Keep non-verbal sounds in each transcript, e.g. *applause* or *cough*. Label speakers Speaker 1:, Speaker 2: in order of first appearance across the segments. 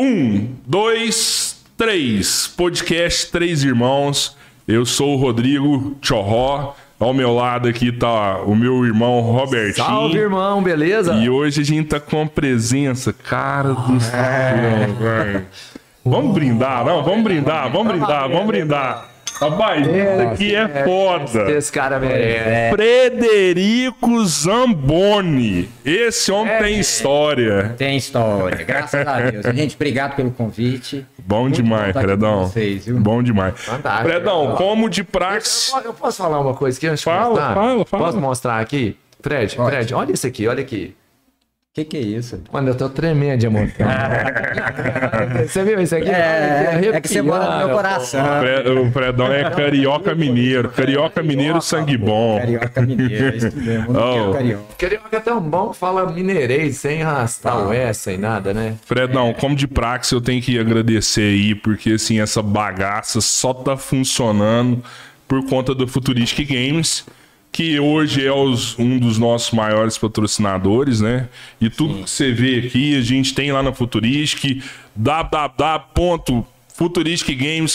Speaker 1: Um, dois, três. Podcast Três Irmãos. Eu sou o Rodrigo Chorró. Ao meu lado aqui tá o meu irmão Robertinho.
Speaker 2: Salve, irmão, beleza?
Speaker 1: E hoje a gente tá com a presença, cara
Speaker 2: Ah,
Speaker 1: do
Speaker 2: é.
Speaker 1: céu, velho. Vamos brindar, não? Vamos brindar, vamos brindar, vamos brindar. A baita que é foda. É.
Speaker 2: Esse cara merece.
Speaker 1: Frederico Zamboni. Esse
Speaker 2: É.
Speaker 1: homem tem história.
Speaker 3: Tem história, graças a Deus. Gente, obrigado pelo convite.
Speaker 1: Bom demais,
Speaker 3: bom tá aqui
Speaker 1: Fredão.
Speaker 3: com vocês, viu?
Speaker 1: bom demais.
Speaker 2: Fantástico.
Speaker 1: Fredão,
Speaker 2: Ó.
Speaker 1: como de praxe.
Speaker 2: Eu posso falar uma coisa aqui antes de
Speaker 1: Fala,
Speaker 2: começar?
Speaker 1: fala, fala.
Speaker 2: Posso mostrar aqui? Fred, Fred, olha isso aqui, olha aqui.
Speaker 3: Que que é isso?
Speaker 2: Mano, eu tô tremendo de
Speaker 1: *laughs*
Speaker 2: emoção. você viu isso aqui? Olha
Speaker 3: É,
Speaker 2: aqui,
Speaker 3: é que você mora
Speaker 1: né?
Speaker 3: no meu
Speaker 2: arrepiando.
Speaker 3: coração.
Speaker 1: Fre- O Fredão é carioca mineiro. Carioca mineiro, sangue bom.
Speaker 3: Carioca mineiro, é isso mesmo. Não
Speaker 1: Oh.
Speaker 3: quero carioca.
Speaker 2: Carioca é tão bom que fala mineirês, sem arrastar o S, sem nada, né?
Speaker 1: Fredão, como de praxe, eu tenho que agradecer aí, porque assim, essa bagaça só tá funcionando por conta do Futuristic Games, que hoje é os- um dos nossos maiores patrocinadores, né? E tudo que você vê aqui, a gente tem lá na Futuristic, www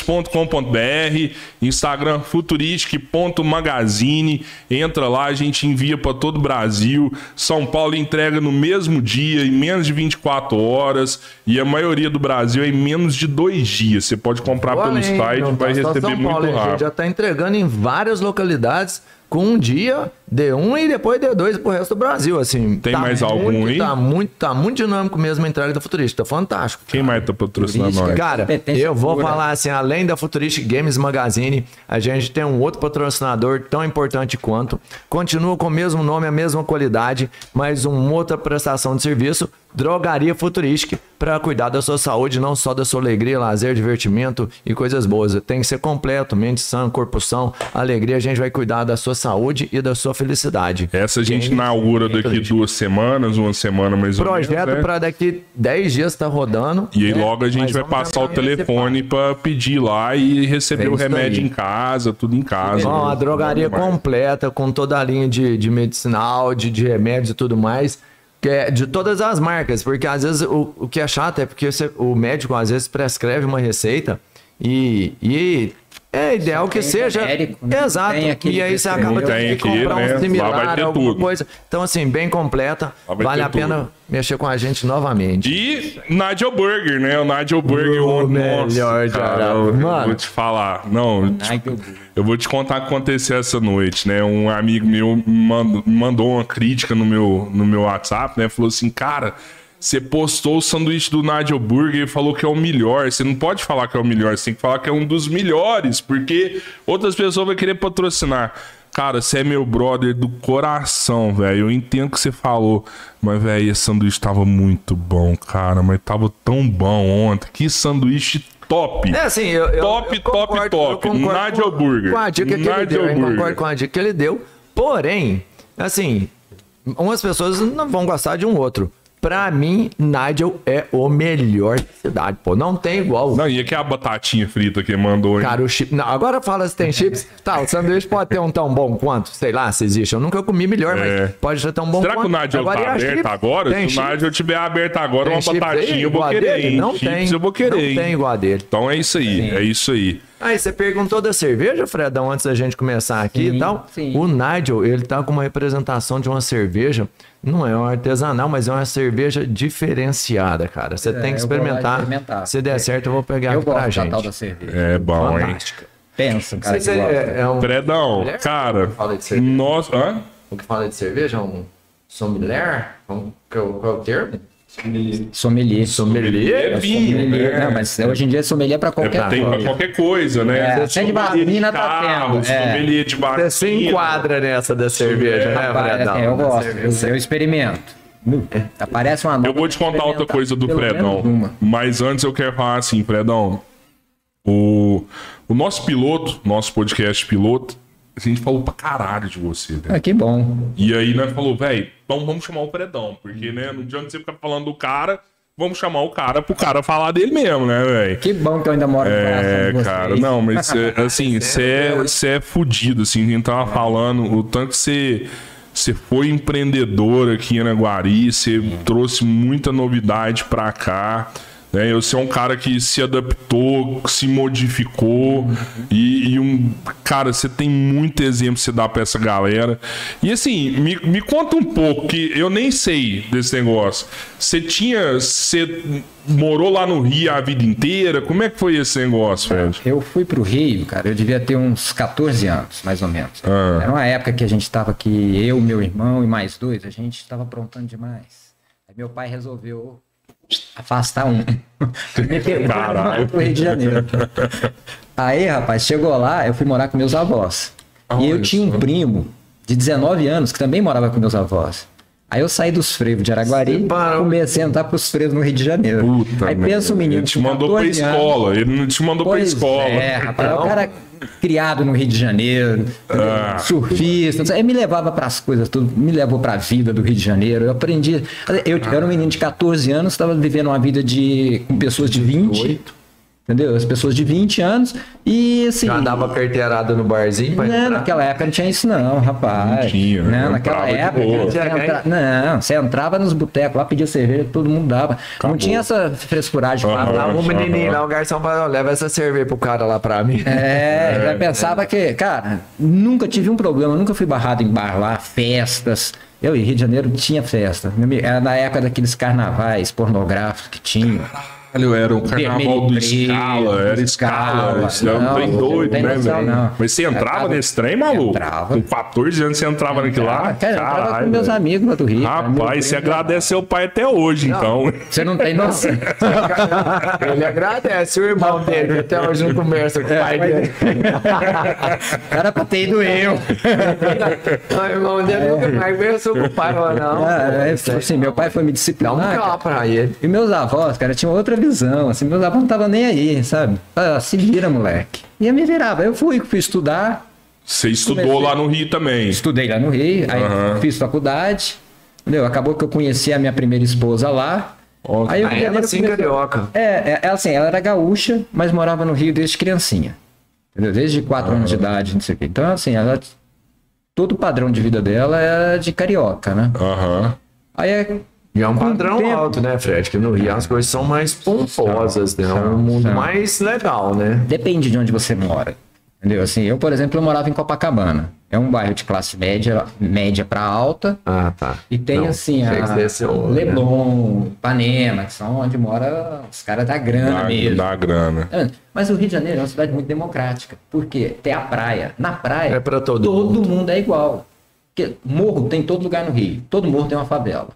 Speaker 1: futuristicgames.com.br, Instagram futuristic.magazine, entra lá, a gente envia para todo o Brasil, São Paulo entrega no mesmo dia, em menos de 24 horas, e a maioria do Brasil é em menos de dois dias, você pode comprar pelo
Speaker 2: Olha aí,
Speaker 1: site,
Speaker 2: não
Speaker 1: vai
Speaker 2: tá só
Speaker 1: receber
Speaker 2: São Paulo,
Speaker 1: muito
Speaker 2: hein, gente?
Speaker 1: rápido.
Speaker 2: Já tá entregando em várias localidades com um dia D1 e depois D2 pro resto do Brasil, assim.
Speaker 1: Tem
Speaker 2: Tá
Speaker 1: mais algum
Speaker 2: muito-
Speaker 1: aí?
Speaker 2: Tá muito, tá muito dinâmico mesmo a entrega da Futurista, tá fantástico.
Speaker 1: Quem mais tá patrocinando
Speaker 3: Futuristic,
Speaker 1: nós?
Speaker 2: Cara,
Speaker 3: Competência
Speaker 2: eu vou
Speaker 3: pura.
Speaker 2: falar assim, além da Futuristic Games Magazine, a gente tem um outro patrocinador tão importante quanto. Continua com o mesmo nome, a mesma qualidade, mas uma outra prestação de serviço, Drogaria Futuristic, para cuidar da sua saúde, não só da sua alegria, lazer, divertimento e coisas boas. Tem que ser completo, mente sã, corpo são, alegria, a gente vai cuidar da sua saúde e da sua felicidade.
Speaker 1: Essa a gente inaugura daqui duas semanas, uma semana mais ou menos.
Speaker 2: Projeto
Speaker 1: né?
Speaker 2: para daqui 10 dias tá rodando.
Speaker 1: E aí logo a gente
Speaker 2: Mas
Speaker 1: vai
Speaker 2: vamos
Speaker 1: passar o
Speaker 2: tentar
Speaker 1: telefone pra pedir lá e receber
Speaker 2: É
Speaker 1: o
Speaker 2: isso
Speaker 1: remédio
Speaker 2: aí.
Speaker 1: em casa, tudo em casa.
Speaker 2: Ó,
Speaker 1: né?
Speaker 2: a drogaria
Speaker 1: Tudo mais.
Speaker 2: completa, com toda a linha de, de medicinal, de, de remédios e tudo mais. Que é de todas as marcas, porque às vezes o, o que é chato é porque você- o médico às vezes prescreve uma receita e, e é ideal que
Speaker 3: tem
Speaker 2: seja.
Speaker 3: genérico, né?
Speaker 2: Exato.
Speaker 3: Tem aquele
Speaker 2: E aí você acaba
Speaker 3: prescreveu.
Speaker 2: tendo
Speaker 1: Tem
Speaker 2: que
Speaker 1: aquele,
Speaker 2: comprar
Speaker 1: né? Lá
Speaker 2: um similar,
Speaker 1: vai ter
Speaker 2: alguma
Speaker 1: tudo.
Speaker 2: coisa. Então, assim, bem completa.
Speaker 1: Lá vai
Speaker 2: Vale
Speaker 1: ter
Speaker 2: a pena
Speaker 1: tudo.
Speaker 2: mexer com a gente novamente.
Speaker 1: E Nigel Burger, né? O Nigel Burger,
Speaker 2: O
Speaker 1: o
Speaker 2: melhor
Speaker 1: melhor
Speaker 2: de
Speaker 1: cara,
Speaker 2: Arara.
Speaker 1: eu
Speaker 2: Mano.
Speaker 1: vou te falar. Não, tipo,
Speaker 3: Ai, que
Speaker 1: eu vou te contar o que aconteceu essa noite, né? Um amigo meu me mandou- me mandou uma crítica no meu, no meu WhatsApp, né? Falou assim, cara, você postou o sanduíche do Nigel Burger e falou que é o melhor. Você não pode falar que é o melhor, você tem que falar que é um dos melhores, porque outras pessoas vão querer patrocinar. Cara, você é meu brother do coração, velho. Eu entendo o que você falou. Mas, velho, esse sanduíche tava muito bom, cara. Mas tava tão bom ontem. Que sanduíche top.
Speaker 2: É assim, eu, eu-
Speaker 1: Top,
Speaker 2: eu
Speaker 1: top, top.
Speaker 2: eu concordo
Speaker 1: Nigel
Speaker 2: com-
Speaker 1: Burger.
Speaker 2: Com a dica que ele
Speaker 1: Nigel
Speaker 2: deu, hein?
Speaker 1: Burger.
Speaker 2: concordo com a dica que ele deu. Porém, assim, umas pessoas não vão gostar de um outro. Pra mim, Nigel é o melhor da cidade, pô. Não tem igual.
Speaker 1: Não, e aqui é a batatinha frita que mandou, hein?
Speaker 2: Cara, o chip. Não, agora fala se tem chips. Tá, o sanduíche pode ter um tão bom quanto, sei lá, se existe. Eu nunca comi melhor,
Speaker 1: É.
Speaker 2: mas pode ser tão bom
Speaker 1: Será que
Speaker 2: quanto.
Speaker 1: o Nigel
Speaker 2: Agora, e
Speaker 1: tá
Speaker 2: as
Speaker 1: aberto
Speaker 2: chips?
Speaker 1: agora?
Speaker 2: Tem
Speaker 1: Se o
Speaker 2: chips?
Speaker 1: Nigel tiver aberto agora,
Speaker 2: Tem
Speaker 1: uma
Speaker 2: chips aí
Speaker 1: batatinha eu vou
Speaker 2: igual a
Speaker 1: querer,
Speaker 2: dele?
Speaker 1: hein?
Speaker 2: Não
Speaker 1: Chips
Speaker 2: tem.
Speaker 1: eu vou querer, hein?
Speaker 2: Não tem igual a dele.
Speaker 1: Então é isso aí, é isso aí.
Speaker 2: Aí você perguntou da cerveja, Fredão, antes da gente começar aqui
Speaker 3: Sim,
Speaker 2: e tal.
Speaker 3: sim.
Speaker 2: O Nigel, ele tá com uma representação de uma cerveja, não é uma artesanal, mas é uma cerveja diferenciada, cara. Você tem que
Speaker 3: É, eu vou lá
Speaker 2: experimentar.
Speaker 3: experimentar.
Speaker 2: Se der certo, eu vou pegar
Speaker 3: Eu
Speaker 2: aqui pra
Speaker 3: gosto da tal
Speaker 2: gente.
Speaker 3: da cerveja.
Speaker 1: É bom, hein?
Speaker 2: Fantástica.
Speaker 3: Pensa, cara.
Speaker 2: Você-
Speaker 3: que gosta. né?
Speaker 2: é, é um,
Speaker 1: Predão,
Speaker 2: Mulher?
Speaker 1: cara.
Speaker 2: Fala de cerveja.
Speaker 1: Nossa. Hã?
Speaker 2: o que fala de cerveja? É um sommelier? Um, qual, qual é o termo?
Speaker 3: Sommelier.
Speaker 2: Sommelier?
Speaker 1: É vinho,
Speaker 3: Sommelier.
Speaker 1: né?
Speaker 3: Não, mas hoje em dia sommelier é pra
Speaker 1: É,
Speaker 3: qualquer
Speaker 1: tem pra
Speaker 3: coisa.
Speaker 1: qualquer coisa, né?
Speaker 3: É, até de vacina tá
Speaker 1: carro,
Speaker 3: tendo, é.
Speaker 1: sommelier de vacina.
Speaker 2: Você se enquadra nessa da cerveja, né,
Speaker 3: Rapaz,
Speaker 2: Fredão?
Speaker 1: É,
Speaker 3: assim, eu gosto,
Speaker 2: Cerveja.
Speaker 3: eu, eu experimento. Aparece uma nova.
Speaker 1: Hum. Eu vou te contar outra
Speaker 3: experimentar.
Speaker 1: coisa do
Speaker 3: Pelo menos
Speaker 1: Fredão.
Speaker 3: uma.
Speaker 1: Mas antes eu quero falar assim, Fredão. O, o nosso piloto, nosso podcast piloto, a gente falou pra caralho de você, né?
Speaker 3: Ah, que bom.
Speaker 1: E aí nós falou, velho, vamos, vamos chamar o Predão, porque, né, não adianta você ficar falando do cara, vamos chamar o cara pro cara falar dele mesmo, né, velho?
Speaker 3: Que bom que eu ainda moro no coração
Speaker 1: É,
Speaker 3: de vocês.
Speaker 1: cara, não, mas cê, assim, você é, cê é fudido, assim, a gente tava falando, o tanto que você você foi empreendedor aqui em Anaguari, você trouxe muita novidade pra cá, né? Eu ser um cara que se adaptou, que se modificou e, e um cara, você tem muito exemplo que você dá pra essa galera. E assim, me, me conta um pouco que eu nem sei desse negócio. Você tinha, você morou lá no Rio a vida inteira? Como é que foi esse negócio, Fred?
Speaker 3: Eu fui pro Rio, cara, eu devia ter uns 14 anos, mais ou menos.
Speaker 1: Ah.
Speaker 3: Era uma época que a gente tava aqui, eu, meu irmão e mais dois, a gente tava aprontando demais. Aí meu pai resolveu afastar um. Me
Speaker 1: *laughs*
Speaker 3: pegou
Speaker 1: Caralho.
Speaker 3: pro Rio de Janeiro. Aí, rapaz, chegou lá, eu fui morar com meus avós. e eu
Speaker 1: Olha
Speaker 3: tinha um
Speaker 1: só.
Speaker 3: primo de 19 anos que também morava com meus avós. Aí eu saí dos frevos de Araguari e
Speaker 2: Separou.
Speaker 3: comecei a andar pros frevos no Rio de Janeiro.
Speaker 1: Puta
Speaker 3: Aí
Speaker 1: merda.
Speaker 3: pensa o menino
Speaker 1: Ele te
Speaker 3: com
Speaker 1: mandou pra
Speaker 3: 14 anos,
Speaker 1: escola. Ele não te mandou pra
Speaker 3: Pois
Speaker 1: escola.
Speaker 3: É, rapaz, o cara criado no Rio de Janeiro,
Speaker 1: Ah.
Speaker 3: surfista, não sei, ele me levava para as coisas tudo, me levou para a vida do Rio de Janeiro. Eu aprendi. Eu,
Speaker 1: Ah.
Speaker 3: eu era um menino de 14 anos, estava vivendo uma vida de com pessoas de 20. Entendeu? As pessoas de 20 anos e assim.
Speaker 2: Já dava carteirada no barzinho pra
Speaker 3: Não,
Speaker 2: entrar.
Speaker 3: naquela época não tinha isso não, rapaz.
Speaker 1: Não tinha,
Speaker 3: Não,
Speaker 1: eu entrava
Speaker 3: naquela
Speaker 1: de
Speaker 3: época.
Speaker 1: boa.
Speaker 3: você
Speaker 2: Tinha
Speaker 3: entra- Não, você entrava nos botecos lá, pedia cerveja, todo mundo dava.
Speaker 1: Acabou.
Speaker 3: Não tinha essa frescuragem. com a
Speaker 1: Aham.
Speaker 2: Tava um menininho lá, o garçom falou, leva essa cerveja pro cara lá pra mim.
Speaker 3: É, eu já pensava que, cara, nunca tive um problema, nunca fui barrado em bar lá, festas. Eu em Rio de Janeiro tinha festa. Meu amigo, Era na época daqueles carnavais pornográficos que tinha.
Speaker 1: Caralho, era o
Speaker 3: Vermelho
Speaker 1: carnaval
Speaker 3: e
Speaker 1: do
Speaker 3: preto,
Speaker 1: Scala, era Scala.
Speaker 3: Scala.
Speaker 1: Isso é um
Speaker 3: Não,
Speaker 1: trem
Speaker 3: não
Speaker 1: doido,
Speaker 3: tem
Speaker 1: né,
Speaker 3: noção,
Speaker 1: velho?
Speaker 3: não.
Speaker 1: Mas você entrava
Speaker 3: Entrava-
Speaker 1: nesse trem, maluco?
Speaker 3: Entrava.
Speaker 1: Com 14 anos você entrava naquilo lá?
Speaker 3: Ah, Cara, eu tava
Speaker 1: Caralho,
Speaker 3: com meus
Speaker 1: velho.
Speaker 3: amigos lá do Rio. cara, meu primo.
Speaker 1: Rapaz, você é agradece seu pai até hoje, então.
Speaker 3: Você não
Speaker 1: *laughs*
Speaker 3: tem noção.
Speaker 2: *laughs* Ele agradece o irmão dele, que até hoje não conversa com o
Speaker 3: É.
Speaker 2: pai dele.
Speaker 3: Era pra ter ido eu.
Speaker 2: O irmão dele nunca mais conversou com o pai, falou, não.
Speaker 3: É, é,
Speaker 2: isso aí
Speaker 3: assim, meu pai foi me
Speaker 2: Dá
Speaker 3: disciplinar.
Speaker 2: um
Speaker 3: cara.
Speaker 2: cá pra ele.
Speaker 3: E meus avós, cara, tinham outra visão. Assim, meus avós não estavam nem aí, sabe? Ah, se vira, moleque. E eu me virava. Eu fui, fui estudar,
Speaker 1: Você estudou lá no Rio também.
Speaker 3: Estudei lá no Rio, aí
Speaker 1: Aham.
Speaker 3: fiz faculdade. Entendeu? Acabou que eu conheci a minha primeira esposa lá.
Speaker 1: Ó,
Speaker 3: aí eu
Speaker 2: Aí ela sim, carioca.
Speaker 3: é, é, ela, assim, ela era gaúcha, mas morava no Rio desde criancinha. Entendeu? Desde 4 anos de idade, não sei o quê. Então, assim, ela. Todo o padrão de vida dela era de carioca, né?
Speaker 1: Aham.
Speaker 3: Aí é.
Speaker 2: E é um padrão
Speaker 3: tempo.
Speaker 2: alto, né, Fred? Que no Rio as coisas são mais pomposas, né? É um mundo
Speaker 3: são.
Speaker 2: mais legal, né?
Speaker 3: Depende de onde você mora. Entendeu? Assim, eu, por exemplo, eu morava em Copacabana. É um bairro de classe média, média para alta.
Speaker 2: Ah, tá.
Speaker 3: E tem
Speaker 2: Não,
Speaker 3: assim,
Speaker 2: sei que
Speaker 3: a
Speaker 2: desse é outro, né?
Speaker 3: Leblon, Ipanema, que são onde mora os caras da grana
Speaker 1: Dá,
Speaker 3: é mesmo.
Speaker 1: dá grana.
Speaker 3: É, Mas o Rio de Janeiro é uma cidade muito democrática. porque Tem a praia. Na praia,
Speaker 2: É pra todo
Speaker 3: mundo. é igual. Porque morro tem em todo lugar no Rio. Todo morro tem uma favela.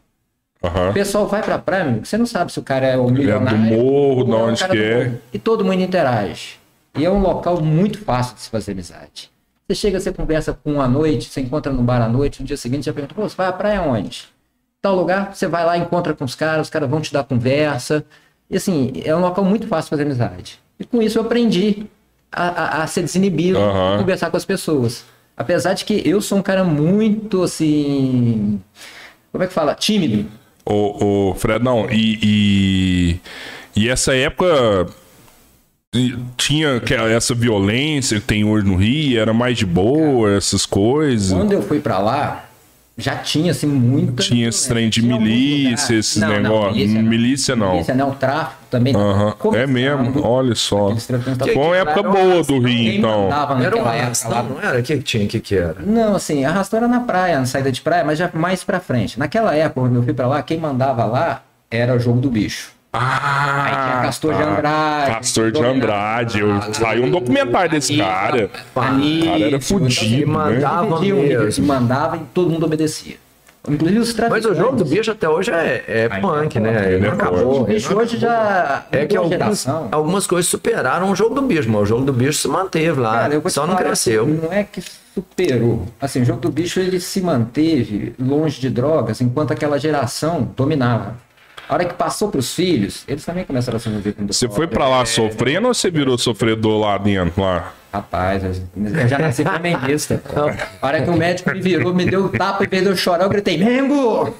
Speaker 1: Aham.
Speaker 3: O pessoal vai pra praia, meu, você não sabe se o cara é o milionário.
Speaker 1: morro,
Speaker 3: ou
Speaker 1: de
Speaker 3: é o
Speaker 1: onde
Speaker 3: cara
Speaker 1: que
Speaker 3: do
Speaker 1: é.
Speaker 3: morro. E todo mundo interage. E é um local muito fácil de se fazer amizade. Você chega, você conversa com um à noite, você encontra no bar à noite, no dia seguinte já pergunta, pô, você vai à praia onde? Tal lugar, você vai lá, encontra com os caras, os caras vão te dar conversa. E assim, é um local muito fácil de fazer amizade. E com isso eu aprendi a, a- a ser desinibido,
Speaker 1: Aham.
Speaker 3: a conversar com as pessoas. Apesar de que eu sou um cara muito, assim... Como é que fala? Tímido.
Speaker 1: Ô, ô Fred, não, e, e, e essa época e tinha que- essa violência que tem hoje no Rio, era mais de boa, essas coisas.
Speaker 3: Quando eu fui pra lá, já tinha assim muita.
Speaker 1: Tinha esse trem de
Speaker 3: Tinha alguns
Speaker 1: milícia,
Speaker 3: lugares.
Speaker 1: esses
Speaker 3: Não, não,
Speaker 1: negócios.
Speaker 3: milícia não.
Speaker 1: Milícia não.
Speaker 3: Milícia não, tráfico também.
Speaker 1: Aham, É
Speaker 3: Começaram
Speaker 1: mesmo, olha só.
Speaker 3: Aqueles traficantes
Speaker 1: Foi uma época
Speaker 2: Era um
Speaker 1: boa do
Speaker 2: arrastão,
Speaker 1: Rio,
Speaker 3: Quem
Speaker 1: então.
Speaker 2: Era
Speaker 3: mandava
Speaker 2: um
Speaker 3: naquela época lá?
Speaker 2: arrastão, não era? O que que tinha? O que que era?
Speaker 3: Não, assim, arrastou era na praia, na saída de praia, mas já mais pra frente. Naquela época, quando eu fui pra lá, quem mandava lá era o jogo do bicho.
Speaker 1: Ah,
Speaker 3: Aí tinha Castor de Andrade.
Speaker 1: Castor de Andrade. Eu... Saiu um documentário desse cara.
Speaker 3: Anísio,
Speaker 1: O cara era
Speaker 2: E
Speaker 1: fudido, né?
Speaker 2: mandava
Speaker 3: Dividiam,
Speaker 2: mesmo.
Speaker 3: mandava e todo mundo obedecia. Inclusive os
Speaker 2: Mas
Speaker 3: traficantes.
Speaker 2: o jogo do bicho até hoje é, é punk, né? Ele
Speaker 1: é
Speaker 2: acabou.
Speaker 3: O bicho hoje já.
Speaker 2: É que
Speaker 3: mudou a
Speaker 2: alguns,
Speaker 3: geração.
Speaker 2: algumas coisas superaram o jogo do bicho, mas o jogo do bicho se manteve lá.
Speaker 3: Cara, eu vou te
Speaker 2: só não
Speaker 3: falar,
Speaker 2: cresceu.
Speaker 3: Não é que superou. Assim, o jogo do bicho ele se manteve longe de drogas enquanto aquela geração dominava. A hora que passou para os filhos, eles também começaram a se envolver com drogas.
Speaker 1: Você foi pra
Speaker 3: é.
Speaker 1: lá sofrendo ou você virou sofredor lá dentro? Lá?
Speaker 3: Rapaz, eu já nasci flamenguista. A hora que o médico me virou, me deu um tapa, em vez de eu chorar, eu gritei, Mengo!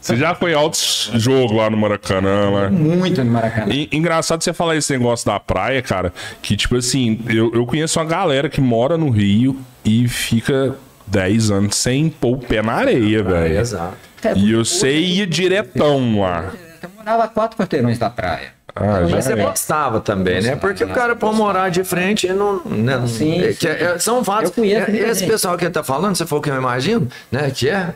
Speaker 1: Você já foi altos jogo lá no Maracanã, lá.
Speaker 3: Muito no Maracanã.
Speaker 1: E- engraçado você falar esse negócio da praia, cara. Que, tipo assim, eu, eu conheço uma galera que mora no Rio e fica 10 anos
Speaker 2: Ah,
Speaker 3: né?
Speaker 1: sem pôr o pé na areia, velho.
Speaker 2: É,
Speaker 3: É,
Speaker 2: Exato.
Speaker 1: E eu sei ia diretão lá.
Speaker 3: Eu morava a quatro quarteirões da praia. Então,
Speaker 1: Ah,
Speaker 2: Mas
Speaker 1: já
Speaker 2: você
Speaker 1: é.
Speaker 2: gostava também, né? Porque o cara, pra morar de frente, não. né, não-
Speaker 3: Sim,
Speaker 2: é que é- é- são fatos.
Speaker 3: Eu conheço
Speaker 2: É-
Speaker 3: muita
Speaker 2: Esse
Speaker 3: gente.
Speaker 2: pessoal que ele tá falando, você for que eu imagino, né? Que é.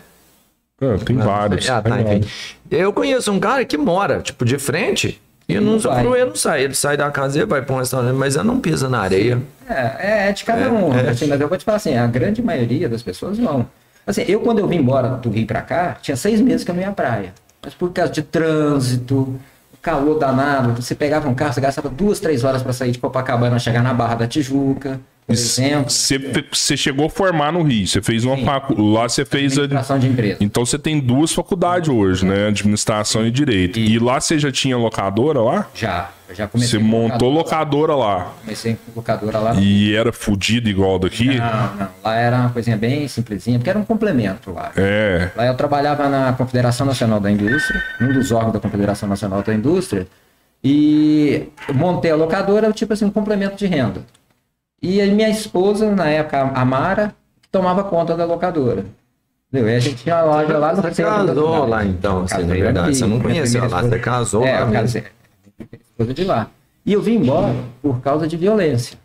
Speaker 1: Ah, tem vários.
Speaker 2: Ah, tá,
Speaker 1: tem
Speaker 2: enfim.
Speaker 1: vários.
Speaker 2: Eu conheço um cara que mora, tipo, de frente e não
Speaker 3: Não vai.
Speaker 2: usufrui, ele não sai. Ele sai da casa e vai pra um restaurante, mas ele não pisa na areia.
Speaker 3: É, é, é de cada um. assim, mas eu vou te falar assim, a grande maioria das pessoas não. Assim, eu quando eu vim embora do Rio pra cá, tinha seis meses que eu não ia à praia. Mas por causa de trânsito, calor danado, você pegava um carro, você gastava duas, três horas pra sair de Copacabana, chegar na Barra da Tijuca, por exemplo.
Speaker 1: Você fe- você chegou a formar no Rio, você fez uma facu... lá você fez a...
Speaker 3: Administração de empresa.
Speaker 1: Então você tem duas faculdades hoje, né? Administração e Direito. E lá você já tinha locadora lá?
Speaker 3: Já, eu já comecei.
Speaker 1: Você
Speaker 3: com
Speaker 1: montou
Speaker 3: locadora.
Speaker 1: locadora lá.
Speaker 3: Comecei com locadora lá. no-
Speaker 1: E era fudido igual daqui?
Speaker 3: Não, não, lá era uma coisinha bem simplesinha, porque era um complemento lá.
Speaker 1: É.
Speaker 3: Lá eu trabalhava na Confederação Nacional da Indústria, um dos órgãos da Confederação Nacional da Indústria, e eu montei a locadora, tipo assim, um complemento de renda. E aí minha esposa, na época, a Mara, tomava conta da locadora. Entendeu? E a gente tinha a loja lá no
Speaker 2: Você
Speaker 3: centro da
Speaker 2: casou
Speaker 3: cidade.
Speaker 2: lá então, assim,
Speaker 3: Casei
Speaker 2: na
Speaker 3: aqui.
Speaker 2: verdade. Você não
Speaker 3: Minha
Speaker 2: conheceu
Speaker 3: primeira
Speaker 2: lá, você
Speaker 3: esposa-
Speaker 2: casou
Speaker 3: é,
Speaker 2: lá.
Speaker 3: eu
Speaker 2: mesmo.
Speaker 3: casei. Coisa de lá. E eu vim embora por causa de violência.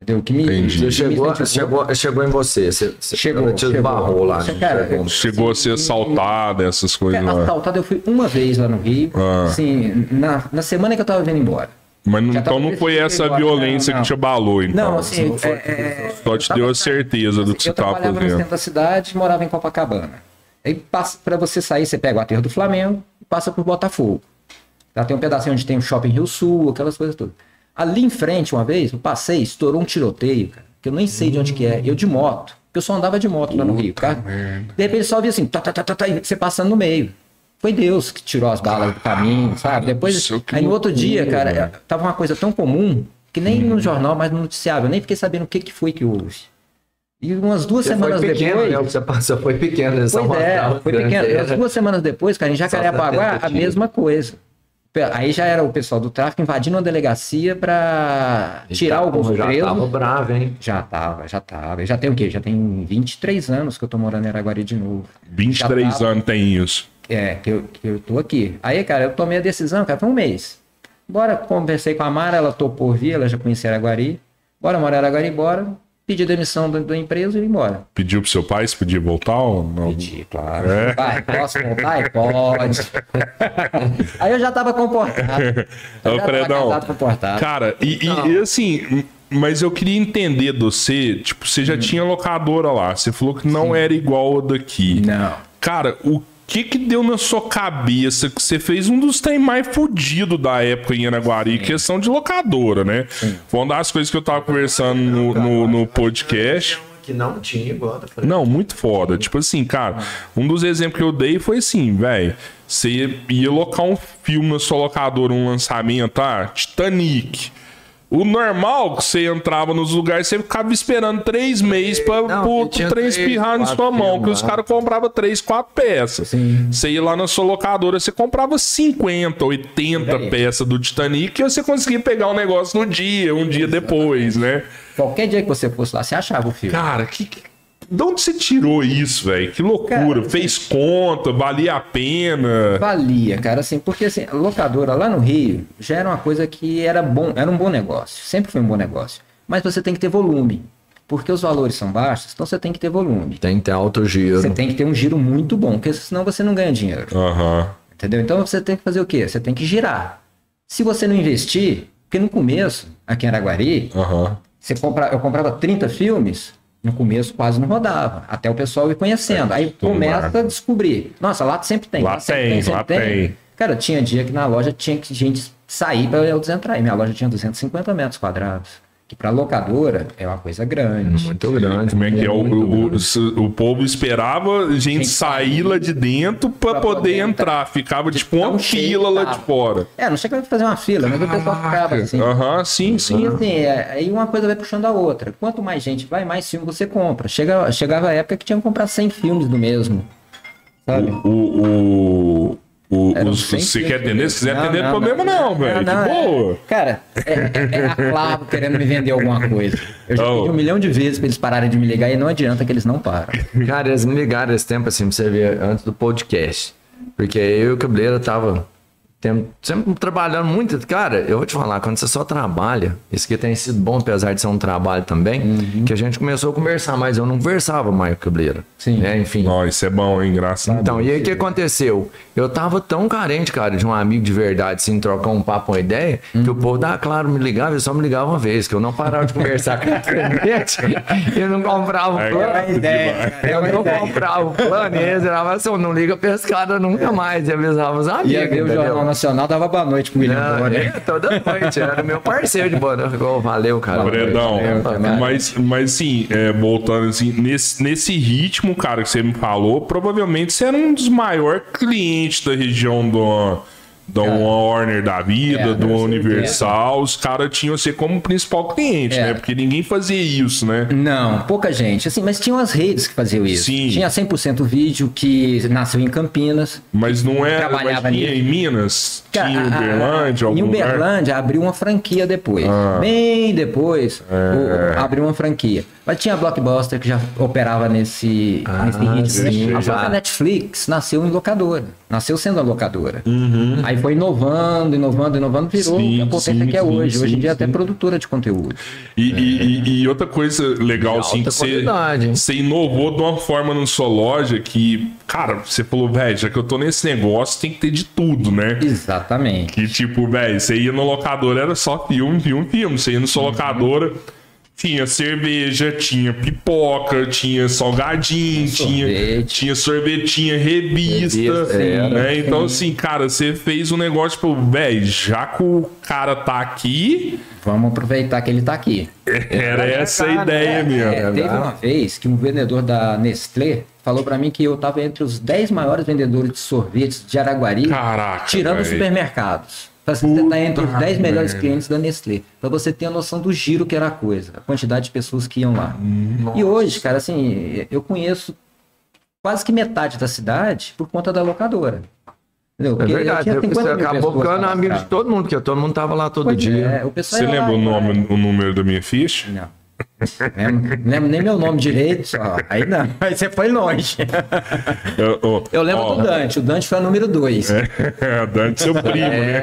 Speaker 3: Entendeu? Que me,
Speaker 1: Entendi.
Speaker 3: que
Speaker 2: Você
Speaker 3: me
Speaker 2: chegou,
Speaker 3: incentivou.
Speaker 2: chegou, chegou em você. Você, você
Speaker 3: Chegou,
Speaker 2: te
Speaker 3: chegou.
Speaker 2: esbarrou lá. né?
Speaker 3: Cara, eu-
Speaker 1: Chegou a ser assaltado, essas coisas lá.
Speaker 3: É, Assaltado eu fui uma vez lá no Rio,
Speaker 1: Ah.
Speaker 3: assim, na, na semana que eu tava vindo embora.
Speaker 1: Mas não-
Speaker 3: Já tá
Speaker 1: então
Speaker 3: tava
Speaker 1: não foi
Speaker 3: decidido
Speaker 1: essa
Speaker 3: embora.
Speaker 1: violência
Speaker 3: né? Não, não.
Speaker 1: que te abalou, então.
Speaker 3: Não, assim, é, é,
Speaker 1: Só te deu a certeza do que
Speaker 3: eu
Speaker 1: você tava
Speaker 3: trabalhava assim, no
Speaker 1: fazendo.
Speaker 3: centro da cidade, morava em Copacabana. Aí passa para você sair, você pega o aterro do Flamengo e passa por Botafogo. Lá tem um pedacinho onde tem o shopping Rio Sul, aquelas coisas todas. Ali em frente, uma vez, eu passei, estourou um tiroteio, cara, que eu nem sei de onde que
Speaker 1: Hum.
Speaker 3: é. Eu de moto, porque eu só andava de moto lá no Rio, cara. De repente só vi assim, tá, tá, tá, tá, tá, e você passando no meio. Foi Deus que tirou as balas do caminho, sabe? Depois,
Speaker 1: céu, Ah, que
Speaker 3: aí no outro dia,
Speaker 1: loucura, Hum.
Speaker 3: cara, é,
Speaker 1: velho.
Speaker 3: tava uma coisa tão comum que nem no jornal, mas no noticiário, eu nem fiquei sabendo o que, que foi que houve. E umas duas
Speaker 2: Você foi
Speaker 3: semanas
Speaker 2: pequeno, né?
Speaker 3: depois.
Speaker 2: Você passou, foi pequeno. né? Só
Speaker 3: Pois é,
Speaker 2: matava
Speaker 3: foi
Speaker 2: grande,
Speaker 3: pequeno. Umas
Speaker 2: né?
Speaker 3: duas semanas depois, cara, em Jacarepaguá, a
Speaker 2: tentativa.
Speaker 3: mesma coisa. Pe- Aí já era o pessoal do tráfico invadindo uma delegacia pra tirar alguns
Speaker 2: já tava
Speaker 3: presos.
Speaker 2: bravo, hein?
Speaker 3: Já tava, já tava. Eu já tem o quê? Já tem 23 anos que eu tô morando em Araguari de novo. Já
Speaker 1: 23
Speaker 3: tava-
Speaker 1: anos tem isso.
Speaker 3: É, que eu, que eu tô aqui. Aí, cara, eu tomei a decisão, cara, foi um mês. Bora, conversei com a Mara, ela topou vir, ela já conhecia Araguari. Bora morar em Araguari, bora. Pedi demissão da, da empresa e vim embora.
Speaker 1: Pediu pro seu pai se podia voltar ou não?
Speaker 3: Pedi, claro.
Speaker 1: É.
Speaker 3: Pai, posso voltar?
Speaker 1: *laughs*
Speaker 3: Ai, pode. Aí eu já tava comportado. Eu
Speaker 1: Ô,
Speaker 3: já tava
Speaker 1: Fredão,
Speaker 3: casado, comportado.
Speaker 1: Cara, e, e- e, assim, mas eu queria entender de você, tipo, você
Speaker 3: Hum.
Speaker 1: já tinha locadora lá, você falou que não era igual a daqui.
Speaker 3: Não.
Speaker 1: Cara, o que que deu na sua cabeça que você fez um dos trem mais fudido da época em Anaguari, questão de locadora, né? Foi uma das coisas que eu tava conversando no, no, no podcast.
Speaker 2: Que não tinha igual. tá eu falei.
Speaker 1: Não, muito foda. Tipo assim, cara, um dos exemplos que eu dei foi assim, velho. Você ia- ia locar um filme na sua locadora, um lançamento, ah, Titanic. O normal que você entrava nos lugares, você ficava esperando três meses pra
Speaker 2: Não,
Speaker 1: pro
Speaker 2: tinha
Speaker 1: trem
Speaker 2: três,
Speaker 1: espirrar na
Speaker 2: quatro
Speaker 1: sua mão, que
Speaker 2: filmes
Speaker 1: os
Speaker 2: lá.
Speaker 1: caras compravam três, quatro peças.
Speaker 3: Sim.
Speaker 1: Você ia lá na sua locadora, você comprava 50, 80 peças do Titanic e você conseguia pegar o negócio no dia, um dia depois, né?
Speaker 3: Qualquer dia que você fosse lá, você achava o filme.
Speaker 1: Cara, que. que- De onde você tirou isso, velho? Que loucura.
Speaker 3: Cara,
Speaker 1: Fez conta, valia a pena.
Speaker 3: Valia, cara, assim, porque assim, a locadora lá no Rio já era uma coisa que era bom, era um bom negócio, sempre foi um bom negócio. Mas você tem que ter volume, porque os valores são baixos, então você tem que ter volume.
Speaker 2: Tem que ter alto giro.
Speaker 3: Você tem que ter um giro muito bom, porque senão você não ganha dinheiro,
Speaker 1: Aham.
Speaker 3: entendeu? Então você tem que fazer o quê? Você tem que girar. Se você não investir, porque no começo, aqui em Araguari,
Speaker 1: Aham.
Speaker 3: você compra, eu comprava 30 filmes, no começo quase não rodava, até o pessoal ir conhecendo. Aí
Speaker 1: tudo
Speaker 3: começa
Speaker 1: marca.
Speaker 3: a descobrir. Nossa, lá sempre tem.
Speaker 1: Lá
Speaker 3: sempre
Speaker 1: tem,
Speaker 3: sempre
Speaker 1: lá tem.
Speaker 3: Cara, tinha dia que na loja tinha que gente sair para outros entrar. E minha loja tinha 250 metros quadrados, que para locadora é uma coisa grande.
Speaker 2: Muito grande.
Speaker 1: Como é que é? O,
Speaker 2: muito grande.
Speaker 1: o, o, o povo esperava a gente
Speaker 3: Gente
Speaker 1: sair lá de dentro pra,
Speaker 3: pra
Speaker 1: poder,
Speaker 3: poder
Speaker 1: entrar. Ficava tipo uma
Speaker 3: tão cheio
Speaker 1: fila
Speaker 3: que
Speaker 1: lá
Speaker 3: tava.
Speaker 1: de fora.
Speaker 3: É, não chegava a fazer uma fila, mas o pessoal ficava assim.
Speaker 1: Aham, sim, sim.
Speaker 3: E assim, é, aí uma coisa vai puxando a outra. Quanto mais gente vai, mais filme você compra. Chega, chegava a época que tinha que comprar 100 filmes do mesmo. Sabe?
Speaker 1: O. o, o... o-
Speaker 3: Eram
Speaker 1: os-
Speaker 3: cem
Speaker 1: você quer
Speaker 3: filmes.
Speaker 1: atender? Se quiser
Speaker 3: Não,
Speaker 1: atender,
Speaker 3: é
Speaker 1: é
Speaker 3: não,
Speaker 1: problema não, velho. De
Speaker 3: não, é-
Speaker 1: boa.
Speaker 3: Cara, é, é, é a Claro querendo me vender alguma coisa. Eu já
Speaker 1: Oh.
Speaker 3: pedi um milhão de vezes pra eles pararem de me ligar e não adianta que eles não param.
Speaker 2: Cara, eles me ligaram esse tempo assim pra você ver antes do podcast. Porque eu e o Cabeleira tava Tem- sempre trabalhando muito. Cara, eu vou te falar, quando você só trabalha, isso que tem sido bom, apesar de ser um trabalho também,
Speaker 3: Uhum.
Speaker 2: que a gente começou a conversar, mas eu não conversava mais com o Cabreira.
Speaker 3: Sim.
Speaker 2: Né? Enfim.
Speaker 1: Não, isso é bom, hein? Engraçado.
Speaker 2: Então, e aí o que aconteceu? Eu tava tão carente, cara, de um amigo de verdade, assim, trocar um papo, uma ideia, que
Speaker 3: Uhum.
Speaker 2: o povo da Claro me ligava e só me ligava uma vez, que eu não parava de conversar com a internet, *laughs* eu não comprava
Speaker 1: É,
Speaker 2: o plano.
Speaker 1: cara, demais.
Speaker 2: Eu não comprava É o plano, e eles falavam assim, "Ô, não liga pra esse cara nunca mais, e avisava os amigos,
Speaker 3: Ia ver o
Speaker 2: entendeu?
Speaker 3: Jornal né? Nacional, dava boa noite pro William
Speaker 2: Não,
Speaker 3: Bonner.
Speaker 2: é, toda noite, era meu parceiro de boa noite, igual, valeu, cara.
Speaker 1: Bredão,
Speaker 3: é,
Speaker 1: mas, mas sim, é, voltando assim, nesse, nesse ritmo, cara, que você me falou, provavelmente você era um dos maiores clientes da região do, do Warner da vida,
Speaker 3: É,
Speaker 1: do
Speaker 3: com
Speaker 1: Universal. Os caras tinham você como principal cliente,
Speaker 3: É. Hum.
Speaker 1: né? Porque ninguém fazia isso, né?
Speaker 3: Não, pouca gente. Assim, mas tinham as redes que faziam isso.
Speaker 1: Sim.
Speaker 3: Tinha 100% vídeo que nasceu em Campinas.
Speaker 1: Mas não era. Mas
Speaker 3: Trabalhava
Speaker 1: tinha
Speaker 3: nisso.
Speaker 1: em Minas,
Speaker 3: Cara,
Speaker 1: tinha em
Speaker 3: a- a-
Speaker 1: Uberlândia, algum
Speaker 3: Em
Speaker 1: lugar. Ah.
Speaker 3: Uberlândia abriu uma franquia depois. Bem depois,
Speaker 1: É.
Speaker 3: o- abriu uma franquia. Mas tinha a Blockbuster que já operava nesse,
Speaker 1: Ah,
Speaker 3: nesse ritmo.
Speaker 2: sim,
Speaker 3: né? a
Speaker 2: já.
Speaker 3: própria Netflix nasceu em locadora. Nasceu sendo a locadora. Aí foi inovando, inovando, inovando, virou
Speaker 1: Uhum. Sim,
Speaker 3: a potência
Speaker 1: sim,
Speaker 3: que é
Speaker 1: sim,
Speaker 3: hoje. hoje
Speaker 1: sim,
Speaker 3: em dia é
Speaker 1: sim.
Speaker 3: até produtora de conteúdo.
Speaker 1: E, e- e- e outra coisa legal, assim,
Speaker 2: É. alta
Speaker 1: que você,
Speaker 2: qualidade, hein?
Speaker 1: você inovou de uma forma na sua loja que, cara, você falou, velho, já que eu tô nesse negócio, tem que ter de tudo, né?
Speaker 3: Exatamente.
Speaker 1: Que tipo, velho, você ia no locador, era só filme, filme, filme. Você ia no
Speaker 2: Uhum.
Speaker 1: sua locadora, tinha cerveja, tinha pipoca, tinha salgadinho, tinha,
Speaker 3: sorvete.
Speaker 1: tinha sorvete, tinha revista.
Speaker 2: Revista, é,
Speaker 1: né? Então, assim, cara, você fez um negócio, tipo, velho, já que o cara tá aqui,
Speaker 3: Vamos aproveitar que ele tá aqui.
Speaker 1: É, era essa a
Speaker 2: cara,
Speaker 1: ideia mesmo.
Speaker 3: É, teve uma vez que um vendedor da Nestlé falou pra mim que eu tava entre os 10 maiores vendedores de sorvetes de Araguari,
Speaker 1: Caraca,
Speaker 3: um- tirando os
Speaker 1: velho.
Speaker 3: supermercados. Falei assim, Você tá entre os
Speaker 1: Puta
Speaker 3: 10 melhores
Speaker 1: merda.
Speaker 3: clientes da Nestlé. Pra você ter a noção do giro que era a coisa, a quantidade de pessoas que iam lá. E hoje, cara, assim, eu conheço quase que metade da cidade por conta da locadora. Entendeu?
Speaker 2: É
Speaker 3: Porque eu
Speaker 2: verdade,
Speaker 3: tinha
Speaker 2: você
Speaker 3: 50 mil
Speaker 2: acabou
Speaker 3: pessoas
Speaker 2: ficando amigo de
Speaker 3: cadastradas.
Speaker 2: todo mundo, porque todo mundo tava lá todo
Speaker 3: Pois
Speaker 2: dia.
Speaker 3: é, o pessoal
Speaker 1: Você
Speaker 3: ia
Speaker 1: lembra
Speaker 3: lá,
Speaker 1: o
Speaker 3: vai.
Speaker 1: nome, o número da minha ficha?
Speaker 3: Não. Lembro, lembro nem meu nome direito, só. Aí não, *laughs* aí você foi longe.
Speaker 1: Eu, ó,
Speaker 3: Eu lembro
Speaker 1: ó,
Speaker 3: do Dante, o Dante foi o número 2.
Speaker 1: *laughs* É, Dante, seu primo, né?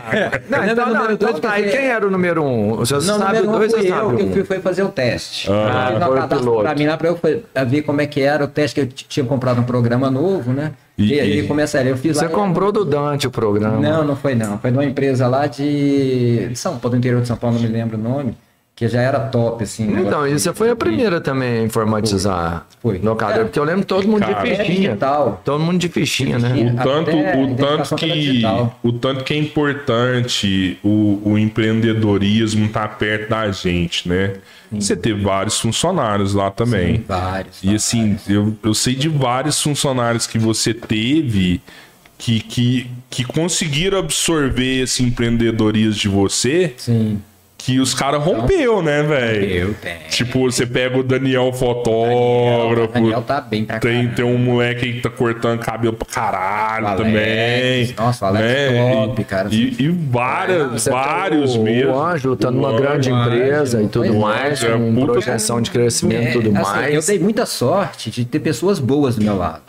Speaker 3: É.
Speaker 2: Não, então, não, então tá, e quem era o número um? Se você
Speaker 3: Não,
Speaker 2: sabe
Speaker 3: número
Speaker 2: o
Speaker 3: um
Speaker 2: dois,
Speaker 3: fui
Speaker 2: você
Speaker 3: eu,
Speaker 2: sabe
Speaker 3: que
Speaker 2: o
Speaker 3: eu fui,
Speaker 2: um.
Speaker 3: fui fazer o teste.
Speaker 1: Ah,
Speaker 3: Ah,
Speaker 2: foi o piloto.
Speaker 3: pra mim lá pra eu foi- pra ver como é que era o teste, que eu t- tinha comprado um programa novo, né?
Speaker 1: E-
Speaker 3: E,
Speaker 1: e-
Speaker 3: aí começaria, eu fiz
Speaker 2: Você
Speaker 3: lá. é,
Speaker 2: comprou né? do Dante o programa.
Speaker 3: Não, não foi não. Foi de uma empresa lá de de São Paulo, do interior de São Paulo, não me lembro o nome, que já era top, assim.
Speaker 2: Então,
Speaker 3: negócio.
Speaker 2: e você foi a primeira também a informatizar
Speaker 3: Foi.
Speaker 2: locadora,
Speaker 3: É.
Speaker 2: porque eu lembro todo mundo
Speaker 1: Cara.
Speaker 2: de fichinha.
Speaker 3: Digital.
Speaker 2: Todo mundo de fichinha, né?
Speaker 1: O
Speaker 3: Até
Speaker 1: tanto, o tanto
Speaker 3: tá É, identificação pela
Speaker 1: que
Speaker 3: digital.
Speaker 1: o tanto que é importante o, o empreendedorismo estar perto da gente, né? Você teve vários funcionários lá também.
Speaker 3: Vários.
Speaker 1: E assim, eu, eu sei de vários funcionários que você teve que, que, que conseguiram absorver esse empreendedorismo de você,
Speaker 3: Sim.
Speaker 1: que os caras rompeu, né, velho?
Speaker 3: Eu tenho.
Speaker 1: Tipo, você pega o Daniel fotógrafo,
Speaker 3: Daniel tá bem pra
Speaker 1: Tem,
Speaker 3: caramba.
Speaker 1: tem um moleque aí que tá cortando cabelo pra caralho
Speaker 3: Alex,
Speaker 1: também.
Speaker 3: nossa, o Alex é top,
Speaker 1: E-
Speaker 3: cara. tá
Speaker 1: E, e várias,
Speaker 2: Você tem
Speaker 1: vários
Speaker 2: o,
Speaker 1: mesmo.
Speaker 2: O Ângelo tá numa
Speaker 1: O
Speaker 2: grande
Speaker 1: Ângelo.
Speaker 2: empresa e tudo
Speaker 3: Pois é,
Speaker 2: mais,
Speaker 1: é,
Speaker 2: com
Speaker 1: puta-
Speaker 2: projeção de crescimento e
Speaker 3: É,
Speaker 2: tudo
Speaker 3: assim, eu
Speaker 2: mais.
Speaker 3: dei muita sorte de ter pessoas boas do meu lado.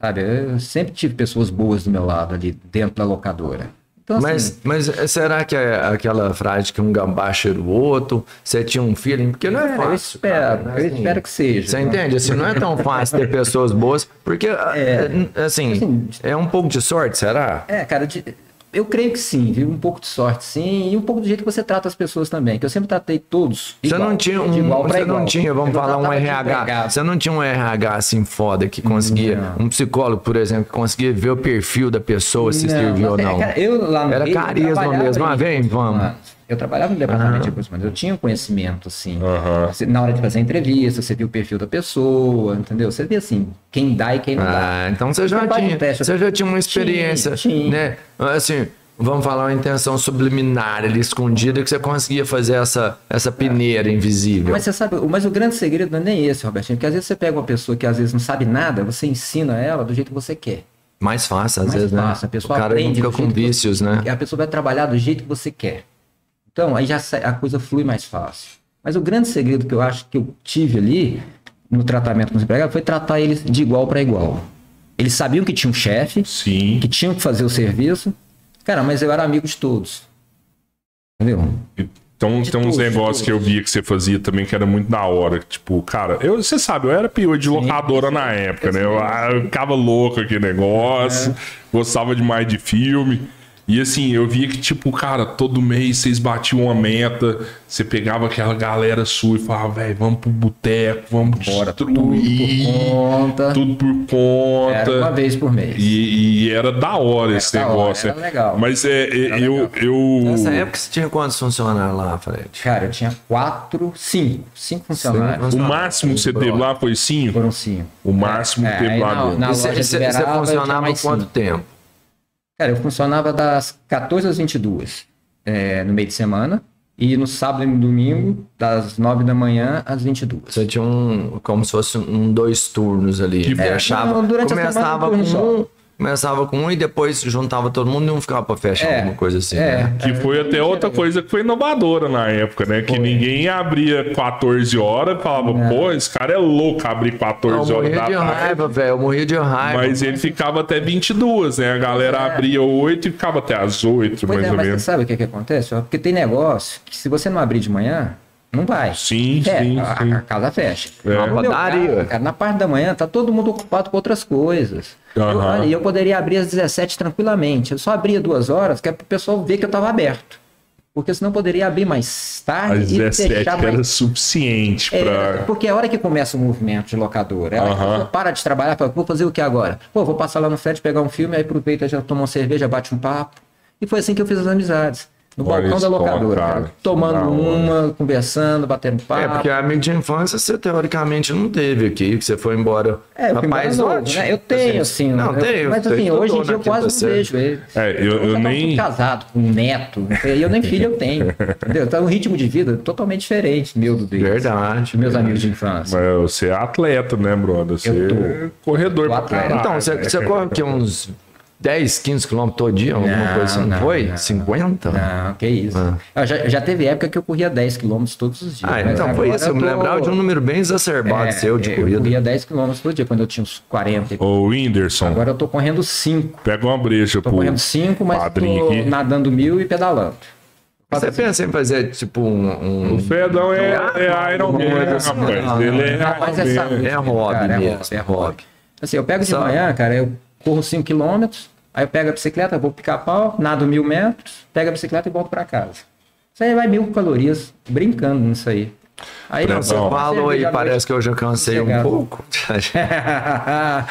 Speaker 3: Sabe? Eu sempre tive pessoas boas do meu lado ali dentro da locadora. Então, assim,
Speaker 2: Mas, mas será que é aquela frase que um gambá cheira o outro? Você tinha um feeling? Porque não é
Speaker 3: cara, eu
Speaker 2: fácil.
Speaker 3: espero,
Speaker 2: cara,
Speaker 3: eu
Speaker 2: assim,
Speaker 3: espero que seja.
Speaker 2: Você
Speaker 3: né?
Speaker 2: entende? Assim, não é tão fácil ter pessoas boas, porque, é, assim,
Speaker 3: Assim,
Speaker 2: é um pouco de sorte, será?
Speaker 3: É, cara, de- eu creio que sim, viu? Um pouco de sorte, sim, e um pouco do jeito que você trata as pessoas também, que eu sempre tratei todos.
Speaker 2: Você
Speaker 3: igual,
Speaker 2: não tinha um,
Speaker 3: de igual pra
Speaker 2: você
Speaker 3: igual.
Speaker 2: não tinha, vamos
Speaker 3: Eu não
Speaker 2: falar um
Speaker 3: tratava de
Speaker 2: RH.
Speaker 3: empregado.
Speaker 2: Você não tinha um RH assim foda que conseguia, um psicólogo, por exemplo, que conseguia ver o perfil da pessoa se serviu ou
Speaker 3: mas, é
Speaker 2: não.
Speaker 3: cara, eu lá no
Speaker 2: Era
Speaker 3: meio, eu
Speaker 2: carisma
Speaker 3: trabalhava
Speaker 2: mesmo. Ah,
Speaker 3: em
Speaker 2: vem,
Speaker 3: recursos
Speaker 2: vamos.
Speaker 3: humanos. Eu trabalhava no departamento de recursos humanos, eu tinha um conhecimento, assim.
Speaker 1: Aham.
Speaker 3: Você- Na hora de fazer a entrevista, você viu o perfil da pessoa, entendeu? Você via, assim, quem dá e quem não dá.
Speaker 2: Ah, então você já
Speaker 3: Você faz um
Speaker 2: tinha,
Speaker 3: teste.
Speaker 2: você já tinha uma experiência,
Speaker 3: Tinha, tinha.
Speaker 2: né? Assim, vamos falar uma intenção subliminar ali escondida que você conseguia fazer essa essa peneira invisível.
Speaker 3: Mas você sabe, o- mas o grande segredo não é nem esse, Robertinho, porque às vezes você pega uma pessoa que às vezes não sabe nada, você ensina ela do jeito que você quer.
Speaker 2: Mais fácil às
Speaker 3: mais
Speaker 2: vezes,
Speaker 3: fácil,
Speaker 2: né?
Speaker 3: a pessoa
Speaker 2: o cara não
Speaker 3: aprende
Speaker 2: fica
Speaker 3: do
Speaker 2: com
Speaker 3: jeito que
Speaker 2: vícios, né?
Speaker 3: E a pessoa vai trabalhar do jeito que você quer. Então, aí já sai- a coisa flui mais fácil. Mas o grande segredo que eu acho que eu tive ali no tratamento com os empregados foi tratar eles de igual para igual. Eles sabiam que tinha um chefe,
Speaker 1: Sim.
Speaker 3: que tinham que fazer o serviço, Cara, mas eu era amigo de todos. Entendeu?
Speaker 1: Então
Speaker 3: De
Speaker 1: tem uns
Speaker 3: tudo, de
Speaker 1: negócios
Speaker 3: tudo.
Speaker 1: que eu via que você fazia também que era muito da hora. que, Tipo, cara, eu, você sabe, eu era pior de locadora na época, né? Eu, ah, eu ficava louco aquele negócio, gostava demais de filme. E assim, eu via que, tipo, cara, todo mês vocês batiam uma meta, você pegava aquela galera sua e falava, velho, vamos pro boteco, vamos
Speaker 3: Bora, tudo por
Speaker 1: destruir.
Speaker 3: conta.
Speaker 1: Tudo por
Speaker 3: Era uma
Speaker 1: conta.
Speaker 3: vez por mês.
Speaker 1: E, e era da hora esse
Speaker 3: da hora,
Speaker 1: negócio.
Speaker 3: era
Speaker 1: né?
Speaker 3: legal.
Speaker 1: Mas é, é, eu. eu...
Speaker 2: Nessa época você tinha quantos funcionários lá, Fred?
Speaker 3: Cara, eu tinha quatro, cinco. Cinco funcionários.
Speaker 1: O máximo que você teve lá foi cinco?
Speaker 3: Foram cinco.
Speaker 1: O máximo que
Speaker 3: É,
Speaker 1: teve
Speaker 3: aí
Speaker 1: lá
Speaker 3: na-
Speaker 1: dentro.
Speaker 3: na-
Speaker 2: E você,
Speaker 3: loja
Speaker 2: você-
Speaker 3: liberava,
Speaker 2: você
Speaker 3: eu tinha
Speaker 2: funcionava
Speaker 3: mais
Speaker 2: quanto
Speaker 3: cinco.
Speaker 2: tempo?
Speaker 3: Cara, eu funcionava das 14 às 22 é, no meio de semana. E no sábado e no domingo, das 9 da manhã às 22.
Speaker 2: Você tinha um. como se fosse um dois turnos ali.
Speaker 1: Que
Speaker 2: né?
Speaker 1: bom.
Speaker 2: Achava-
Speaker 3: Não, durante a semana,
Speaker 2: começava
Speaker 3: um
Speaker 2: com
Speaker 3: turno só.
Speaker 2: um, começava com um e depois juntava todo mundo e um ficava pra fechar
Speaker 3: É,
Speaker 2: alguma coisa assim.
Speaker 3: é.
Speaker 2: né?
Speaker 1: Que foi até outra coisa que foi inovadora na época, né? Que ninguém abria 14 horas e falava, pô, esse cara é louco abrir
Speaker 2: Eu
Speaker 1: 14 horas
Speaker 2: morria
Speaker 1: da
Speaker 2: de
Speaker 1: tarde.
Speaker 2: raiva, velho. Eu morria de raiva.
Speaker 1: Mas
Speaker 3: né?
Speaker 1: ele ficava até 22, né? A galera abria 8 e ficava até as 8,
Speaker 3: É. Pois
Speaker 1: mais
Speaker 3: é,
Speaker 1: ou
Speaker 3: mas você
Speaker 1: menos.
Speaker 3: sabe o que, que acontece? Porque tem negócio que se você não abrir de manhã, não vai.
Speaker 1: Sim,
Speaker 3: É,
Speaker 1: sim,
Speaker 3: a,
Speaker 1: sim.
Speaker 3: a casa fecha.
Speaker 1: É.
Speaker 3: No meu
Speaker 2: Rodaria.
Speaker 3: caso, cara, na parte da manhã, tá todo mundo ocupado com outras coisas. E Eu,
Speaker 1: Aham.
Speaker 3: olha, eu poderia abrir às 17 tranquilamente. Eu só abria duas horas, que é pro pessoal ver que eu tava aberto. Porque senão eu poderia abrir mais tarde
Speaker 1: Às
Speaker 3: e
Speaker 1: 17
Speaker 3: fechar mais
Speaker 1: era suficiente
Speaker 3: é,
Speaker 1: pra.
Speaker 3: porque é a hora que começa o movimento de locadora. É a hora que a
Speaker 1: Aham.
Speaker 3: pessoa para de trabalhar, fala, vou fazer o que agora? Pô, vou passar lá no Fred, pegar um filme, aí aproveita, já toma uma cerveja, bate um papo. E foi assim que eu fiz as amizades. No
Speaker 1: Olha
Speaker 3: balcão
Speaker 1: isso, é
Speaker 3: da locadora,
Speaker 1: cara.
Speaker 3: cara.
Speaker 1: Que é da
Speaker 3: Tomando
Speaker 1: hora.
Speaker 3: uma, conversando, batendo papo.
Speaker 2: É, porque amigo de infância você teoricamente não teve aqui, que você foi embora.
Speaker 3: É, eu fui embora
Speaker 2: Rapaz,
Speaker 3: novo,
Speaker 2: ótimo. tipo
Speaker 3: né? Eu tenho, assim.
Speaker 2: Não,
Speaker 3: eu-
Speaker 2: tenho.
Speaker 3: Mas
Speaker 2: tenho
Speaker 3: assim,
Speaker 2: tudo
Speaker 3: hoje em
Speaker 2: na
Speaker 3: dia eu
Speaker 2: quinta
Speaker 3: quase não
Speaker 2: série.
Speaker 3: vejo ele.
Speaker 1: É, eu- eu
Speaker 3: tava
Speaker 1: nem-
Speaker 3: tudo casado, com um neto. E eu nem filho eu
Speaker 1: *laughs*
Speaker 3: tenho. entendeu? Então o ritmo de vida é totalmente diferente meu do deles.
Speaker 2: Verdade.
Speaker 3: dos Meus amigos de infância.
Speaker 1: Mas Você é atleta, né, brother? Você
Speaker 3: Eu
Speaker 1: é corredor
Speaker 3: Tô
Speaker 1: pra
Speaker 3: atleta.
Speaker 1: caralho.
Speaker 2: Então, você, você corre aqui uns 10, 15 quilômetros todo dia, alguma
Speaker 3: Não,
Speaker 2: coisa assim, não,
Speaker 3: não,
Speaker 2: foi?
Speaker 3: não.
Speaker 2: 50?
Speaker 3: Não, que isso.
Speaker 2: Ah.
Speaker 3: Eu Já, já teve época que eu corria 10km todos os dias.
Speaker 2: Ah,
Speaker 3: mas
Speaker 2: então foi
Speaker 3: agora
Speaker 2: isso. Eu me
Speaker 3: tô-
Speaker 2: lembrava de um número bem exacerbado
Speaker 3: É,
Speaker 2: seu de
Speaker 3: eu
Speaker 2: corrida.
Speaker 3: corria 10km todo dia quando eu tinha uns 40.
Speaker 1: Ô, Whindersson,
Speaker 3: Agora eu tô correndo 5.
Speaker 1: pega uma brecha
Speaker 3: Tô
Speaker 1: pro
Speaker 3: correndo 5, mas tô
Speaker 1: padrinho aqui.
Speaker 3: nadando mil e pedalando.
Speaker 2: Você pensa em fazer tipo um.
Speaker 1: O
Speaker 2: um...
Speaker 1: Fredão é, é Iron Man,
Speaker 2: Não,
Speaker 1: rapaz.
Speaker 2: não,
Speaker 1: Ele é
Speaker 3: não, mas
Speaker 1: Iron
Speaker 3: essa-
Speaker 1: Man.
Speaker 2: É hobby
Speaker 3: Cara, é
Speaker 2: mesmo.
Speaker 3: hobby,
Speaker 2: É
Speaker 3: é
Speaker 2: hobby.
Speaker 3: Assim, eu pego de
Speaker 2: Sabe?
Speaker 3: manhã, cara, eu corro 5km, aí eu pego a bicicleta, vou picar pau, nado mil metros, pego a bicicleta e volto pra casa. Isso aí vai mil calorias, brincando nisso aí. *laughs* Aí
Speaker 1: Pra-
Speaker 3: não,
Speaker 2: Você
Speaker 1: Não.
Speaker 2: falou
Speaker 3: cerveja
Speaker 2: aí,
Speaker 3: à
Speaker 2: parece que eu já cansei um
Speaker 3: Sossegado.
Speaker 2: pouco. *laughs*
Speaker 3: Ah,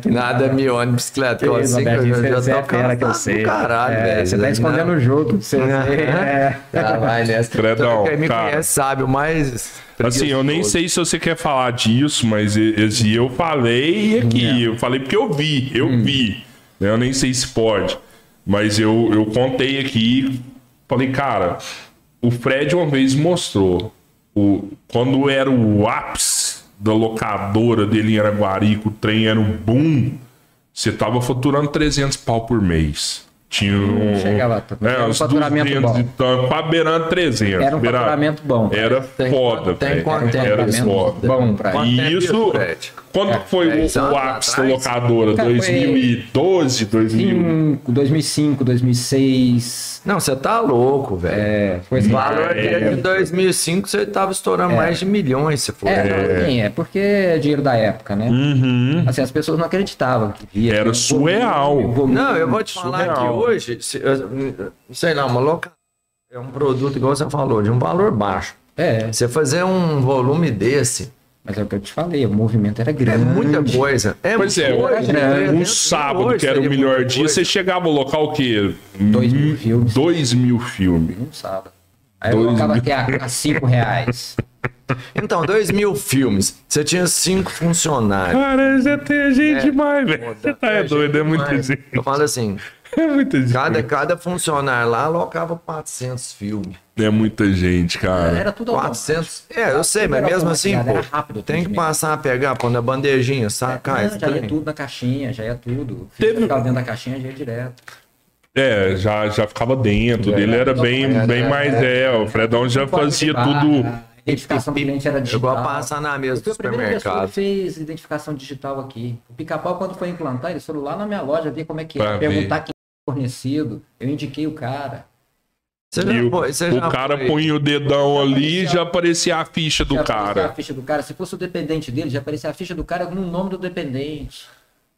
Speaker 3: que
Speaker 2: é. Nada, me ônibus, bicicleta, eu assim, que eu já- já tô cansado do caralho,
Speaker 3: É,
Speaker 2: velho. né?
Speaker 3: Você tá escondendo o jogo. Você *laughs* é.
Speaker 2: *laughs* Ah, vai nessa.
Speaker 1: Fredão,
Speaker 2: Então, Quem me
Speaker 1: cara.
Speaker 2: conhece sabe, o mais.
Speaker 1: Assim, eu nem sei se você quer falar disso, mas e- esse eu falei aqui. Eu falei porque eu vi, eu
Speaker 3: Hum.
Speaker 1: vi. né? Eu nem sei se pode. Mas eu, eu contei aqui. Falei, cara, o Fred uma vez mostrou o, quando era o ápice da locadora dele em Araguari, que o trem era um boom. Você tava faturando 300 pau por mês. Tinha um.
Speaker 3: Hum, chegava,
Speaker 1: é,
Speaker 3: era um
Speaker 1: uns
Speaker 3: faturamento
Speaker 1: 200
Speaker 3: bom.
Speaker 1: e tanto, quase beirando 300.
Speaker 3: Era um
Speaker 1: beirando.
Speaker 3: faturamento bom.
Speaker 1: Era
Speaker 2: Tem
Speaker 1: foda,
Speaker 2: quanto- tem
Speaker 1: velho.
Speaker 2: quanto tempo
Speaker 1: Era
Speaker 2: isso?
Speaker 1: foda.
Speaker 3: Bom pra
Speaker 2: Quanto tempo
Speaker 1: E
Speaker 2: isso,
Speaker 1: isso.
Speaker 2: é Fred?
Speaker 1: Quando foi
Speaker 2: dez
Speaker 1: o,
Speaker 2: anos
Speaker 1: o ápice da
Speaker 2: atrás?
Speaker 1: locadora?
Speaker 3: Cara, foi-
Speaker 1: 2012, 2000.
Speaker 3: 2005, 2005, 2006.
Speaker 2: Não, você tá louco, velho.
Speaker 3: É, foi assim.
Speaker 2: O Hum. valor
Speaker 1: É.
Speaker 2: dele de 2005 você tava estourando mais de milhões, se for.
Speaker 3: É, não, assim, é porque é dinheiro da época, né?
Speaker 1: Uhum.
Speaker 3: Assim, as pessoas não acreditavam que via.
Speaker 1: Era
Speaker 3: Eu vou-
Speaker 1: surreal.
Speaker 3: eu vou-
Speaker 2: Não, eu vou te falar
Speaker 1: Surreal.
Speaker 2: que hoje, se- eu- sei lá, uma loca é um produto, igual você falou, de um valor baixo.
Speaker 3: É,
Speaker 2: Você fazer um volume desse
Speaker 3: mas é o que eu te falei, o movimento era
Speaker 2: é
Speaker 3: grande.
Speaker 2: muita coisa. É
Speaker 1: Pois é,
Speaker 2: hoje,
Speaker 3: né?
Speaker 1: Um
Speaker 2: 300
Speaker 1: sábado,
Speaker 2: hoje
Speaker 1: que era o
Speaker 2: seria
Speaker 1: melhor
Speaker 2: muita
Speaker 1: dia,
Speaker 2: coisa.
Speaker 1: você chegava ao local o quê?
Speaker 3: Dois mil filmes.
Speaker 1: 2 mil filmes.
Speaker 3: Não sabe. Aí eu
Speaker 1: Dois
Speaker 3: colocava
Speaker 1: mil.
Speaker 3: aqui a, a
Speaker 2: *laughs*
Speaker 3: 5 reais.
Speaker 2: Então, dois mil filmes. Você tinha cinco funcionários.
Speaker 1: Cara, já tem gente demais, velho. Você tá é
Speaker 2: É, Gente,
Speaker 1: doido, é muita
Speaker 2: demais.
Speaker 1: gente.
Speaker 2: Eu falo assim,
Speaker 1: É muita gente.
Speaker 2: cada, cada funcionário lá alocava 400 filmes.
Speaker 1: É muita gente, cara.
Speaker 3: Era tudo automático.
Speaker 2: 400. É, eu sei, mas
Speaker 3: Era
Speaker 2: mesmo assim,
Speaker 3: automatizado, era
Speaker 2: pô,
Speaker 3: rápido É,
Speaker 2: tem que
Speaker 3: também.
Speaker 2: passar a pegar, pô, na bandejinha, saca?
Speaker 3: Não,
Speaker 2: esse
Speaker 3: já ia
Speaker 2: trem.
Speaker 3: tudo na caixinha, já ia tudo.
Speaker 1: Teve- um-
Speaker 3: Teve... Ficava dentro da caixinha, já ia direto.
Speaker 1: É, já, já ficava dentro dele, era bem, bem mais. É, o Fredão já fazia tudo.
Speaker 3: Código né? de barra, A identificação do cliente era digital.
Speaker 2: Chegou a passar na mesa do
Speaker 3: Foi a primeira pessoa
Speaker 2: supermercado.
Speaker 3: que fez identificação digital aqui. O pica-pau, quando foi implantar, eles foram lá na minha loja ver como é que
Speaker 1: Pra
Speaker 3: era,
Speaker 1: ver.
Speaker 3: perguntar é fornecido, eu indiquei o cara.
Speaker 2: Você
Speaker 1: E o,
Speaker 2: foi- você
Speaker 1: o
Speaker 2: já
Speaker 1: cara
Speaker 2: foi-
Speaker 1: põe o dedão ali e já aparecia a ficha do
Speaker 3: já aparecia a
Speaker 1: cara.
Speaker 3: ficha do cara. Se fosse o dependente dele, já aparecia a ficha do cara no nome do dependente.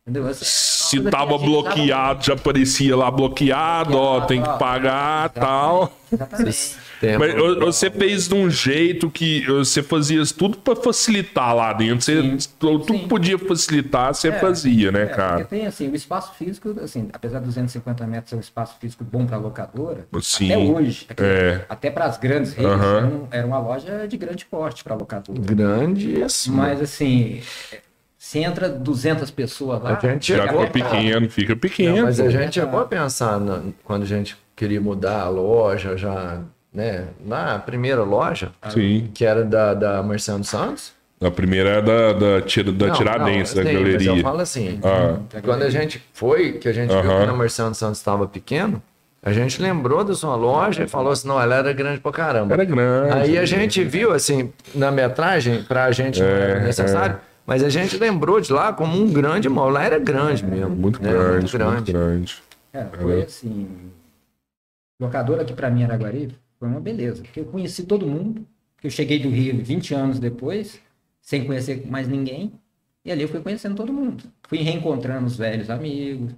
Speaker 3: Entendeu? Essa-
Speaker 1: Se
Speaker 3: Tudo que a
Speaker 1: tava
Speaker 3: gente
Speaker 1: bloqueado, já aparecia lá bloqueado, ó,
Speaker 3: Bloqueado,
Speaker 1: tem que
Speaker 3: ó.
Speaker 1: pagar tal.
Speaker 3: Exatamente.
Speaker 2: Tem-
Speaker 1: Mas ô, você fez de um jeito que você fazia tudo pra facilitar lá dentro. Você, tudo
Speaker 3: Sim.
Speaker 1: podia facilitar, você fazia, né,
Speaker 3: É, porque
Speaker 1: cara?
Speaker 3: tem assim, o espaço físico, assim, apesar de 250 metros ser um espaço físico bom para locadora,
Speaker 1: Sim,
Speaker 3: até hoje, aqui,
Speaker 1: é.
Speaker 3: até para as grandes redes,
Speaker 1: Aham.
Speaker 3: era, um- era uma loja de grande porte para locadora.
Speaker 2: Grande isso.
Speaker 3: Mas assim, se entra 200 pessoas lá,
Speaker 2: A gente
Speaker 1: Já
Speaker 2: é
Speaker 1: ficou
Speaker 2: bom.
Speaker 1: pequeno, fica pequeno.
Speaker 2: Não, mas a
Speaker 1: pô.
Speaker 2: gente chegou a pensar na- quando a gente queria mudar a loja, já, né? Na primeira loja,
Speaker 1: Sim.
Speaker 2: que era da, da Marciano Santos.
Speaker 1: A primeira é da, da, tira, da
Speaker 2: Não,
Speaker 1: Tiradentes,
Speaker 2: não,
Speaker 1: da
Speaker 2: sim, mas
Speaker 1: galeria.
Speaker 2: eu falo assim,
Speaker 1: Ah,
Speaker 2: quando a gente foi, que a gente viu
Speaker 1: Aham.
Speaker 2: quando a Marciano Santos estava pequeno, a gente lembrou da sua loja e falou assim, não, ela era grande pra caramba.
Speaker 1: era grande. né?
Speaker 2: Aí a gente viu, assim, na metragem, pra gente não era
Speaker 1: É,
Speaker 2: necessário, mas a gente lembrou de lá como um grande mall. Lá era grande mesmo.
Speaker 1: Muito,
Speaker 2: né?
Speaker 1: grande, muito grande,
Speaker 3: cara, É, foi assim. Locadora aqui para mim em Araguari foi uma beleza, porque eu conheci todo mundo, que eu cheguei do Rio 20 anos depois, sem conhecer mais ninguém, e ali eu fui conhecendo todo mundo. Fui reencontrando os velhos amigos.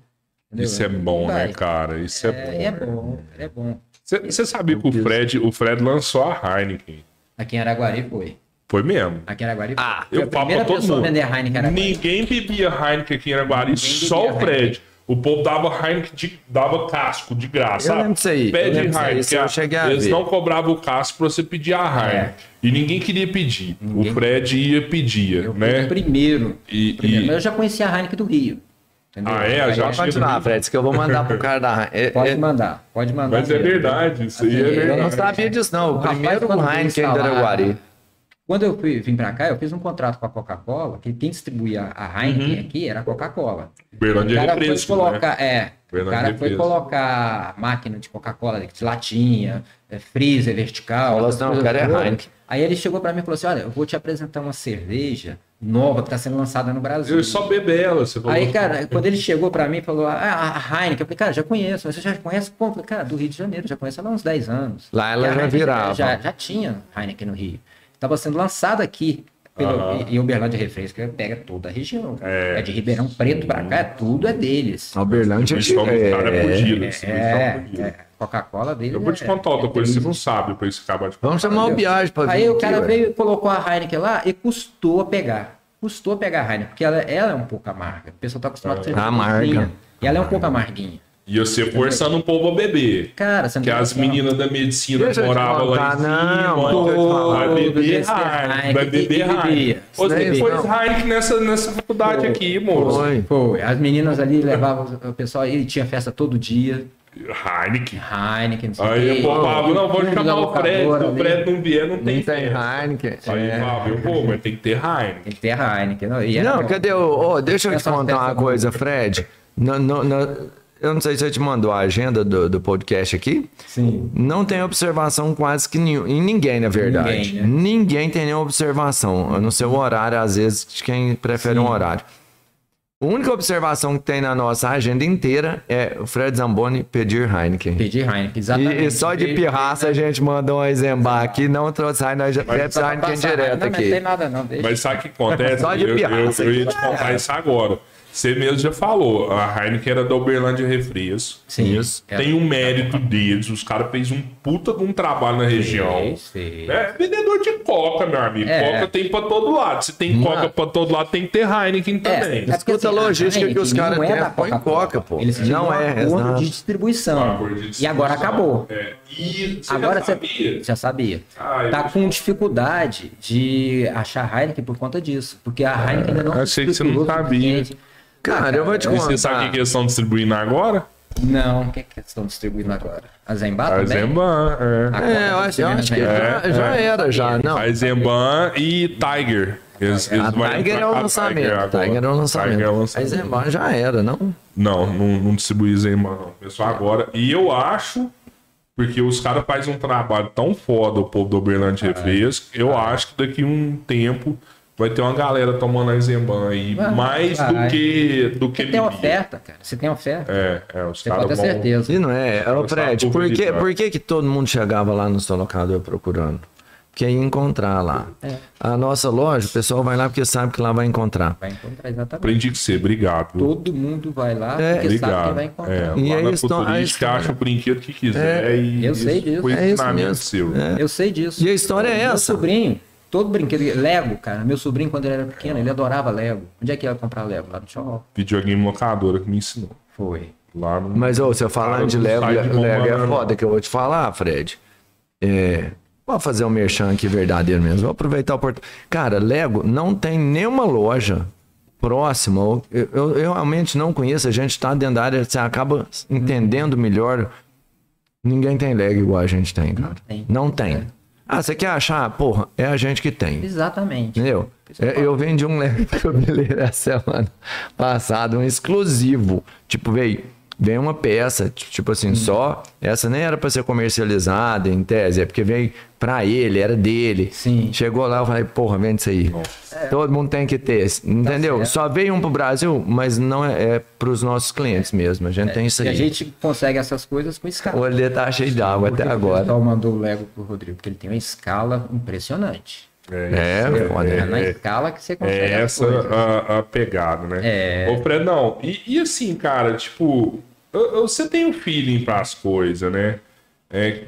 Speaker 3: entendeu?
Speaker 1: Isso é bom, né,
Speaker 3: Vai.
Speaker 1: cara? Isso é,
Speaker 3: É, é
Speaker 1: bom.
Speaker 3: bom, é bom.
Speaker 1: Você sabia que o Fred, o Fred lançou a Heineken.
Speaker 3: Aqui em Araguari foi.
Speaker 1: Foi mesmo.
Speaker 3: Aqui em Araguari foi.
Speaker 2: Ah,
Speaker 3: Foi
Speaker 1: eu
Speaker 3: a
Speaker 1: falo pra
Speaker 3: primeira
Speaker 1: todo
Speaker 3: pessoa
Speaker 1: mundo.
Speaker 3: a vender Heineken em Araguari.
Speaker 1: Ninguém bebia Heineken aqui em Araguari,
Speaker 3: Ninguém bebia
Speaker 1: só o
Speaker 3: Heineken.
Speaker 1: Fred. O povo dava Heineken, de- dava casco de graça.
Speaker 2: Eu
Speaker 1: sabe?
Speaker 2: lembro disso aí, eu
Speaker 1: Pede
Speaker 2: lembro disso aí,
Speaker 1: Heineken.
Speaker 2: isso eu cheguei a
Speaker 1: Eles
Speaker 2: ver.
Speaker 1: não cobravam o casco pra você pedir a Heineken.
Speaker 3: É.
Speaker 1: E ninguém queria pedir.
Speaker 3: Ninguém.
Speaker 1: O Fred ia e pedia,
Speaker 3: Eu fui
Speaker 1: né?
Speaker 3: o primeiro.
Speaker 1: E-
Speaker 3: o primeiro.
Speaker 1: e-
Speaker 3: Mas eu já conhecia a Heineken do Rio. entendeu?
Speaker 1: Ah, é?
Speaker 3: Aí
Speaker 1: Já
Speaker 3: eu-
Speaker 1: achei-
Speaker 2: Pode ir lá, Fred, que eu vou mandar pro cara
Speaker 3: *laughs*
Speaker 2: da é,
Speaker 3: Pode
Speaker 2: é-
Speaker 3: mandar, pode mandar.
Speaker 1: Mas é
Speaker 3: mesmo.
Speaker 1: verdade, isso aí é
Speaker 3: Assim,
Speaker 2: Eu
Speaker 1: verdade.
Speaker 2: não sabia disso, não. O
Speaker 3: Rapaz,
Speaker 2: primeiro
Speaker 3: quando veio
Speaker 2: Heineken
Speaker 3: instalar-
Speaker 2: da Araguari.
Speaker 3: Quando eu fui, vim pra cá, eu fiz um contrato com a Coca-Cola, que quem distribuía a Heineken aqui era a Coca-Cola.
Speaker 1: Uberlândia
Speaker 3: o
Speaker 1: é
Speaker 3: cara
Speaker 1: refresco,
Speaker 3: foi colocar, é, o
Speaker 1: Verdade,
Speaker 3: cara foi
Speaker 1: refresco.
Speaker 3: colocar máquina de Coca-Cola de latinha, é, freezer vertical.
Speaker 2: Falou
Speaker 3: essas
Speaker 2: assim, não,
Speaker 3: coisas
Speaker 2: o cara é
Speaker 3: todas.
Speaker 2: Heineken.
Speaker 3: Aí ele chegou pra mim e falou assim: Olha, eu vou te apresentar uma cerveja nova que tá sendo lançada no Brasil.
Speaker 1: Eu só bebo ela, você falou.
Speaker 3: Aí, cara, quando ele chegou pra mim e falou, ah, a Heineken, eu falei, cara, já conheço, você já conhece? Pô, eu falei, cara, do Rio de Janeiro, já conheço ela há uns 10 anos.
Speaker 2: Lá ela
Speaker 3: E a
Speaker 2: já
Speaker 3: Heineken
Speaker 2: virava.
Speaker 3: Já, já tinha Heineken no Rio. Estava sendo lançada aqui. Pelo,
Speaker 1: Aham.
Speaker 3: E e Uberlândia Refresco pega toda a região. cara.
Speaker 1: É.
Speaker 3: É, de Ribeirão Preto pra cá, tudo é deles.
Speaker 2: Alberlândia
Speaker 1: Principalmente o cara é fudido. esse
Speaker 3: É,
Speaker 1: bicho é fudido.
Speaker 3: é, Coca-Cola dele.
Speaker 1: Eu vou te
Speaker 3: é-
Speaker 1: contar outra
Speaker 3: é
Speaker 1: coisa, você
Speaker 3: deles.
Speaker 1: não sabe pra isso acabar de falar.
Speaker 2: Vamos chamar o Biagem pra vir
Speaker 3: Aí o
Speaker 2: aqui,
Speaker 3: cara
Speaker 2: ué.
Speaker 3: veio e colocou a Heineken lá e custou a pegar. Custou a pegar a Heineken, porque ela, ela é um pouco amarga. O pessoal tá
Speaker 1: É.
Speaker 3: acostumado com cerveja
Speaker 2: Amarga.
Speaker 3: docinha, E ela é um pouco amarguinha.
Speaker 1: E você forçando o povo a beber.
Speaker 3: Cara, você não
Speaker 1: Que
Speaker 3: tem
Speaker 1: as
Speaker 3: noção.
Speaker 1: meninas da medicina
Speaker 2: Deixa eu te
Speaker 1: moravam lá em
Speaker 2: contar,
Speaker 1: cima.
Speaker 2: não, mano, deixa eu te falar.
Speaker 1: vai beber
Speaker 3: Beber
Speaker 1: Heineken,
Speaker 3: Heineken,
Speaker 1: vai beber
Speaker 3: e bebia.
Speaker 1: Heineken. Ô,
Speaker 2: Isso
Speaker 1: Você
Speaker 2: daí,
Speaker 1: pôs
Speaker 2: não.
Speaker 1: Heineken nessa, nessa faculdade aqui, moço.
Speaker 2: Foi.
Speaker 3: Pô, as meninas ali levavam o pessoal e tinha festa todo dia.
Speaker 1: Heineken.
Speaker 3: Heineken, não sei
Speaker 1: Aí eu
Speaker 3: o quê.
Speaker 1: poupava, não, vou
Speaker 3: Fundo da
Speaker 1: chamar o Fred. Se
Speaker 3: locadora
Speaker 1: o
Speaker 3: ali.
Speaker 1: Fred não vier, não tem
Speaker 2: Nem tem
Speaker 1: festa.
Speaker 2: Heineken.
Speaker 1: Aí
Speaker 2: é.
Speaker 1: eu falava, eu vou, mas tem que ter Heineken.
Speaker 3: Tem que ter a Heineken. Não, e era
Speaker 2: Não,
Speaker 3: bom.
Speaker 2: cadê o. ô, deixa eu te
Speaker 3: Essa é
Speaker 2: contar uma
Speaker 3: festa do-
Speaker 2: coisa, Fred. No- no- no- eu não sei se eu te mandou a agenda do, do podcast aqui.
Speaker 3: Sim.
Speaker 2: Não tem observação quase que nenhum. Em ninguém, na verdade.
Speaker 3: Ninguém,
Speaker 2: Ninguém,
Speaker 3: né?
Speaker 2: tem nenhuma observação. A não ser o horário, às vezes, de quem prefere um horário. A única observação que tem na nossa agenda inteira é o Fred Zamboni pedir Heineken.
Speaker 3: Pedi Heineken,
Speaker 2: E,
Speaker 3: exatamente.
Speaker 2: e só de pirraça a gente mandou um exemplar aqui, não trouxe Heineken, nós já bebe
Speaker 3: Só tá pra
Speaker 2: Heineken
Speaker 3: passar
Speaker 2: direto
Speaker 3: Heineken. Não, mas tem
Speaker 2: aqui.
Speaker 3: nada não, deixa.
Speaker 1: Mas sabe o que acontece?
Speaker 2: Só de
Speaker 1: eu, eu,
Speaker 2: pirraça.
Speaker 1: eu ia te contar isso agora. Você mesmo já falou, a Heineken era da Uberlândia Refresco.
Speaker 3: Sim.
Speaker 1: Isso.
Speaker 3: É.
Speaker 1: Tem um mérito deles, os caras fez um puta de um trabalho na região.
Speaker 3: Fez, fez.
Speaker 1: É vendedor de coca, meu amigo.
Speaker 3: É.
Speaker 1: Coca tem pra todo lado. Se tem coca pra todo lado, tem que ter
Speaker 3: É.
Speaker 1: Heineken também.
Speaker 3: porque, assim,
Speaker 2: Escuta a logística que os
Speaker 3: não
Speaker 2: caras
Speaker 3: é
Speaker 2: têm,
Speaker 3: da
Speaker 2: põe
Speaker 3: Coca-Cola.
Speaker 2: Coca, pô.
Speaker 3: Eles fizeram
Speaker 2: Não
Speaker 3: um
Speaker 2: é,
Speaker 3: acordo
Speaker 2: exato.
Speaker 3: de distribuição.
Speaker 1: Um acordo de
Speaker 3: É. E agora
Speaker 1: distribuição.
Speaker 3: acabou.
Speaker 1: É. E você
Speaker 3: Agora
Speaker 1: já
Speaker 3: você
Speaker 1: sabia?
Speaker 3: já sabia.
Speaker 1: Ah, eu
Speaker 3: tá
Speaker 1: acho
Speaker 3: com dificuldade de achar a Heineken por conta disso. Porque a Heineken ainda
Speaker 2: É,
Speaker 3: não
Speaker 1: achei que você não
Speaker 3: estruturou o
Speaker 1: sabia.
Speaker 3: suficiente.
Speaker 2: Cara, eu vou te
Speaker 1: E você sabe o
Speaker 2: contar.
Speaker 1: que que eles estão distribuindo agora?
Speaker 3: Não, o que, é que eles estão distribuindo agora? A Zemba
Speaker 1: A
Speaker 3: também?
Speaker 1: Zemban, é.
Speaker 3: A
Speaker 2: É, eu acho, eu acho que já, já era, já. Não,
Speaker 1: A Zemban é. e Tiger. Eles, eles
Speaker 2: A
Speaker 1: vão
Speaker 2: Tiger é
Speaker 1: entrar-
Speaker 2: o
Speaker 1: a
Speaker 2: lançamento.
Speaker 1: agora.
Speaker 2: Tiger é o
Speaker 1: Tiger é o
Speaker 2: lançamento. A
Speaker 1: lançamento.
Speaker 2: Zemban já era, não?
Speaker 1: Não, não, não distribui Zemban, não. Pessoal, agora. E eu acho, porque os caras
Speaker 2: É.
Speaker 1: fazem um trabalho tão foda, o povo do Uberlândia Refresco, eu acho que daqui a um tempo vai ter uma galera tomando a Zemban aí,
Speaker 3: Vai,
Speaker 1: mais
Speaker 3: vai.
Speaker 1: do que do que
Speaker 3: Você tem
Speaker 1: bebida.
Speaker 3: oferta, cara. Você tem oferta.
Speaker 1: É, é, os
Speaker 3: Você pode ter
Speaker 1: caras vão.
Speaker 3: certeza.
Speaker 2: E não é, ô
Speaker 1: Eu
Speaker 2: Fred,
Speaker 1: saco
Speaker 2: por que,
Speaker 1: de-
Speaker 2: por que que todo mundo chegava lá no seu locador procurando? Porque ia encontrar lá. A nossa loja, o pessoal vai lá porque sabe que lá vai encontrar.
Speaker 3: Vai encontrar exatamente.
Speaker 1: Aprendi que ser, obrigado.
Speaker 3: Todo mundo vai lá
Speaker 2: É.
Speaker 3: porque sabe que
Speaker 1: Obrigado.
Speaker 3: vai encontrar.
Speaker 1: É,
Speaker 2: E
Speaker 1: lá
Speaker 2: é
Speaker 1: na
Speaker 2: isso, então,
Speaker 1: futurística
Speaker 2: é isso,
Speaker 1: acha o brinquedo que quiser.
Speaker 2: É,
Speaker 1: e
Speaker 3: eu sei
Speaker 1: isso
Speaker 3: disso.
Speaker 1: Foi
Speaker 2: É isso
Speaker 1: ensinamento
Speaker 2: mesmo.
Speaker 1: seu.
Speaker 2: É.
Speaker 3: Eu sei disso.
Speaker 2: E a história é
Speaker 3: Meu
Speaker 2: essa?
Speaker 3: sobrinho, todo brinquedo, Lego, cara. Meu sobrinho, quando ele era pequeno, ele adorava Lego. Onde é que ia comprar Lego? Lá no shopping.
Speaker 1: Videogame locadora que me ensinou.
Speaker 3: Foi.
Speaker 1: Lá no...
Speaker 2: Mas, ô, você falando
Speaker 1: Cara,
Speaker 2: de
Speaker 1: não
Speaker 2: Lego,
Speaker 1: sai de
Speaker 2: Lego é
Speaker 1: Romana,
Speaker 2: foda
Speaker 1: não.
Speaker 2: que eu vou te falar, Fred. É. Pode fazer um merchan aqui verdadeiro mesmo. Vou aproveitar o porto. Cara, Lego não tem nenhuma loja próxima. ou- Eu, eu- eu realmente não conheço. A gente tá dentro da área, você acaba entendendo melhor. Ninguém tem Lego igual a gente tem, cara.
Speaker 3: tem.
Speaker 2: Não tem. Ah, você quer achar? Porra, é a gente que tem.
Speaker 3: Exatamente.
Speaker 2: Entendeu? É, Eu vendi um *laughs* Lego pra cabeleireiro a semana passada, um exclusivo. Tipo, veio, veio uma peça, ti- tipo
Speaker 3: Hum.
Speaker 2: assim, só. Essa nem era pra ser comercializada, em tese, é porque veio pra ele, era dele.
Speaker 3: Sim. É.
Speaker 2: Chegou lá, eu falei, porra, vende isso aí. Todo mundo tem que ter, esse, entendeu?
Speaker 3: Tá certo.
Speaker 2: Só veio um pro Brasil, mas não é, é pros nossos clientes mesmo. A gente tem isso
Speaker 3: É. E a
Speaker 2: aí.
Speaker 3: gente consegue essas coisas com
Speaker 2: O
Speaker 3: escala.
Speaker 2: olho tá cheio d'água
Speaker 3: Por que
Speaker 2: até
Speaker 3: que O
Speaker 2: agora.
Speaker 3: pessoal mandou o Lego pro Rodrigo, porque ele tem uma escala impressionante.
Speaker 2: É, foda.
Speaker 3: É, na
Speaker 1: é.
Speaker 3: escala que você consegue.
Speaker 1: É
Speaker 3: as
Speaker 1: essa
Speaker 3: coisas.
Speaker 1: a, a pegada, né?
Speaker 3: É.
Speaker 1: Ô, Fred, não. E, e assim, cara, tipo, eu- eu- você tem um feeling pras coisas, né? É,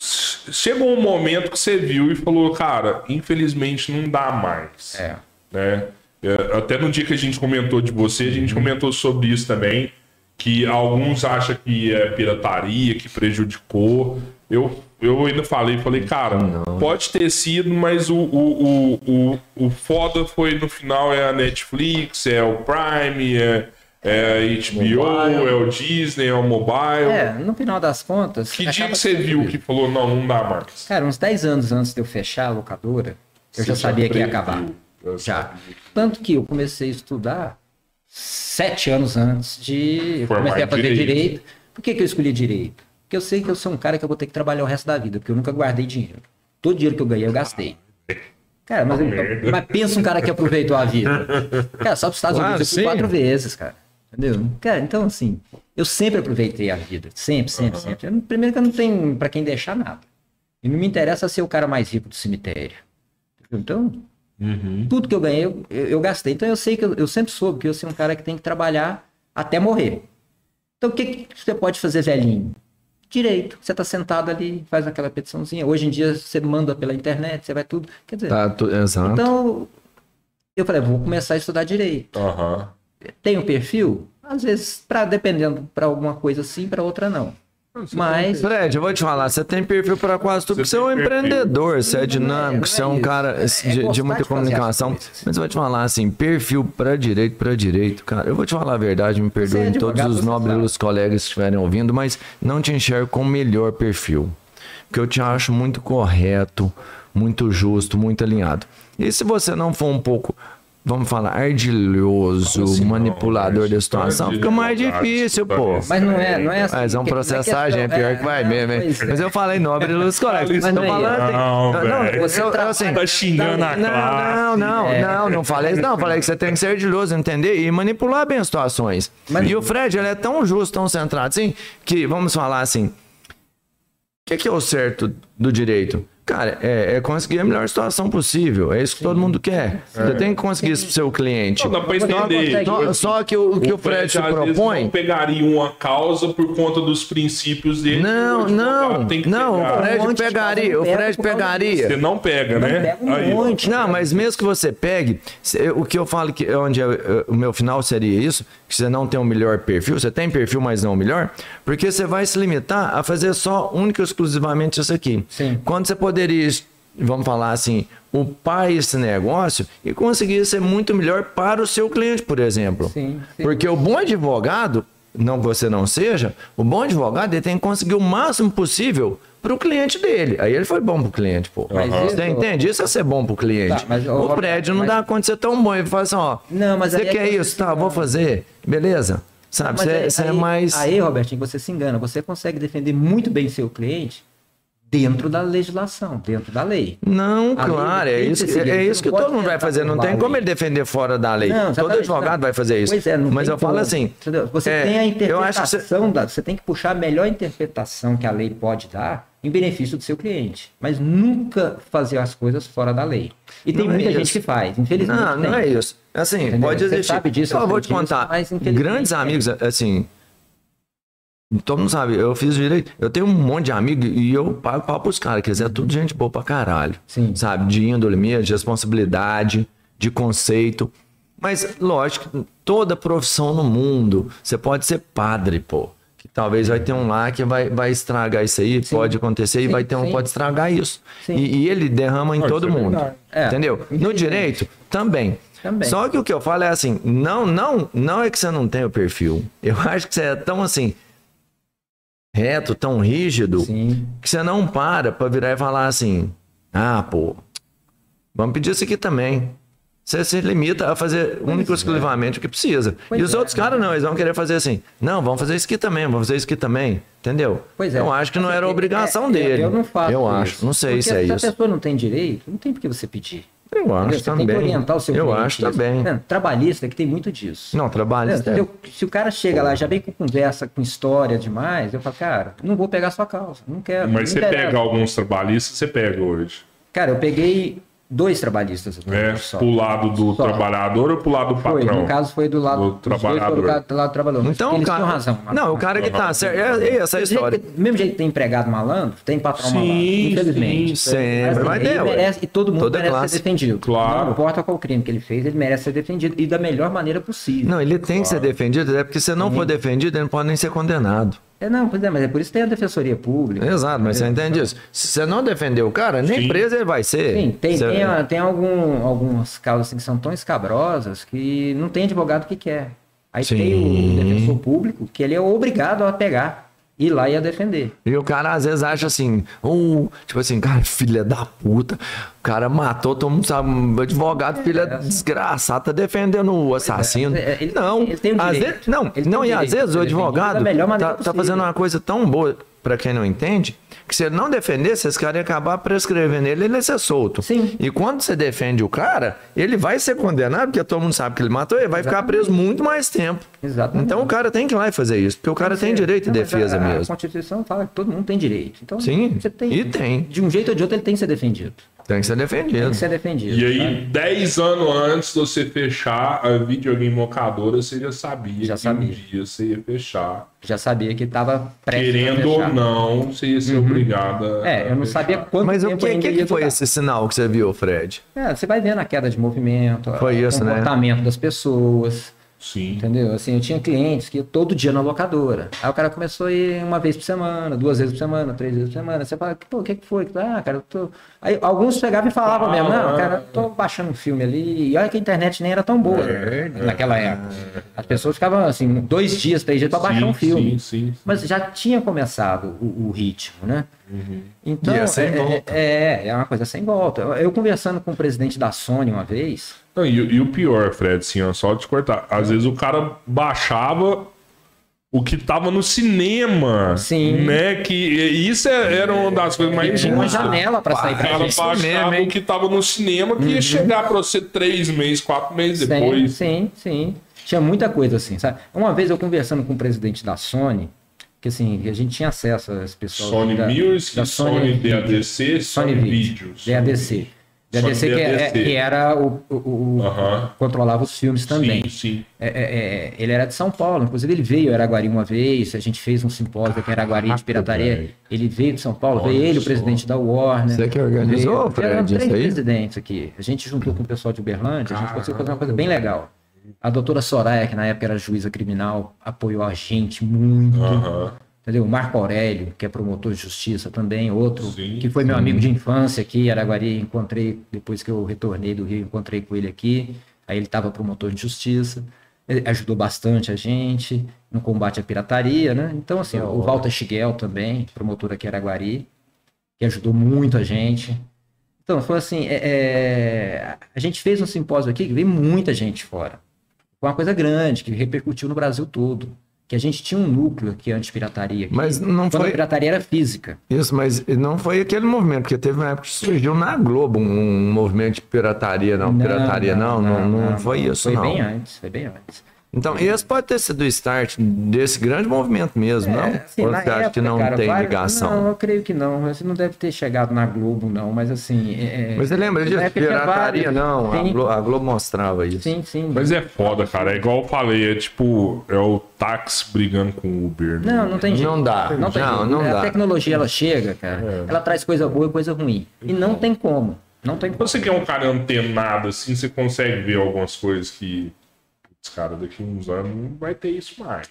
Speaker 1: s- chegou um momento que você viu e falou, cara, infelizmente não dá mais.
Speaker 3: É.
Speaker 1: Né? É, Até no dia que a gente comentou de você, a gente comentou sobre isso também. Que alguns acham que é pirataria, que prejudicou. Eu, eu ainda falei, falei, cara, pode ter sido, mas o, o, o, o, o foda foi no final é a Netflix, é o Prime, é, é a HBO, é o Disney, é o mobile.
Speaker 3: É, no final das contas.
Speaker 1: Que dia
Speaker 3: acaba é.
Speaker 1: que você
Speaker 3: sendo
Speaker 1: viu
Speaker 3: isso.
Speaker 1: que falou, não, não dá mais?
Speaker 3: Cara, uns 10 anos antes de eu fechar a locadora,
Speaker 1: Você
Speaker 3: eu já sabia que ia
Speaker 1: previu,
Speaker 3: acabar.
Speaker 1: eu
Speaker 3: Já.
Speaker 1: sabia.
Speaker 3: Tanto que eu comecei a estudar sete anos antes de. Eu
Speaker 1: Formar
Speaker 3: comecei a fazer direito.
Speaker 1: direito.
Speaker 3: Por que, que eu escolhi direito? Porque eu sei que eu sou um cara que eu vou ter que trabalhar o resto da vida, porque eu nunca guardei dinheiro. Todo dinheiro que eu ganhei, eu gastei. Cara, mas,
Speaker 1: Ah, merda.
Speaker 3: mas pensa um cara que aproveitou a vida.
Speaker 1: *laughs*
Speaker 3: Cara, só para os Estados
Speaker 2: Claro,
Speaker 3: Unidos eu
Speaker 2: sim.
Speaker 3: fui quatro vezes, cara. Entendeu? Cara, então assim, eu sempre aproveitei a vida. Sempre, sempre, sempre. Eu não- primeiro que eu não tenho para quem deixar nada. E não me interessa ser o cara mais rico do cemitério. Então,
Speaker 2: Uhum.
Speaker 3: tudo que eu ganhei, eu, eu- eu gastei. Então eu sei que eu, eu sempre soube que eu sou um cara que tem que trabalhar até morrer. Então o que, que você pode fazer velhinho? Direito. Você está sentado ali, faz aquela petiçãozinha. Hoje em dia você manda pela internet, você vai tudo. Quer dizer,
Speaker 2: Tá, tu- exato.
Speaker 3: então eu falei, vou começar a estudar direito.
Speaker 1: Aham.
Speaker 3: Tem o perfil? Às vezes, pra, dependendo para alguma coisa sim, para outra não. Mas
Speaker 2: Fred, eu vou te falar, você tem perfil para quase tudo, porque você
Speaker 1: Você
Speaker 2: é um
Speaker 1: tem perfil.
Speaker 2: empreendedor, você é
Speaker 3: não é
Speaker 2: dinâmico, você é um
Speaker 3: isso.
Speaker 2: cara de,
Speaker 3: É
Speaker 2: de
Speaker 3: gostar
Speaker 2: muita
Speaker 3: de fazer as
Speaker 2: comunicação.
Speaker 3: coisas.
Speaker 2: Mas eu vou te falar assim, perfil para direito, para direito, cara. Eu vou te falar a verdade, me perdoem
Speaker 3: advogado,
Speaker 2: todos os
Speaker 3: você
Speaker 2: nobres
Speaker 3: sabe.
Speaker 2: os colegas que estiverem ouvindo, mas não te enxergo com o melhor perfil. Porque eu te acho muito correto, muito justo, muito alinhado. E se você não for um pouco, vamos falar, ardilhoso,
Speaker 1: Assim, não,
Speaker 2: manipulador
Speaker 1: mas
Speaker 2: da situação,
Speaker 1: tá
Speaker 2: fica mais
Speaker 1: advogado,
Speaker 2: difícil, pô.
Speaker 1: tá
Speaker 3: Mas não é, não é assim.
Speaker 2: Mas vamos
Speaker 3: que-
Speaker 2: processar
Speaker 3: não
Speaker 2: a
Speaker 3: é
Speaker 2: gente,
Speaker 3: questão-
Speaker 2: pior que vai
Speaker 3: é,
Speaker 2: mesmo, hein?
Speaker 3: pois é.
Speaker 2: Mas eu falei nobre dos colegas.
Speaker 1: Mas
Speaker 2: Mas
Speaker 3: não
Speaker 2: tô
Speaker 3: é
Speaker 2: falando.
Speaker 1: Não, velho.
Speaker 2: você
Speaker 3: Você
Speaker 2: eu, assim,
Speaker 1: Tá xingando a classe.
Speaker 2: Não, não,
Speaker 3: É.
Speaker 2: não, não falei isso. Não, falei que você tem que ser ardiloso, entender e manipular bem as situações.
Speaker 3: Mas-
Speaker 2: e o Fred, ele é tão justo, tão centrado assim, que vamos falar assim: o que, que é o certo do direito? Cara, é, é conseguir a melhor situação possível. É isso que todo mundo quer. Você tem que conseguir isso pro seu cliente.
Speaker 1: É. Não, dá pra
Speaker 2: Só-
Speaker 1: entender.
Speaker 2: Só, só que o, o que o Fred se
Speaker 1: às vezes,
Speaker 2: propõe.
Speaker 1: não pegaria uma causa por conta dos princípios dele. O
Speaker 2: Não,
Speaker 1: advogado
Speaker 2: não,
Speaker 1: tem que
Speaker 2: não,
Speaker 1: pegar.
Speaker 2: o
Speaker 3: Um monte
Speaker 2: Fred
Speaker 3: de causa
Speaker 2: pegaria,
Speaker 3: não
Speaker 2: o
Speaker 3: pega
Speaker 2: Fred
Speaker 3: por causa
Speaker 2: pegaria.
Speaker 1: Você não pega,
Speaker 3: Não
Speaker 1: né?
Speaker 3: pega um
Speaker 1: Aí, ó.
Speaker 3: monte.
Speaker 2: Não, mas mesmo que você pegue, se- o que eu falo que é onde eu- eu- o meu final seria isso, que você não tem o melhor perfil, você tem perfil, mas não o melhor, porque você vai se limitar a fazer só única e exclusivamente isso aqui.
Speaker 3: Sim.
Speaker 2: Quando você poderia, vamos falar assim, upar esse negócio e conseguir ser muito melhor para o seu cliente, por exemplo.
Speaker 3: Sim, sim.
Speaker 2: Porque o bom advogado, não que você não seja, o bom advogado ele tem que conseguir o máximo possível para o cliente dele. Aí ele foi bom pro cliente, pô.
Speaker 3: Mas isso-
Speaker 2: Você entende? Isso é ser bom pro cliente gente.
Speaker 3: Tá, mas,
Speaker 2: o
Speaker 3: ô,
Speaker 2: prédio não
Speaker 3: mas-
Speaker 2: dá conta de ser tão bom. Ele fala assim, ó.
Speaker 3: Não, mas
Speaker 2: Você
Speaker 3: aí é
Speaker 2: quer
Speaker 3: que
Speaker 2: isso?
Speaker 3: você-
Speaker 2: Tá, vou fazer. Beleza. Sabe,
Speaker 3: Mas
Speaker 2: você
Speaker 3: aí-
Speaker 2: você é
Speaker 3: aí-
Speaker 2: mais.
Speaker 3: Aí, Robertinho, você se engana. Você consegue defender muito bem seu cliente dentro da legislação, dentro da lei.
Speaker 2: Não,
Speaker 3: A lei
Speaker 2: claro, é
Speaker 3: tem que
Speaker 2: isso,
Speaker 3: ser seguida,
Speaker 2: é
Speaker 3: você
Speaker 2: isso que
Speaker 3: não pode
Speaker 2: todo mundo vai
Speaker 3: tentar
Speaker 2: fazer, não
Speaker 3: burlar
Speaker 2: tem
Speaker 3: a
Speaker 2: como
Speaker 3: lei.
Speaker 2: ele defender fora da lei.
Speaker 3: Não,
Speaker 2: todo
Speaker 3: exatamente,
Speaker 2: advogado
Speaker 3: não.
Speaker 2: vai fazer isso.
Speaker 3: Pois é, não
Speaker 2: Mas
Speaker 3: tem
Speaker 2: eu falo
Speaker 3: como,
Speaker 2: assim,
Speaker 3: entendeu? Você
Speaker 2: é,
Speaker 3: tem a
Speaker 2: eu acho que você-
Speaker 3: interpretação, da, você tem que puxar a melhor interpretação que a lei pode dar em benefício do seu cliente. Mas nunca fazer as coisas fora da lei. E tem
Speaker 2: Não é
Speaker 3: muita gente
Speaker 2: isso.
Speaker 3: que faz, infelizmente.
Speaker 2: Não, não
Speaker 3: tem.
Speaker 2: é isso. Assim,
Speaker 3: Entendeu?
Speaker 2: pode
Speaker 3: Você
Speaker 2: existir.
Speaker 3: sabe disso,
Speaker 2: eu
Speaker 3: eu
Speaker 2: vou
Speaker 3: sei
Speaker 2: te
Speaker 3: disso,
Speaker 2: contar.
Speaker 3: mas infelizmente é.
Speaker 2: Grandes
Speaker 3: tem.
Speaker 2: amigos, assim. Todo mundo sabe, eu fiz direito. Eu tenho um monte de amigo e eu pago pau pros caras, que eles é tudo gente boa pra caralho.
Speaker 3: Sim.
Speaker 2: Sabe? De índole minha, de responsabilidade, de conceito. Mas, lógico, toda profissão no mundo, você pode ser padre, pô. Que talvez vai ter um lá que vai, vai estragar isso aí, pode acontecer, e
Speaker 3: Sim,
Speaker 2: vai ter um que
Speaker 3: sim.
Speaker 2: pode estragar isso.
Speaker 3: Sim.
Speaker 2: E, e ele derrama em
Speaker 1: Ah,
Speaker 2: todo
Speaker 1: isso é
Speaker 2: mundo.
Speaker 1: verdade.
Speaker 3: É.
Speaker 2: Entendeu? No
Speaker 3: Infelizmente.
Speaker 2: direito, também.
Speaker 3: Também.
Speaker 2: Só que o que eu falo é assim, não, não, não é que você não tem o perfil. Eu *laughs* acho que você é tão assim reto, tão rígido,
Speaker 3: Sim.
Speaker 2: que você não para pra virar e falar assim: "Ah, pô, vamos pedir isso aqui também". Você se limita a fazer único e exclusivamente o que precisa.
Speaker 3: é. Pois
Speaker 2: e os
Speaker 3: é.
Speaker 2: outros caras não, eles vão querer fazer assim. Não, vamos fazer isso aqui também, vamos fazer isso aqui também. Entendeu?
Speaker 3: Pois é.
Speaker 2: Eu acho que não era
Speaker 3: É,
Speaker 2: obrigação
Speaker 3: é,
Speaker 2: dele.
Speaker 3: Eu não faço.
Speaker 2: Eu
Speaker 3: isso.
Speaker 2: acho, não sei
Speaker 3: Porque
Speaker 2: se é
Speaker 3: se
Speaker 2: isso.
Speaker 3: a pessoa não tem direito, não tem por que você pedir.
Speaker 2: Eu acho
Speaker 3: Entendeu? Você tem que
Speaker 2: também.
Speaker 3: orientar o seu
Speaker 2: Eu
Speaker 3: cliente
Speaker 2: acho
Speaker 3: nisso.
Speaker 2: também.
Speaker 3: Mano, Trabalhista que tem muito disso.
Speaker 2: Não, é. trabalho.
Speaker 3: Entendeu? Se o cara chega lá, já vem com conversa, com história demais, eu falo, cara, não vou pegar sua causa, não quero.
Speaker 1: Mas
Speaker 3: não
Speaker 1: você
Speaker 3: interessa.
Speaker 1: pega alguns trabalhistas, você pega hoje.
Speaker 3: Cara, eu peguei dois trabalhistas. aqui,
Speaker 1: É,
Speaker 3: só.
Speaker 1: pro lado do
Speaker 3: Só.
Speaker 1: trabalhador ou pro lado do
Speaker 3: Foi,
Speaker 1: patrão?
Speaker 3: no caso foi do lado
Speaker 1: Do
Speaker 3: os dois
Speaker 1: trabalhador.
Speaker 3: foram do lado do trabalhador.
Speaker 2: Então,
Speaker 3: Eles
Speaker 2: cara.
Speaker 3: tinham razão. mano.
Speaker 2: Não, o cara que tá certo. É, é essa a
Speaker 3: Do jeito
Speaker 2: história.
Speaker 3: que- do mesmo jeito que tem empregado malandro, tem patrão
Speaker 1: Sim,
Speaker 3: malandro. Infelizmente.
Speaker 1: sim,
Speaker 2: sempre,
Speaker 3: Mas, assim,
Speaker 2: vai
Speaker 3: ele
Speaker 2: ter, ué.
Speaker 3: merece- e todo mundo
Speaker 2: Toda
Speaker 3: merece
Speaker 2: classe.
Speaker 3: ser defendido.
Speaker 1: Claro.
Speaker 3: Não importa qual crime que ele fez, ele merece ser defendido. E da melhor maneira possível.
Speaker 2: Não, ele tem que ser defendido, é porque se não for defendido, ele não pode nem ser condenado.
Speaker 3: É, não, pois é, mas é por isso que tem a defensoria pública.
Speaker 2: Exato, mas você entende isso? Se você não defender o cara, nem
Speaker 1: Sim.
Speaker 2: preso ele vai ser.
Speaker 3: Sim, tem,
Speaker 2: Você- é
Speaker 3: tem, a- tem algum, algumas causas assim, que são tão escabrosas que não tem advogado que quer. Aí tem
Speaker 2: Sim.
Speaker 3: o defensor público que ele é obrigado a pegar, ir lá e a defender.
Speaker 2: E o cara às vezes acha assim, ou tipo assim, cara, filha da puta, o cara matou, todo mundo sabe, um advogado, filha desgraçada, tá defendendo o assassino.
Speaker 3: é, ele-
Speaker 2: não,
Speaker 3: ele tem o
Speaker 2: às
Speaker 3: direito.
Speaker 2: vezes, não,
Speaker 3: Ele tem
Speaker 2: não,
Speaker 3: o
Speaker 2: e às
Speaker 3: direito de
Speaker 2: vezes o
Speaker 3: ser defendido
Speaker 2: advogado
Speaker 3: da melhor
Speaker 2: tá,
Speaker 3: maneira
Speaker 2: tá
Speaker 3: possível.
Speaker 2: fazendo uma coisa tão boa, pra quem não entende, que se ele não defendesse, esse cara ia acabar prescrevendo ele, ele ia ser solto.
Speaker 3: Sim.
Speaker 2: E quando você defende o cara, ele vai ser condenado, porque todo mundo sabe que ele matou, ele vai ficar preso muito mais tempo.
Speaker 3: Exatamente.
Speaker 2: Então o cara tem que ir lá e fazer isso, porque o cara tem direito à
Speaker 3: Não, mas é,
Speaker 2: defesa
Speaker 3: a,
Speaker 2: mesmo.
Speaker 3: A Constituição fala que todo mundo tem direito. Então,
Speaker 2: Sim,
Speaker 3: você tem,
Speaker 2: e tem.
Speaker 3: De um jeito ou de outro, ele tem que ser defendido.
Speaker 2: Tem que ser defendido.
Speaker 3: Tem que ser defendido. né?
Speaker 1: E
Speaker 3: sabe?
Speaker 1: aí, 10 anos antes de você fechar a videogame locadora, você já sabia que
Speaker 3: Já
Speaker 1: um
Speaker 3: sabia.
Speaker 1: dia você ia fechar.
Speaker 3: Já sabia que estava prestes a
Speaker 1: Querendo ou
Speaker 3: fechar. Uhum.
Speaker 1: não, você ia ser obrigada. a
Speaker 3: É, eu não
Speaker 1: fechar.
Speaker 3: sabia quanto
Speaker 2: Mas o
Speaker 3: tempo
Speaker 2: que,
Speaker 3: ainda
Speaker 2: que, que
Speaker 3: ia
Speaker 2: foi
Speaker 3: durar.
Speaker 2: esse sinal que você viu, Fred?
Speaker 3: É, você vai vendo a queda de movimento,
Speaker 2: Foi
Speaker 3: o
Speaker 2: isso, né?
Speaker 3: comportamento das pessoas,
Speaker 1: Sim.
Speaker 3: entendeu? Assim, eu tinha clientes que iam todo dia na locadora. Aí o cara começou a ir uma vez por semana, duas vezes por semana, três vezes por semana. Você fala, pô, o que que foi? Ah, cara, eu tô... Aí alguns pegavam e falavam mesmo, não, cara, eu
Speaker 1: é.
Speaker 3: tô baixando um filme ali. E olha que a internet nem era tão boa né, naquela época. As pessoas ficavam, assim, dois dias, três dias pra baixar
Speaker 1: Sim,
Speaker 3: um filme.
Speaker 1: Sim, sim.
Speaker 3: Mas já tinha começado o, o ritmo, né? Então,
Speaker 2: E é sem
Speaker 3: é,
Speaker 2: volta.
Speaker 3: é- é- é uma coisa sem volta. Eu, eu conversando com o presidente da Sony uma vez,
Speaker 1: Não, e, e o pior, Fred, assim, ó, só te cortar.
Speaker 3: É.
Speaker 1: Às vezes o cara baixava o que tava no cinema.
Speaker 3: Sim.
Speaker 1: Né? Que e isso é- era uma das coisas mais
Speaker 3: tinha uma
Speaker 1: injustas.
Speaker 3: janela pra sair
Speaker 1: O
Speaker 3: pra
Speaker 1: cara
Speaker 3: gente.
Speaker 1: baixava
Speaker 2: mesmo, hein?
Speaker 1: o que tava no cinema que ia chegar pra você três meses, quatro meses
Speaker 3: Uhum. Sim,
Speaker 1: depois.
Speaker 3: sim, sim. Tinha muita coisa assim, sabe? Uma vez eu conversando com o presidente da Sony, que assim, a gente tinha acesso a esse pessoal
Speaker 1: Sony
Speaker 3: da,
Speaker 1: Music,
Speaker 3: da
Speaker 1: Sony,
Speaker 3: Video,
Speaker 1: DADC, Sony, Videos.
Speaker 3: DADC. DADC, que, é-
Speaker 1: DADC.
Speaker 3: que era o, o- o-
Speaker 1: Aham.
Speaker 3: controlava os filmes também.
Speaker 1: Sim, sim.
Speaker 3: É, é, é, ele era de São Paulo, inclusive ele veio a Araguari uma vez, a gente fez um simpósio aqui em Araguari de pirataria.
Speaker 1: velho.
Speaker 3: Ele veio de São Paulo,
Speaker 1: Olha
Speaker 3: veio ele, o
Speaker 1: só.
Speaker 3: presidente da Warner.
Speaker 2: Você que organizou,
Speaker 3: veio- eram
Speaker 2: Fred,
Speaker 3: um três
Speaker 2: isso aí?
Speaker 3: presidentes aqui. A gente juntou com o pessoal de Uberlândia, a gente conseguiu fazer uma coisa bem legal. A doutora Soraya, que na época era juíza criminal, apoiou a gente muito.
Speaker 1: Aham.
Speaker 3: Entendeu? O Marco Aurélio, que é promotor de justiça também, outro,
Speaker 1: Sim,
Speaker 3: que foi meu amigo de infância aqui em Araguari, encontrei, depois que eu retornei do Rio, encontrei com ele aqui, aí ele estava promotor de justiça, ele ajudou bastante a gente no combate à pirataria, né? Então, assim, o Walter Schigel também, promotor aqui em Araguari, que ajudou muito a gente. Então, foi assim, é- é, a gente fez um simpósio aqui que veio muita gente fora. Foi uma coisa grande, que repercutiu no Brasil todo. Que a gente tinha um núcleo aqui anti-pirataria. aqui,
Speaker 2: Mas não
Speaker 3: quando
Speaker 2: foi-
Speaker 3: a pirataria era física.
Speaker 2: Isso, mas não foi aquele movimento, porque teve uma época que surgiu na Globo um, um movimento de pirataria, não. pirataria não, não, não, foi isso,
Speaker 3: Foi
Speaker 2: não.
Speaker 3: bem antes, foi bem antes.
Speaker 2: Então, esse pode ter sido o start desse grande movimento mesmo, não?
Speaker 3: assim,
Speaker 2: Ou
Speaker 3: na
Speaker 2: você acha que
Speaker 3: época,
Speaker 2: não
Speaker 3: cara,
Speaker 2: tem
Speaker 3: vários-
Speaker 2: ligação?
Speaker 3: Não, eu creio que não. Você não deve ter chegado na Globo, não, mas assim. é-
Speaker 2: Mas você lembra
Speaker 3: na
Speaker 2: disso?
Speaker 3: época tinha
Speaker 2: Pirataria
Speaker 3: vários.
Speaker 2: não, a
Speaker 3: Sim,
Speaker 2: Globo, a Globo mostrava isso.
Speaker 3: sim, sim.
Speaker 1: Mas é foda, cara. É igual eu falei, é tipo, é o táxi brigando com o Uber. né?
Speaker 3: Não, não tem jeito.
Speaker 2: Não dá.
Speaker 3: tem
Speaker 2: Não,
Speaker 3: jeito. É,
Speaker 2: não
Speaker 3: a
Speaker 2: dá. É.
Speaker 3: tecnologia ela chega, cara. Ela traz coisa boa e coisa ruim. E não
Speaker 2: Então.
Speaker 3: tem como. Não tem como.
Speaker 1: Você que é um cara antenado, assim, você consegue ver algumas coisas que. Putz, cara, daqui a uns anos não vai ter isso mais.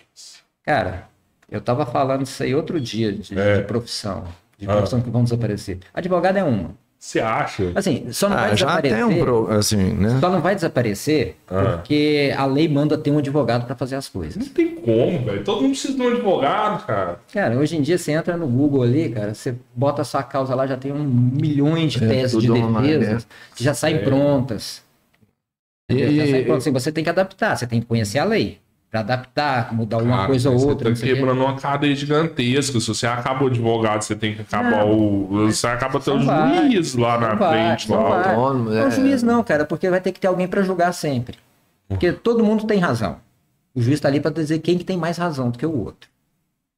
Speaker 3: Cara, eu tava falando isso aí outro dia de,
Speaker 1: É.
Speaker 3: de profissão. De
Speaker 1: Ah.
Speaker 3: profissão que vão desaparecer. Advogado é uma.
Speaker 1: Você acha?
Speaker 3: Assim, só não vai
Speaker 2: Ah, já
Speaker 3: desaparecer.
Speaker 2: tem um pro, assim, né?
Speaker 3: Só não vai desaparecer
Speaker 1: Ah.
Speaker 3: porque a lei manda ter um advogado pra fazer as coisas.
Speaker 2: Uhum.
Speaker 1: Não tem como, velho. Todo mundo precisa de um advogado, cara.
Speaker 3: Cara, hoje em dia você entra no Google ali, cara, você bota a sua causa lá, já tem um milhões de
Speaker 2: É,
Speaker 3: teses de
Speaker 2: tudo online, né?
Speaker 3: defesas, que já
Speaker 1: É.
Speaker 3: saem prontas.
Speaker 2: E,
Speaker 3: Já saem
Speaker 2: e-
Speaker 3: prontas. Assim, você tem que adaptar, você tem que conhecer a lei. Pra adaptar, mudar É uma
Speaker 2: Ah,
Speaker 1: Cara,
Speaker 3: coisa ou
Speaker 1: você
Speaker 3: outra. não
Speaker 1: Tá
Speaker 3: sei o quê.
Speaker 1: quebrando uma cadeia gigantesca. Se você acaba o advogado, você tem que acabar o. Você acaba até o
Speaker 3: vários,
Speaker 1: juiz lá na
Speaker 3: Não vai,
Speaker 1: frente.
Speaker 3: não
Speaker 1: Lá.
Speaker 3: vai.
Speaker 2: autônomo,
Speaker 3: Não,
Speaker 2: é.
Speaker 3: juiz não, cara, porque vai ter que ter alguém pra julgar sempre. Porque todo mundo tem razão. O juiz tá ali pra dizer quem que tem mais razão do que o outro.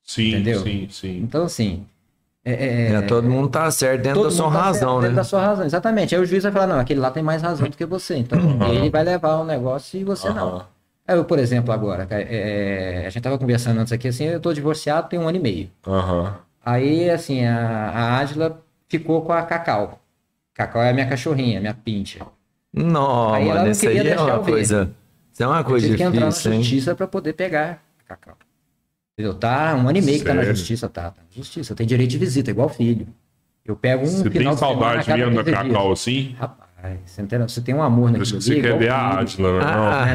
Speaker 1: Sim,
Speaker 3: Entendeu?
Speaker 1: sim, sim.
Speaker 3: Então, assim,
Speaker 2: é, todo mundo tá certo dentro da
Speaker 3: todo
Speaker 2: sua
Speaker 3: mundo tá
Speaker 2: razão,
Speaker 3: certo
Speaker 2: né?
Speaker 3: dentro da sua razão, exatamente. Aí o juiz vai falar, não, aquele lá tem mais razão do que você.
Speaker 2: *coughs*
Speaker 3: Então, ele vai levar o negócio e você não.
Speaker 1: Aham.
Speaker 3: Eu, por exemplo, agora, cara, é, a gente tava conversando antes aqui, assim, eu tô divorciado tem um ano e meio.
Speaker 1: Aham.
Speaker 3: Aí, assim, a, a Adila ficou com a Cacau. Cacau é a minha cachorrinha, minha pincha.
Speaker 2: Não,
Speaker 3: Aí ela
Speaker 2: mano,
Speaker 3: não
Speaker 2: isso
Speaker 3: queria
Speaker 2: aí é
Speaker 3: deixar
Speaker 2: uma
Speaker 3: eu ver. né?
Speaker 2: coisa. Isso é uma
Speaker 3: Eu
Speaker 2: coisa
Speaker 3: tive que entrar na
Speaker 2: difícil, hein?
Speaker 3: justiça para poder pegar a Cacau. Entendeu? Tá um ano e meio que tá na
Speaker 1: Sério?
Speaker 3: justiça, tá, tá na justiça. Tem direito de visita, igual filho. Eu pego um
Speaker 1: Você tem
Speaker 3: final de semana a
Speaker 1: saudade
Speaker 3: cada
Speaker 1: mesmo da
Speaker 3: 15 dias. é
Speaker 1: Cacau assim?
Speaker 3: Rapaz, você, não tem- você tem um amor
Speaker 1: Acho
Speaker 3: naquilo
Speaker 1: que você quer ver a
Speaker 3: igual
Speaker 1: Adila, né? não?
Speaker 3: Ah,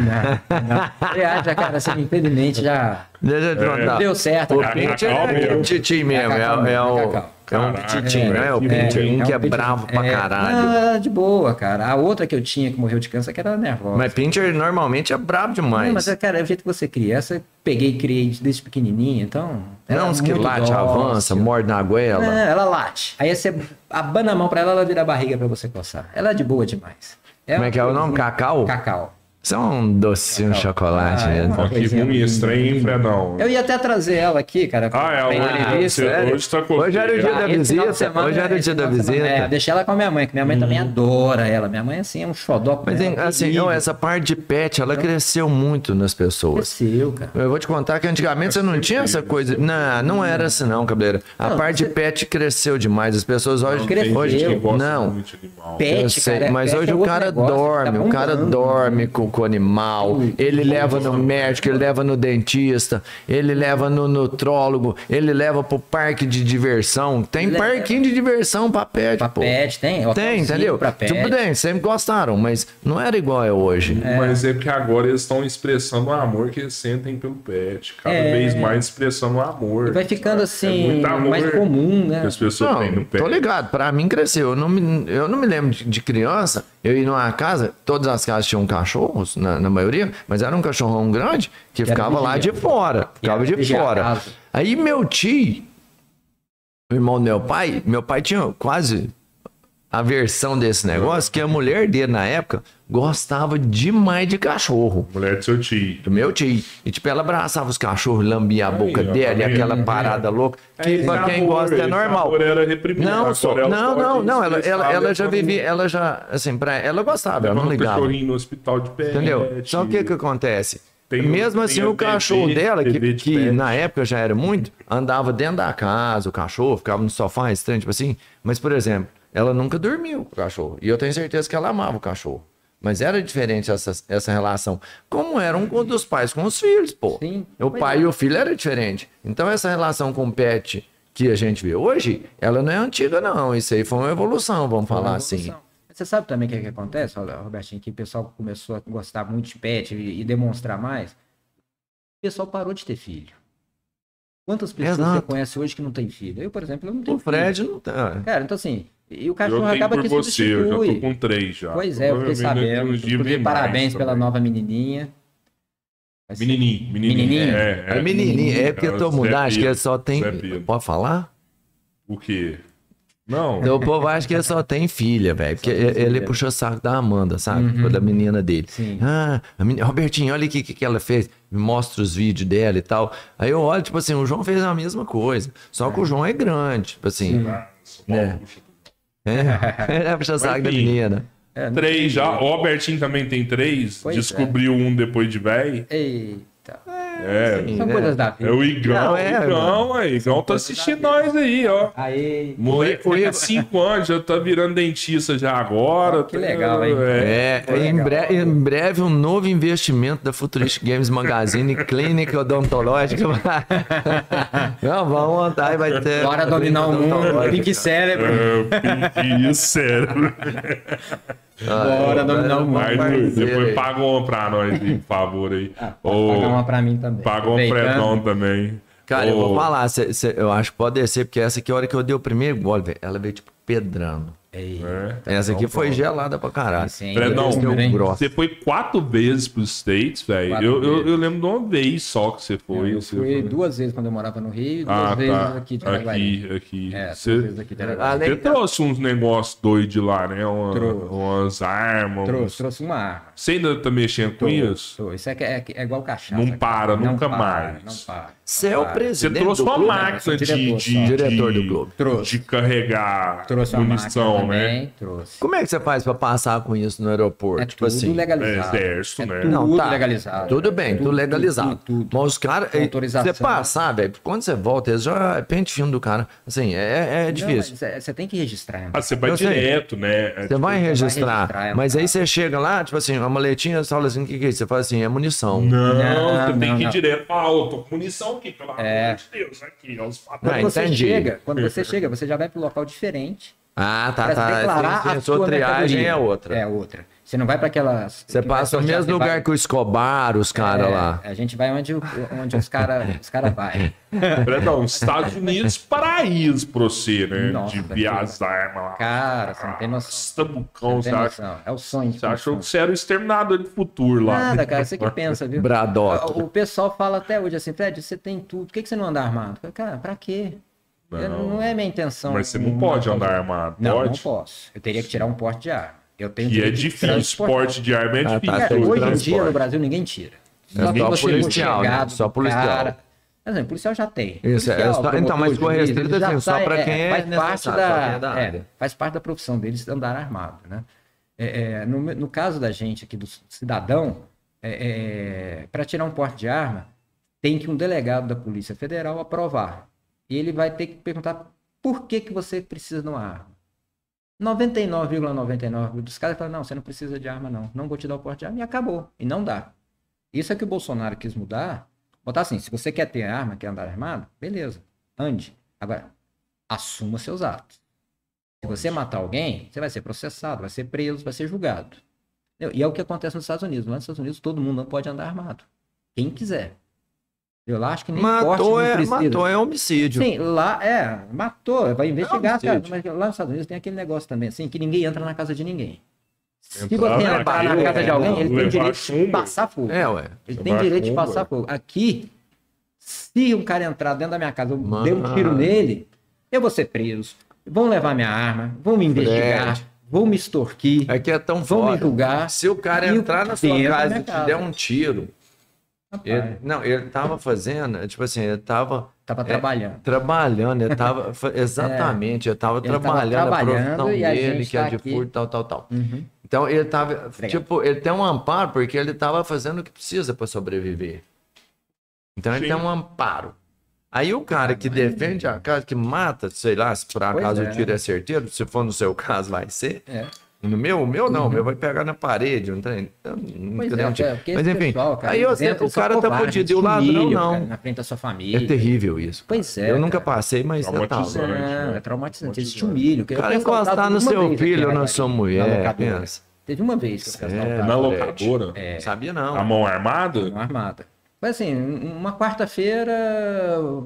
Speaker 3: não, não. Eu acho, cara, assim, infelizmente já
Speaker 2: Deixa
Speaker 1: É,
Speaker 2: eu te contar.
Speaker 3: deu certo.
Speaker 2: O
Speaker 1: Cara,
Speaker 2: Pint
Speaker 1: Cacau
Speaker 2: é
Speaker 1: mesmo.
Speaker 2: um titi mesmo, é,
Speaker 3: Cacau
Speaker 2: é,
Speaker 3: mesmo,
Speaker 2: o,
Speaker 3: Cacau.
Speaker 2: é um
Speaker 1: Caraca,
Speaker 2: pititim, não é? O
Speaker 1: que
Speaker 2: Pint,
Speaker 1: bom.
Speaker 2: um que é
Speaker 3: um pedido-
Speaker 2: bravo pra
Speaker 3: é,
Speaker 2: caralho.
Speaker 3: não, de boa, cara. A outra que eu tinha que morreu de câncer, que era nervosa.
Speaker 2: Mas Pinter normalmente é brabo demais.
Speaker 3: Não, mas, cara, é o jeito que você cria. Essa eu peguei e criei desde pequenininha, então... era
Speaker 2: não, é uns que
Speaker 3: muito
Speaker 2: late, avança,
Speaker 3: dócil. É,
Speaker 2: morde na
Speaker 3: Não,
Speaker 2: goela.
Speaker 3: ela late. Aí você abana a mão pra ela, ela vira a barriga pra você coçar. Ela é de boa demais.
Speaker 2: Como é que é o nome?
Speaker 3: uma coisinha-
Speaker 2: Cacau?
Speaker 3: um Cacau.
Speaker 2: Isso é um docinho de
Speaker 3: Cacau.
Speaker 2: chocolate.
Speaker 3: Ah, é
Speaker 2: né?
Speaker 3: uma-
Speaker 1: Ó, que
Speaker 3: Coisinha
Speaker 1: ruim
Speaker 3: linda.
Speaker 1: estranho, hein, Fredão?
Speaker 3: Eu ia até trazer ela aqui, cara.
Speaker 1: Ah, é,
Speaker 3: pra
Speaker 1: hoje-
Speaker 3: entrevista,
Speaker 1: você-
Speaker 3: é.
Speaker 1: hoje tá com
Speaker 2: Hoje era o dia da
Speaker 3: Ah, esse final de
Speaker 2: visita.
Speaker 3: semana,
Speaker 2: Hoje era o
Speaker 3: esse
Speaker 2: dia da
Speaker 3: final de semana. É,
Speaker 2: visita. Hum.
Speaker 3: deixa ela com a minha mãe, que minha mãe também adora ela. Minha mãe, assim, é um xodó. com
Speaker 2: Mas
Speaker 3: ela,
Speaker 2: hein, assim,
Speaker 3: terrível.
Speaker 2: ó, essa parte de pet, ela
Speaker 1: Então
Speaker 2: cresceu muito nas pessoas.
Speaker 3: Cresceu, é cara.
Speaker 2: Eu vou te contar que antigamente você não tinha
Speaker 1: é
Speaker 2: essa coisa. Não,
Speaker 1: Hum.
Speaker 2: não era assim não, cabeleira. A
Speaker 3: Não,
Speaker 2: parte de
Speaker 3: você-
Speaker 2: pet cresceu demais. As pessoas hoje...
Speaker 3: cresceu.
Speaker 1: Tem gente que
Speaker 2: hoje
Speaker 1: gosta
Speaker 2: não,
Speaker 1: muito de animal.
Speaker 2: Eu
Speaker 3: Pet,
Speaker 2: sei,
Speaker 3: cara,
Speaker 2: mas
Speaker 3: pet
Speaker 2: hoje
Speaker 3: é
Speaker 2: o
Speaker 3: outro
Speaker 2: cara
Speaker 3: negócio que
Speaker 2: dorme,
Speaker 3: tá
Speaker 2: o cara
Speaker 3: bombando.
Speaker 2: dorme com, com o animal, ele leva no médico, ele leva no dentista, ele leva no nutrólogo, ele leva pro parque de diversão. Tem
Speaker 3: Leva.
Speaker 2: parquinho de diversão pra pet,
Speaker 3: Pra
Speaker 2: pô.
Speaker 3: pet, tem?
Speaker 2: Tem,
Speaker 3: hotelzinho
Speaker 2: entendeu?
Speaker 3: Pra pet.
Speaker 2: Tudo bem, sempre gostaram, mas não era igual é hoje.
Speaker 1: Mas é porque agora eles estão expressando o amor que eles sentem pelo pet. Cada
Speaker 3: É.
Speaker 1: vez mais expressando o amor.
Speaker 3: Vai ficando,
Speaker 1: É
Speaker 3: assim,
Speaker 1: muito amor
Speaker 3: mais comum, né?
Speaker 1: Que as pessoas têm
Speaker 2: Não,
Speaker 1: no pet.
Speaker 2: tô ligado, pra mim cresceu. Eu não me, eu não me lembro de, de criança, eu ir numa casa, todas as casas tinham cachorros, na, na maioria, mas era um cachorrão grande que
Speaker 3: era
Speaker 2: ficava lá de
Speaker 3: vigiado.
Speaker 2: fora. Ficava
Speaker 3: era
Speaker 2: de
Speaker 3: vigiado.
Speaker 2: fora. Aí meu tio, o irmão do meu pai, meu pai tinha quase a versão desse negócio, que a mulher dele na época gostava demais de cachorro.
Speaker 1: Mulher do seu tio.
Speaker 2: Do meu tio. E tipo, ela abraçava os cachorros, lambia a boca
Speaker 1: ó,
Speaker 2: dele,
Speaker 1: tá vendo?
Speaker 2: aquela parada louca. Que
Speaker 1: Esse
Speaker 2: pra quem
Speaker 1: amor,
Speaker 2: gosta é
Speaker 1: esse
Speaker 2: normal.
Speaker 1: amor era reprimido,
Speaker 2: Não,
Speaker 1: agora é
Speaker 2: só,
Speaker 1: ela
Speaker 2: não,
Speaker 1: pode
Speaker 2: não, não. Ela, ela,
Speaker 1: expressar
Speaker 2: ela já
Speaker 1: dessa
Speaker 2: vivia,
Speaker 1: maneira.
Speaker 2: ela já, assim, pra ela gostava, ela
Speaker 1: Levava
Speaker 2: não
Speaker 1: o
Speaker 2: ligava.
Speaker 1: cachorrinho no hospital de pé.
Speaker 2: Entendeu? Só que o que acontece?
Speaker 1: É, Tem o-
Speaker 2: Mesmo
Speaker 1: tem um
Speaker 2: assim,
Speaker 1: a
Speaker 2: o
Speaker 1: TV,
Speaker 2: cachorro dela, que,
Speaker 1: TV de
Speaker 2: que
Speaker 1: pet.
Speaker 2: na época já era muito, andava dentro da casa, o cachorro ficava no sofá, estranho, tipo assim. Mas, por exemplo, ela nunca dormiu com o cachorro. E eu tenho certeza que ela amava o cachorro. Mas era diferente essa, essa relação. Como era um dos pais com os filhos, pô.
Speaker 3: Sim.
Speaker 2: o
Speaker 3: Pois é.
Speaker 2: pai e o filho era diferente. Então, essa relação com o pet que a gente vê hoje, ela não é antiga, não. Isso aí foi uma evolução, vamos falar assim.
Speaker 3: evolução. Você sabe também o que, que acontece, olha, Robertinho, que o pessoal começou a gostar muito de pet e, e demonstrar mais. O pessoal parou de ter filho. Quantas pessoas
Speaker 2: Exato.
Speaker 3: você conhece hoje que não tem filho? Eu, por exemplo, eu não tenho
Speaker 2: O Fred não tá.
Speaker 3: filho. Cara, então assim, e o
Speaker 1: Eu
Speaker 3: cachorro
Speaker 1: tenho
Speaker 3: acaba
Speaker 1: por
Speaker 3: que
Speaker 1: você, eu já tô
Speaker 3: substitui.
Speaker 1: com três já.
Speaker 3: Pois é, eu fiquei
Speaker 1: Provavelmente daqui
Speaker 3: sabendo.
Speaker 1: uns dias
Speaker 3: Inclusive,
Speaker 1: vem mais
Speaker 3: parabéns pela
Speaker 1: também.
Speaker 3: nova menininha. Assim,
Speaker 1: Menininho, menininho.
Speaker 3: Menininho?
Speaker 1: É,
Speaker 2: É menininho, é porque todo mundo acha que ele só tem.
Speaker 1: Pode...
Speaker 2: Pode falar? Então,
Speaker 1: O quê? Não.
Speaker 2: O povo acha que ele só tem filha, Uhum. velho. Porque ele, ele puxou o saco da Amanda, sabe? Da menina dele.
Speaker 3: Sim.
Speaker 2: Ah, a menina, Robertinho, olha o que, que ela fez. Me mostra os vídeos dela e tal. Aí eu olho, tipo assim, o João fez a mesma coisa. Só que o João é grande, tipo assim.
Speaker 1: Né?
Speaker 2: É, *laughs* ele puxa o saco da
Speaker 1: enfim.
Speaker 2: menina.
Speaker 3: é, não-
Speaker 1: Três já. O Albertinho também tem três.
Speaker 3: Pois é.
Speaker 1: Descobriu um depois de velho.
Speaker 3: Eita.
Speaker 1: É.
Speaker 2: sim.
Speaker 3: São
Speaker 2: né?
Speaker 3: coisas da
Speaker 1: É
Speaker 3: vida.
Speaker 1: o Igão.
Speaker 2: Não, é,
Speaker 1: Igão, aí. Igão tá assistindo nós aí, ó.
Speaker 3: Aí.
Speaker 1: Moleque
Speaker 2: Oi,
Speaker 1: tem 5 anos, já tá virando dentista já agora.
Speaker 3: Ah, Que
Speaker 1: tá-
Speaker 3: legal, hein?
Speaker 1: É.
Speaker 2: É, em, breve, em breve um novo investimento da Futurist Games Magazine *laughs* Clínica Odontológica. *laughs* Não, vamos montar e vai ter.
Speaker 3: Bora dominar o mundo.
Speaker 2: odontológica.
Speaker 3: Pink cérebro.
Speaker 1: É, eu pedi
Speaker 3: *laughs*
Speaker 1: sério.
Speaker 3: Bora dominar o mundo.
Speaker 1: Mas, Arthur,
Speaker 2: parceiro
Speaker 1: depois
Speaker 2: aí.
Speaker 1: paga uma pra nós, aí, por favor, aí. Ou
Speaker 3: Ah, Paga uma pra mim também.
Speaker 1: paga um
Speaker 3: Aproveitando.
Speaker 1: pretão também.
Speaker 2: Cara, eu
Speaker 1: Ou-
Speaker 2: vou falar, cê- cê- eu acho que pode descer, porque essa aqui, a hora que eu dei o primeiro gole, velho, ela veio tipo pedrando.
Speaker 1: É.
Speaker 2: essa aqui foi gelada pra caralho.
Speaker 3: Sim,
Speaker 1: Fredão,
Speaker 3: Deus deu
Speaker 2: Deu
Speaker 3: bem.
Speaker 2: grossa.
Speaker 1: Você foi quatro vezes pros States, velho.
Speaker 3: Quatro
Speaker 1: Eu, eu,
Speaker 3: vezes.
Speaker 1: eu lembro de uma vez só que você foi.
Speaker 3: Eu
Speaker 1: você
Speaker 3: fui
Speaker 1: foi.
Speaker 3: duas vezes quando eu morava no Rio e duas
Speaker 1: Ah,
Speaker 3: vezes
Speaker 1: tá.
Speaker 3: aqui de Araguari.
Speaker 1: aqui, aqui.
Speaker 3: É, duas
Speaker 1: Você
Speaker 3: vezes aqui de
Speaker 2: Ah,
Speaker 3: Araguari.
Speaker 1: você
Speaker 2: nem-
Speaker 1: trouxe uns negócios doidos de lá, né? Uma-
Speaker 3: Trouxe.
Speaker 1: Umas armas.
Speaker 3: Trouxe,
Speaker 1: uns-
Speaker 3: trouxe uma arma.
Speaker 1: Você ainda tá mexendo com isso?
Speaker 3: Trouxe. Isso é, que- é, que- é igual cachaça.
Speaker 1: Não
Speaker 3: cara.
Speaker 1: para,
Speaker 3: Não
Speaker 1: nunca
Speaker 3: para,
Speaker 1: mais.
Speaker 3: Não para.
Speaker 2: Você é o
Speaker 1: Você
Speaker 2: presidente
Speaker 1: trouxe
Speaker 2: do
Speaker 1: uma
Speaker 2: clube, né?
Speaker 1: máquina de,
Speaker 3: Diretor
Speaker 1: de,
Speaker 3: só.
Speaker 2: Diretor
Speaker 1: de-
Speaker 2: do Globo.
Speaker 1: de
Speaker 3: Trouxe.
Speaker 1: carregar
Speaker 3: Trouxe uma
Speaker 1: munição,
Speaker 3: máquina
Speaker 1: né?
Speaker 3: também, Trouxe.
Speaker 2: Como é que você faz pra passar com isso no aeroporto?
Speaker 3: É
Speaker 2: tipo
Speaker 3: tudo
Speaker 2: assim.
Speaker 3: legalizado.
Speaker 1: É exército,
Speaker 3: É
Speaker 1: né?
Speaker 3: tudo
Speaker 2: Não, tá.
Speaker 3: legalizado. É
Speaker 2: Tudo bem, tudo legalizado.
Speaker 3: Tudo, tudo, tudo.
Speaker 2: Mas os caras.
Speaker 3: Com autorização. né?
Speaker 2: Você passar, velho, quando você volta, eles já é pente fino do cara. Assim, é, é
Speaker 3: Não,
Speaker 2: difícil.
Speaker 3: mas é- Você tem que registrar. né?
Speaker 1: Ah, você vai
Speaker 2: Eu sei.
Speaker 1: direto, né? É,
Speaker 2: Você
Speaker 1: tipo,
Speaker 2: vai registrar,
Speaker 3: registrar, é,
Speaker 2: mas
Speaker 3: tá.
Speaker 2: aí você chega lá, tipo assim, uma maletinha, você fala assim, o que, que é isso? Você fala assim, é munição.
Speaker 1: Não,
Speaker 3: Não,
Speaker 1: você tem
Speaker 3: não,
Speaker 1: que ir
Speaker 3: não.
Speaker 1: direto. Ah, eu tô com munição aqui, pelo
Speaker 3: É.
Speaker 1: amor de Deus. Aqui, ó, os
Speaker 2: Não,
Speaker 1: papéis.
Speaker 3: Quando você
Speaker 2: entendi.
Speaker 3: chega, quando você chega, você já vai para um local diferente
Speaker 2: Ah, tá,
Speaker 3: para
Speaker 2: tá.
Speaker 3: declarar
Speaker 2: Tem- tem
Speaker 3: a
Speaker 2: sua
Speaker 3: sua
Speaker 2: triagem
Speaker 3: mercadoria.
Speaker 2: é outra.
Speaker 3: É outra. Você não vai para aquelas.
Speaker 2: Você
Speaker 3: que
Speaker 2: passa
Speaker 3: vai
Speaker 2: no mesmo
Speaker 3: sortear,
Speaker 2: lugar
Speaker 3: você vai-
Speaker 2: que o Escobar, os caras
Speaker 3: É,
Speaker 2: lá.
Speaker 3: A gente vai onde, o- onde os caras os cara vai.
Speaker 1: Não, Estados Unidos, *laughs* paraíso pra você, né?
Speaker 3: Nossa,
Speaker 1: de
Speaker 3: velho.
Speaker 1: viajar, mano.
Speaker 3: Cara, você não tem noção.
Speaker 1: Estabucão,
Speaker 3: Não
Speaker 1: você
Speaker 3: tem
Speaker 1: acha?
Speaker 3: noção. É o sonho.
Speaker 1: Você achou que você era o exterminador do futuro lá.
Speaker 3: Nada, cara. Você que pensa, viu? Ah,
Speaker 2: Bradock.
Speaker 3: O pessoal fala até hoje assim, Fred, você tem tudo. Por que que você não anda armado? Eu falo, Cara, pra quê? Eu- Não,
Speaker 1: Não.
Speaker 3: é minha intenção.
Speaker 1: Mas você não pode andar armado,
Speaker 3: Não,
Speaker 1: pode?
Speaker 3: não posso. Eu teria que tirar um porte de arma. Eu tenho
Speaker 1: E é
Speaker 3: direito de
Speaker 1: difícil,
Speaker 3: transportar.
Speaker 1: esporte de arma é
Speaker 2: Ah, tá,
Speaker 1: difícil.
Speaker 2: tá,
Speaker 3: Cara,
Speaker 2: Tudo,
Speaker 3: hoje em
Speaker 2: transporte. É,
Speaker 3: dia no Brasil ninguém tira.
Speaker 2: Só
Speaker 3: tem você
Speaker 2: policial, né?
Speaker 3: chegado
Speaker 2: Só
Speaker 3: do
Speaker 2: policial.
Speaker 3: Mas, assim, policial já tem.
Speaker 2: Isso, é,
Speaker 3: Policial,
Speaker 2: só-
Speaker 3: promotor,
Speaker 2: então, mas
Speaker 3: juiz,
Speaker 2: com a restrita,
Speaker 3: ele já
Speaker 2: assim, só
Speaker 3: tá-
Speaker 2: pra quem é
Speaker 3: faz parte
Speaker 2: necessário, só quem é da
Speaker 3: da, é,
Speaker 2: área.
Speaker 3: faz parte da profissão deles andar armado, né? É, é, no, no caso da gente aqui do cidadão, para tirar um porte de arma, tem que um delegado da Polícia Federal aprovar. E ele vai ter que perguntar por que, que você precisa de uma arma. 99,99% dos caras falam, não, você não precisa de arma não, não vou te dar o porte de arma e acabou. E não dá. Isso é que o Bolsonaro quis mudar, botar assim, se você quer ter arma, quer andar armado, beleza, ande. Agora, assuma seus atos. Se você matar alguém, você vai ser processado, vai ser preso, vai ser julgado. Entendeu? E é o que acontece nos Estados Unidos. Lá nos Estados Unidos todo mundo pode andar armado. Quem quiser. Eu acho que nem porte
Speaker 2: Matou
Speaker 3: não
Speaker 2: é,
Speaker 3: precisa.
Speaker 2: matou é homicídio.
Speaker 3: Sim, lá é, matou, vai investigar,
Speaker 2: homicídio.
Speaker 3: cara. Mas lá nos Estados Unidos tem aquele negócio também, assim, que ninguém entra na casa de ninguém. Se
Speaker 1: Entrar
Speaker 3: você
Speaker 1: na
Speaker 3: entrar na
Speaker 1: casa-
Speaker 3: casa de alguém, ele tem
Speaker 1: né? levar
Speaker 3: direito de
Speaker 1: chumbo.
Speaker 3: passar fogo.
Speaker 2: É, ué.
Speaker 3: Ele tem
Speaker 1: levar
Speaker 3: direito de
Speaker 1: chumbo,
Speaker 3: passar
Speaker 1: é.
Speaker 3: fogo. Aqui, se um cara entrar dentro da minha casa, eu
Speaker 2: Mano.
Speaker 3: dei um tiro nele, eu vou ser preso. Vão levar minha arma, vão me investigar,
Speaker 2: Fred.
Speaker 3: vão me extorquir,
Speaker 2: Aqui é tão
Speaker 3: vão me
Speaker 2: foda.
Speaker 3: julgar.
Speaker 2: Se o cara
Speaker 3: E o- é
Speaker 2: entrar na sua
Speaker 3: dentro da
Speaker 2: casa e
Speaker 3: minha
Speaker 2: te
Speaker 3: casa.
Speaker 2: der um tiro, ele-
Speaker 3: Rapaz,
Speaker 2: não, ele tava fazendo, é, tipo assim, ele tava
Speaker 3: tava
Speaker 2: É,
Speaker 3: trabalhando.
Speaker 2: trabalhando, ele
Speaker 3: *laughs*
Speaker 2: tava, fa- exatamente, ele tava
Speaker 3: É. Ele tava
Speaker 2: trabalhando,
Speaker 3: trabalhando
Speaker 2: a profissão
Speaker 3: e a gente
Speaker 2: dele, que é
Speaker 3: tá
Speaker 2: de
Speaker 3: aqui.
Speaker 2: furto, tal, tal, tal.
Speaker 3: Uhum.
Speaker 2: Então ele tava, tipo, ele tem um amparo porque ele tava fazendo o que precisa para sobreviver. Então ele
Speaker 1: Sim.
Speaker 2: tem um amparo. Aí o cara que defende a casa, que mata, sei lá, se por
Speaker 3: Pois
Speaker 2: acaso
Speaker 3: é.
Speaker 2: o tiro é certeiro, se for no seu *laughs* caso vai ser.
Speaker 3: É.
Speaker 2: No meu, o meu não, o meu vai pegar na parede, não tem, não
Speaker 3: Uhum. Pois
Speaker 2: tem
Speaker 3: é,
Speaker 2: um tiro.
Speaker 3: cara, porque esse
Speaker 2: Mas enfim,
Speaker 3: pessoal, cara,
Speaker 2: aí
Speaker 3: eles
Speaker 2: você-
Speaker 3: entram,
Speaker 2: o
Speaker 3: eles são
Speaker 2: cara tá
Speaker 3: covardes,
Speaker 2: fudido e o ladrão
Speaker 3: humilham,
Speaker 2: não.
Speaker 3: cara, na frente da sua família.
Speaker 2: É terrível isso.
Speaker 3: Pois é,
Speaker 2: Eu nunca
Speaker 3: cara.
Speaker 2: passei, mas é tal.
Speaker 1: Traumatizante.
Speaker 3: Não, é traumatizante. Eles te humilham.
Speaker 2: O cara encostar no seu filho ou na sua mulher, pensa. É.
Speaker 3: Teve uma vez que eu fui
Speaker 2: Sério?
Speaker 3: assaltado.
Speaker 1: tá Na
Speaker 2: Fred.
Speaker 1: locadora,
Speaker 3: É.
Speaker 2: Não sabia não.
Speaker 1: a mão armada,
Speaker 3: Uma armada. Foi assim, um- uma quarta-feira,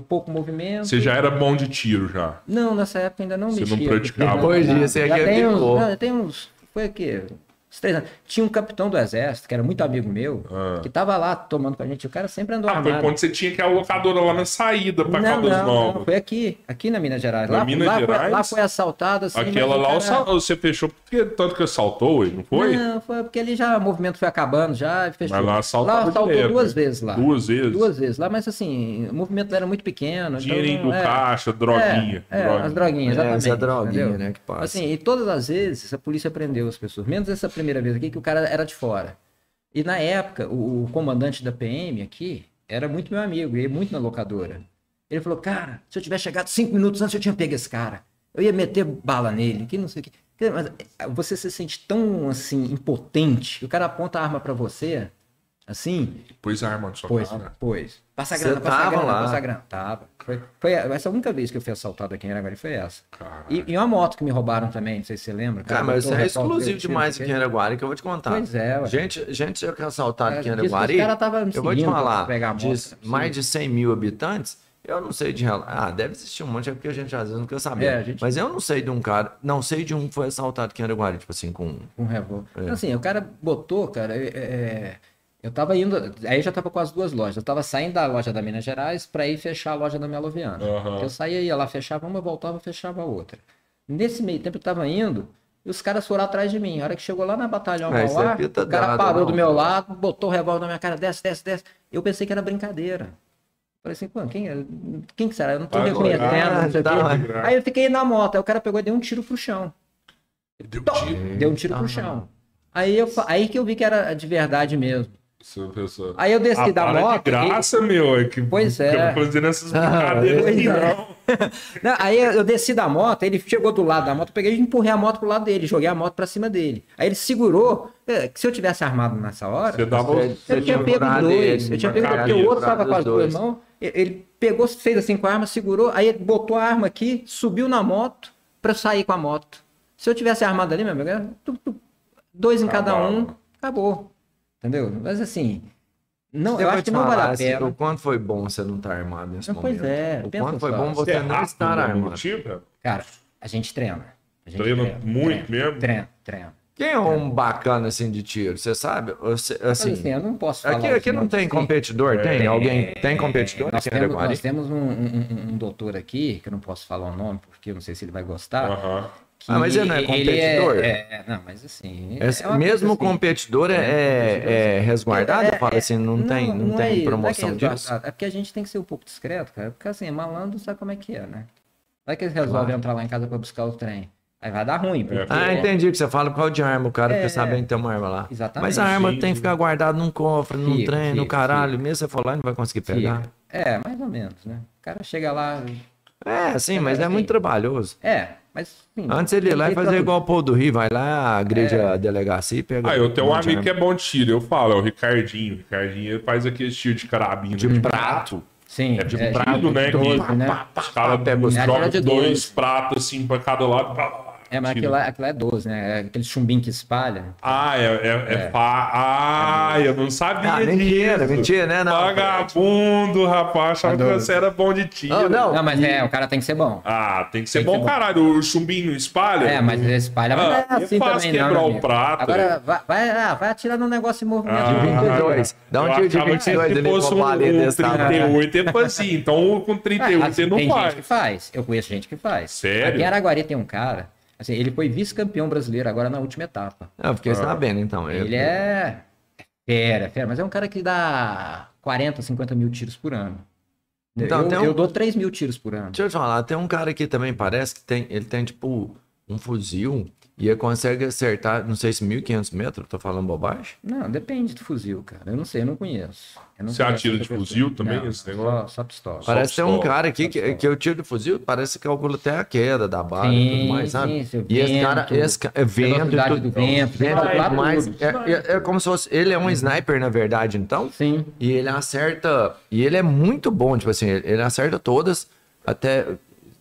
Speaker 3: pouco movimento.
Speaker 1: você já era bom de tiro já.
Speaker 3: Não, nessa época ainda não
Speaker 1: Você
Speaker 3: mexia.
Speaker 1: não praticava.
Speaker 2: Depois disso, é
Speaker 3: já
Speaker 2: que
Speaker 3: tem uns,
Speaker 2: ficou.
Speaker 3: não, tem uns, foi o quê? uns três anos. Tinha um capitão do exército, que era muito amigo meu, que tava lá tomando com a gente. O cara sempre andou
Speaker 1: Ah, foi
Speaker 3: armado.
Speaker 1: quando você tinha que ir à locadora lá na saída pra
Speaker 3: Não,
Speaker 1: Caldas
Speaker 3: não,
Speaker 1: Novas.
Speaker 3: não, foi aqui, aqui na Minas Gerais.
Speaker 1: Na
Speaker 3: lá,
Speaker 1: Minas
Speaker 3: lá, Foi,
Speaker 1: Gerais?
Speaker 3: lá foi assaltado. Assim,
Speaker 1: Aquela
Speaker 3: mas o
Speaker 1: lá
Speaker 3: cara-
Speaker 1: o sal- você fechou porque tanto que assaltou, ué, não foi?
Speaker 3: Não, foi porque ele já, o movimento foi acabando já, e fechou.
Speaker 1: Mas lá assaltava
Speaker 3: assaltou
Speaker 1: direto,
Speaker 3: duas
Speaker 1: né?
Speaker 3: vezes lá.
Speaker 1: Duas vezes.
Speaker 3: Duas vezes lá, mas assim, o movimento era muito pequeno.
Speaker 1: Dinheirinho
Speaker 3: então,
Speaker 1: do
Speaker 3: é,
Speaker 1: caixa, droguinha.
Speaker 3: É, é, as droguinhas,
Speaker 2: É,
Speaker 3: exatamente.
Speaker 2: essa droguinha,
Speaker 3: entendeu?
Speaker 2: né, que passa.
Speaker 3: Assim, e todas as vezes a polícia prendeu as pessoas, menos essa primeira vez aqui que o cara era de fora. E na época, o, o comandante da PM aqui era muito meu amigo, e muito na locadora. Ele falou, cara, se eu tivesse chegado cinco minutos antes, eu tinha pego esse cara. Eu ia meter bala nele, que não sei o que. Mas eh, você se sente tão, assim, impotente. O cara aponta a arma pra você, assim,
Speaker 1: Pois é, mano, só
Speaker 3: Pois,
Speaker 2: né?
Speaker 1: cara.
Speaker 3: pois. Passa a
Speaker 2: Você
Speaker 3: grana, passa a
Speaker 2: tava
Speaker 3: grana,
Speaker 2: lá.
Speaker 3: passa a grana. Tava. Foi, foi essa a única vez que eu fui assaltado aqui em Araguari foi essa.
Speaker 1: Caralho.
Speaker 3: E, e uma moto que me roubaram também, não sei se você lembra.
Speaker 2: Cara,
Speaker 3: botou
Speaker 2: mas isso
Speaker 3: um
Speaker 2: é
Speaker 3: revólver,
Speaker 2: exclusivo
Speaker 3: tiro,
Speaker 2: demais
Speaker 3: não
Speaker 2: aqui
Speaker 3: sei
Speaker 2: em
Speaker 3: o quê.
Speaker 2: Araguari, que eu vou te contar.
Speaker 3: Pois é, ué.
Speaker 2: Gente, gente já que é assaltado
Speaker 3: É,
Speaker 2: aqui em
Speaker 3: diz que os
Speaker 2: Araguari,
Speaker 3: cara tava me
Speaker 2: eu vou te
Speaker 3: seguindo pra
Speaker 2: falar,
Speaker 3: pegar a moto,
Speaker 2: de
Speaker 3: não é possível.
Speaker 2: mais de 100 mil habitantes, eu não sei de... rela- Ah, deve existir um monte, é porque a gente às vezes não quer saber.
Speaker 3: É, a gente-
Speaker 2: Mas eu não sei de um cara, não sei de um que foi assaltado aqui em Araguari, tipo assim, com...
Speaker 3: Um revólver. Então, assim, o cara botou, cara. é, é, eu tava indo. Aí eu já tava com as duas lojas. Eu tava saindo da loja da Minas Gerais pra ir fechar a loja da Meloviana.
Speaker 2: É.
Speaker 1: Aham.
Speaker 3: Então, Eu saía, ia lá, fechava uma, voltava, fechava a outra. Nesse meio tempo eu tava indo. E os caras foram atrás de mim. A hora que chegou lá na Batalhão
Speaker 2: Ah, isso
Speaker 3: Mauá,
Speaker 2: é fita
Speaker 3: o cara
Speaker 2: dada,
Speaker 3: parou
Speaker 2: não.
Speaker 3: do meu lado, botou o revólver na minha cara, desce, desce, desce. Eu pensei que era brincadeira. Falei assim, pô, quem, é- quem que será? Eu não tô
Speaker 1: Agora,
Speaker 3: reconhecendo, não sei o quê.
Speaker 1: é tá.
Speaker 3: Aí eu fiquei na moto, aí o cara pegou e deu um tiro pro chão.
Speaker 1: Deu
Speaker 3: Tom!
Speaker 1: tiro.
Speaker 3: Deu um tiro
Speaker 2: Ah.
Speaker 3: pro chão. Aí, eu, fa- aí que eu vi que era de verdade mesmo.
Speaker 1: Isso, pessoal.
Speaker 3: Aí eu desci
Speaker 1: Ah,
Speaker 3: da
Speaker 1: para
Speaker 3: moto.
Speaker 1: de graça, meu. É que
Speaker 3: Pois é.
Speaker 1: que eu vou fazendo essas brincadeiras
Speaker 2: pois
Speaker 1: aqui,
Speaker 3: é.
Speaker 1: não.
Speaker 3: e- *laughs* Não, aí eu desci da moto, ele chegou do lado da moto, eu peguei e empurrei a moto pro lado dele, joguei a moto pra cima dele. Aí ele segurou. é, que Se eu tivesse armado nessa hora,
Speaker 1: Você dava
Speaker 3: eu tinha pego
Speaker 2: segurado
Speaker 3: dois.
Speaker 2: ele,
Speaker 3: Eu tinha
Speaker 1: na
Speaker 3: pego porque o
Speaker 1: cabeça,
Speaker 3: outro tava com as
Speaker 2: os dois.
Speaker 3: duas mãos. e- Ele pegou, fez assim com a arma, segurou, aí ele botou a arma aqui, subiu na moto pra eu sair com a moto. Se eu tivesse armado ali, meu amigo, era tu- tu- dois em cada
Speaker 1: Acabava.
Speaker 3: um, acabou. Entendeu? Mas assim, não, eu
Speaker 2: vou
Speaker 3: acho
Speaker 2: te
Speaker 3: que não vale a
Speaker 2: falar, se-
Speaker 3: pena.
Speaker 2: O quanto foi bom você não estar armado nesse
Speaker 3: Não, pois
Speaker 2: momento.
Speaker 3: é,
Speaker 2: O
Speaker 3: pensa
Speaker 2: quanto foi
Speaker 3: só.
Speaker 2: bom você né, não estar
Speaker 3: né,
Speaker 2: armado.
Speaker 3: Cara, a gente treina. A gente
Speaker 1: Treina muito
Speaker 3: treina,
Speaker 1: mesmo?
Speaker 3: Treina, treina.
Speaker 2: Quem é um bacana assim de tiro? Você sabe? Você-
Speaker 3: Mas, assim,
Speaker 2: assim,
Speaker 3: eu não posso falar.
Speaker 2: aqui,
Speaker 3: os
Speaker 2: aqui não
Speaker 3: nomes,
Speaker 2: tem
Speaker 3: assim.
Speaker 2: competidor? Tem? Alguém tem competidor
Speaker 3: Nós
Speaker 2: aqui em
Speaker 3: temos,
Speaker 2: Araguari?
Speaker 3: nós temos um, um- um- um doutor aqui, que eu não posso falar o nome, porque eu não sei se ele vai gostar.
Speaker 1: Aham.
Speaker 3: que
Speaker 2: Ah, mas ele não é competidor?
Speaker 3: é- é- não, mas assim.
Speaker 2: Esse
Speaker 3: é uma
Speaker 2: mesmo
Speaker 3: coisa assim.
Speaker 2: competidor é, é, é resguardado?
Speaker 3: É,
Speaker 2: Fala assim, não, tem, não,
Speaker 3: é-
Speaker 2: tem
Speaker 3: é
Speaker 2: promoção
Speaker 3: que é
Speaker 2: disso?
Speaker 3: resguardado, É porque a gente tem que ser um pouco discreto, cara. Porque assim, malandro sabe como é que é, né? Vai que eles resolvem
Speaker 2: Claro.
Speaker 3: entrar lá em casa pra buscar o trem. Aí vai dar ruim. porque-
Speaker 2: Ah, entendi que você fala qual de arma, o cara
Speaker 3: É,
Speaker 2: quer saber que tem uma arma lá.
Speaker 3: exatamente.
Speaker 2: Mas a arma
Speaker 1: Sim,
Speaker 2: tem que ficar guardada num cofre, num
Speaker 3: Fica,
Speaker 2: trem, no
Speaker 3: fica,
Speaker 2: caralho. Mesmo você for lá, não vai conseguir pegar.
Speaker 3: Fica. É, mais ou menos, né? O cara chega lá.
Speaker 2: É, sim, mas é
Speaker 3: assim.
Speaker 2: muito trabalhoso.
Speaker 3: É, mas. enfim,
Speaker 2: Antes ele ir lá e
Speaker 3: tem que É.
Speaker 2: fazer
Speaker 3: tratar-
Speaker 2: igual o Paul do Rio, vai lá, agride a delegacia e pega.
Speaker 1: Ah, eu tenho um
Speaker 2: monte de
Speaker 1: amigo
Speaker 2: arma.
Speaker 1: que é bom de tiro, eu falo, é o Ricardinho. O Ricardinho ele faz aquele tiro de carabina. De prato.
Speaker 3: Sim,
Speaker 1: É de prato,
Speaker 3: de
Speaker 1: né?
Speaker 3: doze,
Speaker 1: que
Speaker 3: né?
Speaker 1: pá, pá, Os caras
Speaker 2: pega os
Speaker 1: jogam
Speaker 3: pratos de
Speaker 1: dois
Speaker 3: doze.
Speaker 1: pratos assim pra cada lado. pá, pá, pá,
Speaker 3: É, mas
Speaker 1: tira.
Speaker 3: aquilo lá, aquilo lá é 12, né? É aquele chumbinho que espalha.
Speaker 1: Ah, é, é, é pá.
Speaker 3: É
Speaker 1: Ah, eu não sabia.
Speaker 2: Ah, mentira,
Speaker 1: disso.
Speaker 2: mentira, né? Não,
Speaker 1: Vagabundo, rapaz. Achava que
Speaker 3: Adoro.
Speaker 1: você era bom de tiro.
Speaker 2: Ah, não.
Speaker 3: Não, mas é, o cara tem que ser bom.
Speaker 1: Ah, tem que ser
Speaker 3: Tem que
Speaker 1: bom,
Speaker 3: ser bom.
Speaker 1: caralho. O chumbinho não espalha.
Speaker 3: É, mas ele espalha, mas
Speaker 1: Ah,
Speaker 3: é assim
Speaker 1: eu faço
Speaker 3: também,
Speaker 1: quebrar
Speaker 3: não, meu
Speaker 1: o
Speaker 3: amigo.
Speaker 1: prato. né?
Speaker 3: Agora, vai, vai, ah, vai atirar num negócio em movimento.
Speaker 1: Ah,
Speaker 2: De 22. Dá um
Speaker 1: eu
Speaker 2: tiro de
Speaker 1: achava que
Speaker 2: 22
Speaker 1: se
Speaker 2: ali,
Speaker 1: fosse um,
Speaker 2: roubar ali
Speaker 1: um
Speaker 2: desse tamanho.
Speaker 1: 38, ele foi assim. Então com
Speaker 3: Ah,
Speaker 1: 38
Speaker 3: assim,
Speaker 1: ele não
Speaker 3: tem
Speaker 1: faz.
Speaker 3: gente que faz. Eu conheço gente que faz.
Speaker 1: Sério?
Speaker 3: Aqui em Araguari tem um cara, assim, ele foi vice-campeão brasileiro agora na última etapa.
Speaker 2: Ah, Eu fiquei sabendo, então. Eu-
Speaker 3: Ele é fera, fera, mas é um cara que dá 40, 50 mil tiros por ano.
Speaker 2: Então,
Speaker 3: eu,
Speaker 2: tem um-
Speaker 3: eu dou 3 mil tiros por ano.
Speaker 2: Deixa eu te falar, tem um cara aqui também, parece que tem, ele tem tipo um fuzil e ele consegue acertar, não sei se 1500 metros, tô falando bobagem.
Speaker 3: Não, depende do fuzil, cara. Eu não sei, eu não conheço. Eu não
Speaker 1: Você
Speaker 3: conheço
Speaker 1: atira
Speaker 3: essa
Speaker 1: de
Speaker 3: pessoa.
Speaker 1: fuzil também,
Speaker 3: Não,
Speaker 1: esse
Speaker 3: Só, só né? pistola.
Speaker 2: Parece que tem um
Speaker 1: pistola,
Speaker 2: cara aqui que, que eu tiro do fuzil, parece que calcula até a queda da bala e tudo
Speaker 3: Sim,
Speaker 2: mais, sabe?
Speaker 3: sim, seu
Speaker 2: e esse
Speaker 3: vento,
Speaker 2: cara, esse ca- é vento, e
Speaker 3: velocidade
Speaker 2: tudo,
Speaker 3: do vento,
Speaker 2: vento e
Speaker 1: vai,
Speaker 2: tudo mais.
Speaker 3: tudo. Uhum.
Speaker 2: É, é- é como se fosse, ele é um sniper na verdade, então?
Speaker 3: Sim.
Speaker 2: E ele acerta. E ele é muito bom, tipo assim, ele, ele acerta todas. Até.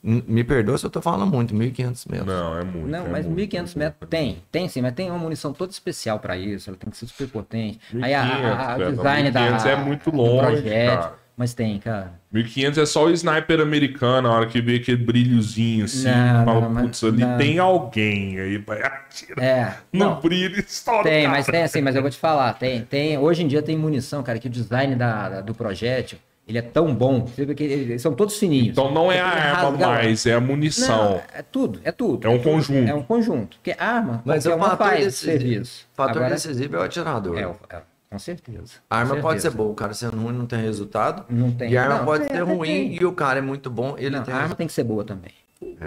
Speaker 2: n- Me perdoa se eu tô falando muito, 1500 metros.
Speaker 1: Não, é muito.
Speaker 3: Não,
Speaker 1: é
Speaker 3: mas
Speaker 1: muito.
Speaker 3: 1500 metros tem, tem sim, mas tem uma munição toda especial pra isso, ela tem que ser super potente. Aí a, a, a
Speaker 1: 1500,
Speaker 3: design da
Speaker 1: 1500 é muito
Speaker 3: do
Speaker 1: longe,
Speaker 3: projétil.
Speaker 1: cara.
Speaker 3: Mas tem, cara.
Speaker 1: 1500 é só o sniper americano, a hora que vê aquele brilhozinho assim.
Speaker 3: Não,
Speaker 1: fala,
Speaker 3: não, mas-
Speaker 1: putz, ali
Speaker 3: não.
Speaker 1: tem alguém. Aí vai atira.
Speaker 3: É.
Speaker 1: No
Speaker 3: Não,
Speaker 1: brilho, estoura. o
Speaker 3: Tem,
Speaker 1: cara.
Speaker 3: mas tem assim, mas eu vou te falar, tem, tem. Hoje em dia tem munição, cara, que o design da, da- do projétil, ele é tão bom. Você vê que ele- são todos fininhos.
Speaker 1: Então não é a
Speaker 3: Ele
Speaker 1: arma
Speaker 3: rasga-
Speaker 1: mais, é a
Speaker 3: Não,
Speaker 1: munição.
Speaker 3: é tudo, é tudo.
Speaker 1: É um
Speaker 3: tudo,
Speaker 1: conjunto.
Speaker 3: É um conjunto. Porque arma,
Speaker 2: Mas
Speaker 3: qualquer
Speaker 2: o
Speaker 3: é uma
Speaker 2: fator
Speaker 3: faz
Speaker 2: decisivo,
Speaker 3: serviço.
Speaker 2: fator
Speaker 3: Agora,
Speaker 2: decisivo é o atirador.
Speaker 3: é, o- é, com certeza.
Speaker 2: A arma
Speaker 3: com
Speaker 2: pode ser
Speaker 3: certeza.
Speaker 2: boa, o cara sendo ruim não tem resultado.
Speaker 3: Não tem.
Speaker 2: E a arma
Speaker 3: Não,
Speaker 2: pode
Speaker 3: tem-
Speaker 2: ser
Speaker 3: tem-
Speaker 2: ruim
Speaker 3: tem.
Speaker 2: e o cara é muito bom, ele
Speaker 3: Não,
Speaker 2: tem
Speaker 3: a arma
Speaker 2: resultado.
Speaker 3: tem que ser boa também.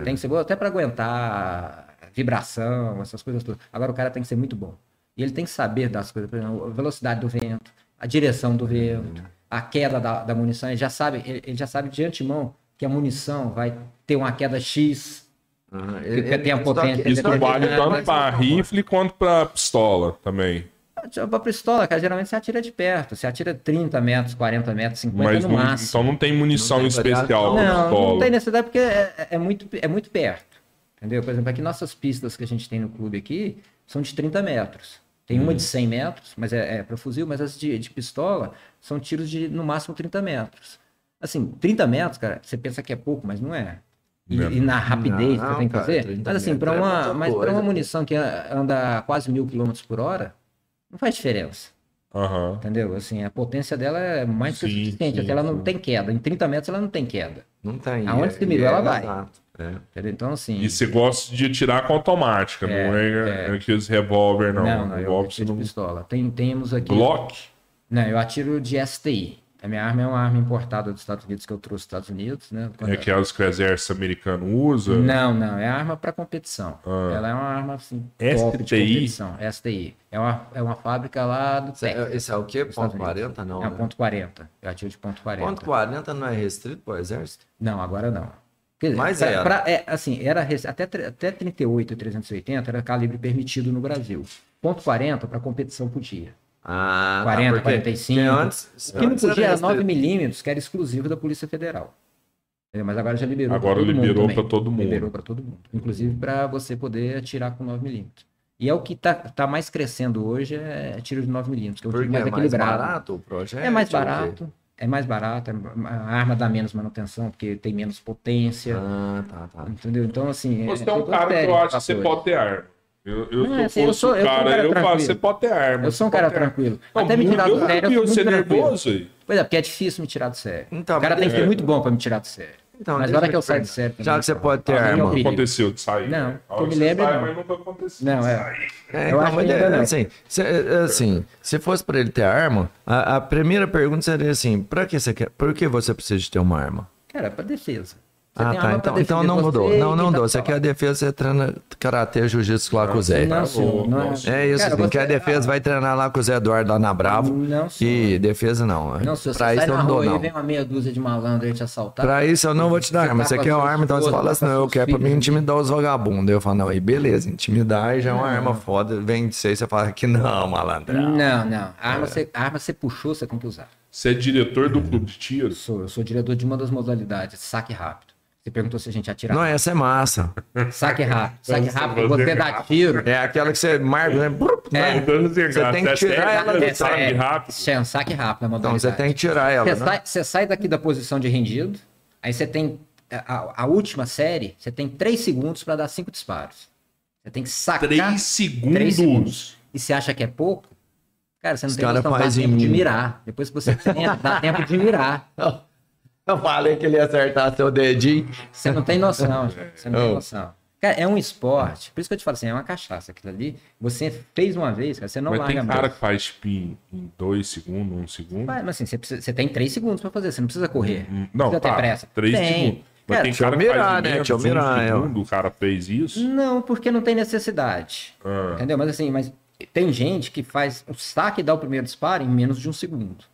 Speaker 3: Tem que ser boa até pra aguentar vibração, essas coisas todas. Agora o cara tem que ser muito bom. E ele tem que saber das coisas, por exemplo, a velocidade do vento, a direção do vento, a queda da, da munição. Ele já sabe, ele, ele já sabe de antemão que a munição vai ter uma queda X.
Speaker 2: Aham,
Speaker 3: tem a
Speaker 2: só que-
Speaker 3: potência,
Speaker 1: Isso
Speaker 2: só que-
Speaker 1: vale
Speaker 2: é,
Speaker 1: tanto
Speaker 2: mas-
Speaker 1: pra rifle quanto pra pistola também.
Speaker 3: Pra Tipo, pistola, cara, geralmente você atira de perto. Você atira 30 metros, 40 metros, 50
Speaker 1: Mas
Speaker 3: no
Speaker 1: não,
Speaker 3: máximo.
Speaker 1: então não tem munição
Speaker 2: Não tem
Speaker 1: especial pra
Speaker 3: Não,
Speaker 1: pistola.
Speaker 3: não tem necessidade porque é, é- é muito, é muito perto. Entendeu? Por exemplo, aqui nossas pistas que a gente tem no clube aqui são de 30 metros. Tem
Speaker 1: Uhum.
Speaker 3: uma de 100 metros, mas é, é para fuzil, mas as de, de pistola são tiros de no máximo 30 metros. Assim, 30 metros, cara, você pensa que é pouco, mas não é. E,
Speaker 1: Não.
Speaker 3: e na rapidez que
Speaker 2: Não,
Speaker 3: você tem que
Speaker 2: cara,
Speaker 3: fazer.
Speaker 2: 30
Speaker 3: Mas assim, para
Speaker 2: metros é
Speaker 3: uma,
Speaker 2: muita
Speaker 3: mas pra
Speaker 2: coisa.
Speaker 3: uma munição que a- anda quase mil quilômetros por hora, não faz diferença.
Speaker 1: Aham.
Speaker 3: Entendeu? Assim, a potência dela é mais que
Speaker 1: Sim,
Speaker 3: suficiente,
Speaker 1: sim,
Speaker 3: até ela não
Speaker 1: sim.
Speaker 3: tem queda. Em 30 metros ela não tem queda.
Speaker 2: Não tem.
Speaker 3: Aonde
Speaker 2: é-
Speaker 3: que mirou,
Speaker 2: é
Speaker 3: ela vai.
Speaker 2: exato, é.
Speaker 3: Entendeu? Então, assim.
Speaker 1: E você gosta de atirar com automática, não é, aqueles revólver, não.
Speaker 3: Não, não, eu
Speaker 1: Revólver você
Speaker 3: atiro de
Speaker 1: não-
Speaker 3: pistola. Tem, temos aqui.
Speaker 1: Glock? é
Speaker 3: Não, eu atiro de STI. A minha arma é uma arma importada dos Estados Unidos que eu trouxe dos Estados Unidos, né? Quando-
Speaker 1: É aquelas que o exército americano usa?
Speaker 3: Não, não, é arma para competição.
Speaker 1: Ah.
Speaker 3: Ela é uma arma assim, top de
Speaker 1: STI?
Speaker 3: competição. STI. É uma, é uma fábrica lá do
Speaker 2: Esse é-
Speaker 3: Texas.
Speaker 2: Esse é o quê?
Speaker 3: dos Estados
Speaker 2: Ponto
Speaker 3: Unidos.
Speaker 2: 40? Não.
Speaker 3: É
Speaker 2: né?
Speaker 3: ponto 40. Eu atiro de ponto 40.
Speaker 2: Ponto 40 não é restrito pro exército?
Speaker 3: Não, agora não. Quer dizer,
Speaker 2: Mas
Speaker 3: pra-
Speaker 2: era.
Speaker 3: pra- é, assim, era res- até, tre- até 38 e 380 era calibre permitido no Brasil. Ponto 40 para competição podia.
Speaker 2: Ah,
Speaker 3: 40,
Speaker 2: porque
Speaker 3: 45.
Speaker 2: que Antes,
Speaker 3: O que não
Speaker 1: é
Speaker 2: antes era
Speaker 3: podia era
Speaker 2: restrito.
Speaker 3: 9mm, que era exclusivo da Polícia Federal. Entendeu? Mas agora já liberou pra
Speaker 1: Agora
Speaker 3: todo mundo né?
Speaker 1: liberou
Speaker 3: também.
Speaker 1: pra todo mundo.
Speaker 3: Liberou para todo mundo. Inclusive para você poder atirar com 9mm. E é o que tá, tá mais crescendo hoje, é tiro de 9mm, que é o tiro
Speaker 2: Porque
Speaker 3: mais
Speaker 2: é mais
Speaker 3: equilibrado.
Speaker 2: barato né, o projeto.
Speaker 3: É mais barato, é mais barato, é- a arma dá menos manutenção, porque tem menos potência.
Speaker 2: Ah, tá, tá.
Speaker 3: Entendeu? Então, assim.
Speaker 1: Você é,
Speaker 3: tem
Speaker 1: um
Speaker 3: toda
Speaker 1: cara
Speaker 3: série
Speaker 1: que eu
Speaker 3: de
Speaker 1: acho que você
Speaker 3: fatores.
Speaker 1: pode ter arma. Eu, eu,
Speaker 3: Não,
Speaker 1: se eu
Speaker 3: assim, eu
Speaker 1: fosse
Speaker 3: sou-
Speaker 1: o
Speaker 3: eu sou um
Speaker 1: cara,
Speaker 3: cara
Speaker 1: eu falo,
Speaker 3: tranquilo.
Speaker 1: você pode ter arma.
Speaker 3: Eu sou um
Speaker 1: você pode
Speaker 3: cara
Speaker 1: ter arma.
Speaker 3: tranquilo.
Speaker 1: Não,
Speaker 3: Até me tirar do
Speaker 1: eu
Speaker 3: sério, eu
Speaker 1: vi
Speaker 3: sou muito
Speaker 1: você é
Speaker 3: tranquilo.
Speaker 1: nervoso aí.
Speaker 3: Pois é, porque é difícil me tirar do sério.
Speaker 2: Então,
Speaker 3: o cara tem que
Speaker 2: é.
Speaker 3: ser muito bom pra me tirar do sério.
Speaker 2: Então,
Speaker 3: mas
Speaker 2: deixa
Speaker 3: na hora
Speaker 2: eu
Speaker 3: que eu
Speaker 2: te
Speaker 3: saio do
Speaker 2: perguntar.
Speaker 3: sério. também,
Speaker 2: Já que você
Speaker 3: cara.
Speaker 2: pode ter
Speaker 3: Ah,
Speaker 2: arma.
Speaker 3: meu
Speaker 1: Nunca
Speaker 3: perigo.
Speaker 1: aconteceu de sair.
Speaker 3: Não,
Speaker 1: A hora
Speaker 3: eu
Speaker 1: que
Speaker 3: me
Speaker 1: você
Speaker 3: lembro,
Speaker 1: sai,
Speaker 3: não.
Speaker 1: Mas nunca aconteceu.
Speaker 3: Não,
Speaker 1: de
Speaker 3: é.
Speaker 1: sair.
Speaker 2: É,
Speaker 3: Eu
Speaker 2: então,
Speaker 3: acho
Speaker 2: mas
Speaker 3: que
Speaker 2: é,
Speaker 3: ainda não.
Speaker 2: assim, se, é, assim, se fosse pra ele ter arma, a, a primeira pergunta seria assim: pra que você quer? Por que você precisa de ter uma arma?
Speaker 3: Cara, pra defesa. Você
Speaker 2: ah,
Speaker 3: tem arma
Speaker 2: tá.
Speaker 3: pra
Speaker 2: Então, então
Speaker 3: defender
Speaker 2: não
Speaker 3: você
Speaker 2: mudou. Não,
Speaker 3: e
Speaker 2: não
Speaker 3: quem tá
Speaker 2: mudou.
Speaker 3: do
Speaker 2: Você
Speaker 3: seu
Speaker 2: quer a
Speaker 3: lado.
Speaker 2: defesa, você treina karatê, jiu-jitsu lá com o Zé.
Speaker 3: Não, senhor, não é-
Speaker 1: Nossa.
Speaker 2: É isso,
Speaker 3: Cara,
Speaker 2: assim,
Speaker 3: você- é-
Speaker 2: quer defesa, vai treinar lá com o Zé Eduardo lá na Bravo.
Speaker 3: Não,
Speaker 2: e defesa não. é.
Speaker 3: Não, se você
Speaker 2: pra
Speaker 3: sai
Speaker 2: isso eu
Speaker 3: na
Speaker 2: não dou,
Speaker 3: rua e
Speaker 2: não.
Speaker 3: vem uma meia dúzia de malandro e te assaltar.
Speaker 2: Pra isso eu não vou te dar
Speaker 3: Você
Speaker 2: arma.
Speaker 3: tá
Speaker 2: Você
Speaker 3: com
Speaker 2: quer
Speaker 3: as
Speaker 2: uma
Speaker 3: suas
Speaker 2: arma, então você
Speaker 3: esposas,
Speaker 2: fala
Speaker 3: tá
Speaker 2: assim,
Speaker 3: com
Speaker 2: não, eu
Speaker 3: seus
Speaker 2: quero pra mim
Speaker 3: filhos.
Speaker 2: intimidar os vagabundos. Eu falo, não, aí beleza, intimidar já é uma arma foda. Vem de você e você fala que não, É. malandrão.
Speaker 3: Não, não. A arma, você, a arma você puxou, você tem que usar.
Speaker 1: Você é diretor do clube de tiros?
Speaker 3: Sou, eu sou diretor de uma das modalidades, saque rápido. Você perguntou se a gente atira.
Speaker 2: Não, essa é massa.
Speaker 3: Saque rápido. Saque
Speaker 1: Nossa,
Speaker 3: rápido,
Speaker 1: você
Speaker 3: você dá tiro.
Speaker 2: É aquela que você marca, né?
Speaker 3: É,
Speaker 2: Blup, né?
Speaker 3: então
Speaker 2: Você tem que tirar ela do
Speaker 1: de
Speaker 3: Essa
Speaker 1: saque
Speaker 3: é-
Speaker 1: rápido.
Speaker 3: Isso é um saque rápido, é uma
Speaker 2: Então, você
Speaker 3: modalidade.
Speaker 2: tem que tirar ela.
Speaker 3: Você
Speaker 2: né?
Speaker 3: sai, você sai daqui da posição de rendido, aí você tem a, a última série, você tem 3 segundos para dar 5 disparos. Você tem que sacar
Speaker 1: Três
Speaker 3: três
Speaker 1: segundos.
Speaker 3: e você acha que é pouco? Cara, você não
Speaker 2: Os
Speaker 3: tem
Speaker 2: cara
Speaker 3: noção, dá
Speaker 2: faz em
Speaker 3: tempo de
Speaker 2: mim.
Speaker 3: mirar. Depois que você tenta, dá tempo de mirar.
Speaker 2: *laughs* Eu falei que ele ia acertar seu dedinho.
Speaker 3: Você não
Speaker 1: *laughs*
Speaker 3: tem noção, gente. você não
Speaker 2: Oh.
Speaker 3: tem noção. Cara, é um esporte, por isso que eu te falo assim, é uma cachaça aquilo ali. Você fez uma vez, cara, você não
Speaker 1: Mas
Speaker 3: larga
Speaker 1: tem
Speaker 3: mais.
Speaker 1: cara que faz spin em dois segundos, um segundo.
Speaker 3: Mas, mas assim, você, precisa- você tem três segundos pra fazer, você não precisa correr.
Speaker 1: Hum, Não,
Speaker 3: não precisa
Speaker 1: tá.
Speaker 3: ter pressa.
Speaker 1: Três
Speaker 3: tem.
Speaker 1: segundos. Mas tem
Speaker 3: Cara,
Speaker 2: deixa eu
Speaker 1: cara que faz
Speaker 2: mirar,
Speaker 1: em
Speaker 2: né?
Speaker 1: menos
Speaker 2: Deixa eu
Speaker 1: um
Speaker 2: mirar, é, ó.
Speaker 1: segundo, o cara fez isso.
Speaker 3: Não, porque não tem necessidade.
Speaker 1: Ah.
Speaker 3: Entendeu? Mas assim, mas tem gente que faz o saque e dá o primeiro disparo em menos de um segundo.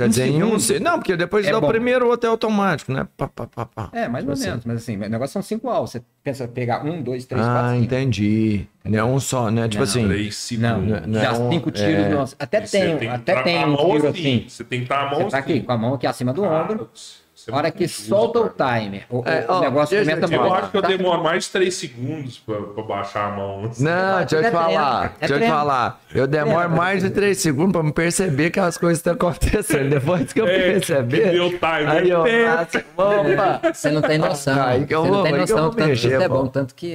Speaker 2: Quer dizer, em um
Speaker 3: segundo.
Speaker 2: se- Não, porque depois
Speaker 3: É
Speaker 2: dá
Speaker 3: bom.
Speaker 2: o primeiro ou até automático, né? Pá, pá, pá, pá.
Speaker 3: É,
Speaker 1: Tipo
Speaker 3: mais ou
Speaker 2: Assim.
Speaker 3: menos. Mas assim, o negócio são cinco alvos. Você pensa em pegar um, dois, três, quatro,
Speaker 2: Ah,
Speaker 3: cinco.
Speaker 2: entendi. Não é um só, né? Tipo
Speaker 3: Não.
Speaker 2: assim.
Speaker 1: Três
Speaker 3: Não,
Speaker 1: segundos.
Speaker 2: não
Speaker 3: já
Speaker 2: é um-
Speaker 3: cinco tiros.
Speaker 2: é.
Speaker 3: Nossa, até
Speaker 1: E você
Speaker 3: tem,
Speaker 1: que
Speaker 3: até
Speaker 1: tá
Speaker 3: tem
Speaker 1: com a
Speaker 3: um
Speaker 1: mão
Speaker 3: tiro assim.
Speaker 1: Você tem que estar a mão
Speaker 3: Você tá aqui com a mão aqui acima do
Speaker 1: Cara,
Speaker 3: ombro.
Speaker 1: Você Isso é
Speaker 3: A hora
Speaker 1: muito
Speaker 3: que
Speaker 1: injusto,
Speaker 3: solta o
Speaker 1: cara.
Speaker 3: timer, o, o
Speaker 2: É, ó,
Speaker 3: negócio
Speaker 2: deixa
Speaker 3: começa
Speaker 2: eu te
Speaker 1: Eu
Speaker 3: mal.
Speaker 1: acho que eu
Speaker 3: Tá?
Speaker 1: demoro mais de 3 segundos pra, pra baixar a mão. assim.
Speaker 2: Não, deixa eu te
Speaker 3: É treino,
Speaker 2: falar.
Speaker 3: é
Speaker 2: Deixa eu te
Speaker 3: treino.
Speaker 2: falar. Eu demoro
Speaker 3: Treino.
Speaker 2: mais de três segundos pra me perceber que as coisas estão acontecendo. Depois que eu
Speaker 1: É,
Speaker 2: perceber.
Speaker 1: que deu time,
Speaker 2: Aí
Speaker 1: né?
Speaker 2: eu
Speaker 1: É.
Speaker 2: faço. Opa!
Speaker 3: *laughs* Você não tem noção.
Speaker 2: Aí que
Speaker 3: você
Speaker 2: eu
Speaker 3: não
Speaker 2: vou-
Speaker 3: tem
Speaker 2: aí que eu
Speaker 3: noção
Speaker 2: vou
Speaker 3: do tanto que
Speaker 2: mexer,
Speaker 3: isso é
Speaker 2: pô.
Speaker 3: bom, tanto que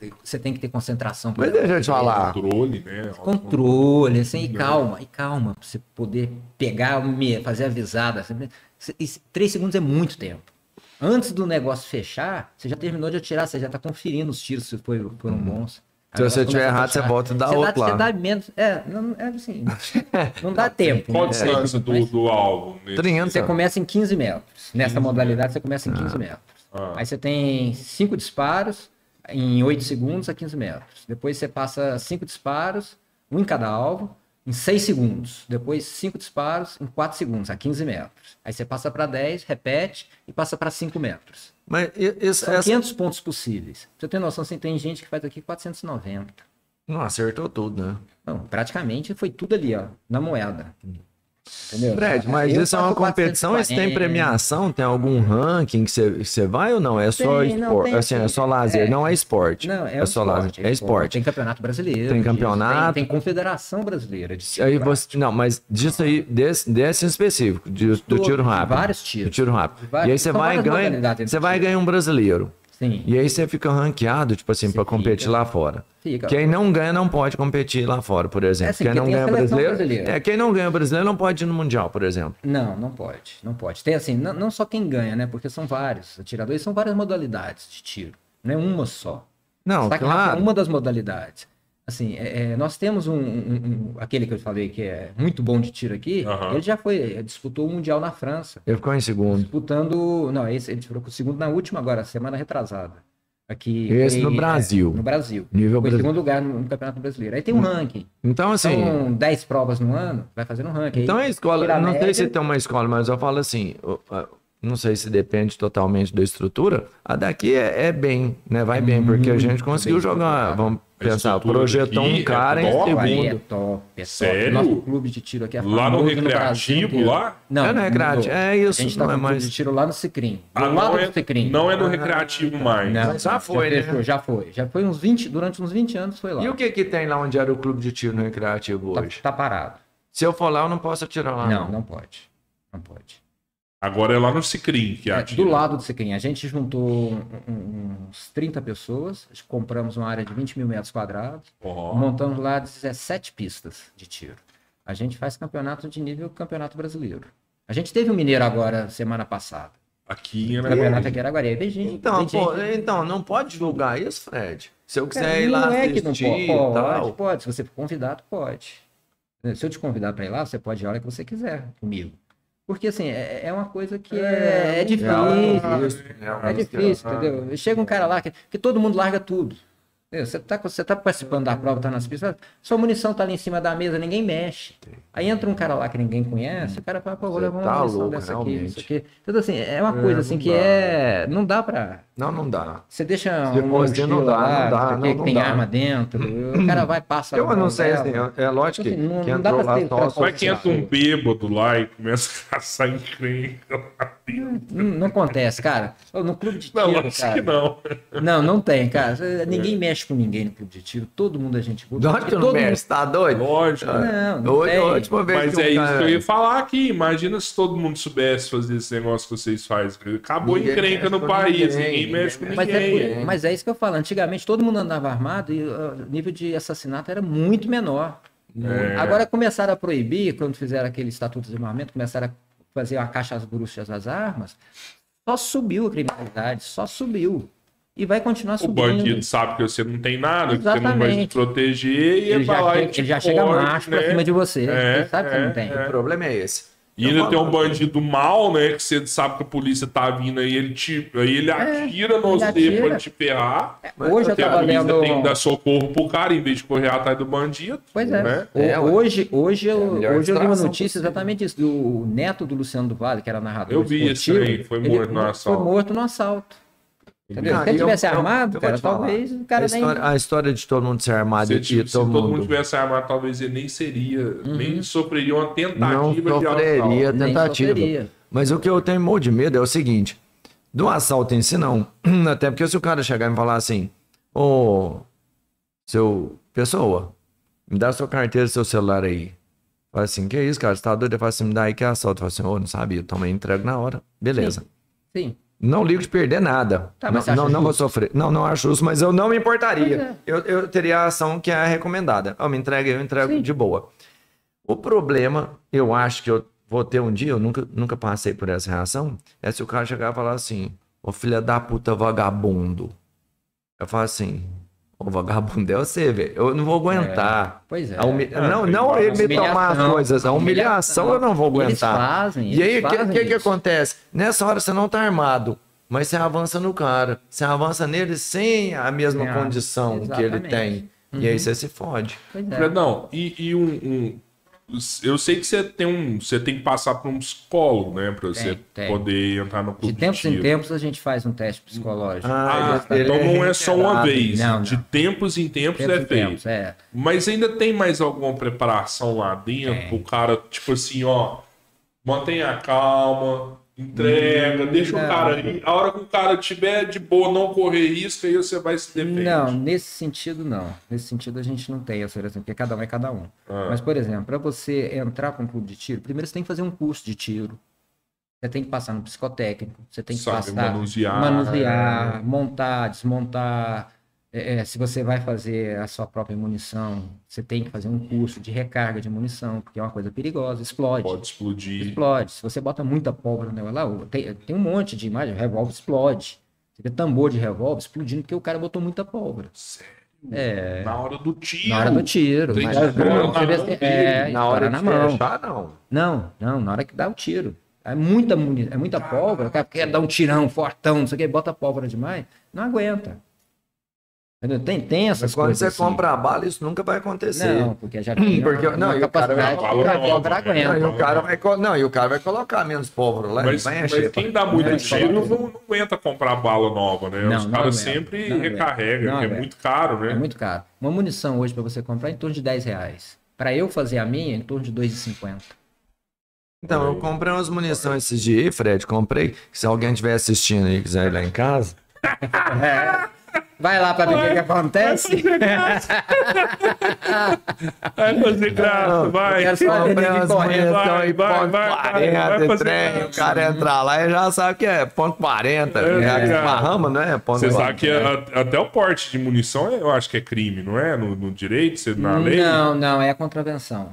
Speaker 3: eh, você tem que ter concentração. pra-
Speaker 2: Mas deixa eu te falar.
Speaker 1: Controle, né?
Speaker 3: Controle, assim,
Speaker 2: Uhum.
Speaker 3: e calma, e calma, pra você poder pegar, me- fazer a visada. assim, se- isso- Três segundos é muito tempo. Antes do negócio fechar, você já terminou de atirar, você já tá conferindo os tiros se foi- foram bons.
Speaker 2: Uhum. Então, Se
Speaker 3: Agora
Speaker 2: você tiver
Speaker 3: começa a
Speaker 2: errado, você
Speaker 3: fechar.
Speaker 2: volta e dá
Speaker 3: Você
Speaker 2: outro lá.
Speaker 3: Você dá menos, é, não, é
Speaker 2: *laughs*
Speaker 3: assim, não dá tempo.
Speaker 1: Qual a
Speaker 3: né?
Speaker 2: É.
Speaker 1: distância do,
Speaker 3: Mas-
Speaker 1: do alvo? nesse-
Speaker 2: 30.
Speaker 3: você começa em 15 metros. Nessa modalidade, você começa em 15 metros.
Speaker 1: Tá. Ah.
Speaker 3: Aí você tem 5 disparos em 8 segundos a 15 metros. Depois você passa 5 disparos, um em cada alvo, em 6 segundos. Depois 5 disparos em 4 segundos a 15 metros. Aí você passa para 10, repete e passa para 5 metros.
Speaker 2: Mas i- isso,
Speaker 3: São
Speaker 2: essa...
Speaker 3: 500 pontos possíveis. Pra Você tem noção, assim, tem gente que faz aqui 490.
Speaker 2: Não acertou tudo, né?
Speaker 3: Não, praticamente foi tudo ali, ó, na moeda.
Speaker 1: Hum.
Speaker 3: Entendeu?
Speaker 2: Fred, mas
Speaker 3: Eu
Speaker 2: isso é uma
Speaker 3: faço
Speaker 2: competição? Isso tem
Speaker 3: 440.
Speaker 2: premiação? Tem algum ranking que você- que você vai ou não? É só
Speaker 3: Tem, não,
Speaker 2: esporte.
Speaker 3: tem,
Speaker 2: Assim, é
Speaker 3: tem.
Speaker 2: só lazer.
Speaker 3: É.
Speaker 2: Não é esporte.
Speaker 3: Não, é,
Speaker 2: É
Speaker 3: um
Speaker 2: só lazer. É esporte.
Speaker 3: Tem campeonato brasileiro.
Speaker 2: Tem
Speaker 3: disso,
Speaker 2: campeonato.
Speaker 3: Tem, tem confederação brasileira. De tiro
Speaker 2: Aí
Speaker 3: rápido,
Speaker 2: você, não, mas disso aí, desse, desse em específico, de- do
Speaker 3: Todo,
Speaker 2: tiro
Speaker 3: de
Speaker 2: rápido.
Speaker 3: vários tiros.
Speaker 2: Do tiro rápido.
Speaker 3: Vários-
Speaker 2: E aí você
Speaker 3: são
Speaker 2: vai e
Speaker 3: várias
Speaker 2: ganha.
Speaker 3: modalidades
Speaker 2: Você
Speaker 3: de
Speaker 2: vai e
Speaker 3: tiro.
Speaker 2: ganha um brasileiro.
Speaker 3: Sim.
Speaker 2: E aí você fica ranqueado, tipo assim, pra competir
Speaker 3: fica.
Speaker 2: lá fora.
Speaker 3: Fica.
Speaker 2: Quem não ganha não pode competir lá fora, por exemplo.
Speaker 3: É assim,
Speaker 2: quem
Speaker 3: porque
Speaker 2: não
Speaker 3: tem a
Speaker 2: ganha
Speaker 3: seleção
Speaker 2: brasileiro.
Speaker 3: brasileira.
Speaker 2: É, quem não ganha brasileiro não pode ir no Mundial, por exemplo.
Speaker 3: Não, não pode. Não pode. Tem assim, não, não só quem ganha, né? Porque são vários atiradores, são várias modalidades de tiro. Não é uma só.
Speaker 2: Não,
Speaker 3: Saque rápido
Speaker 2: claro.
Speaker 3: é uma das modalidades. Assim, é, é, nós temos um, um- um- aquele que eu falei que é muito bom de tiro aqui.
Speaker 1: Aham.
Speaker 3: Ele já foi, disputou o mundial na França.
Speaker 2: Ele ficou em segundo.
Speaker 3: disputando. Não, esse ele ficou com o segundo na última agora, semana retrasada. Aqui.
Speaker 2: Esse no
Speaker 3: é,
Speaker 2: Brasil.
Speaker 3: no Brasil.
Speaker 2: Nível
Speaker 3: Foi em
Speaker 2: brasi-
Speaker 3: segundo lugar no, no Campeonato Brasileiro. Aí tem um ranking.
Speaker 2: Então, assim.
Speaker 3: São 10 provas no ano, vai fazendo um ranking.
Speaker 2: Então
Speaker 3: Aí,
Speaker 2: a escola,
Speaker 3: tira a
Speaker 2: eu não sei
Speaker 3: média.
Speaker 2: se tá tem uma escola, mas eu falo assim, eu, ah, não sei se depende totalmente da estrutura, a daqui é, é bem, né? Vai bem, porque
Speaker 1: Hum,
Speaker 2: a gente conseguiu jogar, vamos
Speaker 1: A
Speaker 2: pensar,
Speaker 1: estrutura
Speaker 2: projetou
Speaker 1: daqui
Speaker 2: um
Speaker 1: é
Speaker 2: cara em
Speaker 1: top,
Speaker 3: Aí é
Speaker 2: segundo.
Speaker 3: top, é top.
Speaker 1: Sério?
Speaker 3: Nosso clube de tiro aqui é
Speaker 1: Lá no
Speaker 3: famoso
Speaker 1: Recreativo,
Speaker 3: Brasil inteiro.
Speaker 1: lá?
Speaker 3: Não,
Speaker 2: É no Recreativo,
Speaker 3: mudou.
Speaker 2: é isso,
Speaker 3: A gente tá
Speaker 2: não é
Speaker 3: com um clube
Speaker 2: mais-
Speaker 3: de tiro lá no Sicrim. Do
Speaker 1: Ah,
Speaker 3: lado
Speaker 1: não, é,
Speaker 3: do Sicrim.
Speaker 1: não é no recreativo mais.
Speaker 3: Não,
Speaker 2: Mas já foi, né?
Speaker 3: fechou, Já foi. Já foi uns 20, durante uns 20 anos foi lá.
Speaker 2: E o que que tem lá onde era o clube de tiro no recreativo
Speaker 3: tá,
Speaker 2: hoje? Ah.
Speaker 3: tá parado.
Speaker 2: Se eu for lá, eu não posso atirar lá.
Speaker 3: Não, não pode. Não pode.
Speaker 1: Agora é lá no Sicrim que
Speaker 3: É,
Speaker 1: atira.
Speaker 3: do lado do Sequim, a gente juntou um- um- uns 30 pessoas, compramos uma área de 20 mil metros quadrados,
Speaker 1: Ó,
Speaker 3: montamos lá 17 pistas de tiro. A gente faz campeonato de nível campeonato brasileiro. A gente teve o Mineiro agora, semana passada.
Speaker 1: aqui né?
Speaker 3: O
Speaker 1: era
Speaker 3: campeonato aqui era agora. Vem gente.
Speaker 2: Então,
Speaker 3: vem
Speaker 2: pô,
Speaker 3: gente-
Speaker 2: então, não pode julgar isso, Fred. Se eu quiser
Speaker 3: Cara,
Speaker 2: ir lá
Speaker 3: não é que não
Speaker 2: assistir
Speaker 3: pode.
Speaker 2: e
Speaker 3: Pode,
Speaker 2: tal.
Speaker 3: pode. Se você for convidado, pode. Se eu te convidar para ir lá, você pode ir a hora que você quiser comigo. Porque, assim, é, é uma coisa que é, é difícil. É
Speaker 2: ah,
Speaker 3: difícil, entendeu? Chega um cara lá que, que todo mundo larga tudo. Entendeu? Você tá, com- você tá participando da prova, tá nas pistas, sua munição tá ali em cima da mesa, ninguém mexe. Aí entra um cara lá que ninguém conhece, o cara fala, pô, vou
Speaker 2: Você
Speaker 3: levar uma
Speaker 2: tá
Speaker 3: munição
Speaker 2: louco,
Speaker 3: dessa aqui,
Speaker 2: realmente.
Speaker 3: isso aqui. Então, assim, é uma
Speaker 2: É,
Speaker 3: coisa assim
Speaker 2: não
Speaker 3: que
Speaker 2: dá.
Speaker 3: é. Não dá pra.
Speaker 2: Não, não dá.
Speaker 3: Você deixa um
Speaker 2: Se for assim, não dá,
Speaker 3: mochila
Speaker 2: não dá,
Speaker 3: isso aqui,
Speaker 2: não-
Speaker 3: que
Speaker 2: não
Speaker 3: tem
Speaker 2: dá.
Speaker 3: arma dentro, o cara vai, passa
Speaker 2: Eu
Speaker 3: lá
Speaker 2: não
Speaker 3: na
Speaker 2: sei, assim,
Speaker 3: dela.
Speaker 2: é lógico que,
Speaker 3: Assim, não-
Speaker 2: que
Speaker 3: não dá
Speaker 2: entrou
Speaker 3: pra
Speaker 2: lá
Speaker 3: ter
Speaker 2: só... assim.
Speaker 3: preconceito.
Speaker 1: Como é que entra um bêbado lá e começa *laughs* a caçar encrenca lá dentro?
Speaker 3: Não, não acontece, cara. No clube de tiro,
Speaker 1: Não, acho
Speaker 3: é, cara.
Speaker 1: que não.
Speaker 3: Não, não tem, cara. Cê- Ninguém mexe com ninguém no clube de tiro. Todo mundo é gente boa.
Speaker 2: Lógico que
Speaker 3: todo
Speaker 2: não
Speaker 3: mundo-
Speaker 2: mexe, tá doido?
Speaker 1: é Lógico.
Speaker 3: Não, não
Speaker 2: Hoje,
Speaker 3: tem.
Speaker 2: a última vez
Speaker 1: Mas
Speaker 2: É, que um
Speaker 1: é isso
Speaker 2: cara-
Speaker 1: que eu ia falar aqui. Imagina se todo mundo soubesse fazer esse negócio que vocês fazem. Acabou a
Speaker 2: Ninguém
Speaker 1: encrenca
Speaker 2: mexe
Speaker 1: no
Speaker 2: com
Speaker 1: país.
Speaker 2: ninguém,
Speaker 1: Ninguém mexe com
Speaker 2: ninguém
Speaker 3: Mas é,
Speaker 1: ninguém.
Speaker 3: por- mas é isso que eu falo. Antigamente todo mundo andava armado e ó, o nível de assassinato era muito menor.
Speaker 1: É.
Speaker 3: Agora começaram a proibir, quando fizeram aquele estatuto de armamento, começaram a fazer a caixa às bruxas das armas. Só subiu a criminalidade, só subiu. E vai continuar
Speaker 1: O
Speaker 3: subindo.
Speaker 1: bandido sabe que você não tem nada, que você não vai se
Speaker 3: Exatamente.
Speaker 1: proteger e
Speaker 3: ele,
Speaker 1: vai
Speaker 3: já
Speaker 1: lá e
Speaker 3: chega,
Speaker 1: te
Speaker 3: ele já chega
Speaker 1: corre,
Speaker 3: macho
Speaker 1: né?
Speaker 3: pra cima de você.
Speaker 1: É,
Speaker 3: ele sabe que você
Speaker 1: é,
Speaker 3: não tem.
Speaker 1: é.
Speaker 2: O problema é esse.
Speaker 1: E ainda
Speaker 2: Eu
Speaker 1: tem um
Speaker 2: falo,
Speaker 1: bandido mal, né? Que você sabe que a polícia tá vindo aí, ele te, aí ele atira no
Speaker 3: É, ele
Speaker 1: você
Speaker 3: atira. É,
Speaker 1: pra te ferrar.
Speaker 3: Hoje eu
Speaker 1: Porque a
Speaker 3: tava
Speaker 1: polícia
Speaker 3: lendo.
Speaker 1: tem que dar socorro pro cara em vez de correr atrás do bandido.
Speaker 3: Pois é.
Speaker 1: Né?
Speaker 3: O-
Speaker 2: É, ué.
Speaker 3: hoje, hoje,
Speaker 2: É a
Speaker 3: eu,
Speaker 2: melhor
Speaker 3: hoje eu li uma
Speaker 2: distração
Speaker 3: notícia
Speaker 2: possível.
Speaker 3: exatamente isso. Do neto do Luciano do Vale, que era narrador.
Speaker 1: Eu vi isso
Speaker 3: esportivo,
Speaker 1: aí, foi
Speaker 3: ele
Speaker 1: morto no assalto.
Speaker 3: Foi morto no assalto. Entendeu?
Speaker 2: Não,
Speaker 3: Se
Speaker 2: Ah,
Speaker 3: ele
Speaker 2: eu-
Speaker 3: tivesse
Speaker 2: eu- eu
Speaker 3: armado,
Speaker 2: vou
Speaker 3: cara,
Speaker 2: te falar.
Speaker 3: talvez o cara
Speaker 2: a
Speaker 3: nem.
Speaker 2: história, a história de todo mundo ser armado
Speaker 1: Se,
Speaker 2: e
Speaker 1: tipo,
Speaker 2: todo,
Speaker 1: se todo mundo,
Speaker 2: mundo
Speaker 1: tivesse armado,
Speaker 3: Uhum.
Speaker 1: talvez ele nem seria, nem sofreria uma
Speaker 2: não
Speaker 1: tentativa de assalto.
Speaker 2: sofreria
Speaker 3: nem
Speaker 2: É tentativa.
Speaker 3: sofreria.
Speaker 2: Mas o que eu tenho morro de medo é o seguinte: do assalto em si, não. *clears throat* Até porque se o cara chegar e me falar assim, ô, seu pessoa, me dá sua carteira, seu celular aí. Fala assim, que isso, cara? Você tá doido? Eu falo assim, me dá aí que é assalto. Eu falo assim, ô, não sabia. Toma, entrego na hora. Beleza.
Speaker 3: Sim.
Speaker 2: Não ligo de perder nada.
Speaker 3: Tá,
Speaker 2: não,
Speaker 3: mas você acha
Speaker 2: não, não vou
Speaker 3: justo?
Speaker 2: sofrer. Não, não acho justo, mas eu não me
Speaker 3: Pois
Speaker 2: importaria.
Speaker 3: é.
Speaker 2: Eu, eu teria a ação que é a recomendada. Eu me entrego, eu entrego
Speaker 3: Sim.
Speaker 2: de boa. O problema, eu acho que eu vou ter um dia, eu nunca, nunca passei por essa reação, é se o cara chegar e falar assim, ô filha da puta vagabundo. Eu falo assim, ô vagabundo é você, velho. Eu não vou aguentar.
Speaker 3: É. Pois é.
Speaker 2: A humi-
Speaker 1: Ah,
Speaker 2: Não,
Speaker 1: tem
Speaker 2: não
Speaker 1: várias
Speaker 2: ele me tomar as
Speaker 3: humilhação.
Speaker 2: coisas. A humilhação eu não vou aguentar.
Speaker 3: Eles fazem,
Speaker 2: E aí, o
Speaker 3: eles
Speaker 2: que,
Speaker 3: fazem
Speaker 2: que que
Speaker 3: isso.
Speaker 2: acontece? Nessa hora você não tá armado, mas você avança no cara. Você avança nele sem a mesma
Speaker 3: Sem a-
Speaker 2: condição que ele
Speaker 3: Exatamente. Uhum.
Speaker 2: tem. E aí você se fode.
Speaker 3: Pois é.
Speaker 1: Fredão, e, e um, um- Eu sei que você tem um. Você tem que passar por um psicólogo, né? Pra você
Speaker 3: tem.
Speaker 1: poder entrar no
Speaker 3: De
Speaker 1: clube.
Speaker 3: tempos em
Speaker 1: tiro.
Speaker 3: tempos a gente faz um teste psicológico. tá
Speaker 1: Ah,
Speaker 2: ele-
Speaker 1: então
Speaker 2: ele
Speaker 1: não é só uma
Speaker 2: reiterado.
Speaker 1: vez.
Speaker 3: Não, não.
Speaker 1: De tempos em tempos,
Speaker 3: Tempos
Speaker 1: é
Speaker 3: em
Speaker 1: feito.
Speaker 3: tempos, é.
Speaker 1: Mas ainda tem mais alguma preparação lá dentro? O cara, tipo assim, ó, mantenha a calma, entrega, deixa o
Speaker 3: Hum, não.
Speaker 1: cara aí. A hora que o cara tiver de boa, não correr risco, aí você vai se
Speaker 2: é
Speaker 1: defender.
Speaker 3: Não, nesse sentido não. Nesse sentido a gente não tem essa relação, porque cada um é cada um.
Speaker 1: Ah.
Speaker 3: Mas, por exemplo, para você entrar para um clube de tiro, primeiro você tem que fazer um curso de tiro. Você tem que passar no psicotécnico, você tem que
Speaker 1: Sabe
Speaker 3: passar
Speaker 1: manusear, né?
Speaker 3: manusear, montar, desmontar. É, é, se você vai fazer a sua própria munição, você tem que fazer um curso de recarga de munição, porque é uma coisa perigosa, explode.
Speaker 1: Pode explodir.
Speaker 3: Explode. Se você bota muita pólvora no negócio lá, tem, tem um monte de imagem, revólver explode. Você vê tambor de revólver explodindo porque o cara botou muita pólvora.
Speaker 1: Sério?
Speaker 3: É.
Speaker 1: Na hora do tiro.
Speaker 3: Na hora do tiro.
Speaker 1: Tem
Speaker 3: mas-
Speaker 1: que estourar na
Speaker 3: você vê-
Speaker 1: mão dele.
Speaker 3: é,
Speaker 2: Na hora
Speaker 3: estourar
Speaker 2: de
Speaker 3: na mão.
Speaker 2: fechar, não.
Speaker 3: Não, não, na hora que dá o tiro. É muita, muni- é muita pólvora, o cara quer dar um tirão fortão, não sei o que, bota pólvora demais, não aguenta. Entendeu? Tem, tem essas
Speaker 2: Mas quando
Speaker 3: coisas.
Speaker 2: você
Speaker 3: assim.
Speaker 2: compra a bala, isso nunca vai acontecer.
Speaker 3: Não, porque já
Speaker 2: *clears throat*
Speaker 3: tem
Speaker 2: Porque-
Speaker 3: uma,
Speaker 2: não,
Speaker 3: uma
Speaker 2: e o cara vai- né?
Speaker 3: capacidade que a pólvora
Speaker 1: Não, e
Speaker 2: Não, e
Speaker 3: aguenta.
Speaker 2: o cara vai, co- não, e o cara vai colocar menos pólvora lá,
Speaker 1: Mas,
Speaker 2: ele vai
Speaker 1: mas
Speaker 2: encher.
Speaker 1: quem dá muito
Speaker 3: Não,
Speaker 1: tiro não,
Speaker 3: não.
Speaker 1: não aguenta comprar bala nova, né?
Speaker 3: Não,
Speaker 1: Os
Speaker 3: não
Speaker 1: caras
Speaker 3: aguenta,
Speaker 1: sempre
Speaker 3: não aguenta,
Speaker 1: recarregam, porque
Speaker 3: não
Speaker 1: é
Speaker 3: aguenta.
Speaker 1: muito caro, né?
Speaker 3: É muito caro. Uma munição hoje para você comprar é em torno de 10 reais. Para eu fazer a minha, é em torno de
Speaker 2: *laughs*
Speaker 3: 2,50.
Speaker 2: Então, eu comprei umas munições esses dias, aí, Fred, comprei. Se alguém estiver assistindo aí e quiser ir lá em casa,
Speaker 3: Vai lá para ver o que, que acontece.
Speaker 1: Vai fazer graça, vai.
Speaker 3: quero só- um
Speaker 2: Comprei
Speaker 3: Ele
Speaker 2: umas
Speaker 3: corre,
Speaker 2: munições
Speaker 1: vai,
Speaker 2: aí,
Speaker 1: vai,
Speaker 2: ponto
Speaker 1: vai, vai,
Speaker 2: 40,
Speaker 1: vai fazer
Speaker 2: trem,
Speaker 1: nada.
Speaker 2: o cara entrar lá e já sabe que é ponto 40.
Speaker 1: É,
Speaker 2: já
Speaker 1: é.
Speaker 2: esparrama, né? Ponto
Speaker 1: Você
Speaker 2: 40.
Speaker 1: sabe que é a- até o porte de munição eu acho que é crime, não é? No, no direito, você- na lei.
Speaker 3: Não, não, é a contravenção.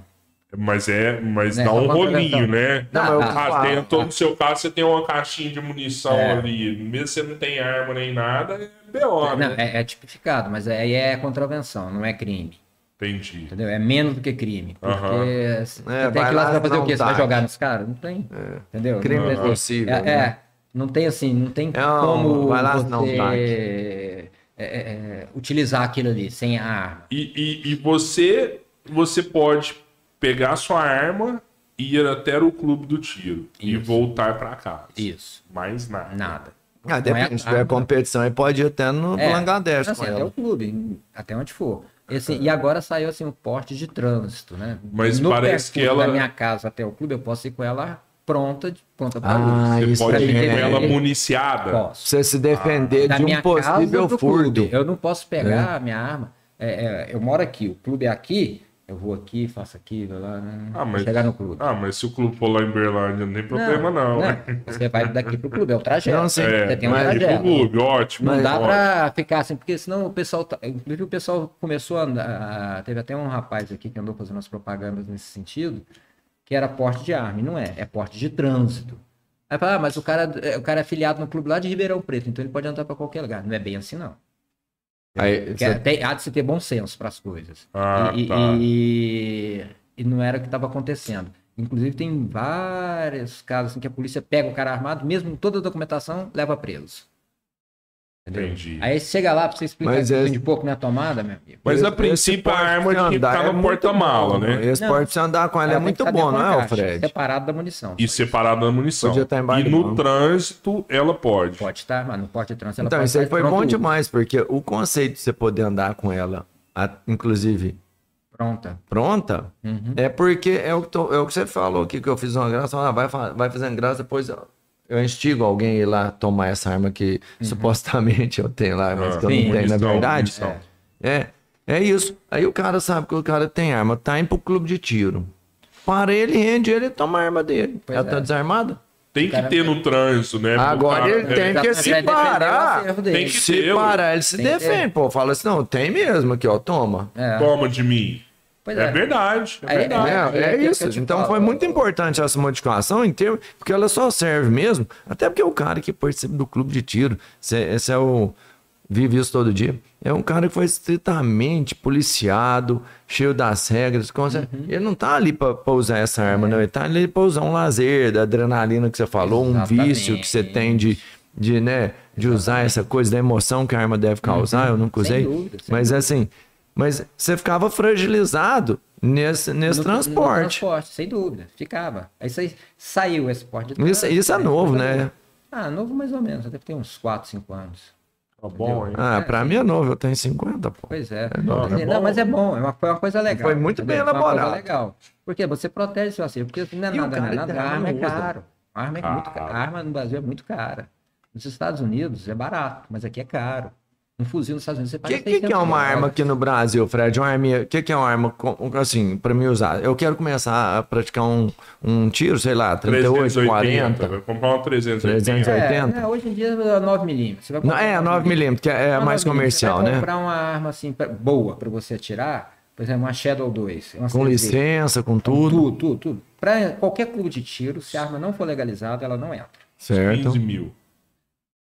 Speaker 1: Mas é, mas
Speaker 3: Né,
Speaker 1: dá
Speaker 3: só
Speaker 1: um
Speaker 3: uma
Speaker 1: rolinho,
Speaker 3: contravenção.
Speaker 1: né?
Speaker 2: Não, mas eu
Speaker 1: Ah,
Speaker 2: falo,
Speaker 1: tem, então,
Speaker 2: ah.
Speaker 1: no seu caso, você tem uma caixinha de munição
Speaker 3: É.
Speaker 1: ali. Mesmo você não tem arma nem nada, é B.O.,
Speaker 3: Não,
Speaker 1: né?
Speaker 3: é, é tipificado, mas aí é contravenção, não é crime.
Speaker 1: Entendi.
Speaker 3: Entendeu? É menos do que crime. Porque
Speaker 1: Aham.
Speaker 3: você
Speaker 2: É,
Speaker 3: tem
Speaker 2: vai
Speaker 3: que ir lá
Speaker 2: lá,
Speaker 3: você vai fazer
Speaker 2: não
Speaker 3: o quê? Você vai
Speaker 2: tá.
Speaker 3: jogar nos caras? Não tem. Entendeu?
Speaker 2: Crime
Speaker 3: não, tem-
Speaker 2: impossível,
Speaker 3: É,
Speaker 2: né?
Speaker 3: é, não tem assim, não tem
Speaker 2: É um-
Speaker 3: como
Speaker 2: vai lá,
Speaker 3: você
Speaker 2: não tá.
Speaker 3: é, é, utilizar aquilo ali sem a arma.
Speaker 1: E, e- e você, você pode pegar sua arma e ir até o clube do tiro e voltar pra casa.
Speaker 3: Isso.
Speaker 1: Mais nada.
Speaker 3: Nada.
Speaker 2: Ah,
Speaker 3: Não é
Speaker 2: depende,
Speaker 3: a-
Speaker 2: se tiver competição, aí pode ir até no
Speaker 3: É,
Speaker 2: Bangladesh
Speaker 3: assim,
Speaker 2: com
Speaker 3: até
Speaker 2: ela. É.
Speaker 3: o clube, até onde for. E, assim, e agora saiu assim o porte de trânsito, né?
Speaker 1: Mas parece
Speaker 3: percurso
Speaker 1: que ela-
Speaker 3: da minha casa até o clube, eu posso ir com ela pronta, de ponta para
Speaker 2: Ah,
Speaker 1: Você
Speaker 2: isso
Speaker 1: pode
Speaker 2: aí,
Speaker 1: ir com
Speaker 2: né?
Speaker 1: ela municiada.
Speaker 3: é- Posso.
Speaker 2: Você se defender
Speaker 3: Ah, Da
Speaker 2: de
Speaker 3: minha
Speaker 2: um
Speaker 3: casa
Speaker 2: possível
Speaker 3: ou do clube.
Speaker 2: furto.
Speaker 3: Eu não posso pegar a minha arma. É, é, eu moro aqui, o clube é aqui, eu vou aqui, faço aqui, vou lá, né?
Speaker 1: Ah, mas,
Speaker 3: chegar no clube.
Speaker 1: ah, mas se o clube for lá em Berlândia, não tem problema não, né?
Speaker 3: Você vai daqui pro clube, é o trajeto.
Speaker 2: Não, sim.
Speaker 1: É,
Speaker 3: Você tem um
Speaker 1: mas de
Speaker 3: trajeto.
Speaker 1: clube, ótimo.
Speaker 3: Não dá
Speaker 1: ótimo.
Speaker 3: pra ficar assim, porque senão o pessoal. tá- Inclusive, o pessoal começou a andar. Teve até um rapaz aqui que andou fazendo as propagandas nesse sentido, que era porte de arma. E não é, é porte de trânsito. Aí fala, ah, mas o cara, é- o cara é filiado no clube lá de Ribeirão Preto, então ele pode andar pra qualquer lugar. Não é bem assim, não.
Speaker 2: Aí,
Speaker 3: Porque
Speaker 2: você-
Speaker 3: tem- há de se ter bom senso para as coisas.
Speaker 1: Ah,
Speaker 3: e, e-
Speaker 1: tá.
Speaker 3: e- e não era o que estava acontecendo. Inclusive, tem vários casos em que a polícia pega o cara armado, mesmo com toda a documentação, leva preso. Entendeu?
Speaker 1: Entendi.
Speaker 3: Aí você chega lá para você explicar
Speaker 2: Mas é
Speaker 3: que
Speaker 2: esse-
Speaker 3: tem de pouco na tomada, meu amigo.
Speaker 1: Mas a
Speaker 2: esse
Speaker 1: princípio a
Speaker 2: porte
Speaker 1: arma
Speaker 2: pra
Speaker 1: tinha que
Speaker 2: andar
Speaker 1: ficar
Speaker 2: é
Speaker 1: no
Speaker 2: muito
Speaker 1: porta-mala,
Speaker 2: bom.
Speaker 1: né?
Speaker 2: Esse
Speaker 3: Não.
Speaker 2: porte pra você andar com ela é
Speaker 3: Ela tem que
Speaker 2: muito
Speaker 3: estar
Speaker 2: bom,
Speaker 3: dentro de
Speaker 2: não
Speaker 3: uma
Speaker 2: é,
Speaker 3: caixa,
Speaker 2: Fred?
Speaker 3: Separado da munição.
Speaker 1: E separada da munição.
Speaker 2: Podia estar
Speaker 1: e
Speaker 2: embaixo
Speaker 1: no
Speaker 2: do banco.
Speaker 1: trânsito, ela pode.
Speaker 3: Pode estar, mas no porte de trânsito ela
Speaker 2: Então,
Speaker 3: pode
Speaker 2: isso aí
Speaker 3: estar
Speaker 2: foi
Speaker 3: pronto
Speaker 2: bom demais, porque o conceito de você poder andar com ela, a- inclusive
Speaker 3: Pronta.
Speaker 2: pronta,
Speaker 3: Uhum.
Speaker 2: é porque é o, que tô- é o que você falou aqui, que eu fiz uma graça, ah, vai, fa- vai fazendo graça, depois eu, eu instigo alguém a ir lá tomar essa arma que supostamente eu tenho lá, mas que eu
Speaker 3: Uhum. Ah, Sim.
Speaker 2: não tenho, na
Speaker 1: Munição,
Speaker 2: verdade.
Speaker 1: munição.
Speaker 2: É, é isso. Aí o cara sabe que o cara tem arma, tá indo pro clube de tiro. Para ele, rende ele e toma a arma dele.
Speaker 3: Pois
Speaker 2: Ela
Speaker 3: é.
Speaker 2: tá desarmada?
Speaker 1: Tem que ter no trânsito, né?
Speaker 2: Agora
Speaker 1: Pro
Speaker 2: ele tem
Speaker 1: é.
Speaker 2: Porque
Speaker 3: Vai
Speaker 2: se
Speaker 3: tá defender o
Speaker 2: parar,
Speaker 3: acervo
Speaker 1: tem
Speaker 3: dele.
Speaker 1: que-
Speaker 2: Se
Speaker 1: ter, ué.
Speaker 2: parar, ele se
Speaker 3: Tem que ter.
Speaker 2: defende, pô. Fala assim, não, tem mesmo aqui, ó, toma.
Speaker 3: É.
Speaker 1: Toma de mim.
Speaker 3: Pois
Speaker 1: é.
Speaker 3: é.
Speaker 1: verdade, é
Speaker 3: Aí-
Speaker 1: verdade.
Speaker 3: aí-
Speaker 2: É,
Speaker 3: é
Speaker 2: é
Speaker 3: aquilo que
Speaker 2: isso.
Speaker 3: eu te
Speaker 2: Então
Speaker 3: falo.
Speaker 2: foi muito importante essa modificação em termos, porque ela só serve mesmo, até porque é o cara que participa do clube de tiro, esse, é- esse é o. Vive isso todo dia. É um cara que foi estritamente policiado, cheio das regras. conse-
Speaker 3: Uhum.
Speaker 2: Ele não tá ali pra, pra usar essa
Speaker 3: É.
Speaker 2: arma, não. Ele tá ali pra usar um lazer, da adrenalina que você falou, um
Speaker 3: Exatamente.
Speaker 2: vício que você tem de, de, né, de usar essa coisa, da emoção que a arma deve causar. Eu nunca
Speaker 3: Uhum. Sem
Speaker 2: usei.
Speaker 3: dúvida, sem
Speaker 2: mas assim, mas você ficava fragilizado nesse, nesse
Speaker 3: No- no
Speaker 2: transporte.
Speaker 3: transporte, sem dúvida. Ficava. Aí sai- saiu esse porte de
Speaker 2: Isso- isso é
Speaker 3: aí
Speaker 2: novo,
Speaker 3: foi-
Speaker 2: né?
Speaker 3: Ah, novo mais ou menos. Deve ter uns 4, 5 anos.
Speaker 1: Tá bom, hein?
Speaker 2: Ah,
Speaker 3: É,
Speaker 2: pra mim é novo, eu tenho 50, pô.
Speaker 3: Pois é.
Speaker 1: bom,
Speaker 3: Mas,
Speaker 1: é
Speaker 3: não,
Speaker 1: bom.
Speaker 3: mas é bom, é uma, foi uma coisa legal.
Speaker 2: Foi muito bem
Speaker 3: Foi uma coisa
Speaker 2: elaborado.
Speaker 3: legal. Porque você protege seu acervo, porque não é
Speaker 2: E o
Speaker 3: nada, não
Speaker 2: cara
Speaker 3: é nada.
Speaker 2: tem
Speaker 3: A arma
Speaker 2: arma
Speaker 3: é
Speaker 2: no uso.
Speaker 3: caro. A arma é muito cara. A arma no Brasil é muito cara. Nos Estados Unidos é barato, mas aqui é caro. Um fuzil nos Estados Unidos você
Speaker 2: O
Speaker 3: paga
Speaker 2: que, que, que é
Speaker 3: 600
Speaker 2: uma
Speaker 3: dólares.
Speaker 2: arma aqui no Brasil, Fred? Uma arminha. O que, que é uma arma, com- assim, pra mim usar? Eu quero começar a praticar um, um tiro, sei lá, 38, 40.
Speaker 1: Vai comprar uma 380.
Speaker 2: 380.
Speaker 3: É,
Speaker 2: 80?
Speaker 3: né, hoje em dia é 9mm. Você vai
Speaker 2: Não,
Speaker 3: comprar
Speaker 2: é, 9mm, que é, é
Speaker 3: Ah,
Speaker 2: mais
Speaker 3: não, amigo,
Speaker 2: comercial,
Speaker 3: você vai
Speaker 2: né?
Speaker 3: comprar uma arma assim pra- boa para você atirar, por exemplo, uma Shadow 2. Uma
Speaker 2: Com
Speaker 3: 6D.
Speaker 2: licença, com tudo.
Speaker 3: Tudo, tudo, tudo. Para qualquer clube de tiro, se a arma não for legalizada, ela não entra.
Speaker 2: Certo.
Speaker 1: 15 mil.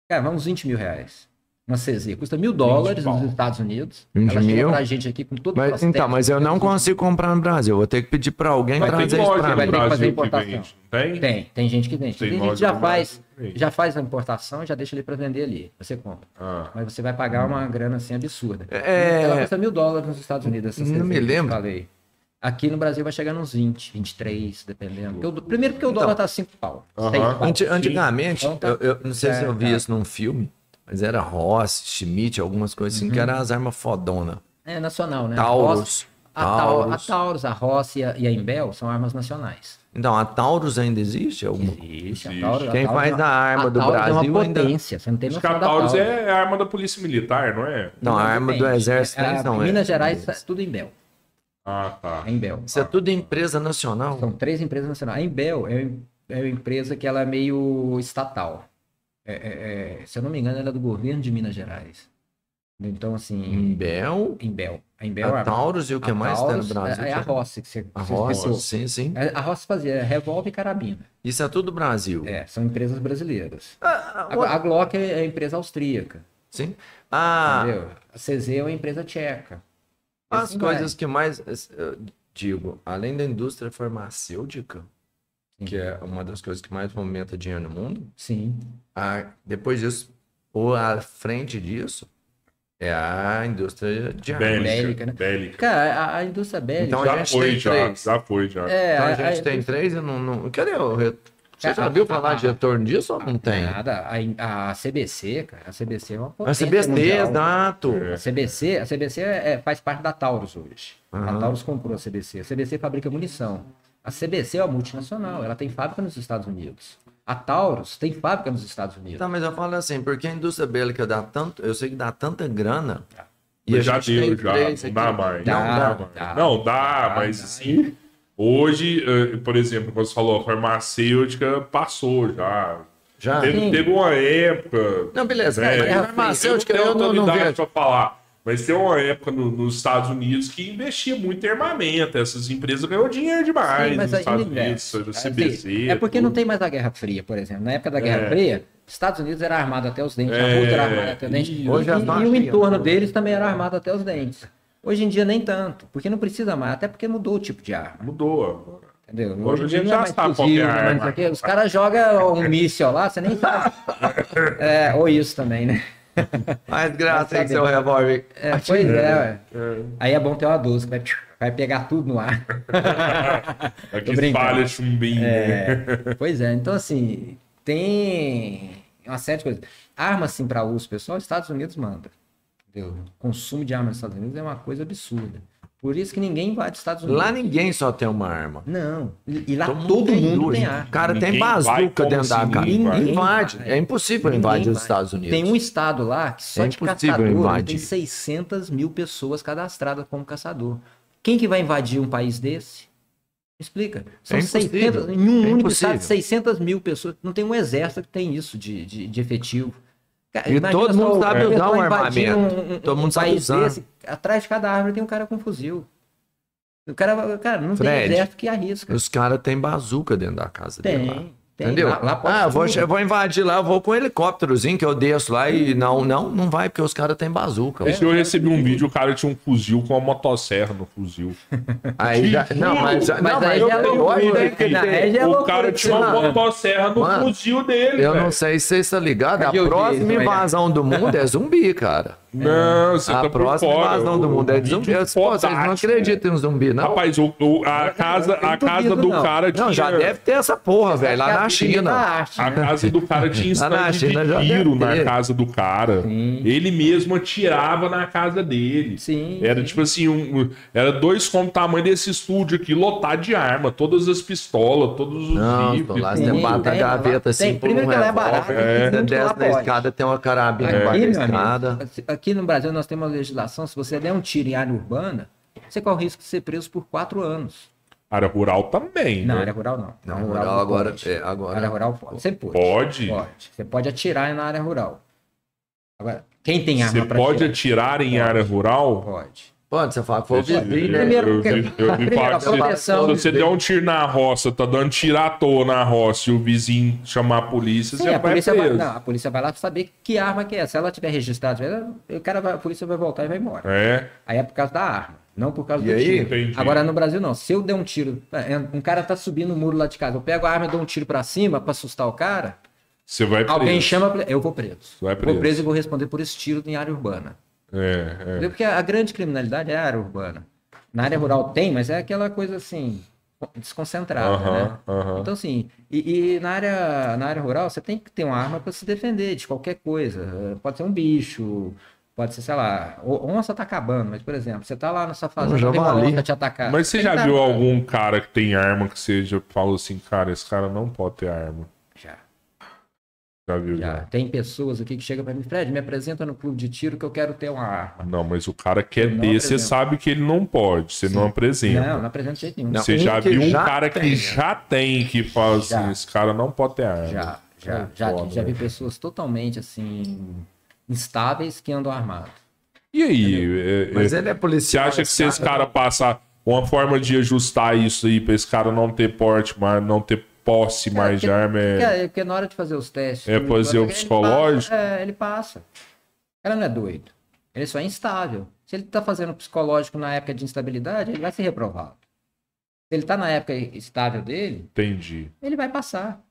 Speaker 3: Cara, vamos 20 mil reais. Uma CZ. Custa mil dólares nos
Speaker 1: pau.
Speaker 3: Estados Unidos.
Speaker 2: 20
Speaker 3: ela chega
Speaker 2: mil?
Speaker 3: pra gente aqui com todo o
Speaker 2: Mas,
Speaker 3: processo.
Speaker 2: então, mas eu não consigo comprar no Brasil. Vou ter que pedir pra alguém
Speaker 1: Mas
Speaker 2: trazer
Speaker 1: tem
Speaker 2: isso
Speaker 1: loja
Speaker 2: pra
Speaker 1: no
Speaker 3: vai ter
Speaker 2: mim.
Speaker 3: que fazer
Speaker 1: Brasil que
Speaker 3: importação.
Speaker 1: vende. não Tem?
Speaker 3: Tem, tem gente que vende.
Speaker 1: Tem
Speaker 3: Tem, gente
Speaker 1: loja
Speaker 3: que já
Speaker 1: no
Speaker 3: faz,
Speaker 1: Brasil.
Speaker 3: já faz a importação, já deixa ele para vender ali. Você compra.
Speaker 1: Ah.
Speaker 3: Mas você vai pagar uma grana assim absurda. Então,
Speaker 2: É.
Speaker 3: Ela custa mil dólares nos Estados Unidos, essa
Speaker 2: Não
Speaker 3: cerveja
Speaker 2: me
Speaker 3: que eu
Speaker 2: lembro.
Speaker 3: Falei. Aqui no Brasil vai chegar nos 20, 23, dependendo. Porque o- primeiro porque o
Speaker 2: Então.
Speaker 3: dólar tá 5 pau.
Speaker 1: Aham.
Speaker 3: seis pau.
Speaker 2: Anti- antigamente,
Speaker 3: Então tá.
Speaker 2: eu, eu não sei se eu vi
Speaker 3: É, tá.
Speaker 2: isso num filme, mas era Ross, Schmidt, algumas coisas assim, que eram as armas fodonas.
Speaker 3: Uhum. É nacional, né?
Speaker 2: Taurus.
Speaker 3: A, Taurus. a, Tau- a
Speaker 2: Taurus.
Speaker 3: Taurus, a Ross e a, e a Imbel são armas nacionais.
Speaker 2: Então, a Taurus ainda existe? É Alguma...
Speaker 3: Existe.
Speaker 1: Existe.
Speaker 3: A Taurus,
Speaker 2: Quem
Speaker 3: a Taurus,
Speaker 2: faz a arma do
Speaker 3: Taurus é
Speaker 2: Brasil
Speaker 3: uma
Speaker 2: ainda-
Speaker 3: potência. Você não tem
Speaker 1: Os
Speaker 3: noção da
Speaker 1: catauros
Speaker 3: Taurus.
Speaker 1: é a arma da polícia militar, não é?
Speaker 2: Não, a arma do
Speaker 3: Depende.
Speaker 2: exército
Speaker 3: É,
Speaker 2: é, não é.
Speaker 3: Minas Gerais, tá tudo Imbel.
Speaker 1: Ah, tá.
Speaker 3: É Imbel.
Speaker 2: Isso é tudo empresa nacional?
Speaker 3: São três empresas nacionais. A Embel é, um- é uma empresa que ela é meio estatal. É, é, é, se eu não me engano, ela é do governo de Minas Gerais. Então, assim,
Speaker 2: Imbel,
Speaker 3: Embel. A Embel é
Speaker 2: Hum. a
Speaker 3: a-
Speaker 2: Taurus e o que
Speaker 3: a
Speaker 2: mais
Speaker 3: Taurus,
Speaker 2: tem no Brasil?
Speaker 3: É, é a
Speaker 2: que é-
Speaker 3: Rossi que você,
Speaker 2: a
Speaker 3: você
Speaker 2: Ross,
Speaker 3: explicou.
Speaker 2: sim, sim.
Speaker 3: É, A Rossi fazia revólver e carabina.
Speaker 2: Isso é tudo Brasil.
Speaker 3: É, são empresas brasileiras.
Speaker 2: Ah,
Speaker 3: A, a Glock é, é empresa austríaca,
Speaker 2: sim. Ah,
Speaker 3: entendeu? A CZ é uma empresa tcheca.
Speaker 2: as
Speaker 3: Assim vai.
Speaker 2: coisas que mais, eh, eu digo, além da indústria farmacêutica,
Speaker 3: Sim.
Speaker 2: que é uma das coisas que mais movimenta dinheiro no mundo,
Speaker 3: Sim.
Speaker 2: a- depois disso, ou à frente disso, é a indústria de armas.
Speaker 1: Bélica.
Speaker 3: Bélica, né?
Speaker 1: Bélica.
Speaker 3: Cara, a, a indústria bélica...
Speaker 2: Então,
Speaker 1: já
Speaker 2: a gente
Speaker 1: foi,
Speaker 2: tem
Speaker 1: já.
Speaker 2: três.
Speaker 1: Já foi, já.
Speaker 3: é,
Speaker 2: Então a
Speaker 3: a-
Speaker 2: gente
Speaker 3: a-
Speaker 2: tem três e não. não... Cadê o. re- Você
Speaker 3: É,
Speaker 2: já
Speaker 3: a-
Speaker 2: viu
Speaker 3: a-
Speaker 2: falar de retorno disso ou não tem?
Speaker 3: Nada. A, a CBC, cara, a CBC é uma
Speaker 2: A
Speaker 3: potência
Speaker 2: CBC,
Speaker 3: mundial. né? É.
Speaker 2: exato.
Speaker 3: A CBC, a CBC é- é- faz parte da Taurus hoje. A
Speaker 2: Aham.
Speaker 3: Taurus comprou a CBC. A CBC fabrica munição. A CBC é uma multinacional, ela tem fábrica nos Estados Unidos. A Taurus tem fábrica nos Estados Unidos.
Speaker 2: Tá, mas eu falo assim, porque a indústria bélica dá tanto. Eu sei que dá tanta grana. E a
Speaker 1: já
Speaker 2: gente tem
Speaker 1: deu, já.
Speaker 2: três
Speaker 1: Não
Speaker 2: aqui.
Speaker 1: dá mais.
Speaker 2: Não
Speaker 3: Dá,
Speaker 2: dá.
Speaker 1: mais.
Speaker 3: dá.
Speaker 1: não, dá,
Speaker 3: Dá,
Speaker 1: mas
Speaker 3: dá.
Speaker 1: assim, hoje, eh, por exemplo, como você falou, a farmacêutica passou já.
Speaker 2: Já?
Speaker 1: Teve,
Speaker 3: Ah, Sim. é,
Speaker 1: teve uma época.
Speaker 2: Não, beleza.
Speaker 1: né,
Speaker 2: mas
Speaker 1: eu-
Speaker 2: a farmacêutica eu,
Speaker 1: tenho
Speaker 2: não, não
Speaker 1: autoridade
Speaker 2: vejo.
Speaker 1: pra falar. Mas tem uma época no- nos Estados Unidos que investia muito em armamento. Essas empresas ganham dinheiro demais
Speaker 3: Sim, mas
Speaker 1: nos
Speaker 3: aí
Speaker 1: Estados
Speaker 3: investe.
Speaker 1: Unidos,
Speaker 3: Assim,
Speaker 1: CBC.
Speaker 3: é porque não tem mais a Guerra Fria, por exemplo. Na época da Guerra
Speaker 1: É.
Speaker 3: Fria, Estados Unidos era armado até os dentes,
Speaker 1: É.
Speaker 3: a Rússia era armada até os dentes.
Speaker 2: Ih,
Speaker 3: E,
Speaker 2: hoje é
Speaker 3: e-
Speaker 2: só
Speaker 3: e o
Speaker 2: aqui,
Speaker 3: entorno
Speaker 2: ó.
Speaker 3: deles também era armado até os dentes. Hoje em dia nem tanto, porque não precisa mais, até porque mudou o tipo de arma.
Speaker 1: Mudou.
Speaker 3: Entendeu?
Speaker 1: Hoje a
Speaker 3: em
Speaker 1: gente
Speaker 3: dia
Speaker 1: já
Speaker 3: é mais
Speaker 1: sabe qual que
Speaker 3: fuzil,
Speaker 1: é a
Speaker 3: não é mais
Speaker 1: arma.
Speaker 3: isso aqui. Os caras jogam um míssil lá, você nem
Speaker 1: *laughs*
Speaker 3: sabe. É, ou isso também, né?
Speaker 2: Mais graça
Speaker 3: Vai
Speaker 2: aí que seu revólver.
Speaker 3: É, pois é, ué. Aí é bom ter uma 12, que vai, vai pegar tudo no ar.
Speaker 1: *laughs*
Speaker 3: Tô
Speaker 1: Aqui
Speaker 3: brincando.
Speaker 1: espalha chumbinho. né?
Speaker 3: É, pois é, então assim, tem uma série de coisas. Arma assim para uso pessoal, Estados Unidos manda. Entendeu? O consumo de arma nos Estados Unidos é uma coisa absurda. Por isso que ninguém invade os Estados Unidos.
Speaker 2: Lá ninguém só tem uma arma.
Speaker 3: Não. E e lá
Speaker 2: Todo mundo
Speaker 3: todo
Speaker 2: tem
Speaker 3: mundo
Speaker 2: duas.
Speaker 3: tem
Speaker 2: O
Speaker 3: arma.
Speaker 2: cara tem
Speaker 1: Ninguém vai
Speaker 2: bazuca
Speaker 1: como
Speaker 2: dentro da
Speaker 1: se
Speaker 2: cara.
Speaker 1: ninguém
Speaker 2: Ninguém
Speaker 3: invade.
Speaker 2: invade. É impossível
Speaker 3: Ninguém
Speaker 2: invadir os
Speaker 3: invade.
Speaker 2: Estados Unidos.
Speaker 3: Tem um estado lá que só
Speaker 2: É
Speaker 3: de
Speaker 2: impossível
Speaker 3: caçador tem
Speaker 2: invadir.
Speaker 3: 600 mil pessoas cadastradas como caçador. Quem que vai invadir um país desse? Me explica. São
Speaker 2: É impossível.
Speaker 3: 600, em um
Speaker 2: É
Speaker 3: único
Speaker 2: impossível.
Speaker 3: estado, 600 mil pessoas. Não tem um exército que tem isso de, de, de efetivo. Cara,
Speaker 2: E
Speaker 3: imagina
Speaker 2: todo
Speaker 3: só
Speaker 2: mundo
Speaker 3: o
Speaker 2: sabe
Speaker 3: pessoal
Speaker 2: usar um
Speaker 3: invadindo
Speaker 2: armamento.
Speaker 3: um- um-
Speaker 2: Todo
Speaker 3: um
Speaker 2: mundo sabe
Speaker 3: país
Speaker 2: usar.
Speaker 3: desse, atrás de cada árvore tem um cara com fuzil. O cara, cara não tem
Speaker 2: Fred,
Speaker 3: exército que arrisca.
Speaker 2: Os caras têm bazuca dentro da casa dele lá.
Speaker 3: Tem, tem.
Speaker 2: Entendeu?
Speaker 3: Lá, lá pode
Speaker 2: ah, eu vou,
Speaker 3: tudo.
Speaker 2: eu vou invadir lá, eu vou com um helicópterozinho que eu desço lá e não, não, não vai, porque os caras têm bazuca.
Speaker 1: Esse dia eu recebi um vídeo, o cara tinha um fuzil com uma motosserra no fuzil.
Speaker 2: Aí já, não, mas,
Speaker 3: Mas
Speaker 2: não,
Speaker 3: aí
Speaker 2: mas
Speaker 3: já
Speaker 2: eu,
Speaker 3: é
Speaker 2: eu,
Speaker 3: loucura,
Speaker 2: acho
Speaker 3: né?
Speaker 2: que
Speaker 3: Não,
Speaker 2: tem.
Speaker 3: aí já é
Speaker 1: o
Speaker 3: loucura,
Speaker 1: cara tinha uma
Speaker 2: mano.
Speaker 1: motosserra no
Speaker 2: Mano,
Speaker 1: fuzil dele,
Speaker 3: né?
Speaker 2: Eu
Speaker 1: velho.
Speaker 2: não sei se vocês estão ligados, a
Speaker 3: Cadê o
Speaker 2: próxima
Speaker 3: Jason, velho?
Speaker 2: invasão do mundo é zumbi, cara.
Speaker 1: Não, você
Speaker 2: É. A
Speaker 1: tá por
Speaker 2: próxima
Speaker 1: fora.
Speaker 2: invasão do mundo é de
Speaker 1: Vídeo
Speaker 2: zumbi. Eu- Pô, vocês
Speaker 1: fodástico.
Speaker 2: não acreditam em zumbi, não?
Speaker 1: Rapaz, o, o- a casa, a
Speaker 3: não
Speaker 1: casa
Speaker 3: duvido,
Speaker 1: do
Speaker 3: não.
Speaker 1: cara tinha...
Speaker 2: Não, já deve ter essa porra, velho,
Speaker 3: Acho que
Speaker 2: lá
Speaker 3: a
Speaker 2: na
Speaker 3: vida da
Speaker 2: China. Ah,
Speaker 3: arte,
Speaker 1: A
Speaker 3: né?
Speaker 1: casa do cara tinha
Speaker 2: Lá *laughs* na
Speaker 1: instante
Speaker 2: China já
Speaker 1: de tiro
Speaker 2: deve ter.
Speaker 1: na casa do cara.
Speaker 3: Sim.
Speaker 1: Ele mesmo atirava na casa dele.
Speaker 3: Sim,
Speaker 1: Era
Speaker 3: sim.
Speaker 1: tipo assim, um, um- era dois como o tamanho desse estúdio aqui, lotado de arma, todas as pistolas, todos os
Speaker 2: Não,
Speaker 1: rifles,
Speaker 2: tô lá,
Speaker 1: tudo.
Speaker 2: você
Speaker 3: Sim,
Speaker 2: bate a
Speaker 3: tem, lá
Speaker 2: gaveta
Speaker 3: tem.
Speaker 2: assim por um
Speaker 3: Primeiro que ela é barata,
Speaker 2: revólver.
Speaker 1: é.
Speaker 2: Você
Speaker 3: segundo que ela
Speaker 2: desce da
Speaker 3: pode.
Speaker 2: escada, tem uma carabina
Speaker 3: Aqui,
Speaker 2: embaixo da
Speaker 3: meu amigo,
Speaker 2: escada.
Speaker 3: aqui no Brasil nós temos uma legislação, se você der um tiro em área urbana, você corre o risco de ser preso por quatro anos.
Speaker 1: Área rural também,
Speaker 3: Não,
Speaker 1: né?
Speaker 3: área rural não.
Speaker 2: Não,
Speaker 3: Área
Speaker 2: rural agora-
Speaker 3: pode.
Speaker 2: é, agora-
Speaker 3: Área rural pode. Você pode.
Speaker 1: Pode?
Speaker 3: Pode. Você pode atirar na área rural. Agora, quem tem arma
Speaker 1: Você
Speaker 3: pra
Speaker 1: pode
Speaker 3: atirar?
Speaker 1: atirar em área rural?
Speaker 3: Pode.
Speaker 2: Pode, você fala que foi o vizinho, né?
Speaker 3: Primeiro,
Speaker 1: eu, vi-
Speaker 3: porque-
Speaker 1: eu vi
Speaker 3: primeiro,
Speaker 1: falar
Speaker 3: a
Speaker 1: que se-
Speaker 3: proteção-
Speaker 1: se você der um tiro na roça, tá dando tiro à toa na roça e o vizinho chamar a polícia,
Speaker 3: Sim,
Speaker 1: você
Speaker 3: a
Speaker 1: vai
Speaker 3: polícia, vai,
Speaker 1: preso.
Speaker 3: não, a polícia vai lá saber que arma que é. Se ela tiver registrada, o cara vai- a polícia vai voltar e vai embora.
Speaker 1: É.
Speaker 3: Aí é por causa da arma, não por causa
Speaker 2: E
Speaker 3: do
Speaker 2: aí?
Speaker 3: tiro.
Speaker 1: Entendi.
Speaker 3: Agora no Brasil não. Se eu der um tiro, um cara tá subindo o muro lá de casa, eu pego a arma e dou um tiro pra cima pra assustar o cara,
Speaker 1: Você vai preso.
Speaker 3: alguém chama, eu vou preso.
Speaker 1: Vai
Speaker 3: Vou
Speaker 1: preso.
Speaker 3: preso e vou responder por esse tiro em área urbana.
Speaker 1: É, é.
Speaker 3: Entendeu? Porque a grande criminalidade é a área urbana. Na área rural tem, mas é aquela coisa assim, desconcentrada,
Speaker 1: Aham,
Speaker 3: né?
Speaker 1: aham.
Speaker 3: Então, assim, e, e na, área, na área rural você tem que ter uma arma para se defender de qualquer coisa. Pode ser um bicho, pode ser, sei lá, o- onça tá acabando, mas, por exemplo, você tá lá nessa fazenda,
Speaker 2: Um
Speaker 3: tem uma
Speaker 2: javali.
Speaker 3: onça te atacar.
Speaker 1: é. Mas você
Speaker 3: Tem
Speaker 1: já
Speaker 3: que dar-
Speaker 1: viu algum cara que tem arma que seja falou assim, cara, esse cara não pode ter arma.
Speaker 3: Já,
Speaker 1: Já viu?
Speaker 3: já.
Speaker 1: Já.
Speaker 3: Tem pessoas aqui que chegam para mim, Fred, me apresenta no clube de tiro que eu quero ter uma arma.
Speaker 1: Ah, Não, mas o cara quer
Speaker 3: Não
Speaker 1: ter, você
Speaker 3: apresenta.
Speaker 1: sabe que ele não pode, você não
Speaker 3: Não,
Speaker 1: apresenta.
Speaker 3: não apresenta de jeito nenhum.
Speaker 1: Você
Speaker 2: Um
Speaker 1: já
Speaker 2: que
Speaker 1: viu um
Speaker 2: já
Speaker 1: cara que
Speaker 2: tenha.
Speaker 1: já tem que fala assim,
Speaker 3: Já.
Speaker 1: esse cara não pode ter arma.
Speaker 3: Já, já,
Speaker 1: É
Speaker 3: já,
Speaker 1: foda,
Speaker 3: já vi
Speaker 1: né?
Speaker 3: pessoas totalmente assim instáveis que andam armado.
Speaker 1: E aí? é-
Speaker 2: Mas
Speaker 1: é-
Speaker 2: ele é
Speaker 1: Você
Speaker 2: policial.
Speaker 1: acha que se esse cara passar uma forma de ajustar isso aí pra esse cara não ter porte, mas não ter posse mais de
Speaker 3: porque-
Speaker 1: arma é.
Speaker 3: Porque, porque na hora de fazer os testes,
Speaker 1: É,
Speaker 3: tudo,
Speaker 1: fazer o
Speaker 3: ele
Speaker 1: psicológico?
Speaker 3: passa, é, ele passa. O cara não é doido. Ele só é instável. Se ele tá fazendo o psicológico na época de instabilidade, ele vai ser reprovado. Se ele tá na época estável dele,
Speaker 1: Entendi.
Speaker 3: ele vai passar.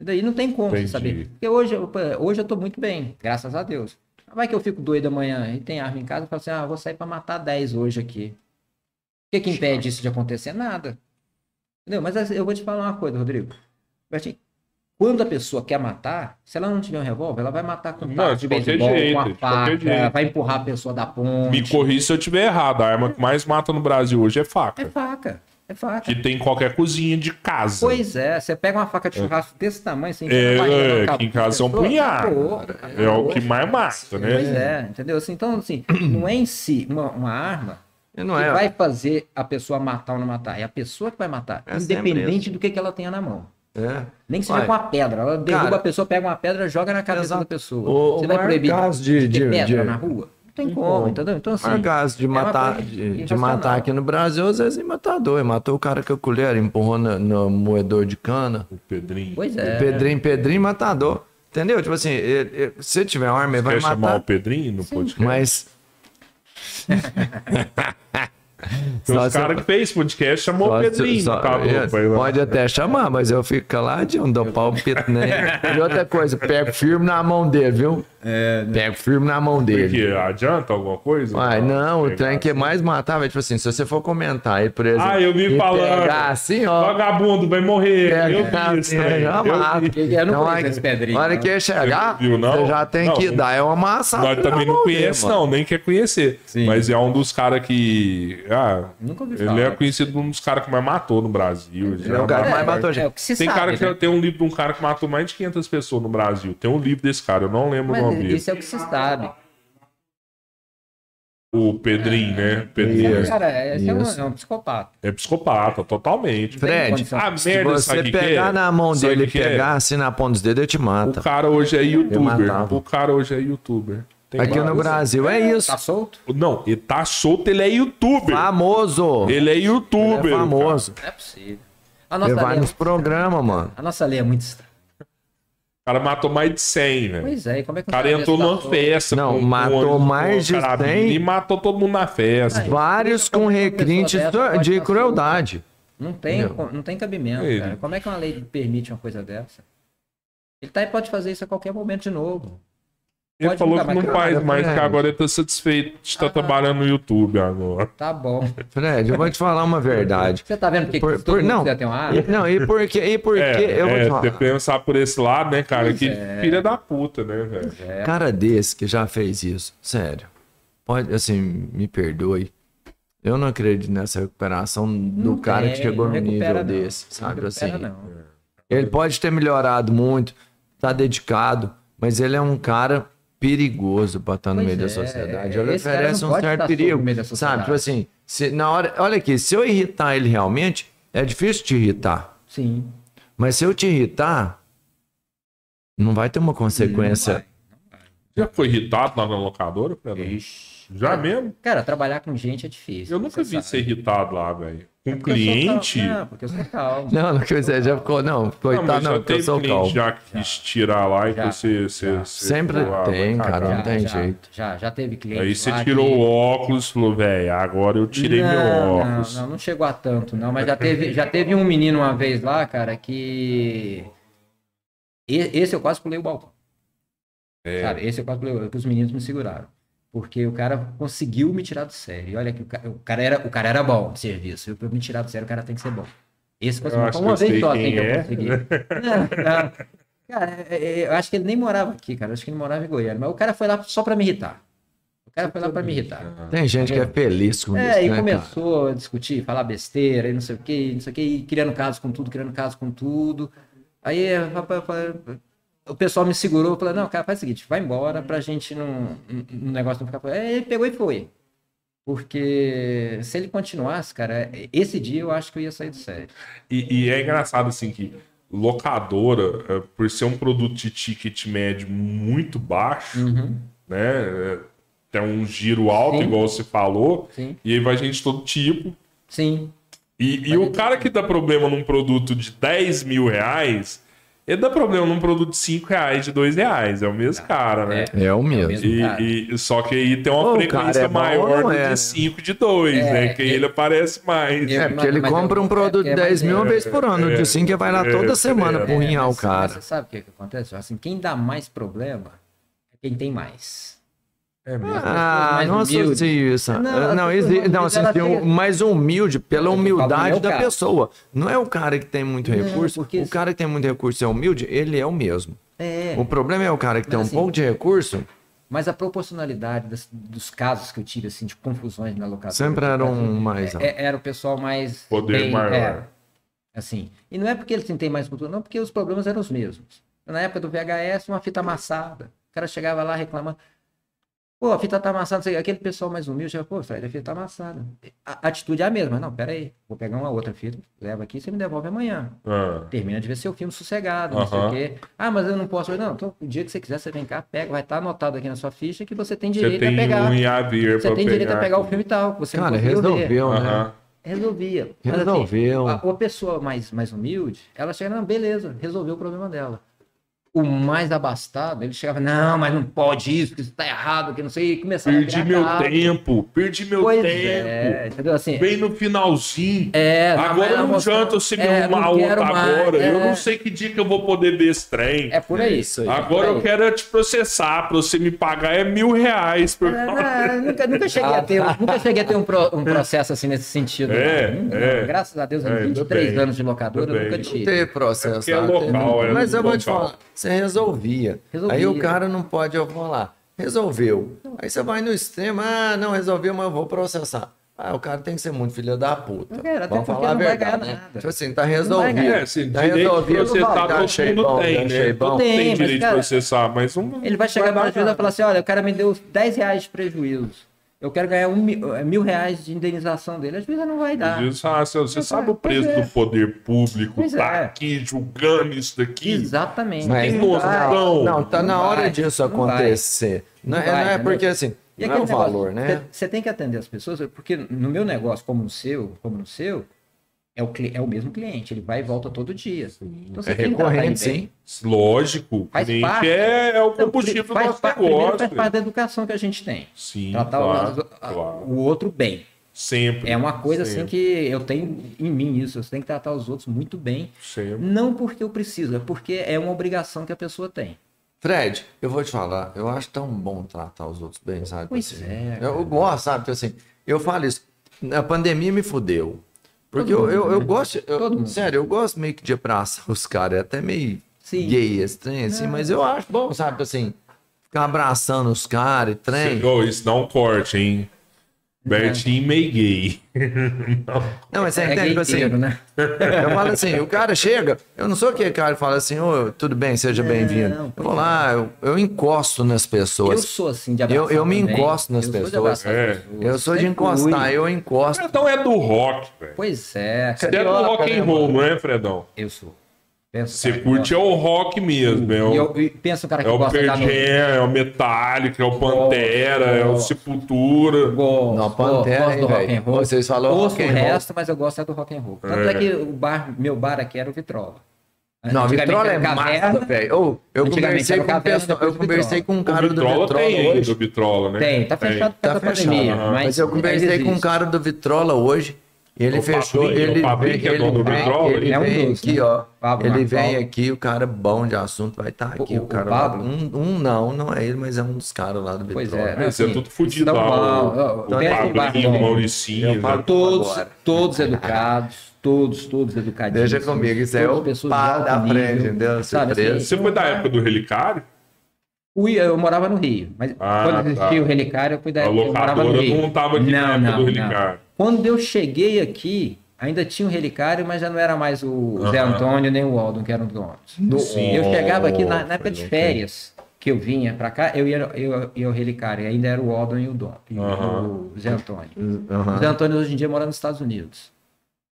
Speaker 3: E daí não tem como você
Speaker 1: Entendi.
Speaker 3: saber. Porque hoje, eu- hoje eu tô muito bem, graças a Deus. Vai que eu fico doido amanhã e tem arma em casa e falo assim, ah, vou sair pra matar 10 hoje aqui. O que que impede isso de acontecer? Nada. Entendeu? Mas assim, eu vou te falar uma coisa, Rodrigo. Assim, Quando a pessoa quer matar, se ela não tiver um revólver, ela vai matar com
Speaker 1: Não,
Speaker 3: taco
Speaker 1: de
Speaker 3: de
Speaker 1: qualquer
Speaker 3: beisebol,
Speaker 1: jeito,
Speaker 3: com a
Speaker 1: de qualquer
Speaker 3: faca,
Speaker 1: jeito.
Speaker 3: vai empurrar a pessoa da ponte.
Speaker 1: Me corri se eu tiver errado. A arma que mais mata no Brasil hoje é
Speaker 3: É
Speaker 1: faca.
Speaker 3: faca, é faca.
Speaker 1: Que tem em qualquer cozinha de casa.
Speaker 3: Pois é, você pega uma faca de churrasco desse tamanho, assim,
Speaker 1: É, é, aqui em casa é um punhado. É o que mais mata,
Speaker 3: Pois
Speaker 1: né?
Speaker 3: é, entendeu? Assim,
Speaker 1: *clears throat*
Speaker 3: então, assim, não é em si uma, uma arma
Speaker 2: Não
Speaker 3: que
Speaker 2: é.
Speaker 3: vai fazer a pessoa matar ou não matar. É a pessoa que vai matar,
Speaker 2: É sempre
Speaker 3: independente do que, que ela tenha na mão.
Speaker 2: é.
Speaker 3: Nem que seja
Speaker 2: Ué,
Speaker 3: com a pedra. Ela derruba
Speaker 2: cara,
Speaker 3: a pessoa, pega uma pedra, joga na cabeça
Speaker 2: exato.
Speaker 3: da pessoa.
Speaker 2: O-
Speaker 3: Você
Speaker 2: o
Speaker 3: vai
Speaker 2: maior
Speaker 3: proibir
Speaker 2: caso
Speaker 3: de,
Speaker 2: de-
Speaker 3: ter
Speaker 2: de-
Speaker 3: pedra
Speaker 2: de-
Speaker 3: na rua? Não tem
Speaker 2: Tem
Speaker 3: como,
Speaker 2: como.
Speaker 3: entendeu? Então, assim...
Speaker 2: Mas caso de
Speaker 3: é uma
Speaker 2: matar,
Speaker 3: coisa
Speaker 2: de, de
Speaker 3: irracional.
Speaker 2: matar aqui no Brasil, às vezes matador. Ele Matou o cara com a colher, empurrou no, no moedor de cana.
Speaker 1: O Pedrinho.
Speaker 3: Pois é.
Speaker 2: Pedrinho, Pedrinho, matador. Entendeu? Tipo assim, ele- ele- se tiver uma
Speaker 3: é.
Speaker 2: arma, ele vai
Speaker 1: Quer chamar o
Speaker 2: matar.
Speaker 1: Pedrinho no podcast? *laughs*
Speaker 2: Mas.
Speaker 1: Tem
Speaker 2: Só
Speaker 1: uns
Speaker 2: se-
Speaker 1: caras que fez podcast, chamou o
Speaker 2: só se-
Speaker 1: Pedrinho.
Speaker 2: só-
Speaker 1: tá
Speaker 2: é,
Speaker 1: louco, vai lá.
Speaker 2: pode até chamar, mas eu fico caladinho, dou palpite nele. E outra coisa, pego firme na mão dele, viu? É,
Speaker 3: né?
Speaker 2: Pego firme na mão dele.
Speaker 1: Porque adianta alguma coisa?
Speaker 2: Ai, não, o
Speaker 1: Pegar
Speaker 2: trem que
Speaker 1: assim.
Speaker 2: mais matava é tipo assim, se você for comentar e por exemplo.
Speaker 1: Ah, eu
Speaker 2: e
Speaker 1: vi falando.
Speaker 2: Pegar assim, ó.
Speaker 1: Vagabundo, vai morrer. eu
Speaker 2: Pegar
Speaker 1: vi
Speaker 2: assim,
Speaker 1: isso também.
Speaker 2: eu mato.
Speaker 1: Eu vi.
Speaker 3: é? Eu não
Speaker 2: Então,
Speaker 3: conheço
Speaker 2: aí-
Speaker 3: esse Pedrinho,
Speaker 2: Na hora
Speaker 3: não.
Speaker 2: que ele chegar,
Speaker 1: Você viu, não?
Speaker 2: você já tem
Speaker 1: Não,
Speaker 2: que
Speaker 1: não-
Speaker 2: dar. É uma massa.
Speaker 1: Nós também não conhece, não, nem quer conhecer.
Speaker 4: Sim.
Speaker 1: Mas é um dos caras que. Ah,
Speaker 3: Nunca ouvi
Speaker 1: ele
Speaker 3: falar.
Speaker 1: é conhecido um dos caras que mais matou no Brasil.
Speaker 2: Ele é o cara que mais matou
Speaker 3: É, é
Speaker 2: gente.
Speaker 3: o que se
Speaker 1: Tem,
Speaker 3: sabe,
Speaker 1: cara que,
Speaker 3: né?
Speaker 1: tem um livro de um cara que matou mais de 500 pessoas no Brasil. Tem um livro desse cara, eu não lembro o nome
Speaker 3: Mas
Speaker 1: dele.
Speaker 3: isso é o que se sabe.
Speaker 1: O Pedrinho,
Speaker 2: É.
Speaker 1: né? Pedrinho.
Speaker 2: Isso.
Speaker 3: Cara, esse é um,
Speaker 2: Isso.
Speaker 3: é um psicopata.
Speaker 1: É psicopata, totalmente.
Speaker 2: Fred,
Speaker 3: condição.
Speaker 1: A
Speaker 2: se
Speaker 1: merda,
Speaker 2: você
Speaker 1: sabe o que
Speaker 2: pegar
Speaker 1: é?
Speaker 2: na mão
Speaker 1: Sabe
Speaker 2: dele
Speaker 1: o
Speaker 2: e
Speaker 1: que é?
Speaker 2: pegar assim na ponta dos dedos, eu te
Speaker 1: O
Speaker 2: mata.
Speaker 1: cara hoje é youtuber.
Speaker 2: matava.
Speaker 1: O cara hoje é youtuber. Tem
Speaker 2: Aqui no
Speaker 1: vários.
Speaker 2: Brasil é isso.
Speaker 3: Tá solto?
Speaker 1: Não, ele tá solto, ele é youtuber.
Speaker 2: Famoso.
Speaker 1: Ele é youtuber.
Speaker 2: Ele é famoso.
Speaker 3: Não é possível. A
Speaker 2: Ele
Speaker 3: nossa,
Speaker 2: vai
Speaker 3: lei, é
Speaker 2: nos
Speaker 3: muito-
Speaker 2: programas, mano.
Speaker 3: a nossa lei é muito estranha.
Speaker 1: cara. O cara matou mais de 100, velho.
Speaker 3: Pois é, e como é que
Speaker 1: O
Speaker 3: um
Speaker 1: cara entrou
Speaker 3: desse tá
Speaker 1: numa
Speaker 3: solto?
Speaker 1: festa.
Speaker 2: Não,
Speaker 1: com- com
Speaker 2: matou
Speaker 1: ônibus,
Speaker 2: mais de
Speaker 1: carabina
Speaker 2: 100.
Speaker 1: E matou todo mundo na festa.
Speaker 2: Vários com requinte de- de
Speaker 3: um
Speaker 2: crueldade.
Speaker 3: Não tem, não tem cabimento,
Speaker 1: Ele-
Speaker 3: cara. Como é que uma lei permite uma coisa dessa? Ele tá e pode fazer isso a qualquer momento de novo.
Speaker 1: ele
Speaker 3: pode né,
Speaker 1: falou
Speaker 3: mudar,
Speaker 1: que
Speaker 3: mas
Speaker 1: não
Speaker 3: cara,
Speaker 1: faz mais,
Speaker 2: Fred.
Speaker 1: que agora ele tá satisfeito de estar trabalhando no YouTube agora.
Speaker 3: Tá bom.
Speaker 2: Fred, eu vou te falar uma verdade.
Speaker 3: Você tá vendo *laughs* que,
Speaker 2: Por-
Speaker 3: que
Speaker 2: por-
Speaker 3: todo mundo
Speaker 2: não.
Speaker 3: precisa ter um uma
Speaker 2: E-
Speaker 3: área?
Speaker 2: não, e por quê? E por quê?
Speaker 1: É,
Speaker 2: eu vou
Speaker 1: é, você
Speaker 2: te falar.
Speaker 1: pensar por esse lado, né, cara? Que
Speaker 3: é.
Speaker 1: filha da puta, né, velho?
Speaker 2: Cara desse que já fez isso, sério. Pode, assim, me perdoe. Eu não acredito nessa recuperação do
Speaker 3: Não
Speaker 2: cara que
Speaker 3: tem,
Speaker 2: chegou
Speaker 3: não
Speaker 2: num nível
Speaker 3: recupera, não.
Speaker 2: desse,
Speaker 3: Não
Speaker 2: sabe?
Speaker 3: recupera,
Speaker 2: Assim,
Speaker 3: não.
Speaker 2: Ele pode ter melhorado muito, tá dedicado, mas ele é um cara perigoso pra estar no
Speaker 3: Pois
Speaker 2: meio da
Speaker 3: é,
Speaker 2: sociedade.
Speaker 3: é,
Speaker 2: Ele
Speaker 3: esse cara
Speaker 2: oferece
Speaker 3: não
Speaker 2: um
Speaker 3: pode
Speaker 2: certo
Speaker 3: estar solto
Speaker 2: perigo,
Speaker 3: no meio da
Speaker 2: sabe?
Speaker 3: sociedade.
Speaker 2: Tipo assim, se, na hora, olha aqui, se eu irritar ele realmente, é difícil te irritar.
Speaker 3: Sim.
Speaker 2: Mas se eu te irritar, não vai ter uma consequência.
Speaker 1: Já foi irritado lá na locadora, Fernando?
Speaker 3: Ixi.
Speaker 1: Já mesmo?
Speaker 3: Cara, trabalhar com gente é difícil.
Speaker 1: Eu nunca vi ser
Speaker 3: isso
Speaker 1: irritado lá, velho. Com
Speaker 3: É Porque eu sou
Speaker 1: cliente.
Speaker 3: calmo. né? Não, porque eu sou calmo.
Speaker 2: Não, não quer dizer, já ficou, não,
Speaker 1: Não, mas
Speaker 2: coitado, tá- não,
Speaker 1: já
Speaker 2: porque eu
Speaker 1: teve
Speaker 2: sou
Speaker 1: cliente
Speaker 2: calmo.
Speaker 1: já que quis tirar lá e
Speaker 3: Já,
Speaker 1: você, você,
Speaker 3: já.
Speaker 1: você
Speaker 2: Sempre
Speaker 1: falou, ah, vai
Speaker 2: tem,
Speaker 1: cagar.
Speaker 2: cara, não tem jeito.
Speaker 3: Já, já teve cliente.
Speaker 1: Aí você
Speaker 3: lá
Speaker 1: tirou
Speaker 3: que-
Speaker 1: o óculos e falou, velho, agora eu tirei meu
Speaker 3: não,
Speaker 1: óculos.
Speaker 3: Não, não, não chegou a tanto, não. Mas já teve, já teve um menino uma vez lá, cara, que. E- Esse eu quase pulei o balcão.
Speaker 1: É.
Speaker 3: Sabe? Esse eu quase pulei, o- que os meninos me seguraram. Porque o cara conseguiu me tirar do sério. E olha que o ca- o cara era, o cara era bom de serviço. Eu, pra eu me tirar do sério, o cara tem que ser bom. Esse conseguiu.
Speaker 1: acho que
Speaker 3: uma
Speaker 1: eu
Speaker 3: vez
Speaker 1: sei
Speaker 3: só
Speaker 1: quem
Speaker 3: tem que
Speaker 1: é.
Speaker 3: eu consegui.
Speaker 1: *laughs*
Speaker 3: Não, não. Cara, é- é- eu acho que ele nem morava aqui, cara. Eu acho que ele morava em Goiânia. Mas o cara foi lá só pra me irritar. O cara foi lá pra me irritar.
Speaker 2: Tem gente que é feliz com
Speaker 3: É,
Speaker 2: isso,
Speaker 3: e
Speaker 2: né, cara?
Speaker 3: começou a discutir, falar besteira, e não sei o que, não sei o que, e criando caso com tudo, criando caso com tudo. Aí eh, rapaz, rapaz, o pessoal me segurou, falou, não, cara, faz o seguinte, vai embora pra gente não, um um negócio não ficar... Aí ele pegou e foi. Porque se ele continuasse, cara, esse dia eu acho que eu ia sair do sério.
Speaker 1: E, e é engraçado, assim, que locadora, é, por ser um produto de ticket médio muito baixo,
Speaker 2: Uhum.
Speaker 1: né? é, Tem um giro alto,
Speaker 3: Sim.
Speaker 1: igual você falou,
Speaker 3: Sim.
Speaker 1: e aí vai gente de todo tipo.
Speaker 3: Sim,
Speaker 1: E, e o cara que
Speaker 3: tipo.
Speaker 1: dá problema num produto de 10 mil reais, ele dá problema num produto de 5 reais, de 2 reais. É o mesmo cara, né?
Speaker 2: É o mesmo.
Speaker 1: E,
Speaker 3: cara.
Speaker 1: e- só que aí tem uma
Speaker 2: Ou o cara
Speaker 1: frequência
Speaker 2: é bom ou
Speaker 1: maior
Speaker 2: não
Speaker 1: do
Speaker 2: é, né?
Speaker 1: de 5 de 2, né? Que aí
Speaker 3: eu-
Speaker 1: ele aparece mais.
Speaker 3: eu-
Speaker 2: É, porque ele
Speaker 3: Mas- mas
Speaker 2: compra
Speaker 3: eu-
Speaker 2: um produto
Speaker 3: é,
Speaker 2: de
Speaker 3: mas
Speaker 2: 10 mil
Speaker 3: é-
Speaker 2: uma vez por ano. O
Speaker 1: é,
Speaker 2: de 5 vai lá toda
Speaker 1: é,
Speaker 2: semana
Speaker 1: é.
Speaker 2: por rinhar o
Speaker 3: mas- mas
Speaker 2: cara.
Speaker 3: Você sabe o que, que acontece? Assim, quem dá mais problema é quem tem mais.
Speaker 1: É mesmo.
Speaker 2: Ah,
Speaker 3: mais
Speaker 2: não
Speaker 3: humildes.
Speaker 2: associo isso.
Speaker 3: Não,
Speaker 2: Não, não,
Speaker 3: as pessoas
Speaker 2: exi-
Speaker 3: mais
Speaker 2: não
Speaker 3: humildes, ela
Speaker 2: associo
Speaker 3: tem-
Speaker 2: o mais humilde pela
Speaker 3: Eu tô falando
Speaker 2: humildade
Speaker 3: meu
Speaker 2: da
Speaker 3: caso.
Speaker 2: pessoa. Não é o cara que tem muito
Speaker 3: Não,
Speaker 2: recurso.
Speaker 3: porque-
Speaker 2: O cara que tem muito recurso e é humilde, ele é o mesmo.
Speaker 3: É.
Speaker 2: O problema é o cara que tem um
Speaker 3: assim-
Speaker 2: pouco de recurso,
Speaker 3: Mas a proporcionalidade das- dos casos que eu tive, assim, de confusões na locadora.
Speaker 2: sempre era um mais alto.
Speaker 3: tá, É- era o pessoal mais.
Speaker 1: Poder maior.
Speaker 3: é, assim. E não é porque eles têm mais cultura, não, porque os problemas eram os mesmos. Na época do VHS, uma fita amassada. O cara chegava lá reclamando. Pô, a fita tá amassada, não sei, o quê. aquele pessoal mais humilde já, pô, Fred, a fita tá amassada. A a atitude é a mesma, não, peraí, vou pegar uma outra fita, leva aqui e você me devolve amanhã.
Speaker 1: Ah,
Speaker 3: Termina de ver seu filme sossegado, não sei
Speaker 1: Aham.
Speaker 3: o quê. Ah, mas eu não posso. Não, então, o dia que você quiser, você vem cá, pega, vai estar anotado aqui na sua ficha que você tem
Speaker 1: Você
Speaker 3: direito a
Speaker 1: tem
Speaker 3: pegar.
Speaker 1: um em a vir
Speaker 3: Você
Speaker 1: pra
Speaker 3: tem direito a pegar o
Speaker 1: aqui.
Speaker 3: filme e tal. Você não
Speaker 2: Cara,
Speaker 3: conseguiu ver.
Speaker 2: resolveu, né?
Speaker 1: Aham.
Speaker 3: Resolvia. Mas, assim,
Speaker 2: Resolveu.
Speaker 3: a, a pessoa mais, mais humilde, ela chega, não, beleza, resolveu o problema dela. o mais abastado, ele chegava, não, mas não pode isso, que isso tá errado, que não sei, e começava
Speaker 1: Perdi
Speaker 3: criar
Speaker 1: meu
Speaker 3: carro.
Speaker 1: tempo, perdi meu
Speaker 3: é Pois
Speaker 1: tempo.
Speaker 3: é, entendeu? Assim,
Speaker 1: Bem no finalzinho.
Speaker 3: É, não,
Speaker 1: agora
Speaker 3: mas
Speaker 1: não
Speaker 3: você-
Speaker 1: adianta você me
Speaker 3: é,
Speaker 1: arrumar
Speaker 3: não quero
Speaker 1: outra
Speaker 3: mais,
Speaker 1: agora. Eu
Speaker 3: é.
Speaker 1: não sei que dia que eu vou poder ver esse trem.
Speaker 3: é por aí.
Speaker 2: É isso aí.
Speaker 1: agora
Speaker 3: por
Speaker 1: eu
Speaker 3: aí.
Speaker 1: quero é te processar. Pra você me pagar é mil reais. Por...
Speaker 3: Ah, nunca, nunca cheguei a
Speaker 2: Ah,
Speaker 3: ter,
Speaker 2: tá.
Speaker 3: nunca cheguei a ter um, pro-
Speaker 2: É.
Speaker 3: um processo assim nesse sentido.
Speaker 1: É,
Speaker 3: não. Nunca,
Speaker 1: é.
Speaker 3: não. Graças a Deus,
Speaker 1: É, ainda
Speaker 3: 23
Speaker 1: bem.
Speaker 3: anos de locadora,
Speaker 1: Ainda
Speaker 3: eu nunca
Speaker 1: bem.
Speaker 3: tive.
Speaker 2: ter processo.
Speaker 1: É porque é
Speaker 2: tá?
Speaker 1: local, era
Speaker 2: Mas eu vou te
Speaker 1: local.
Speaker 2: falar, você resolvia.
Speaker 3: Resolvia.
Speaker 2: Aí o cara não pode, eu vou lá, resolveu. Aí você vai no extremo, ah, não resolveu, mas eu vou processar. Ah, o cara tem que ser muito filho da puta.
Speaker 3: Não quero, É, até
Speaker 2: Vamos
Speaker 3: porque
Speaker 2: falar a
Speaker 3: não vai
Speaker 2: verdade,
Speaker 3: ganhar
Speaker 2: né?
Speaker 3: nada.
Speaker 2: Tipo assim, tá
Speaker 3: vai
Speaker 2: resolvido.
Speaker 3: ganhar.
Speaker 1: É, assim,
Speaker 2: tá
Speaker 1: direito de
Speaker 2: resolvido.
Speaker 1: processar,
Speaker 2: tá
Speaker 1: todo
Speaker 2: achei
Speaker 1: mundo
Speaker 2: bom,
Speaker 1: tem,
Speaker 2: tá
Speaker 1: né?
Speaker 2: achei bom.
Speaker 3: Tem,
Speaker 1: tem
Speaker 3: mas,
Speaker 1: direito de
Speaker 3: cara,
Speaker 1: processar, mas não.
Speaker 3: Ele vai chegar
Speaker 1: dar
Speaker 3: pra ajuda e
Speaker 1: nada.
Speaker 3: falar assim: olha, o cara me deu 10 reais de prejuízo. Eu quero ganhar um, mi- eh, mil reais de indenização dele. Às vezes não vai
Speaker 1: Às
Speaker 3: dar.
Speaker 1: vezes, ah, seu, você
Speaker 3: tá. Mas
Speaker 1: sabe
Speaker 3: é,
Speaker 1: o preço
Speaker 3: pois é.
Speaker 1: do poder público,
Speaker 3: Pois
Speaker 1: tá
Speaker 3: é.
Speaker 1: aqui julgando isso daqui.
Speaker 3: Exatamente.
Speaker 1: Mas-
Speaker 3: Não dá.
Speaker 1: noção.
Speaker 2: Não, não, tá
Speaker 3: Não
Speaker 2: na hora
Speaker 3: vai,
Speaker 2: disso
Speaker 3: não vai.
Speaker 2: acontecer. Não, é-
Speaker 3: Não vai,
Speaker 2: não é
Speaker 3: entendeu?
Speaker 2: porque assim,
Speaker 3: E
Speaker 2: não é
Speaker 3: aquele
Speaker 2: o valor,
Speaker 3: negócio,
Speaker 2: né?
Speaker 3: Você tem que atender as pessoas, porque no meu negócio, como no seu, como no seu, é o, cli- é o mesmo cliente, ele vai e volta todo dia. Então,
Speaker 2: É
Speaker 3: tem que tratar ele
Speaker 2: recorrente,
Speaker 3: bem.
Speaker 2: sim.
Speaker 1: Lógico,
Speaker 3: Faz
Speaker 1: cliente
Speaker 3: parte.
Speaker 1: é, é o
Speaker 3: Então,
Speaker 1: combustível do
Speaker 3: faz
Speaker 1: nosso
Speaker 3: parte- primeiro
Speaker 1: negócio.
Speaker 3: faz parte da educação que a gente tem.
Speaker 1: Sim,
Speaker 3: Tratar o-
Speaker 1: claro,
Speaker 3: a- a-
Speaker 1: claro.
Speaker 3: o outro bem.
Speaker 1: Sempre.
Speaker 3: É uma coisa assim
Speaker 1: sempre,
Speaker 3: que eu tenho em mim isso. Você tem que tratar os outros muito bem.
Speaker 1: Sempre.
Speaker 3: Não porque eu preciso, é porque é uma obrigação que a pessoa tem.
Speaker 2: Fred, eu vou te falar, eu acho tão bom tratar os outros bem, sabe?
Speaker 3: Pois
Speaker 2: Assim,
Speaker 3: é, cara.
Speaker 2: Eu gosto, sabe? Porque assim, eu falo isso. A pandemia me fudeu. Porque eu,
Speaker 3: Todo
Speaker 2: eu,
Speaker 3: mundo,
Speaker 2: eu
Speaker 3: né?
Speaker 2: gosto. eu-
Speaker 3: Todo mundo.
Speaker 2: Sério, eu gosto meio que de abraçar *laughs* os caras. É até meio
Speaker 3: Sim. É.
Speaker 2: gay esse trem, assim, mas eu acho bom, sabe? Assim, ficar abraçando os caras e trem.
Speaker 3: né?
Speaker 1: Senhor, isso dá um corte, hein? Bertinho meio *laughs* gay.
Speaker 2: Não, mas você
Speaker 3: é
Speaker 2: entende? Tipo assim,
Speaker 3: gaiteiro, né?
Speaker 2: Eu falo assim, o cara chega, eu não sou aquele cara que fala assim, ô, tudo bem, seja bem-vindo.
Speaker 3: não,
Speaker 2: Eu vou lá, eu, eu encosto nas
Speaker 3: Eu
Speaker 2: pessoas.
Speaker 3: sou assim de abraçar
Speaker 2: Eu- eu me
Speaker 3: também.
Speaker 2: encosto nas
Speaker 3: Eu sou de
Speaker 2: pessoas.
Speaker 3: abraçar as
Speaker 1: É.
Speaker 3: pessoas.
Speaker 2: Eu sou de
Speaker 3: Sempre
Speaker 2: encostar,
Speaker 3: fui.
Speaker 2: eu encosto.
Speaker 1: Fredão é do rock, velho.
Speaker 3: Pois é,
Speaker 1: Você é do
Speaker 3: carioca,
Speaker 1: rock
Speaker 3: né,
Speaker 1: and roll,
Speaker 3: mano?
Speaker 1: não é, Fredão?
Speaker 3: Eu sou. Penso,
Speaker 1: Você
Speaker 3: cara,
Speaker 1: curte
Speaker 3: que
Speaker 1: é o rock mesmo, é
Speaker 3: gosta.
Speaker 1: o,
Speaker 3: E eu, e penso o cara
Speaker 1: é
Speaker 3: que
Speaker 1: o
Speaker 3: gosta de
Speaker 1: Pearl
Speaker 3: andar no-
Speaker 1: Jam, é o Metallica, é o Pantera, é o
Speaker 3: gosto.
Speaker 1: Sepultura.
Speaker 3: Gosto,
Speaker 2: Não, Pantera,
Speaker 3: gosto
Speaker 2: hein,
Speaker 3: do rock
Speaker 2: velho?
Speaker 3: and roll.
Speaker 2: Vocês falaram
Speaker 3: Ouço
Speaker 2: rock and
Speaker 3: o
Speaker 2: roll.
Speaker 3: resto, mas eu gosto é do rock and roll. Tanto
Speaker 1: É.
Speaker 3: é, que o bar, meu bar aqui era o Vitrola.
Speaker 2: Não, a
Speaker 3: Antigamente
Speaker 2: Vitrola é
Speaker 3: era
Speaker 2: massa,
Speaker 3: caverna.
Speaker 2: velho. Ô, Eu
Speaker 3: Antigamente
Speaker 2: conversei
Speaker 3: era
Speaker 2: com um
Speaker 3: caverna,
Speaker 2: pessoal,
Speaker 3: depois
Speaker 2: eu
Speaker 3: Vitrola.
Speaker 2: conversei com um cara do
Speaker 1: Vitrola
Speaker 2: Vitrola
Speaker 1: tem ainda
Speaker 2: hoje.
Speaker 1: o Vitrola, né?
Speaker 3: Tem, tá fechado por
Speaker 2: Tá
Speaker 3: causa da
Speaker 2: fechado.
Speaker 3: pandemia.
Speaker 2: Mas, eu conversei
Speaker 3: ainda
Speaker 2: com um
Speaker 3: existe.
Speaker 2: cara do Vitrola hoje. e Ele
Speaker 1: O
Speaker 2: fechou,
Speaker 1: Fabinho,
Speaker 2: ele,
Speaker 1: o Fabinho que é
Speaker 2: ele,
Speaker 1: dono do Vitrola,
Speaker 2: vem, ele
Speaker 3: ele é um
Speaker 2: vem
Speaker 3: dos,
Speaker 2: aqui,
Speaker 3: né?
Speaker 2: ó.
Speaker 3: Pablo
Speaker 2: ele
Speaker 3: Marcola.
Speaker 2: vem aqui, o cara bom de assunto vai estar aqui. O,
Speaker 3: O- o
Speaker 2: cara
Speaker 3: Pablo?
Speaker 2: um, um não, não é ele, mas é um dos caras lá do Vitrola.
Speaker 3: Pois é.
Speaker 1: Mas é
Speaker 3: assim,
Speaker 1: tudo fudido
Speaker 3: dá um
Speaker 1: lá.
Speaker 3: mal,
Speaker 1: O,
Speaker 3: ó,
Speaker 1: o
Speaker 3: perde
Speaker 1: Fabinho,
Speaker 3: o barco.
Speaker 1: o Mauricinho.
Speaker 2: Eu falo
Speaker 1: né?
Speaker 3: Todos,
Speaker 2: Agora.
Speaker 3: todos educados, todos, todos educadinhos.
Speaker 2: Deixa comigo, isso é
Speaker 3: Todas
Speaker 2: o
Speaker 3: pessoas
Speaker 2: pá
Speaker 3: de
Speaker 2: da
Speaker 3: alto nível,
Speaker 2: frente, entendeu?
Speaker 3: sabe, assim,
Speaker 2: Surpresa.
Speaker 1: Você foi da época do Relicário?
Speaker 3: Fui, eu morava no Rio, mas
Speaker 1: Ah,
Speaker 3: quando existia
Speaker 1: tá.
Speaker 3: o Relicário, eu fui da
Speaker 1: A
Speaker 3: eu morava no
Speaker 1: locadora
Speaker 3: Rio.
Speaker 1: não tava aqui na época do Relicário.
Speaker 3: Quando eu cheguei aqui, ainda tinha o Relicário, mas já não era mais o Zé
Speaker 1: Aham.
Speaker 3: Antônio nem o Aldo, que eram os donos.
Speaker 1: Sim.
Speaker 3: Eu chegava aqui na, na época
Speaker 2: Pois
Speaker 3: de
Speaker 2: ok.
Speaker 3: férias, que eu vinha pra cá, eu ia, eu, ia ao Relicário, e ainda era o Aldo e o Dom, e
Speaker 1: Aham.
Speaker 3: o Zé Antônio. O Zé
Speaker 2: Aham.
Speaker 3: Antônio hoje em dia mora nos Estados Unidos.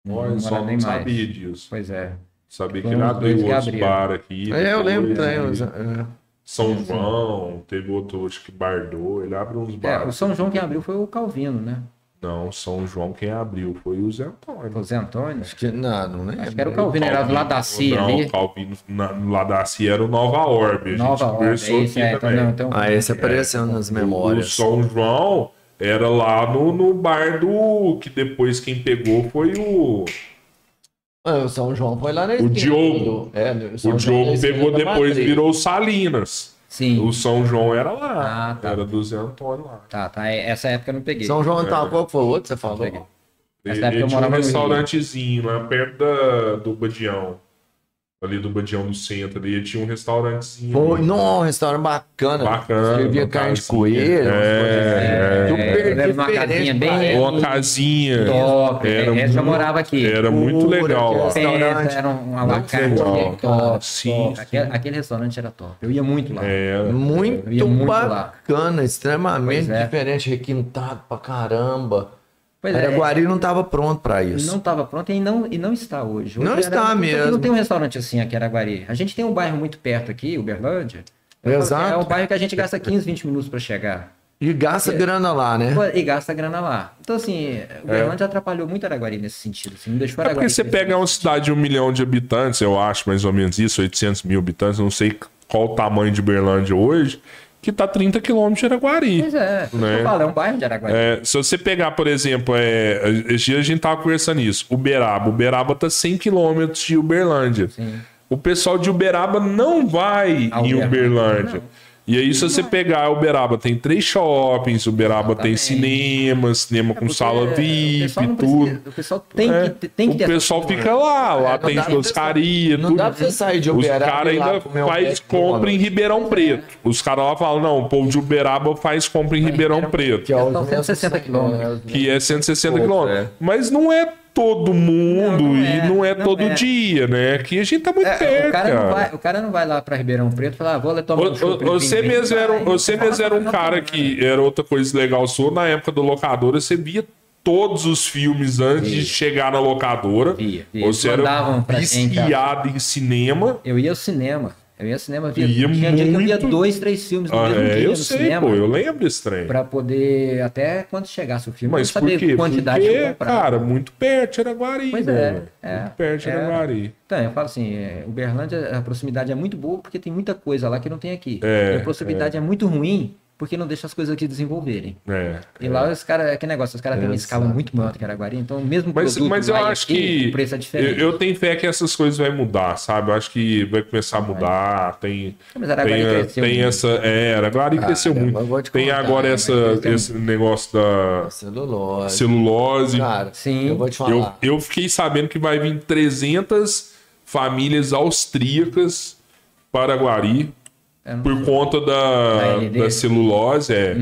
Speaker 1: Olha, só não sabia disso.
Speaker 3: Pois é.
Speaker 1: Sabia que
Speaker 3: Foram
Speaker 1: ele
Speaker 3: os
Speaker 1: abriu
Speaker 3: dois que
Speaker 1: outros
Speaker 3: abriram.
Speaker 1: bar aqui.
Speaker 2: É, eu
Speaker 1: depois,
Speaker 2: lembro, né?
Speaker 1: e
Speaker 2: eu- é.
Speaker 1: São João, teve outro, acho que Bardô, ele abre uns
Speaker 3: É,
Speaker 1: bares.
Speaker 3: o São João quem abriu foi o Calvino, né?
Speaker 1: Não, São João quem abriu foi o Zé Antônio.
Speaker 3: O Zé
Speaker 1: É.
Speaker 3: Antônio.
Speaker 2: Acho que, não, não lembro.
Speaker 3: Acho que era o Calvino, era do lado da CIA
Speaker 1: não,
Speaker 3: ali.
Speaker 1: Calvino na, lá da CIA era o Nova Orbe. A
Speaker 3: Nova
Speaker 1: gente
Speaker 3: Ordem,
Speaker 1: conversou
Speaker 3: é isso,
Speaker 1: aqui
Speaker 3: é, então,
Speaker 1: também.
Speaker 3: não, então-
Speaker 2: Ah, esse apareceu nas
Speaker 1: O
Speaker 2: memórias.
Speaker 1: São João era lá no, no bar do. Que depois quem pegou foi o.
Speaker 2: Ah, o São João foi lá na esquina
Speaker 1: Diogo.
Speaker 2: do- É, no-
Speaker 1: O
Speaker 2: São João na
Speaker 1: Diogo
Speaker 2: esquina
Speaker 1: pegou
Speaker 2: da
Speaker 1: depois,
Speaker 2: Matriz.
Speaker 1: virou o Salinas.
Speaker 3: Sim.
Speaker 1: O São João era lá.
Speaker 3: Ah, tá.
Speaker 1: Era do Zé Antônio lá.
Speaker 3: Tá, tá. é- Essa época eu não peguei.
Speaker 2: São João tá, qual que foi o outro que você
Speaker 3: Peguei.
Speaker 2: falou?
Speaker 1: Ele,
Speaker 3: Nessa época eu
Speaker 1: tinha um
Speaker 3: morava no Rio.
Speaker 1: restaurantezinho lá perto da, do Badião. Ali do Badião do centro. Ali ele tinha um restaurantezinho.
Speaker 2: Foi, não, um restaurante bacana.
Speaker 1: Bacana,
Speaker 2: Servia
Speaker 1: bacana,
Speaker 2: carne de
Speaker 1: sim.
Speaker 2: coelho. umas
Speaker 1: É,
Speaker 2: coisas assim.
Speaker 1: é.
Speaker 2: Super
Speaker 3: Era uma
Speaker 2: diferente
Speaker 3: casinha
Speaker 2: pra
Speaker 3: bem-
Speaker 2: época.
Speaker 1: Uma casinha.
Speaker 3: É, Top. é,
Speaker 1: Era
Speaker 3: Essa eu
Speaker 1: muito-
Speaker 3: morava aqui.
Speaker 1: Era muito
Speaker 2: Pura,
Speaker 1: legal lá.
Speaker 2: que
Speaker 3: Pensa,
Speaker 2: restaurante.
Speaker 3: Era um alacarte.
Speaker 2: Muito legal.
Speaker 3: Top, top.
Speaker 1: Sim,
Speaker 3: Aquele, aquele restaurante era top. É Eu ia muito lá.
Speaker 1: Era.
Speaker 3: Eu ia
Speaker 2: Muito,
Speaker 3: muito lá.
Speaker 2: bacana, extremamente
Speaker 3: Pois é.
Speaker 2: diferente, requintado pra caramba.
Speaker 3: Pois é,
Speaker 2: Araguari não tava pronto pra isso.
Speaker 3: Não estava pronto e não, e não está hoje. Hoje
Speaker 2: Não está
Speaker 3: Araguari-
Speaker 2: mesmo.
Speaker 3: Não tem um restaurante assim aqui em Araguari. A gente tem um bairro muito perto aqui, Uberlândia.
Speaker 2: Exato.
Speaker 3: É um bairro que a gente gasta 15, 20 minutos para chegar.
Speaker 2: E gasta grana lá, né?
Speaker 3: Pô, E gasta grana lá. Então, assim, o Uberlândia atrapalhou muito Araguari nesse sentido. Assim, não deixou
Speaker 1: É porque
Speaker 3: Araguari.
Speaker 1: você pega uma cidade de um milhão de habitantes, eu acho mais ou menos isso, 800 mil habitantes, não sei qual o tamanho de Berlândia hoje, que tá 30 quilômetros de Araguari.
Speaker 3: Pois é,
Speaker 1: Né?
Speaker 3: eu falo, é um bairro de Araguari.
Speaker 1: É, se você pegar, por exemplo, é, esse dia a gente tava conversando isso, Uberaba. Uberaba tá 100 quilômetros de Uberlândia.
Speaker 3: Sim.
Speaker 1: O pessoal de Uberaba não vai
Speaker 3: A
Speaker 1: em
Speaker 3: Uberlândia,
Speaker 1: Uberlândia. E aí, se você pegar Uberaba, tem três shoppings, Uberaba tem
Speaker 3: Exatamente.
Speaker 1: cinema,
Speaker 2: É
Speaker 1: cinema com
Speaker 3: Porque
Speaker 1: sala VIP,
Speaker 3: É, o pessoal não
Speaker 1: tudo.
Speaker 3: precisa- o pessoal tem
Speaker 1: É,
Speaker 3: que, tem que
Speaker 1: o
Speaker 3: ter essa
Speaker 1: pessoal
Speaker 3: cultura.
Speaker 1: fica lá, lá
Speaker 2: É, não
Speaker 1: tem
Speaker 2: dá pra
Speaker 1: churrascaria,
Speaker 2: Não
Speaker 1: tudo.
Speaker 2: dá pra você sair de
Speaker 1: Os
Speaker 2: Uberaba
Speaker 1: caras
Speaker 2: e ir lá
Speaker 1: ainda
Speaker 2: comer um
Speaker 1: faz
Speaker 2: pet, boa
Speaker 1: compra em
Speaker 2: noite.
Speaker 1: Ribeirão Preto. Os caras lá falam, não, o povo de Uberaba faz compra em Ribeirão Preto,
Speaker 2: Que, ó, os
Speaker 3: Então,
Speaker 2: mesmos
Speaker 3: 160
Speaker 2: são-
Speaker 3: quilômetros.
Speaker 1: que é 160
Speaker 2: Pouco,
Speaker 1: quilômetros.
Speaker 2: é.
Speaker 1: Mas não é todo mundo
Speaker 3: Não, não
Speaker 1: e
Speaker 3: é,
Speaker 1: não é
Speaker 3: não
Speaker 1: todo
Speaker 3: é.
Speaker 1: dia, né? Aqui a gente tá muito
Speaker 3: É,
Speaker 1: perto,
Speaker 3: o, cara
Speaker 1: cara.
Speaker 3: não vai, o cara não vai lá pra Ribeirão Preto e falar, ah, vou lá tomar
Speaker 1: O-
Speaker 3: um chopp.
Speaker 1: o- Você mesmo era, um- você mesmo era um cara que era outra coisa legal sua na época do locadora, você via todos os filmes antes de chegar na locadora.
Speaker 3: Via, via.
Speaker 1: Você era
Speaker 3: Mandavam pra gente, cara.
Speaker 1: viciado em cinema.
Speaker 3: Eu ia ao cinema. Eu ia ao cinema. Via,
Speaker 1: Ia
Speaker 3: tinha dia que eu via
Speaker 1: muito.
Speaker 3: dois, três filmes no
Speaker 1: Ah,
Speaker 3: mesmo
Speaker 1: é,
Speaker 3: dia
Speaker 1: eu
Speaker 3: no
Speaker 1: sei,
Speaker 3: cinema. né?
Speaker 1: pô, eu lembro desse trem.
Speaker 3: Pra poder, até quando chegasse o filme,
Speaker 1: Mas
Speaker 3: eu
Speaker 1: por
Speaker 3: saber
Speaker 1: quê?
Speaker 3: quantidade que eu
Speaker 1: Porque,
Speaker 3: comprava.
Speaker 1: cara, muito perto de Araguari,
Speaker 3: Pois é,
Speaker 1: velho.
Speaker 3: é,
Speaker 1: muito perto de
Speaker 3: é.
Speaker 1: Araguari.
Speaker 3: Então, eu falo assim, é, Uberlândia, a proximidade é muito boa porque tem muita coisa lá que não tem aqui.
Speaker 1: É,
Speaker 3: e a proximidade é. muito ruim porque não deixa as coisas aqui desenvolverem.
Speaker 1: É.
Speaker 3: E lá os caras, é que negócio, os caras têm uma escala muito maior do que Araguari, então o mesmo
Speaker 1: Mas,
Speaker 3: produto
Speaker 1: mas eu
Speaker 3: lá e
Speaker 1: acho
Speaker 3: aqui,
Speaker 1: que.
Speaker 3: o preço é diferente.
Speaker 1: Eu, eu tenho fé que essas coisas vão mudar, sabe? Eu acho que vai começar a mudar. Tem.
Speaker 3: Mas Araguari
Speaker 1: tem,
Speaker 3: cresceu
Speaker 1: tem
Speaker 3: muito.
Speaker 1: essa. É, Araguari cresceu
Speaker 2: eu
Speaker 1: muito.
Speaker 2: vou te
Speaker 1: tem
Speaker 2: contar,
Speaker 1: agora
Speaker 2: né,
Speaker 1: essa,
Speaker 2: mas tem-
Speaker 1: esse negócio da
Speaker 2: Celulose.
Speaker 1: celulose.
Speaker 2: é Cara,
Speaker 3: Sim.
Speaker 2: eu vou te falar.
Speaker 1: eu, eu fiquei sabendo que vai vir 300 famílias austríacas para Guari
Speaker 3: É, não
Speaker 1: por conta da,
Speaker 3: Da Uhum. LD.
Speaker 1: da celulose. é.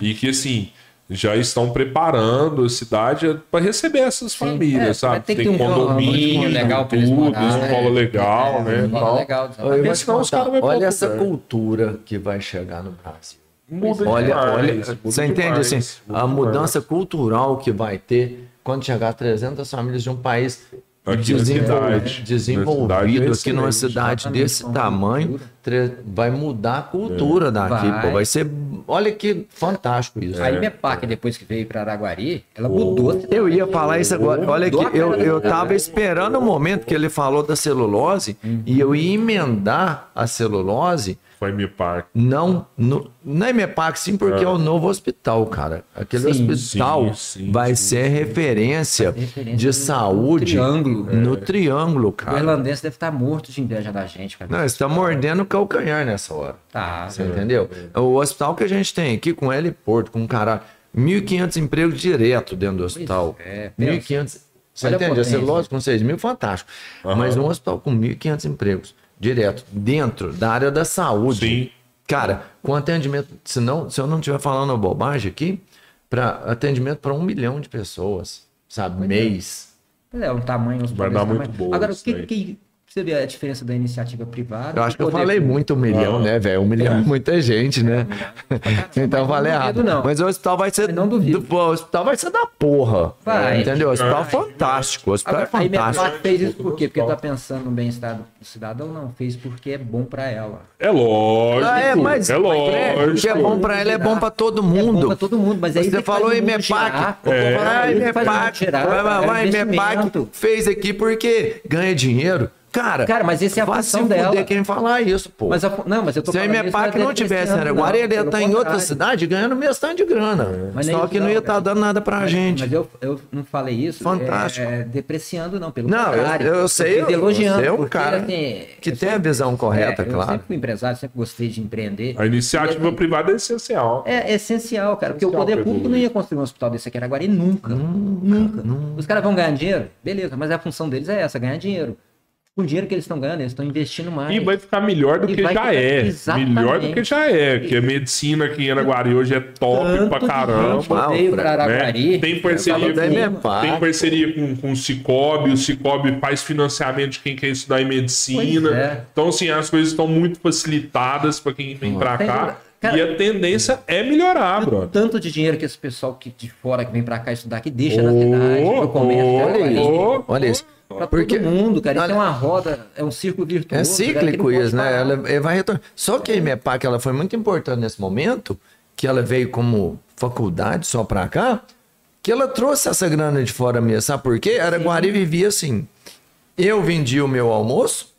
Speaker 1: E que assim. Já estão preparando a cidade para receber essas famílias,
Speaker 3: É,
Speaker 1: sabe?
Speaker 3: vai ter que ter um
Speaker 1: condomínio,
Speaker 3: condomínio legal pra eles
Speaker 1: tudo,
Speaker 3: morar,
Speaker 1: escola
Speaker 3: né?
Speaker 1: legal,
Speaker 3: É,
Speaker 1: né?
Speaker 3: escola
Speaker 1: tal.
Speaker 3: legal,
Speaker 2: Eu vou te
Speaker 1: Senão os
Speaker 2: contar,
Speaker 1: caras vão pra
Speaker 2: olha
Speaker 1: outro
Speaker 2: essa
Speaker 1: lugar.
Speaker 2: cultura que vai chegar no Brasil.
Speaker 1: Muda
Speaker 2: Olha,
Speaker 1: demais,
Speaker 2: olha,
Speaker 1: muda
Speaker 2: você entende
Speaker 1: demais,
Speaker 2: assim,
Speaker 1: muda
Speaker 2: a
Speaker 1: demais.
Speaker 2: mudança cultural que vai ter quando chegar 300 famílias de um país
Speaker 1: Aqui na
Speaker 2: desenvol-
Speaker 1: cidade. Na cidade é
Speaker 2: desenvolvido aqui numa
Speaker 1: excelente.
Speaker 2: cidade
Speaker 3: Exatamente,
Speaker 2: desse
Speaker 3: com
Speaker 2: tamanho,
Speaker 3: cultura.
Speaker 2: tre- vai mudar a
Speaker 1: É.
Speaker 2: cultura daqui,
Speaker 3: Vai.
Speaker 2: pô, vai ser, olha que fantástico isso.
Speaker 1: É.
Speaker 3: A IBEPAC, depois que veio pra Araguari, ela mudou. a cidade.
Speaker 2: Eu ia falar isso agora. Olha aqui, eu, eu tava
Speaker 3: Uhum.
Speaker 2: esperando o momento que ele falou da celulose e eu ia emendar a celulose
Speaker 1: Vai me par.
Speaker 2: não, no, na MEPAC sim, porque é. o novo hospital, cara. Aquele
Speaker 3: Sim.
Speaker 2: hospital
Speaker 1: Ah. Sim, sim, sim,
Speaker 2: vai ser referência,
Speaker 3: referência
Speaker 2: de
Speaker 3: no
Speaker 2: saúde
Speaker 3: triângulo.
Speaker 2: no triângulo,
Speaker 3: O
Speaker 2: cara.
Speaker 3: irlandês deve estar morto de inveja da gente, cara.
Speaker 2: Não, você tá mordendo o calcanhar nessa hora.
Speaker 3: Tá.
Speaker 2: Você entendeu? O hospital que a gente tem aqui com heliporto, com um caralho, 1.500 empregos direto dentro do hospital.
Speaker 3: é, pensa.
Speaker 2: 1.500. Você
Speaker 3: Olha a
Speaker 2: entende? A
Speaker 3: potência.
Speaker 2: celulose com 6 mil, fantástico. Mas um hospital com 1.500 empregos direto, dentro da área da saúde.
Speaker 1: Sim.
Speaker 2: Cara, com atendimento, se, não, se eu não estiver falando bobagem aqui, pra, atendimento para um milhão de pessoas, sabe? Mês.
Speaker 3: É, um tamanho, os
Speaker 1: Vai
Speaker 3: problemas
Speaker 1: dar
Speaker 3: tamanho.
Speaker 1: muito boa
Speaker 3: Agora, o
Speaker 1: isso
Speaker 3: que,
Speaker 1: daí.
Speaker 3: que você vê a diferença da iniciativa privada?
Speaker 2: Eu
Speaker 3: do
Speaker 2: acho que eu
Speaker 3: poder
Speaker 2: falei
Speaker 3: público?
Speaker 2: muito um milhão, né, velho? Um milhão é muita gente, né? Então eu falei
Speaker 3: não
Speaker 2: errado.
Speaker 3: duvido, não.
Speaker 2: Mas o hospital vai ser.
Speaker 3: Mas não duvido.
Speaker 2: do- pô, o hospital vai ser da porra.
Speaker 3: Vai.
Speaker 2: Entendeu? O hospital é fantástico. O hospital é
Speaker 3: Agora, a
Speaker 2: fantástico.
Speaker 3: IBEPAC fez isso por quê? Porque tá pensando no bem-estar do cidadão? Não, fez porque é bom pra ela.
Speaker 1: É lógico.
Speaker 2: Ah,
Speaker 1: é,
Speaker 2: é, mas o
Speaker 1: lógico.
Speaker 2: que é bom pra ela é bom pra todo mundo.
Speaker 3: É bom pra todo mundo, mas aí
Speaker 2: Você
Speaker 3: tem que
Speaker 2: falou
Speaker 3: fazer um o mundo
Speaker 2: IMEPAC.
Speaker 3: girar, tem que fazer um
Speaker 2: Vai,
Speaker 3: o mundo
Speaker 2: IMEPAC.
Speaker 3: girar,
Speaker 2: Vai, vai, vai,
Speaker 3: é
Speaker 2: IMEPAC
Speaker 3: investimento.
Speaker 2: fez aqui porque ganha dinheiro. Cara,
Speaker 3: Cara, mas essa é a
Speaker 2: vai se
Speaker 3: função
Speaker 2: fuder
Speaker 3: dela.
Speaker 2: quem falar isso, pô.
Speaker 3: Mas a- não, mas eu tô
Speaker 2: Se a
Speaker 3: falando isso, mas
Speaker 2: IMEPAC
Speaker 3: deve
Speaker 2: não
Speaker 3: ter
Speaker 2: tivesse
Speaker 3: esse ano,
Speaker 2: em Araguari,
Speaker 3: não,
Speaker 2: ele ia
Speaker 3: pelo
Speaker 2: estar em outra
Speaker 3: contrário.
Speaker 2: cidade ganhando mesmo tanto de grana.
Speaker 3: Mas nem
Speaker 2: Só
Speaker 3: isso
Speaker 2: que não
Speaker 3: não,
Speaker 2: ia estar
Speaker 3: cara.
Speaker 2: dando nada pra gente.
Speaker 3: Mas eu, eu não falei isso.
Speaker 2: Fantástico.
Speaker 3: é, depreciando, não, pelo
Speaker 2: Não, eu-
Speaker 3: contrário.
Speaker 2: eu sei,
Speaker 3: fiz
Speaker 2: eu-
Speaker 3: elogiando.
Speaker 2: você é um
Speaker 3: porque, assim,
Speaker 2: cara que
Speaker 3: eu é,
Speaker 2: tem a visão correta,
Speaker 3: eu
Speaker 2: claro.
Speaker 3: sempre fui empresário, sempre gostei de empreender.
Speaker 1: A iniciativa privada é essencial.
Speaker 3: É, é essencial, cara, porque
Speaker 1: Essencial
Speaker 3: o poder
Speaker 1: pra
Speaker 3: público não
Speaker 1: evoluir.
Speaker 3: ia construir um hospital desse aqui em Araguari nunca. Nunca. Os caras vão ganhar dinheiro? Beleza, mas a função deles é essa, ganhar dinheiro. Com o dinheiro que eles estão ganhando, eles estão investindo mais.
Speaker 1: E vai ficar melhor do
Speaker 3: E
Speaker 1: que
Speaker 3: vai
Speaker 1: já
Speaker 3: ficar-
Speaker 1: é.
Speaker 3: Exatamente.
Speaker 1: Melhor do que já é. Que a medicina aqui em Araguari hoje é top
Speaker 3: Tanto
Speaker 1: pra
Speaker 3: de
Speaker 1: caramba.
Speaker 3: gente que veio pra
Speaker 2: Alfred,
Speaker 1: né?
Speaker 3: Araguari. assim, é
Speaker 1: Tem
Speaker 2: Fala
Speaker 1: parceria
Speaker 2: da
Speaker 1: com,
Speaker 2: Elepac.
Speaker 1: tem parceria com, com o Cicobi, o Cicobi faz financiamento de quem quer estudar em medicina.
Speaker 3: Pois é.
Speaker 1: Então, assim, as coisas estão muito facilitadas para quem vem pra
Speaker 3: Tem-
Speaker 1: cá.
Speaker 3: cara-
Speaker 1: e a tendência é melhorar,
Speaker 3: Olha o
Speaker 1: brother.
Speaker 3: tanto de dinheiro que esse pessoal que de fora que vem pra cá estudar, que deixa na
Speaker 1: Ô,
Speaker 3: cidade, do comércio,
Speaker 1: ô,
Speaker 3: da Araguari,
Speaker 1: ô,
Speaker 2: Olha isso.
Speaker 3: pra todo mundo, cara. Isso é uma roda, é um círculo virtuoso. um
Speaker 2: É
Speaker 3: cara, que não
Speaker 2: cíclico
Speaker 3: pode
Speaker 2: isso, né?
Speaker 3: parar.
Speaker 2: Ela, ela vai retornar. Só que a IMEPAC ela foi muito importante nesse momento, que ela veio como faculdade só pra cá, que ela trouxe essa grana de fora mesmo. Sabe por quê? Araguari vivia assim. Eu vendia o meu almoço,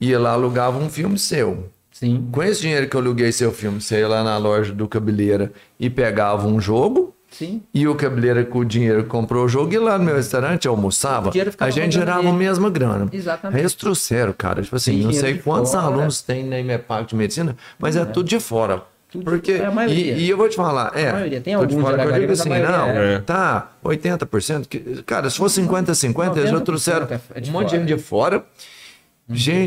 Speaker 2: ia lá alugava um filme seu.
Speaker 3: Sim.
Speaker 2: Com esse dinheiro que eu aluguei seu filme, você ia lá na loja do Cabeleira e pegava um jogo.
Speaker 3: Sim.
Speaker 2: E o Cabeleira, com o dinheiro, que comprou o jogo e lá no meu restaurante eu almoçava.
Speaker 3: O dinheiro ficava
Speaker 2: A gente
Speaker 3: rodando
Speaker 2: gerava a
Speaker 3: ali.
Speaker 2: mesma grana.
Speaker 3: Exatamente.
Speaker 2: Aí eles trouxeram, cara. Tipo assim,
Speaker 3: Tem
Speaker 2: não
Speaker 3: dinheiro
Speaker 2: sei
Speaker 3: de
Speaker 2: quantos
Speaker 3: fora.
Speaker 2: alunos tem na IMEPAC de medicina, mas é, tudo de fora.
Speaker 3: Tudo de-
Speaker 2: Porque,
Speaker 3: é a maioria.
Speaker 2: e, e eu vou te falar, é.
Speaker 3: A maioria. Tem
Speaker 2: tô te
Speaker 3: alguns
Speaker 2: falando que eu digo
Speaker 3: agregamentos,
Speaker 2: assim,
Speaker 3: mas a
Speaker 2: não,
Speaker 3: maioria
Speaker 1: é.
Speaker 2: tá, 80%. Que, cara, se fosse 50-50, eles já
Speaker 3: 90%
Speaker 2: trouxeram
Speaker 3: é de
Speaker 2: um monte de gente
Speaker 3: fora. Uhum.
Speaker 2: de fora.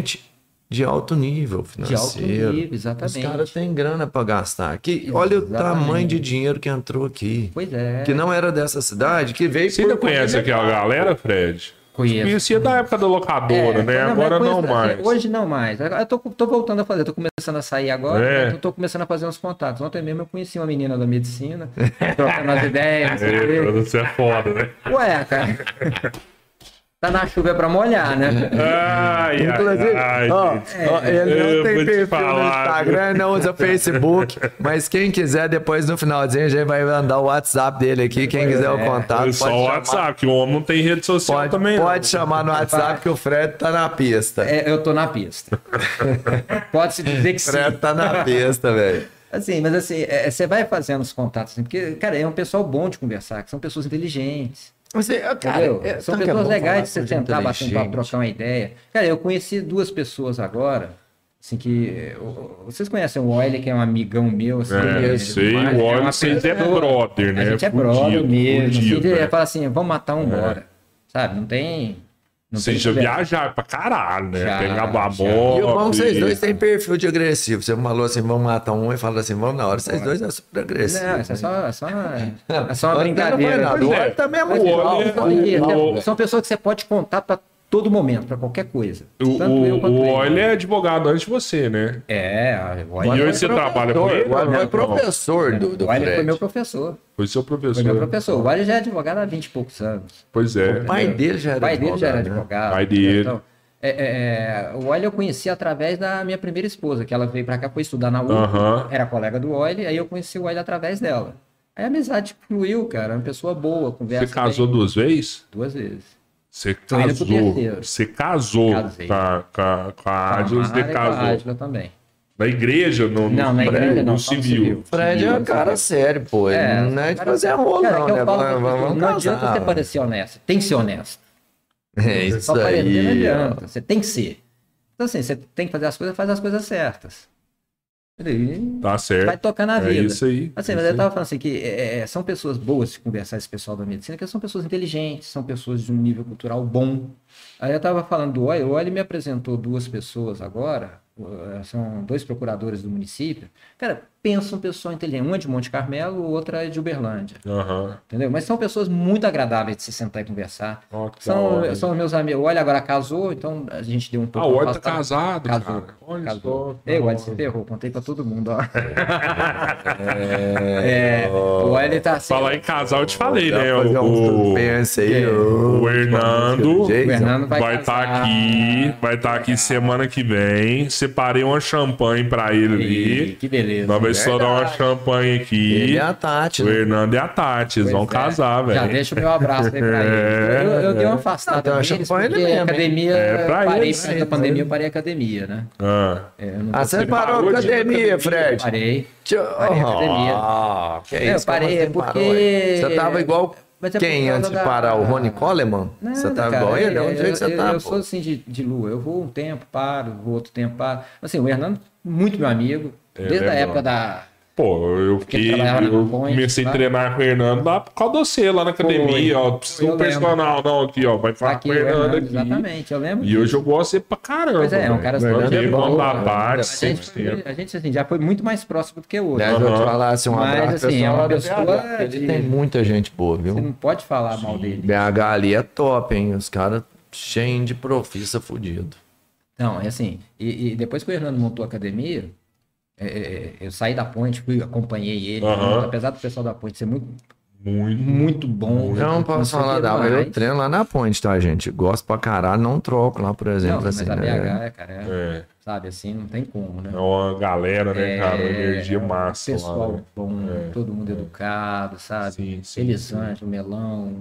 Speaker 2: Gente, de alto nível
Speaker 3: De
Speaker 2: financeiro.
Speaker 3: alto nível,
Speaker 2: Os
Speaker 3: exatamente.
Speaker 2: caras têm grana pra gastar aqui. Olha o
Speaker 3: Exatamente.
Speaker 2: tamanho de dinheiro que entrou aqui.
Speaker 3: Pois é.
Speaker 2: Que não era dessa cidade, que veio
Speaker 1: Você ainda conhece aquela galera, Fred?
Speaker 3: Conheço.
Speaker 1: Conhecia da época da locadora,
Speaker 3: É,
Speaker 1: né?
Speaker 3: mas
Speaker 1: Agora
Speaker 3: coisa-
Speaker 1: não mais.
Speaker 3: Hoje não mais. Agora Eu tô, tô voltando a fazer, tô começando a sair agora,
Speaker 1: É.
Speaker 3: né? então tô começando a fazer uns contatos. Ontem mesmo eu conheci uma menina da medicina, *laughs* trocando as ideias. não sei o quê.
Speaker 1: É, você é foda, né?
Speaker 3: Ué, cara. Tá na chuva é pra molhar,
Speaker 1: É.
Speaker 3: né?
Speaker 1: Ai,
Speaker 2: Inclusive,
Speaker 1: ai, ai.
Speaker 2: ó, ó, ele
Speaker 1: Eu
Speaker 2: não tem
Speaker 1: vou te
Speaker 2: perfil
Speaker 1: falar,
Speaker 2: no Instagram, não usa Facebook, mas quem quiser, depois no finalzinho, a gente vai mandar o WhatsApp dele aqui. Quem quiser
Speaker 3: é.
Speaker 2: o
Speaker 1: Foi
Speaker 2: contato, pode
Speaker 1: só o
Speaker 2: chamar,
Speaker 1: WhatsApp, que o homem não tem rede social
Speaker 2: pode,
Speaker 1: também. não.
Speaker 2: pode chamar no WhatsApp que o Fred tá na pista.
Speaker 3: É, eu tô na pista. Pode-se dizer que
Speaker 2: O
Speaker 3: sim.
Speaker 2: Fred tá na pista, velho.
Speaker 3: Assim, mas assim, é, você vai fazendo os contatos, assim, porque, cara, é um pessoal bom de conversar, que são pessoas inteligentes.
Speaker 2: Você,
Speaker 3: Entendeu? São
Speaker 2: é
Speaker 3: pessoas legais de você sentar, bater um papo, trocar uma ideia. Cara, eu conheci duas pessoas agora, assim, que... eh, o- o- Vocês conhecem o Oile, que é um amigão meu, assim...
Speaker 1: É,
Speaker 3: ele-
Speaker 1: sei,
Speaker 3: mas
Speaker 1: o
Speaker 3: ele uma
Speaker 1: Oile, vocês é
Speaker 3: pessoa-
Speaker 1: brother, né?
Speaker 3: A gente é
Speaker 1: Fudido,
Speaker 3: brother mesmo, assim,
Speaker 1: fudido,
Speaker 3: ele
Speaker 1: é.
Speaker 3: fala assim, vamos matar um, bora. Sabe, não tem... Não
Speaker 1: Vocês
Speaker 3: tem
Speaker 1: já
Speaker 3: conversa.
Speaker 1: viajaram pra caralho, né?
Speaker 3: Já,
Speaker 1: Pegar
Speaker 3: já.
Speaker 1: babó.
Speaker 2: E o
Speaker 3: é
Speaker 2: bom que vocês dois têm perfil de agressivo. Você falou assim, vamos matar um e fala assim, vamos na hora. Vocês dois é super agressivo.
Speaker 3: Não, isso é só, é só, é só
Speaker 2: Não, não
Speaker 3: uma brincadeira.
Speaker 2: vai nada.
Speaker 3: Pois é.
Speaker 2: Olha, também é
Speaker 1: o
Speaker 2: muito
Speaker 1: Olha,
Speaker 2: alto,
Speaker 3: Olha, tá
Speaker 1: o-
Speaker 3: olha,
Speaker 1: o-
Speaker 3: são pessoas que você pode contar pra todo momento, pra qualquer coisa.
Speaker 1: o-
Speaker 3: Tanto eu
Speaker 1: o-
Speaker 3: quanto
Speaker 1: O
Speaker 3: ele.
Speaker 1: Olha é advogado antes de você, né?
Speaker 3: É, o
Speaker 1: E
Speaker 3: Olha
Speaker 1: hoje você tá trabalha com ele?
Speaker 2: O Alho
Speaker 1: ou
Speaker 2: foi
Speaker 1: não?
Speaker 2: professor do, do
Speaker 3: o Olha foi
Speaker 2: Fred.
Speaker 3: meu professor.
Speaker 1: Foi seu
Speaker 3: Foi
Speaker 1: professor.
Speaker 3: meu professor. O Olha já é advogado há 20 e poucos anos.
Speaker 1: Pois é.
Speaker 2: O pai dele já
Speaker 3: O
Speaker 2: era
Speaker 3: pai dele já era
Speaker 2: né?
Speaker 3: advogado.
Speaker 1: Pai dele.
Speaker 3: Então, é, é, é, o Olha eu conheci através da minha primeira esposa, que ela veio pra cá, foi estudar na UFRJ,
Speaker 1: Aham.
Speaker 3: era colega do Olha, aí eu conheci o Olha através dela. Aí a amizade fluiu, cara, é uma pessoa boa, conversa
Speaker 1: Você casou
Speaker 3: bem.
Speaker 1: duas vezes?
Speaker 3: duas vezes.
Speaker 1: Você
Speaker 3: Então, ele é
Speaker 1: casou.
Speaker 3: terceiro.
Speaker 1: Você casou
Speaker 3: Casei.
Speaker 1: com a, com a, com a Adila,
Speaker 3: Mara Tá e
Speaker 1: Ah, você
Speaker 3: com a
Speaker 1: casou.
Speaker 3: Átila também.
Speaker 1: Na igreja, no, no,
Speaker 3: Não, na
Speaker 1: prédio,
Speaker 3: igreja não,
Speaker 1: no
Speaker 3: só no
Speaker 1: civil.
Speaker 3: civil.
Speaker 2: Fred é um cara sério, pô. Ele
Speaker 3: É,
Speaker 2: não é de
Speaker 3: cara,
Speaker 2: fazer rolo,
Speaker 3: cara,
Speaker 2: não,
Speaker 3: que eu
Speaker 2: né?
Speaker 3: falo pra
Speaker 2: Vamos,
Speaker 3: pessoa,
Speaker 2: vamos
Speaker 3: não adianta
Speaker 2: casar.
Speaker 3: você parecer honesto, tem que ser honesto.
Speaker 2: É
Speaker 3: Só
Speaker 2: isso
Speaker 3: parecer é não
Speaker 2: aí. ó.
Speaker 3: adianta, você tem que ser. Então assim, você tem que fazer as coisas, faz as coisas certas. E
Speaker 1: Tá
Speaker 3: vai
Speaker 1: certo.
Speaker 3: tocando a
Speaker 1: É
Speaker 3: vida.
Speaker 1: isso aí.
Speaker 3: Assim,
Speaker 1: é
Speaker 3: mas
Speaker 1: isso
Speaker 3: eu tava falando assim que é, é, são pessoas boas de conversar esse pessoal da medicina, que são pessoas inteligentes, são pessoas de um nível cultural bom. Aí eu tava falando do Oi, o Oi me apresentou duas pessoas agora, eh, são dois procuradores do município. Cara, pensa um pessoal inteligente, uma é de Monte Carmelo, outra é de Uberlândia,
Speaker 1: aí. Aham.
Speaker 3: entendeu? Mas são pessoas muito agradáveis de se sentar e conversar.
Speaker 1: Ó, que da
Speaker 3: São,
Speaker 1: hora.
Speaker 3: são meus amigos. O Olha agora casou, então a gente deu um
Speaker 1: Ah,
Speaker 3: pouco
Speaker 1: o Oi tá
Speaker 3: afastado.
Speaker 1: casado,
Speaker 3: Casou.
Speaker 1: cara. Olha
Speaker 3: casou.
Speaker 1: só.
Speaker 3: Ei,
Speaker 1: da
Speaker 3: o Ed se
Speaker 1: hora.
Speaker 3: ferrou, contei pra todo
Speaker 1: *laughs*
Speaker 3: mundo, ó. É, o Ed tá assim.
Speaker 1: Falar em casal, eu te falei,
Speaker 2: Dá
Speaker 1: né?
Speaker 2: pra fazer um
Speaker 1: O,
Speaker 2: suspense aí,
Speaker 3: É.
Speaker 2: ô.
Speaker 1: o Hernando
Speaker 2: Jason.
Speaker 3: o Fernando vai
Speaker 1: vai estar
Speaker 3: casar.
Speaker 1: aqui. Vai estar aqui semana que vem. Separei uma champanhe pra ele
Speaker 3: Ih,
Speaker 1: ali.
Speaker 3: Que beleza. né?
Speaker 1: Nós vamos estourar uma champanhe
Speaker 2: Ele
Speaker 1: aqui.
Speaker 2: é a Tati,
Speaker 1: O
Speaker 2: né?
Speaker 1: Hernando e a Tati, eles vão
Speaker 3: Pois é.
Speaker 1: casar,
Speaker 3: Já
Speaker 1: velho.
Speaker 3: deixa o meu abraço aí pra
Speaker 1: É,
Speaker 3: ele. Eu, eu dei uma
Speaker 2: Não, tem
Speaker 3: afastada
Speaker 2: uma
Speaker 3: deles,
Speaker 2: champanhe
Speaker 3: porque
Speaker 2: mesmo, hein?
Speaker 3: a academia,
Speaker 1: É, pra
Speaker 3: parei,
Speaker 1: eles,
Speaker 3: antes da
Speaker 2: né?
Speaker 3: pandemia, eu parei a academia, né?
Speaker 1: Ah,
Speaker 3: É, eu não
Speaker 2: Ah, você
Speaker 1: Você
Speaker 2: parou
Speaker 1: parou
Speaker 2: com a
Speaker 1: de ir pra
Speaker 2: academia, Fred?
Speaker 3: parei.
Speaker 2: Tio-
Speaker 3: Parei a academia.
Speaker 2: Ah, que
Speaker 3: É, eu
Speaker 2: isso, como
Speaker 3: parei,
Speaker 2: assim
Speaker 3: é porque-
Speaker 2: parou, hein? Você tava igual
Speaker 3: Mas é por
Speaker 2: quem
Speaker 3: causa
Speaker 2: antes de
Speaker 3: da-
Speaker 2: parar? O Rony Coleman?
Speaker 3: Nada,
Speaker 2: você tava
Speaker 3: cara,
Speaker 2: igual
Speaker 3: é,
Speaker 2: ele? Onde é
Speaker 3: eu,
Speaker 2: que você
Speaker 3: eu-
Speaker 2: tá,
Speaker 3: eu
Speaker 2: pô?
Speaker 3: sou assim de, de lua. Eu vou um tempo, paro, vou outro tempo, paro. Assim, o Hernando, muito meu amigo,
Speaker 1: Ele
Speaker 3: desde
Speaker 1: é
Speaker 3: a
Speaker 1: bom.
Speaker 3: época da. tá
Speaker 1: pô, eu fiquei.
Speaker 3: trabalhava na
Speaker 1: Eu
Speaker 3: Point,
Speaker 1: comecei a
Speaker 3: lá.
Speaker 1: treinar com o Hernando lá por causa de você, lá na academia, ó. Precisa de
Speaker 3: eu
Speaker 1: um
Speaker 3: lembro. Tá
Speaker 1: personal, não, aqui, ó. Vai falar com
Speaker 3: Aqui,
Speaker 1: o
Speaker 3: o Hernando,
Speaker 1: Hernando aqui.
Speaker 3: exatamente, eu lembro.
Speaker 1: E hoje eu gosto dele pra caramba.
Speaker 3: Pois é, é um cara
Speaker 1: velho.
Speaker 2: super
Speaker 1: Mandei
Speaker 2: gente boa,
Speaker 1: mandar
Speaker 2: né?
Speaker 1: parte,
Speaker 3: a
Speaker 1: sempre é
Speaker 3: gente,
Speaker 1: tempo.
Speaker 3: a gente, assim, já foi muito mais próximo do que hoje.
Speaker 2: Aliás, eu vou te falar assim, um
Speaker 3: Mas,
Speaker 2: abraço.
Speaker 3: assim, é uma
Speaker 2: pessoal lá do
Speaker 3: pessoa
Speaker 2: BH. Ele
Speaker 3: de-
Speaker 2: tem muita gente boa,
Speaker 3: Você
Speaker 2: viu?
Speaker 3: não pode falar mal dele.
Speaker 2: BH ali é top, hein? Os caras cheios de profissa fudido.
Speaker 3: Não, é assim, e, e depois que o Hernando montou a academia, é, é, eu saí da ponte, fui, acompanhei ele,
Speaker 1: Aham.
Speaker 3: apesar do pessoal da ponte ser muito,
Speaker 1: Muito.
Speaker 3: muito bom.
Speaker 2: Não posso
Speaker 3: sei o
Speaker 2: falar
Speaker 3: que
Speaker 2: da mas
Speaker 3: mais.
Speaker 2: eu treino lá na ponte, tá, gente? Gosto pra caralho, não troco lá, por
Speaker 3: Não,
Speaker 2: exemplo.
Speaker 3: mas
Speaker 2: assim,
Speaker 3: a BH,
Speaker 2: né?
Speaker 3: é, cara, é,
Speaker 1: É,
Speaker 3: sabe, assim, não tem como, né?
Speaker 1: é uma galera, né, cara? Uma energia
Speaker 3: é um
Speaker 1: massa lá.
Speaker 3: Pessoal
Speaker 1: né? É.
Speaker 3: bom, todo mundo educado, sabe?
Speaker 1: Sim, sim,
Speaker 3: Elisângela, o Melão,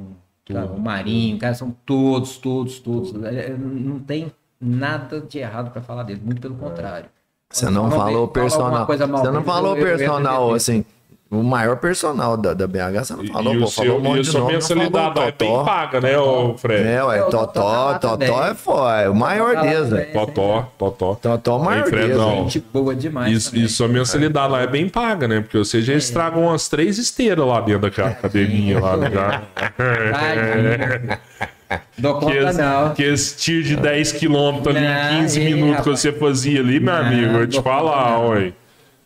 Speaker 3: sabe? o Marinho, cara, são todos, todos, todos. É, é, Não tem nada de errado pra falar dele, muito pelo contrário.
Speaker 2: Você não
Speaker 3: Fala
Speaker 2: falou
Speaker 3: bem, fala
Speaker 2: personal.
Speaker 3: alguma coisa mal
Speaker 2: Você não
Speaker 3: dele,
Speaker 2: falou
Speaker 3: eu- eu ia
Speaker 2: personal,
Speaker 3: defender.
Speaker 2: assim. O maior personal da, da BH, você não
Speaker 1: E,
Speaker 2: falou,
Speaker 1: e
Speaker 2: pô.
Speaker 1: o
Speaker 2: falou
Speaker 1: seu,
Speaker 2: um
Speaker 1: e a
Speaker 2: monte de
Speaker 1: sua
Speaker 2: nome, não falou
Speaker 1: mensalidade é bem
Speaker 2: Totó.
Speaker 1: paga, né, ô Fred?
Speaker 2: É, ué,
Speaker 3: É, o Totó tá
Speaker 2: Totó,
Speaker 3: lá
Speaker 2: Totó
Speaker 3: também.
Speaker 2: é foda. é O maior
Speaker 3: tá lá
Speaker 2: deles,
Speaker 3: também.
Speaker 2: velho.
Speaker 1: Totó, Totó.
Speaker 2: Totó é o maior
Speaker 1: Aí,
Speaker 2: deles.
Speaker 1: Fredão,
Speaker 2: velho.
Speaker 3: Gente boa demais.
Speaker 1: Isso,
Speaker 3: também. É.
Speaker 1: isso, a mensalidade lá é bem paga, né? Porque vocês já estragam umas três esteiras lá dentro daquela academia lá, né? já.
Speaker 3: Tadinho. Tá, Dou
Speaker 1: É. Que
Speaker 3: conta,
Speaker 1: esse-
Speaker 3: não.
Speaker 1: Que esse tiro de 10 quilômetros ali,
Speaker 3: Não,
Speaker 1: 15
Speaker 3: e,
Speaker 1: minutos que
Speaker 3: rapaz?
Speaker 1: você fazia ali, meu
Speaker 3: Não,
Speaker 1: amigo, eu
Speaker 3: não
Speaker 1: te
Speaker 3: dou
Speaker 1: falar,
Speaker 3: conta, não.
Speaker 1: ué.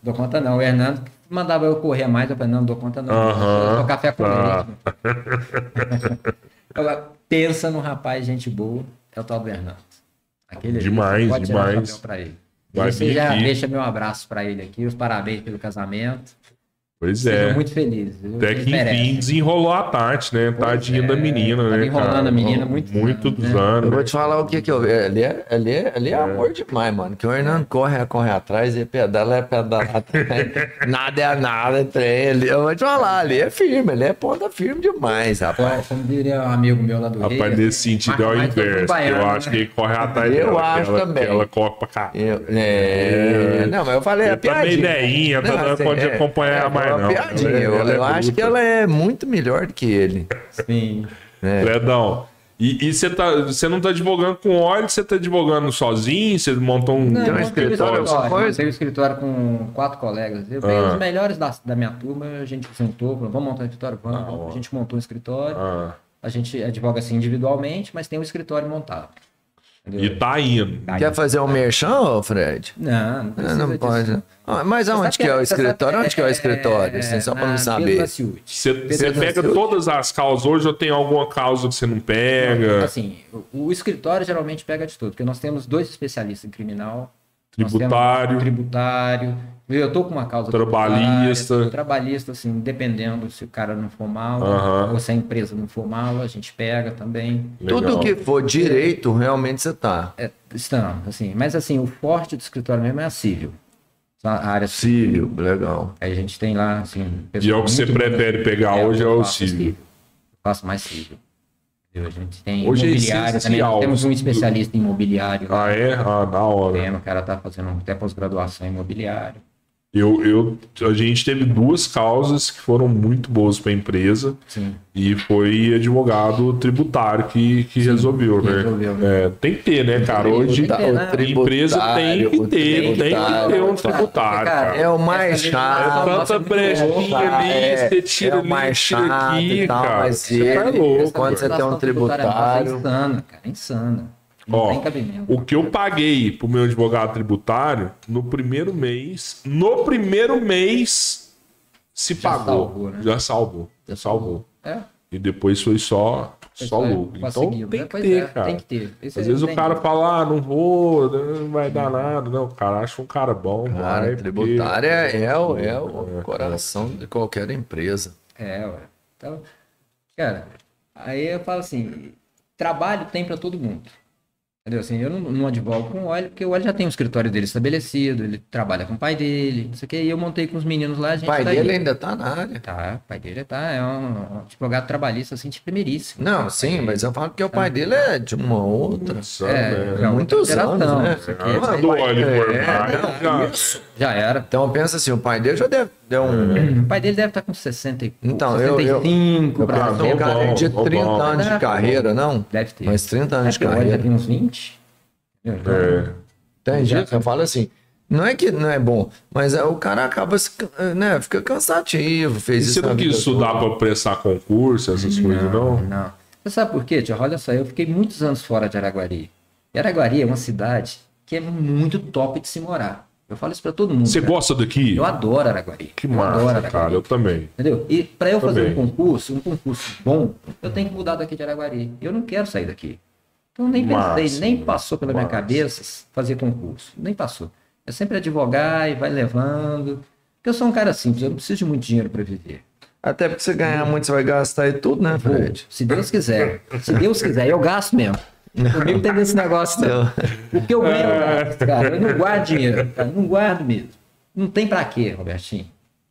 Speaker 3: Dou conta, não. O Hernando mandava eu correr mais. Eu falei, não, não dou conta, não.
Speaker 1: Aham.
Speaker 3: Eu sou café com
Speaker 1: Tá.
Speaker 3: leite. Agora, pensa num rapaz, gente boa, é o tal do Hernando. Aquele ali,
Speaker 1: Demais,
Speaker 3: você pode tirar o
Speaker 1: demais.
Speaker 3: chapéu pra ele.
Speaker 1: Vai
Speaker 3: E você
Speaker 1: vir
Speaker 3: já
Speaker 1: aqui.
Speaker 3: deixa meu abraço pra ele aqui, os parabéns pelo casamento.
Speaker 1: Pois
Speaker 3: Sejam
Speaker 1: é.
Speaker 3: muito felizes. viu?
Speaker 1: Até
Speaker 3: Ele
Speaker 1: que
Speaker 3: merece.
Speaker 1: enfim desenrolou a Tati, né? Tadinha da menina,
Speaker 3: é. tava
Speaker 1: né?
Speaker 3: enrolando
Speaker 1: cara?
Speaker 3: a menina muito
Speaker 1: Muitos
Speaker 3: anos, né?
Speaker 1: anos.
Speaker 2: Eu
Speaker 1: né?
Speaker 2: vou te falar o que que eu vi. Ali é, ali é, ali é amor demais, mano. Que o Hernando corre, corre atrás, e pedala, é pedala
Speaker 3: *laughs*
Speaker 2: atrás. nada é nada, trem. ali- Eu vou te falar, ali é firme, ali é ponta firme demais, rapaz.
Speaker 3: Como- Como diria um amigo meu lá do Rio.
Speaker 1: Rapaz, nesse sentido é o
Speaker 3: Marca mais todo
Speaker 1: inverso.
Speaker 3: baiano,
Speaker 1: eu
Speaker 3: né?
Speaker 1: acho que ele corre atrás
Speaker 2: Eu
Speaker 1: dela. que
Speaker 2: acho
Speaker 1: ela,
Speaker 2: também.
Speaker 1: que Ela corre pra cá.
Speaker 2: Eu, é, não, mas eu falei, é
Speaker 1: Eu também
Speaker 2: piadinha. é,
Speaker 1: ideinha, tá dando conta de acompanhar mais
Speaker 2: uma
Speaker 1: não.
Speaker 2: piadinha.
Speaker 1: Ela é-
Speaker 2: eu
Speaker 1: ela é
Speaker 2: eu acho
Speaker 1: bruta.
Speaker 2: que ela é muito melhor do que ele.
Speaker 3: Sim.
Speaker 2: né?
Speaker 1: Fredão, e e você tá, você não tá advogando com óleo, você tá advogando sozinho, você montou um,
Speaker 3: Não,
Speaker 1: um
Speaker 3: eu tive
Speaker 1: escritório.
Speaker 2: só
Speaker 3: escritório,
Speaker 2: foi?
Speaker 3: eu tenho um escritório com quatro colegas. Eu peguei
Speaker 1: Ah.
Speaker 3: os melhores da, da minha turma, a gente sentou, falou, vamos montar um escritório? Vamos. a gente montou um escritório,
Speaker 1: Ah,
Speaker 3: a gente advoga assim individualmente, mas tem um escritório montado.
Speaker 1: e tá indo.
Speaker 3: Aí-
Speaker 2: Quer fazer um merchan, ô Fred?
Speaker 3: Não, não
Speaker 2: Não,
Speaker 3: precisa
Speaker 2: não
Speaker 3: disso.
Speaker 2: pode. Ah, Mas
Speaker 3: Você
Speaker 2: aonde
Speaker 3: sabe
Speaker 2: que é o
Speaker 3: você sabe
Speaker 2: escritório? Onde que é o escritório?
Speaker 3: é,
Speaker 2: Assim, só pra
Speaker 3: na
Speaker 2: eu
Speaker 3: Pedro
Speaker 2: saber.
Speaker 3: Laciute.
Speaker 1: Você você pega todas as causas hoje ou tem alguma causa que você não pega?
Speaker 3: Assim, o- o escritório geralmente pega de tudo, porque nós temos dois especialistas em criminal. nós temos
Speaker 1: Tributário.
Speaker 3: Tributário. Eu tô com uma causa
Speaker 1: Trabalhista.
Speaker 3: tributária, Trabalhista, assim, dependendo se o cara não for mal
Speaker 1: Aham.
Speaker 3: ou se a empresa não for mal, a gente pega também.
Speaker 2: Tudo
Speaker 1: Legal.
Speaker 2: que for direito, realmente você tá.
Speaker 3: É, estão, assim, mas assim, o forte do escritório mesmo é a civil. A área civil.
Speaker 2: Cílio, legal.
Speaker 3: Aí a gente tem lá, assim,
Speaker 1: E é o que você
Speaker 3: muito boa.
Speaker 1: prefere pegar
Speaker 3: É,
Speaker 1: hoje é
Speaker 3: eu
Speaker 1: o
Speaker 3: faço
Speaker 1: cível.
Speaker 3: Eu faço mais civil. A gente tem
Speaker 1: Hoje é
Speaker 3: imobiliário também.
Speaker 1: essencial.
Speaker 3: Nós temos um especialista em imobiliário. lá
Speaker 1: Ah, é? Ah, da hora.
Speaker 3: Tem, O cara tá fazendo até pós-graduação em imobiliário.
Speaker 1: Eu, eu, a gente teve duas causas que foram muito boas para a empresa
Speaker 3: Sim.
Speaker 1: e foi advogado tributário que, que resolveu, né?
Speaker 3: resolveu.
Speaker 1: É, tem que ter, né, cara? Hoje
Speaker 3: Tem que ter, né?
Speaker 1: a empresa tem que
Speaker 2: o
Speaker 1: ter, tem que ter um
Speaker 2: tributário.
Speaker 1: tributário,
Speaker 2: É
Speaker 1: cara.
Speaker 2: o mais
Speaker 3: Essa
Speaker 2: chato.
Speaker 3: legislação
Speaker 1: É
Speaker 3: nossa
Speaker 1: tanta
Speaker 3: é muito boa.
Speaker 1: brechinha ali,
Speaker 2: É,
Speaker 1: você tira
Speaker 2: é o
Speaker 1: ali,
Speaker 2: mais
Speaker 1: tira
Speaker 2: chato
Speaker 1: aqui,
Speaker 2: e tal,
Speaker 1: cara.
Speaker 2: mas
Speaker 1: Você tá
Speaker 2: ele-
Speaker 1: louco.
Speaker 2: quando você
Speaker 1: velho.
Speaker 2: tem um
Speaker 3: legislação tributária nossa
Speaker 2: tributário-
Speaker 3: É insana, cara. é Insana. Não
Speaker 1: Ó,
Speaker 3: tem cabimento.
Speaker 1: o que eu paguei pro meu advogado tributário no primeiro mês, no primeiro mês se
Speaker 3: Já
Speaker 1: pagou,
Speaker 3: salvou, né?
Speaker 1: já salvou, já salvou.
Speaker 3: É,
Speaker 1: E depois foi só
Speaker 3: foi
Speaker 1: só louco. Então
Speaker 3: conseguiu,
Speaker 1: tem
Speaker 3: né?
Speaker 1: que
Speaker 3: Pois
Speaker 1: ter,
Speaker 3: é,
Speaker 1: cara.
Speaker 3: Tem que ter. é um Isso
Speaker 1: Às
Speaker 3: aí
Speaker 1: vezes
Speaker 3: não
Speaker 1: o
Speaker 3: tem
Speaker 1: cara
Speaker 3: jeito.
Speaker 1: fala, ah, não vou, não vai dar nada. Não, cara, acha um cara bom. vai,
Speaker 2: Cara,
Speaker 1: porque-
Speaker 2: tributário é, é o, é o coração de qualquer empresa.
Speaker 3: É, ué. Então, cara, aí eu falo assim, trabalho tem pra todo mundo. Entendeu? Assim, eu não, não advogo com o óleo, porque o óleo já tem o escritório dele estabelecido, ele trabalha com o pai dele, não sei o que, e eu montei com os meninos lá, a
Speaker 2: O
Speaker 3: gente
Speaker 2: pai
Speaker 3: tá
Speaker 2: dele
Speaker 3: aí.
Speaker 2: ainda tá na área.
Speaker 3: Tá, o pai dele tá, é um advogado trabalhista, assim, de primeiríssimo.
Speaker 2: Não, sim, mas eu falo que o pai dele é de uma outra.
Speaker 1: Nossa,
Speaker 3: Tá. É,
Speaker 1: né?
Speaker 3: já-
Speaker 2: Muitos
Speaker 3: Geração,
Speaker 2: anos, né?
Speaker 3: isso aqui.
Speaker 1: Ah,
Speaker 2: Mano,
Speaker 1: do
Speaker 2: o pai-
Speaker 1: óleo
Speaker 2: é,
Speaker 1: formado,
Speaker 2: não,
Speaker 1: já-
Speaker 2: isso.
Speaker 3: Já era.
Speaker 2: Então pensa assim, o pai dele já deve ter
Speaker 1: É.
Speaker 2: um.
Speaker 3: O pai dele deve estar com 60 e pouco,
Speaker 2: Então, eu- eu-
Speaker 3: 65
Speaker 2: Eu
Speaker 3: pra
Speaker 1: Ah,
Speaker 2: penso
Speaker 1: então
Speaker 2: um cara
Speaker 1: bom,
Speaker 2: de
Speaker 1: então
Speaker 2: 30
Speaker 1: bom.
Speaker 2: anos de
Speaker 3: É,
Speaker 2: carreira, não?
Speaker 3: Deve ter.
Speaker 2: Mas 30 anos
Speaker 3: Acho
Speaker 2: de
Speaker 3: que É, o óleo já
Speaker 2: carreira.
Speaker 3: tem uns 20. entendeu?
Speaker 1: É.
Speaker 2: Tem gente que fala assim. Não é que não é bom, mas é, o cara acaba se, can- né, fica cansativo,
Speaker 1: E
Speaker 2: fez
Speaker 1: você
Speaker 2: isso.
Speaker 1: não
Speaker 2: na
Speaker 1: quis
Speaker 2: vida
Speaker 1: estudar pra prestar concurso, essas coisas, não?
Speaker 3: é Não. Você sabe por quê, tio? Olha só, eu fiquei muitos anos fora de Araguari. E Araguari é uma cidade que é muito top de se morar. Eu falo isso pra todo mundo.
Speaker 1: Você
Speaker 3: cara.
Speaker 1: gosta daqui?
Speaker 3: Eu adoro Araguari.
Speaker 1: Que
Speaker 3: Eu adoro
Speaker 1: massa,
Speaker 3: Araguari.
Speaker 1: cara. Eu também.
Speaker 3: Entendeu? E pra eu fazer
Speaker 1: Também.
Speaker 3: um concurso, um concurso bom, eu tenho que mudar daqui de Araguari. Eu não quero sair daqui. Então nem
Speaker 1: Massa,
Speaker 3: pensei, nem passou pela minha
Speaker 1: massa.
Speaker 3: cabeça fazer concurso. Nem passou. É sempre advogar e vai levando. Porque eu sou um cara simples, eu não preciso de muito dinheiro pra viver.
Speaker 2: Até porque você ganhar muito, você vai gastar e tudo, né,
Speaker 3: Vou,
Speaker 2: Fred?
Speaker 3: se Deus quiser. Se Deus quiser, eu gasto mesmo. Comigo tem esse negócio, não.
Speaker 1: é
Speaker 2: *laughs*
Speaker 3: O que eu ganho, eu gasto, cara. Eu não guardo dinheiro, cara. Não guardo mesmo. Não tem pra quê, Robertinho.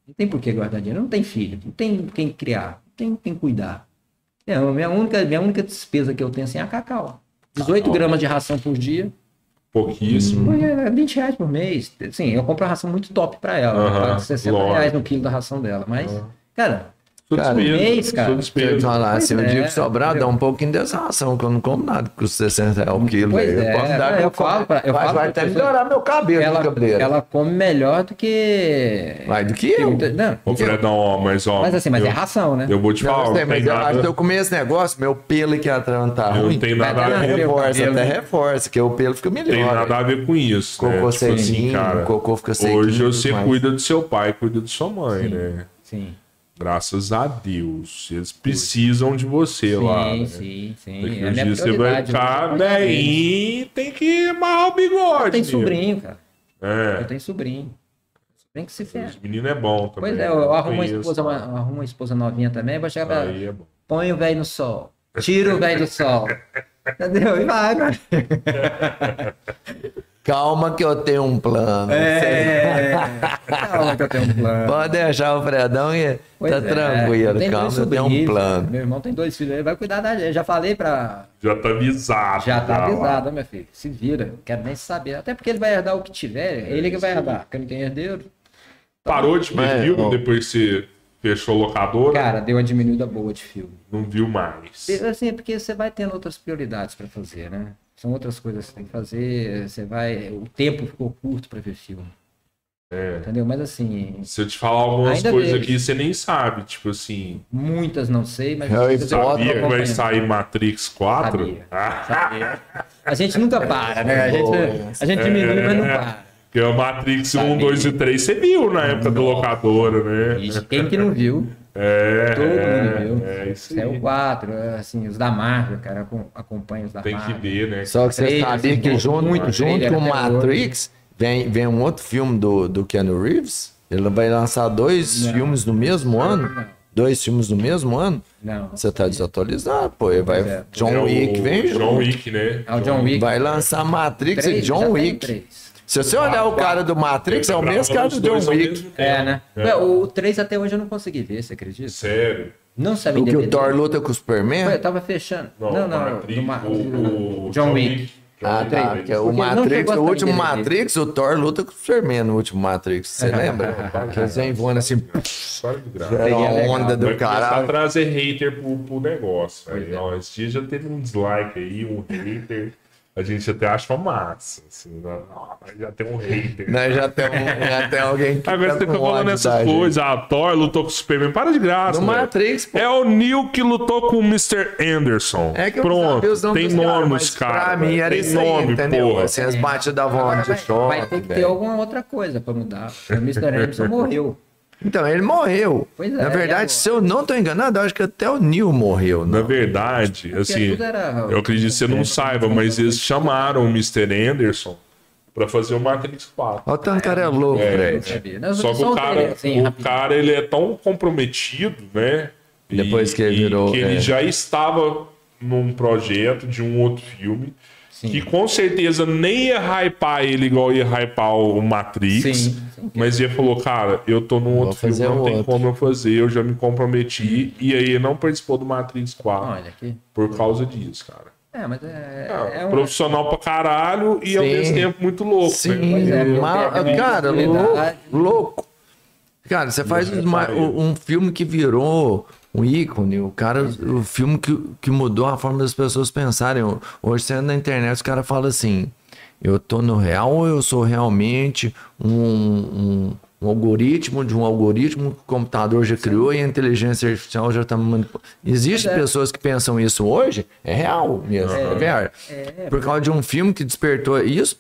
Speaker 3: Não tem por que guardar dinheiro. Não tem filho. Não tem quem criar. Não tem quem cuidar. É, a minha, única, minha única despesa que eu tenho assim, é a cacau. 18 gramas de ração por dia.
Speaker 1: Pouquíssimo.
Speaker 3: Porque é 20 reais por mês. Sim, eu compro a ração muito top pra ela.
Speaker 1: Aham,
Speaker 3: Eu pago 60
Speaker 1: lógico.
Speaker 3: reais no quilo da ração dela. Mas, cara,
Speaker 1: Sou
Speaker 2: Cara,
Speaker 1: despesa,
Speaker 3: mês, cara.
Speaker 1: Sou
Speaker 2: Eu
Speaker 1: despesa.
Speaker 2: falar, se um
Speaker 3: Pois
Speaker 2: dia
Speaker 3: é,
Speaker 2: que sobrar, dá
Speaker 3: entendeu?
Speaker 2: um pouquinho dessa ração, que eu não como nada com os 60 reais o quilo.
Speaker 3: Pois
Speaker 2: velho.
Speaker 3: é,
Speaker 2: posso dar
Speaker 3: eu
Speaker 2: que
Speaker 3: falo
Speaker 2: como.
Speaker 3: pra- eu
Speaker 2: Mas
Speaker 3: falo
Speaker 2: vai
Speaker 3: pra
Speaker 2: até
Speaker 3: pessoa-
Speaker 2: melhorar meu cabelo,
Speaker 3: ela,
Speaker 2: cabreiro.
Speaker 3: ela come melhor do que.
Speaker 2: Vai do que
Speaker 3: Tem
Speaker 2: eu.
Speaker 3: muita- Não,
Speaker 1: Ô, Fredão, ó, mas ó.
Speaker 3: mas assim, mas
Speaker 1: eu,
Speaker 3: é ração, né?
Speaker 1: Eu vou te
Speaker 2: Não,
Speaker 1: falar,
Speaker 2: eu
Speaker 1: não
Speaker 2: sei,
Speaker 1: tem
Speaker 2: mas eu acho que eu
Speaker 1: nada.
Speaker 2: comi esse negócio, meu pelo que atrás tá
Speaker 1: Eu
Speaker 2: ruim.
Speaker 1: não tenho nada a
Speaker 3: Mas
Speaker 1: ver.
Speaker 3: ela-
Speaker 2: Reforça,
Speaker 3: cabelo.
Speaker 2: até reforça, que o pelo fica melhor. né?
Speaker 1: Tem nada a ver com isso. né?
Speaker 2: Cocô
Speaker 1: Tipo assim,
Speaker 2: sequinho,
Speaker 1: cara,
Speaker 2: cocô fica sequinho
Speaker 1: Hoje
Speaker 2: e tudo
Speaker 1: você
Speaker 2: mais.
Speaker 1: cuida do seu pai, cuida da sua mãe, né?
Speaker 3: Sim.
Speaker 1: Graças a Deus. Eles precisam de você lá.
Speaker 3: Sim,
Speaker 1: né?
Speaker 3: sim, sim.
Speaker 1: Daqui
Speaker 3: É a
Speaker 1: uns
Speaker 3: minha
Speaker 1: dias você vai
Speaker 3: prioridade, né?
Speaker 1: ficar
Speaker 3: Depois deles.
Speaker 1: bem, tem que amarrar o bigode.
Speaker 3: Eu tenho
Speaker 1: né?
Speaker 3: sobrinho, cara. Eu
Speaker 1: É.
Speaker 3: tenho sobrinho. Sobrinho que se ferra.
Speaker 1: Os meninos é bom também.
Speaker 3: Pois é, eu, eu arrumo uma
Speaker 1: Conheço.
Speaker 3: esposa, uma, eu arrumo uma esposa novinha também, vou chegar pra ela,
Speaker 1: Aí é bom.
Speaker 3: põe o velho no sol, tira o velho do
Speaker 1: *laughs*
Speaker 3: sol. Entendeu? E vai, vai.
Speaker 2: Calma que eu tenho um plano.
Speaker 3: *laughs* É. Calma que eu tenho um plano.
Speaker 2: Pode deixar o Fredão e
Speaker 3: Pois
Speaker 2: tá
Speaker 3: é, eu
Speaker 2: tranquilo,
Speaker 3: tenho
Speaker 2: calma,
Speaker 3: dois
Speaker 2: eu tenho um
Speaker 3: sobrinhos, né?
Speaker 2: plano.
Speaker 3: Meu irmão tem dois filhos, ele vai cuidar da gente. Já falei pra.
Speaker 1: Já tá avisado.
Speaker 3: Já tá
Speaker 1: lá.
Speaker 3: avisado, ó, meu filho. Se vira, não quero nem saber. Até porque ele vai herdar o que tiver,
Speaker 1: É
Speaker 3: ele que vai herdar, porque não tem herdeiro.
Speaker 1: Parou de ver
Speaker 2: É,
Speaker 1: filme
Speaker 2: ó.
Speaker 1: depois que você fechou a locadora?
Speaker 3: Cara, deu uma diminuída boa de filme.
Speaker 1: Não viu mais.
Speaker 3: Assim, porque você vai tendo outras prioridades pra fazer, né? São outras coisas que você tem que fazer, você vai. O tempo ficou curto pra ver filme.
Speaker 1: É.
Speaker 3: Entendeu? Mas assim,
Speaker 1: Se eu te falar algumas
Speaker 3: Ainda
Speaker 1: coisas
Speaker 3: vejo.
Speaker 1: aqui, você nem sabe. Tipo assim,
Speaker 3: muitas não sei, mas.
Speaker 2: Harry
Speaker 3: mas eu tô
Speaker 1: sabia que vai
Speaker 3: acompanhando.
Speaker 1: sair Matrix 4?
Speaker 3: Sabia.
Speaker 1: Ah,
Speaker 3: A gente nunca para, né? A gente, a gente diminui, mas não para.
Speaker 1: Porque o Matrix
Speaker 3: Sabia.
Speaker 1: 1, 2 e 3 você viu na época do locadora, né?
Speaker 3: Ixi, Quem que não viu?
Speaker 1: É,
Speaker 3: Todo
Speaker 1: é,
Speaker 3: mundo viu.
Speaker 1: é isso
Speaker 3: Saiu
Speaker 1: aí.
Speaker 3: quatro, assim, os da Marvel, cara, acom- acompanha os da
Speaker 1: Tem que
Speaker 3: Marvel.
Speaker 1: ver, né?
Speaker 2: Só que você
Speaker 3: Trailer,
Speaker 2: sabia
Speaker 3: assim,
Speaker 2: que
Speaker 3: muito
Speaker 2: junto, junto
Speaker 3: trailer
Speaker 2: com o
Speaker 3: até hoje.
Speaker 2: Matrix vem, vem um outro filme do, do Keanu Reeves? Ele vai lançar dois
Speaker 3: Não.
Speaker 2: filmes no mesmo ano?
Speaker 3: Não.
Speaker 2: Dois filmes no mesmo ano?
Speaker 3: Não.
Speaker 2: Você tá desatualizado, pô. Ele vai,
Speaker 3: é.
Speaker 1: É
Speaker 2: John
Speaker 1: o
Speaker 2: Wick vem junto.
Speaker 1: John Wick, né?
Speaker 3: Ah, o John Wick.
Speaker 2: Vai lançar Matrix e
Speaker 3: Três, já
Speaker 2: John
Speaker 3: tem
Speaker 2: Wick.
Speaker 3: três.
Speaker 2: Se você olhar o cara do Matrix, é o mesmo cara do John Wick.
Speaker 3: É, né?
Speaker 1: É.
Speaker 3: Ué, O 3 até hoje eu não consegui ver, você acredita?
Speaker 1: Sério.
Speaker 3: Não sabe
Speaker 2: O que o
Speaker 3: DVD.
Speaker 2: Thor luta com o
Speaker 3: Ué,
Speaker 2: Superman?
Speaker 3: eu tava fechando.
Speaker 1: Não,
Speaker 3: Não, não,
Speaker 1: Matrix,
Speaker 3: do Ma-
Speaker 1: o, o
Speaker 3: John Wick.
Speaker 1: John é
Speaker 2: Ah, tá.
Speaker 1: Wick.
Speaker 2: Porque o
Speaker 3: Porque não
Speaker 2: Matrix,
Speaker 3: chegou a
Speaker 2: o
Speaker 3: sair
Speaker 2: último
Speaker 3: DVD.
Speaker 2: Matrix, o Thor luta com o Superman no último Matrix. Você
Speaker 3: É. *laughs*
Speaker 2: lembra? Que eles vêm voando assim.
Speaker 1: História do grau.
Speaker 2: Era uma
Speaker 3: legal.
Speaker 2: onda
Speaker 1: Vai
Speaker 2: do
Speaker 1: começar a
Speaker 2: caralho.
Speaker 1: trazer hater pro, pro negócio. Aí,
Speaker 3: é.
Speaker 1: ó, esse dia já teve um dislike aí, um hater. A gente até acha uma massa. Assim, né? Ah, já tem um hater.
Speaker 2: Nós já tem, um- já tem alguém que
Speaker 1: Agora
Speaker 2: tá
Speaker 1: você fica
Speaker 2: com
Speaker 1: falando
Speaker 2: ódio
Speaker 1: essas
Speaker 2: da gente.
Speaker 1: coisas. Ah, Thor lutou com o Superman. Para de graça.
Speaker 2: No
Speaker 1: velho.
Speaker 2: Matrix, pô.
Speaker 1: É o Neil que lutou com o Mr. Anderson.
Speaker 2: É que eu não
Speaker 1: Pronto,
Speaker 2: sabia os nomes
Speaker 1: tem
Speaker 2: dos caras,
Speaker 1: nomes,
Speaker 2: mas
Speaker 1: cara.
Speaker 2: Pra mim
Speaker 1: velho.
Speaker 2: era
Speaker 1: tem
Speaker 2: isso aí,
Speaker 1: nome,
Speaker 2: entendeu?
Speaker 1: porra.
Speaker 2: Assim, as batidas da
Speaker 3: Agora
Speaker 2: vontade de
Speaker 3: vai, vai
Speaker 2: choque,
Speaker 3: ter que ter
Speaker 2: velho.
Speaker 3: alguma outra coisa pra mudar. O Mr. Anderson morreu.
Speaker 2: Então, ele morreu.
Speaker 3: Pois é,
Speaker 2: Na
Speaker 3: e agora?
Speaker 2: verdade, se eu não tô enganado, eu acho que até o Neil morreu, né?
Speaker 1: Na
Speaker 2: não.
Speaker 1: verdade, assim,
Speaker 3: tudo era-
Speaker 1: eu acredito que você não saiba, mas eles chamaram o Mr. Anderson pra fazer o Matrix 4.
Speaker 2: Olha o tanto cara é louco,
Speaker 1: É,
Speaker 2: velho.
Speaker 3: sabia. Não,
Speaker 1: Só que
Speaker 3: só
Speaker 1: o
Speaker 3: um
Speaker 1: cara,
Speaker 3: trailer, assim,
Speaker 1: o
Speaker 3: rapidinho.
Speaker 1: cara ele é tão comprometido, né? E-
Speaker 2: Depois que ele
Speaker 1: e
Speaker 2: virou,
Speaker 1: que ele
Speaker 2: é.
Speaker 1: já estava num projeto de um outro filme.
Speaker 3: Sim.
Speaker 1: Que com certeza nem ia hypar ele igual ia hypar o o Matrix.
Speaker 3: Sim, sim.
Speaker 1: Mas ia falou, cara, eu tô num outro filme,
Speaker 2: fazer
Speaker 1: não tem
Speaker 2: outro.
Speaker 1: como eu fazer, eu já me comprometi. E aí ele não participou do Matrix 4
Speaker 3: Olha aqui.
Speaker 1: por causa disso, cara.
Speaker 3: É, mas é.
Speaker 1: É,
Speaker 3: é um-
Speaker 1: Profissional pra caralho e ao
Speaker 2: Sim.
Speaker 1: mesmo tempo muito louco.
Speaker 2: Sim,
Speaker 1: né?
Speaker 3: é, eu
Speaker 2: ma-
Speaker 3: pego uma
Speaker 2: cara, louco,
Speaker 3: oportunidade.
Speaker 2: louco. Cara, você faz
Speaker 1: Eu
Speaker 2: uma-
Speaker 1: reparei.
Speaker 2: um um filme que virou um ícone, o cara, o filme que, que mudou a forma das pessoas pensarem. Hoje você anda na internet, os caras falam assim: eu tô no real ou eu sou realmente um, um- um algoritmo de um algoritmo que o computador já criou e a inteligência artificial já tá manipulando. Existem pessoas que pensam isso hoje, é real mesmo, é, VR. Por causa de um filme que despertou isso,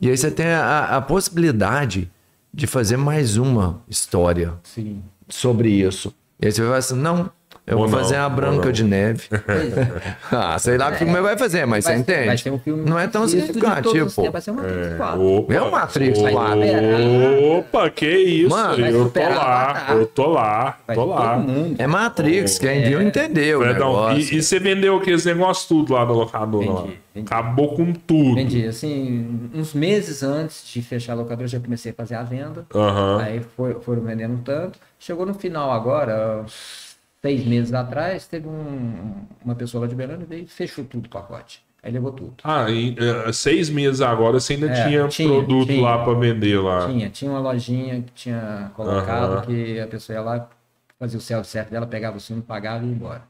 Speaker 2: e aí você tem a, a possibilidade de fazer mais uma história
Speaker 3: Sim.
Speaker 2: sobre isso. E aí você vai falar assim, não, eu
Speaker 1: Ou
Speaker 2: vou
Speaker 1: não,
Speaker 2: fazer a
Speaker 1: ou
Speaker 2: Branca
Speaker 1: não.
Speaker 2: de Neve. *laughs* ah, sei lá o que vai fazer, mas
Speaker 3: É.
Speaker 2: você
Speaker 3: Vai ser-
Speaker 2: entende?
Speaker 3: Vai ser um filme
Speaker 2: não é tão tipo,
Speaker 3: visto de todos
Speaker 2: significativo,
Speaker 3: os
Speaker 2: pô.
Speaker 3: tempos, Vai ser uma é.
Speaker 1: Opa,
Speaker 2: É o Matrix
Speaker 1: opa,
Speaker 2: 4.
Speaker 1: Opa, que isso?
Speaker 2: Mano,
Speaker 1: filho,
Speaker 3: vai
Speaker 1: eu tô
Speaker 3: superar
Speaker 1: lá,
Speaker 3: Avatar.
Speaker 1: eu tô lá,
Speaker 3: Vai
Speaker 1: tô
Speaker 3: todo
Speaker 1: lá.
Speaker 3: mundo.
Speaker 2: É Matrix, quem viu entendeu. o
Speaker 1: Fredão,
Speaker 2: negócio.
Speaker 1: É, e, e você vendeu aqueles negócios tudo lá no locador,
Speaker 3: Vendi,
Speaker 1: lá.
Speaker 3: vendi.
Speaker 1: Acabou com tudo.
Speaker 3: Entendi. Assim, uns meses antes de fechar a locadora, eu já comecei a fazer a venda.
Speaker 1: Aham.
Speaker 3: Aí foi- foram vendendo um tanto. Chegou no final agora, uns seis meses atrás, teve um- uma pessoa lá de Belém e veio e fechou tudo o pacote. Aí levou tudo.
Speaker 1: Ah, em eh, seis meses agora você ainda
Speaker 3: É,
Speaker 1: tinha,
Speaker 3: tinha,
Speaker 1: produto
Speaker 3: tinha.
Speaker 1: lá pra vender lá.
Speaker 3: Tinha, tinha uma lojinha que tinha colocado
Speaker 1: Ah. Aham.
Speaker 3: que a pessoa ia lá, fazia o self-service dela, pegava o sino, pagava e ia embora.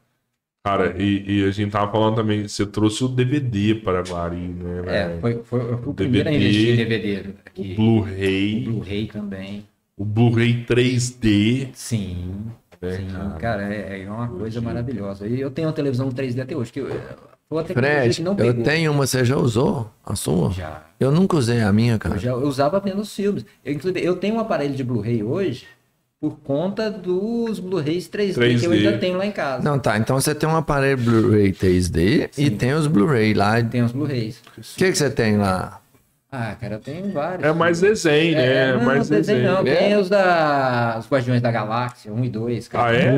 Speaker 1: Cara, e, e a gente tava falando também, você trouxe o DVD para Guarim, né?
Speaker 3: É,
Speaker 1: velho?
Speaker 3: foi, foi, eu fui o
Speaker 1: DVD.
Speaker 3: primeiro a investir em DVD. Aqui.
Speaker 1: Blu-ray,
Speaker 3: Blu-ray também.
Speaker 1: o Blu-ray 3D.
Speaker 3: Sim.
Speaker 1: É,
Speaker 3: sim.
Speaker 1: cara.
Speaker 3: Cara, é, é uma coisa maravilhosa. E eu tenho uma televisão 3D até hoje, que eu, foi uma tecnologia
Speaker 2: Fred,
Speaker 3: que não
Speaker 2: eu
Speaker 3: pegou.
Speaker 2: tenho uma, você já usou a sua?
Speaker 3: Já.
Speaker 2: Eu nunca usei a minha, cara.
Speaker 3: Eu já eu usava vendo os filmes. Eu, inclusive, eu tenho um aparelho de Blu-ray hoje por conta dos Blu-rays 3D, que eu
Speaker 1: 3D.
Speaker 3: ainda tenho lá em casa.
Speaker 2: Não, tá. Então você tem um aparelho Blu-ray 3D e tem os Blu-ray lá. O
Speaker 3: Tem os Blu-rays.
Speaker 2: que, que você tem lá?
Speaker 3: Ah, cara, eu tenho vários.
Speaker 1: É mais desenho, né? É,
Speaker 3: não,
Speaker 1: mais
Speaker 3: desenho
Speaker 1: desenho.
Speaker 3: não.
Speaker 2: É?
Speaker 3: Tem os da os Guardiões da Galáxia 1 e 2, cara.
Speaker 1: Ah, é?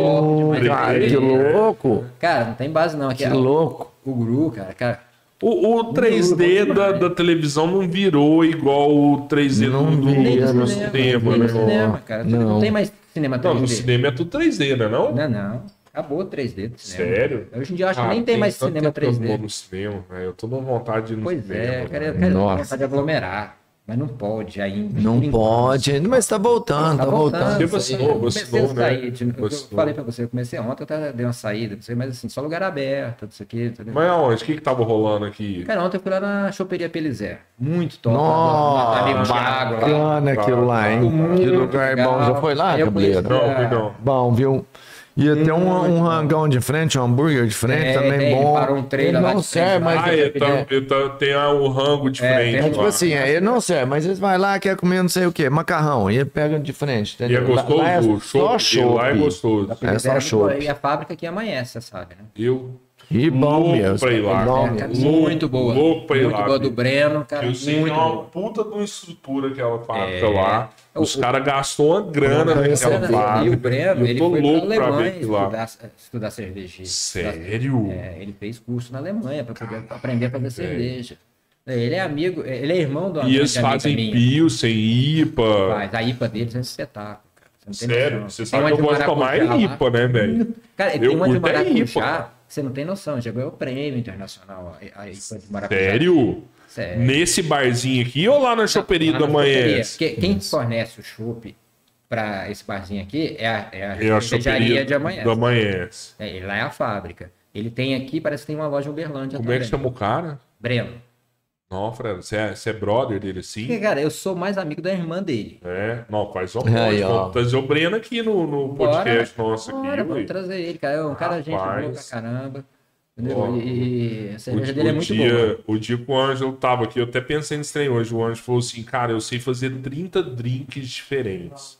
Speaker 1: 3D?
Speaker 2: cara,
Speaker 1: 3D?
Speaker 2: que louco!
Speaker 3: Cara, não tem base não. Aqui,
Speaker 2: Que
Speaker 3: ó,
Speaker 2: louco!
Speaker 3: O Guru, cara, cara.
Speaker 1: O, o 3D da, da televisão não virou igual o 3D
Speaker 2: Não
Speaker 1: do, do,
Speaker 2: vira
Speaker 1: do
Speaker 2: no
Speaker 1: cinema,
Speaker 3: nem
Speaker 1: né?
Speaker 3: é no cinema, cara. Não.
Speaker 2: Não.
Speaker 3: tem mais cinema 3D.
Speaker 1: Não, no cinema é tudo 3D, né? Não?
Speaker 3: Não, não. Acabou o 3D do cinema.
Speaker 1: Sério?
Speaker 3: Hoje em dia eu acho
Speaker 1: Ah,
Speaker 3: que nem tem mais
Speaker 1: tanto
Speaker 3: cinema
Speaker 1: tempo que eu não
Speaker 3: 3D.
Speaker 1: vou no cinema, velho. Eu tô com vontade de ir no
Speaker 3: Pois
Speaker 1: cinema.
Speaker 3: é, cara, eu
Speaker 1: velho.
Speaker 3: quero
Speaker 2: Nossa.
Speaker 3: vontade de aglomerar. Mas não pode ainda.
Speaker 2: Não
Speaker 3: por enquanto.
Speaker 2: pode, ainda, mas tá voltando, tá, voltando.
Speaker 1: Porque você-
Speaker 3: Eu
Speaker 1: gostou,
Speaker 3: comecei a sair, de- eu
Speaker 1: Gostou.
Speaker 3: falei pra você, eu comecei ontem, eu tava- dei uma saída, não sei, mas assim, só lugar aberto, não sei o quê. entendeu?
Speaker 1: Mas aonde? O que que tava rolando aqui?
Speaker 3: Cara, ontem eu fui lá na choperia Pelizé. Muito top. lá, lá, lá,
Speaker 2: Nossa,
Speaker 3: lá, água, lá.
Speaker 2: bacana aquilo lá, hein?
Speaker 3: Muito
Speaker 2: Que lugar
Speaker 3: legal.
Speaker 2: bom. Já foi lá,
Speaker 3: Eu conheci
Speaker 2: Cabreiro?
Speaker 1: Não,
Speaker 3: Ah.
Speaker 1: fui não.
Speaker 2: Bom, viu? Ia ter um, um rangão de frente, um hambúrguer de frente
Speaker 3: É,
Speaker 2: também
Speaker 3: tem,
Speaker 2: bom.
Speaker 3: parou um trailer
Speaker 2: ele
Speaker 3: lá
Speaker 2: não
Speaker 3: de frente,
Speaker 2: serve, mas.
Speaker 1: ah,
Speaker 2: ele-
Speaker 1: é, tá, ele tá- tem ah, o rango de
Speaker 3: um É,
Speaker 1: frente.
Speaker 3: tem-
Speaker 2: Tipo
Speaker 1: lá.
Speaker 2: assim, é, ele não serve, mas eles vai lá, quer comer não sei o que, macarrão, e ele pega de frente.
Speaker 1: E é
Speaker 2: entendeu? Lá-
Speaker 1: gostoso?
Speaker 2: lá é
Speaker 1: o
Speaker 2: só
Speaker 1: chope, e lá é
Speaker 2: chope.
Speaker 1: gostoso.
Speaker 2: É só
Speaker 3: Era muito boa,
Speaker 2: chope.
Speaker 3: E a fábrica aqui amanhece, sabe? Né?
Speaker 1: Eu
Speaker 2: E bom
Speaker 1: louco
Speaker 2: mesmo.
Speaker 1: pra ir lá.
Speaker 2: bom
Speaker 1: É,
Speaker 2: mesmo.
Speaker 3: Cara,
Speaker 1: Louco,
Speaker 3: muito boa.
Speaker 1: louco pra ir
Speaker 3: muito
Speaker 1: lá,
Speaker 3: boa do
Speaker 1: filho.
Speaker 3: Breno, cara.
Speaker 1: eu sei que
Speaker 3: muito
Speaker 1: é uma
Speaker 3: boa.
Speaker 1: puta de uma estrutura que ela fábrica
Speaker 3: É.
Speaker 1: lá. Os
Speaker 3: O- o-
Speaker 1: caras gastou uma grana naquela
Speaker 3: E o
Speaker 1: fábrica.
Speaker 3: Breno,
Speaker 1: É eu
Speaker 3: ele
Speaker 1: tô
Speaker 3: foi
Speaker 1: louco
Speaker 3: pra
Speaker 1: pra
Speaker 3: Alemanha
Speaker 1: ver aquilo lá.
Speaker 3: estudar, estudar cerveja.
Speaker 1: Sério?
Speaker 3: É, ele fez curso na Alemanha para poder aprender a fazer cerveja. É, Ele é amigo, é, ele é irmão do
Speaker 1: E eles
Speaker 3: amiga
Speaker 1: fazem
Speaker 3: minha.
Speaker 1: Pilsen, IPA.
Speaker 3: Faz. A IPA deles é um espetáculo, cara. Você não tem
Speaker 1: Sério,
Speaker 3: noção.
Speaker 1: você
Speaker 3: Tem
Speaker 1: sabe
Speaker 3: uma
Speaker 1: que eu
Speaker 3: de
Speaker 1: gosto de tomar
Speaker 3: maracujá lá.
Speaker 1: IPA, né, velho?
Speaker 3: Cara, e
Speaker 1: Eu
Speaker 3: tem uma de
Speaker 1: curto é
Speaker 3: maracujá,
Speaker 1: IPA.
Speaker 3: você não tem noção, já ganhou prêmio internacional, ó, a IPA de maracujá.
Speaker 1: Sério?
Speaker 3: Sério.
Speaker 1: Nesse barzinho aqui ou lá na choperia
Speaker 3: Lá
Speaker 1: da
Speaker 3: na
Speaker 1: manhã?
Speaker 3: choperia. Que- Quem fornece o chopp para esse barzinho aqui é a, é a
Speaker 1: É a
Speaker 3: cervejaria
Speaker 1: choperia
Speaker 3: de amanhã.
Speaker 1: da manhã.
Speaker 3: É, ele lá é a fábrica. Ele tem aqui, parece que tem uma loja em Uberlândia
Speaker 1: Como é
Speaker 3: também.
Speaker 1: que chama o cara?
Speaker 3: Breno.
Speaker 1: Não, Fred, você é, você é brother dele assim?
Speaker 3: Porque, cara, eu sou mais amigo da irmã dele.
Speaker 1: É, não, faz um
Speaker 2: Aí, ó.
Speaker 1: Vamos trazer o Breno aqui no, no podcast
Speaker 3: Bora,
Speaker 1: nosso
Speaker 3: bora,
Speaker 1: aqui.
Speaker 3: vamos
Speaker 1: ué.
Speaker 3: trazer ele, cara. É um cara gente boa pra
Speaker 1: Rapaz.
Speaker 3: caramba. Entendeu?
Speaker 1: Ó,
Speaker 3: e, e a cerveja
Speaker 1: O,
Speaker 3: dele é
Speaker 1: o
Speaker 3: muito boa.
Speaker 1: dia, o dia que o Ângelo tava aqui, eu até pensei nesse trem hoje. O Ângelo falou assim, cara, eu sei fazer 30 drinks diferentes.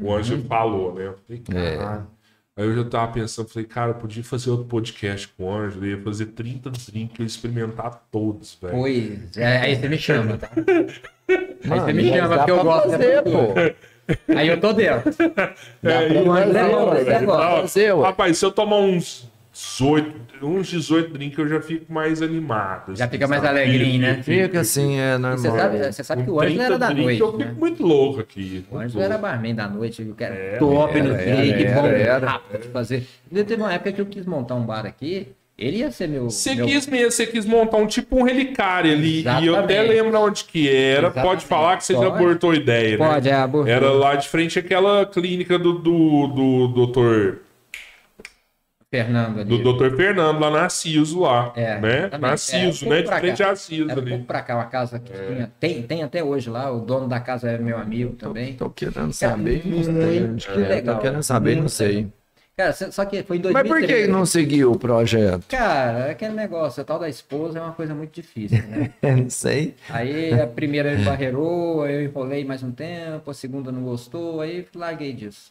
Speaker 1: O
Speaker 3: Uhum.
Speaker 1: Ângelo falou, né? Eu falei,
Speaker 2: É.
Speaker 1: caralho. Aí eu já tava pensando, falei, cara, eu podia fazer outro podcast com o Ângelo, eu ia fazer 30 drinks, eu ia experimentar todos, velho.
Speaker 3: Pois, é, aí você me chama, tá? Aí você me
Speaker 2: mas
Speaker 3: chama,
Speaker 2: dá
Speaker 3: porque eu
Speaker 2: pra
Speaker 3: gosto né,
Speaker 2: fazer,
Speaker 3: dessa
Speaker 2: pô.
Speaker 3: cultura. Aí eu tô dentro.
Speaker 1: É, né?
Speaker 2: pra
Speaker 1: e-
Speaker 3: fazer,
Speaker 1: não,
Speaker 3: ué,
Speaker 1: velho,
Speaker 3: você gosta,
Speaker 1: não.
Speaker 2: você, ué.
Speaker 1: Rapaz, se eu tomar uns 18, uns 18 drinks, eu já fico mais animado.
Speaker 3: Já
Speaker 1: assim,
Speaker 3: fica mais
Speaker 1: sabe?
Speaker 3: alegrinho, né?
Speaker 2: Fica assim, é normal.
Speaker 3: Você sabe, né? você sabe que
Speaker 1: Com
Speaker 3: o Ângelo era
Speaker 1: 30
Speaker 3: da
Speaker 1: drinks, Eu
Speaker 3: noite,
Speaker 1: fico
Speaker 3: né?
Speaker 1: muito louco aqui.
Speaker 3: O
Speaker 1: muito
Speaker 3: Ângelo era barman da noite, o cara
Speaker 1: Era,
Speaker 3: top no
Speaker 2: era,
Speaker 3: gig,
Speaker 2: era,
Speaker 3: bom
Speaker 2: era.
Speaker 3: rápido de fazer. E Teve uma época que eu quis montar um bar aqui, ele ia ser meu...
Speaker 1: Você
Speaker 3: meu-
Speaker 1: quis mesmo, você quis montar um tipo um relicário ali. E eu até
Speaker 3: Exatamente.
Speaker 1: lembro onde que era. Pode
Speaker 3: Exatamente.
Speaker 1: falar que você já
Speaker 3: Pode.
Speaker 1: abortou a ideia, né?
Speaker 3: Pode, é, abortou.
Speaker 1: Era lá de frente àquela clínica do, do, do, doutor,
Speaker 3: Fernando ali.
Speaker 1: do doutor Fernando, lá na Ciso lá.
Speaker 3: É,
Speaker 1: né?
Speaker 3: exatamente.
Speaker 1: Na
Speaker 3: É,
Speaker 1: Ciso,
Speaker 3: um
Speaker 1: né?
Speaker 3: pouco
Speaker 1: De
Speaker 3: pra
Speaker 1: frente
Speaker 3: cá.
Speaker 1: à Ciso
Speaker 3: Era um
Speaker 1: ali. É.
Speaker 3: pouco pra cá, uma casa que tinha. Tem, tem até hoje lá, o dono da casa é meu amigo também.
Speaker 1: Então,
Speaker 2: Tô querendo saber, não
Speaker 3: Cara,
Speaker 2: sei.
Speaker 3: muito
Speaker 2: É,
Speaker 3: legal.
Speaker 2: Tô querendo saber, não
Speaker 3: Muito
Speaker 2: sei.
Speaker 3: legal.
Speaker 1: então.
Speaker 3: Cara, cê- só que foi em
Speaker 2: Mas por que
Speaker 3: 2013.
Speaker 2: não seguiu o projeto? *laughs*
Speaker 3: Cara, aquele negócio, o tal da esposa é uma coisa muito difícil,
Speaker 2: *laughs*
Speaker 3: né?
Speaker 2: Eu não sei.
Speaker 3: Aí a primeira ele barreirou, aí eu enrolei mais um tempo, a segunda não gostou, aí larguei disso.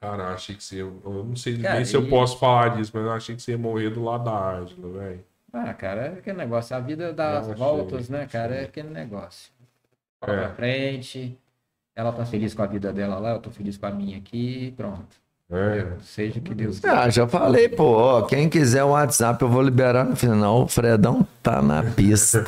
Speaker 1: Cara, eu achei que você. Eu não sei
Speaker 3: Cara,
Speaker 1: nem se eu
Speaker 3: e-
Speaker 1: posso falar disso, mas eu achei que você ia morrer do lado da Ágila, velho.
Speaker 3: Ah, cara, é aquele negócio, a vida dá as
Speaker 1: Não,
Speaker 3: voltas,
Speaker 1: sei,
Speaker 3: né, cara?
Speaker 1: sei.
Speaker 3: É aquele negócio. Bola
Speaker 1: É.
Speaker 3: pra frente, ela tá feliz com a vida dela lá, eu tô feliz com a minha aqui, pronto.
Speaker 1: É.
Speaker 3: Seja o que Deus quiser.
Speaker 2: Ah, já falei, pô. ó, quem quiser o WhatsApp,
Speaker 3: *laughs*
Speaker 2: eu vou liberar no final. O Fredão tá na pista.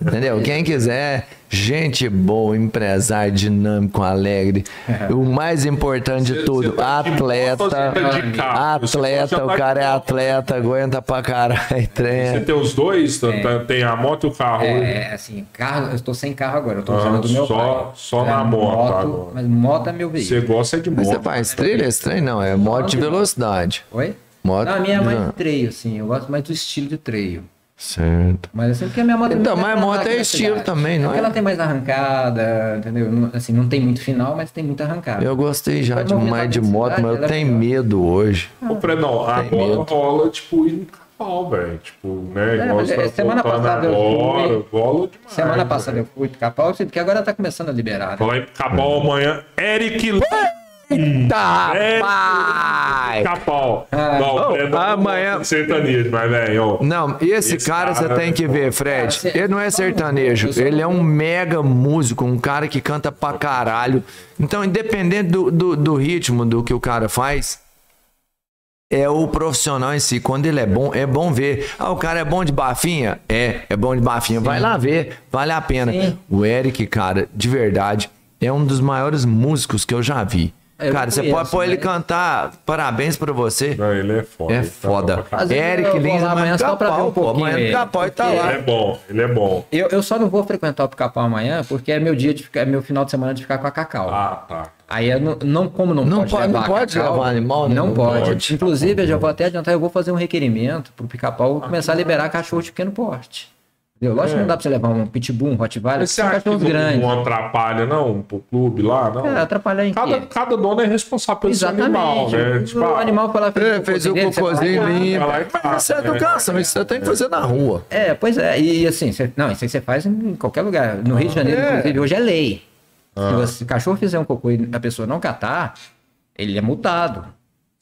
Speaker 2: Entendeu? Quem quiser Gente boa, empresário dinâmico, alegre.
Speaker 3: É.
Speaker 2: O mais importante de tudo,
Speaker 1: tá de
Speaker 2: atleta.
Speaker 1: moto ou você tá de carro? Você
Speaker 2: atleta,
Speaker 1: só já
Speaker 2: o
Speaker 1: tá
Speaker 2: cara
Speaker 1: de
Speaker 2: é
Speaker 1: moto.
Speaker 2: atleta, aguenta pra caralho, *laughs*
Speaker 1: Você
Speaker 2: trem.
Speaker 1: tem os dois? Tá- tá- Tem a moto e o carro.
Speaker 3: É, assim, carro, eu estou sem carro agora, eu tô
Speaker 1: Ah,
Speaker 3: usando do meu
Speaker 1: só-
Speaker 3: pai.
Speaker 1: só
Speaker 3: É,
Speaker 1: na moto agora.
Speaker 3: Mas moto é meu
Speaker 1: Você
Speaker 3: veículo.
Speaker 1: gosta é de
Speaker 2: Mas
Speaker 1: moto.
Speaker 2: você faz trilha esse trem? Não, é moto de velocidade.
Speaker 3: Oi?
Speaker 2: Moto-
Speaker 3: Não, a minha é mais
Speaker 2: Não.
Speaker 3: de treio, assim, eu gosto mais do estilo de treio.
Speaker 2: Certo.
Speaker 3: Mas assim, porque a minha moto...
Speaker 2: Então,
Speaker 3: não
Speaker 2: mas
Speaker 3: pra
Speaker 2: moto é
Speaker 3: andar na
Speaker 2: estilo
Speaker 3: cidade.
Speaker 2: também, não
Speaker 3: Porque
Speaker 2: é?
Speaker 3: Ela tem mais arrancada, entendeu? Não- Assim, não tem muito final, mas tem muita arrancada.
Speaker 2: Eu gostei já
Speaker 3: Vai
Speaker 2: de
Speaker 3: movimentar
Speaker 2: mais
Speaker 3: a
Speaker 2: de moto,
Speaker 3: velocidade,
Speaker 2: mas eu
Speaker 3: ela é
Speaker 2: tenho
Speaker 3: melhor.
Speaker 2: medo hoje.
Speaker 1: Ô, Fredão, a bola
Speaker 2: medo.
Speaker 1: rola, tipo, indo com pau, velho. Tipo, né?
Speaker 3: É,
Speaker 1: igual
Speaker 3: mas
Speaker 1: você tá
Speaker 3: é, semana
Speaker 1: voltando
Speaker 3: passada eu
Speaker 1: agora,
Speaker 3: fui.
Speaker 1: rola demais.
Speaker 3: Semana
Speaker 1: velho.
Speaker 3: passada eu fui pro Capão, porque agora tá começando a liberar. né?
Speaker 1: Vou lá em Capau amanhã. Eric L-
Speaker 2: Tá,
Speaker 1: É.
Speaker 2: pai!
Speaker 1: Capau.
Speaker 3: Ah.
Speaker 1: Não,
Speaker 2: Oh,
Speaker 1: o Fredão não
Speaker 2: amanhã-
Speaker 1: gosta de sertanejo, mas, velho, ó.
Speaker 2: Não, esse,
Speaker 1: Esse
Speaker 2: cara,
Speaker 1: cara,
Speaker 2: você tem que ver,
Speaker 3: Cara,
Speaker 2: Fred.
Speaker 3: você-
Speaker 2: Ele não é sertanejo.
Speaker 3: Eu sou-
Speaker 2: Ele é um mega músico, um cara que canta pra caralho. Então, independente do, do, do ritmo do que o cara faz, é o profissional em si. Quando ele é bom, é bom ver. Ah, o cara é bom de bafinha? É, é bom de bafinha. Vai lá ver, vale a pena.
Speaker 3: Sim.
Speaker 2: O Eric, cara, de verdade, é um dos maiores músicos que eu já vi.
Speaker 3: Eu
Speaker 2: cara, você
Speaker 3: conheço,
Speaker 2: pode pôr ele
Speaker 3: né?
Speaker 2: cantar parabéns pra você.
Speaker 1: Não, ele é foda.
Speaker 2: É
Speaker 1: ele tá bom
Speaker 2: foda.
Speaker 1: pra caralho.
Speaker 3: Mas eu
Speaker 2: Eric
Speaker 3: vou lá
Speaker 2: Lins amanhã
Speaker 3: amanhã só pra ver
Speaker 2: Capau,
Speaker 3: um
Speaker 2: pô.
Speaker 3: pouquinho
Speaker 2: Amanhã
Speaker 3: ele,
Speaker 2: Capau e tá
Speaker 3: porque-
Speaker 2: lá.
Speaker 1: Ele é bom, ele é bom.
Speaker 3: Eu, eu só não vou frequentar o Pica-Pau amanhã, porque é meu dia de ficar, é meu final de semana de ficar com a Cacau.
Speaker 1: Ah, tá.
Speaker 3: Aí eu não, não como não,
Speaker 2: Não
Speaker 3: pode,
Speaker 2: pode-
Speaker 3: levar
Speaker 2: não
Speaker 3: a
Speaker 2: pode
Speaker 3: Cacau,
Speaker 2: levar animal, né?
Speaker 3: Não,
Speaker 2: Não
Speaker 3: pode.
Speaker 1: pode.
Speaker 3: Inclusive, eu já vou até adiantar, eu vou fazer um requerimento pro
Speaker 1: Ah,
Speaker 3: pica-pau começar a liberar cachorro de pequeno porte. Entendeu? Lógico que não dá pra você levar um pitbull, um rottweiler,
Speaker 1: É. Mas
Speaker 3: porque
Speaker 1: você
Speaker 3: são
Speaker 1: acha que
Speaker 3: cachorros
Speaker 1: não,
Speaker 3: grandes.
Speaker 1: não atrapalha, não, pro clube lá, não?
Speaker 3: É, atrapalhar em
Speaker 1: Cada,
Speaker 3: quê?
Speaker 1: cada dono é responsável pelo seu
Speaker 3: Exatamente.
Speaker 1: animal, né?
Speaker 3: o
Speaker 1: ah,
Speaker 3: animal foi lá
Speaker 2: É, fez o
Speaker 3: dele, você vai lá e
Speaker 2: cocôzinho
Speaker 3: mata.
Speaker 2: limpo.
Speaker 1: vai lá e mata,
Speaker 2: Isso é
Speaker 1: né?
Speaker 2: educação, isso você tem que fazer na rua.
Speaker 3: É, pois é. E assim, cê- não, isso aí você faz em qualquer lugar. No Rio de Janeiro,
Speaker 2: É. Ah.
Speaker 3: inclusive, hoje é lei. Se, você- se o cachorro fizer um cocô e a pessoa não catar, ele é multado.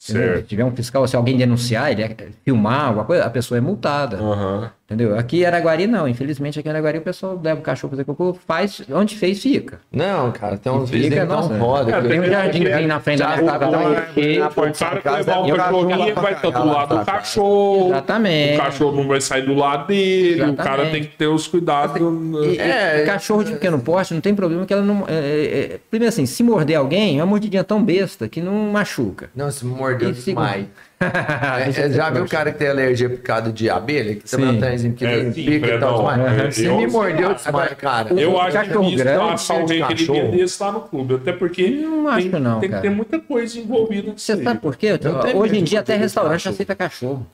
Speaker 3: entendeu?
Speaker 1: Certo.
Speaker 3: Se tiver um fiscal, se alguém denunciar, ele é, filmar alguma coisa, a pessoa é multada.
Speaker 2: Ah.
Speaker 1: Aham.
Speaker 3: Entendeu? Aqui em Araguari, não. Infelizmente, aqui em Araguari, o pessoal leva o cachorro fazer cocô, faz, onde fez, fica.
Speaker 2: Não, cara, tem uns
Speaker 3: Fica,
Speaker 2: vídeos que
Speaker 3: nossa.
Speaker 2: tão foda.
Speaker 1: É,
Speaker 2: que-
Speaker 1: tem
Speaker 3: Tem um jardinzinho na frente da minha casa, tá
Speaker 1: o-
Speaker 3: um cheio.
Speaker 1: o cara que levar um cachorrinho vai estar do lado do cachorro.
Speaker 3: Exatamente.
Speaker 1: O cachorro não vai sair do lado dele. O cara
Speaker 3: Exatamente. Assim,
Speaker 1: tem que ter os cuidados. né?
Speaker 3: E-
Speaker 2: É,
Speaker 3: e cachorro de pequeno porte não tem problema que ela não. é, é, é, primeiro assim, se morder alguém, é uma mordidinha tão besta que não machuca.
Speaker 2: Não, se mordeu
Speaker 3: E segundo-
Speaker 2: demais. *laughs* É,
Speaker 3: Deixa
Speaker 2: é,
Speaker 3: *laughs* eu
Speaker 2: já
Speaker 3: ver
Speaker 2: viu
Speaker 3: como
Speaker 2: o cara que tem alergia por causa de abelha? Que também
Speaker 3: Sim.
Speaker 2: não tem que
Speaker 1: É,
Speaker 2: ele
Speaker 1: sim,
Speaker 2: pica e tal.
Speaker 1: Fredão,
Speaker 2: demais?
Speaker 1: é,
Speaker 2: Se
Speaker 1: eu-
Speaker 2: me mordeu demais, cara.
Speaker 1: Eu
Speaker 3: Um
Speaker 1: acho que
Speaker 3: cachorro
Speaker 1: isso
Speaker 3: grande,
Speaker 1: passa
Speaker 2: cheio de
Speaker 1: alguém que ele
Speaker 2: cachorro.
Speaker 1: desse lá no clube. Até porque
Speaker 3: Não
Speaker 1: tem,
Speaker 3: acho não,
Speaker 1: tem que
Speaker 3: cara.
Speaker 1: ter muita coisa envolvida nisso
Speaker 3: Você
Speaker 1: aí.
Speaker 3: sabe por quê?
Speaker 2: Eu tenho
Speaker 3: Hoje
Speaker 2: medo
Speaker 3: em
Speaker 2: de
Speaker 3: dia até
Speaker 2: poder
Speaker 3: restaurante
Speaker 2: cachorro.
Speaker 3: aceita cachorro.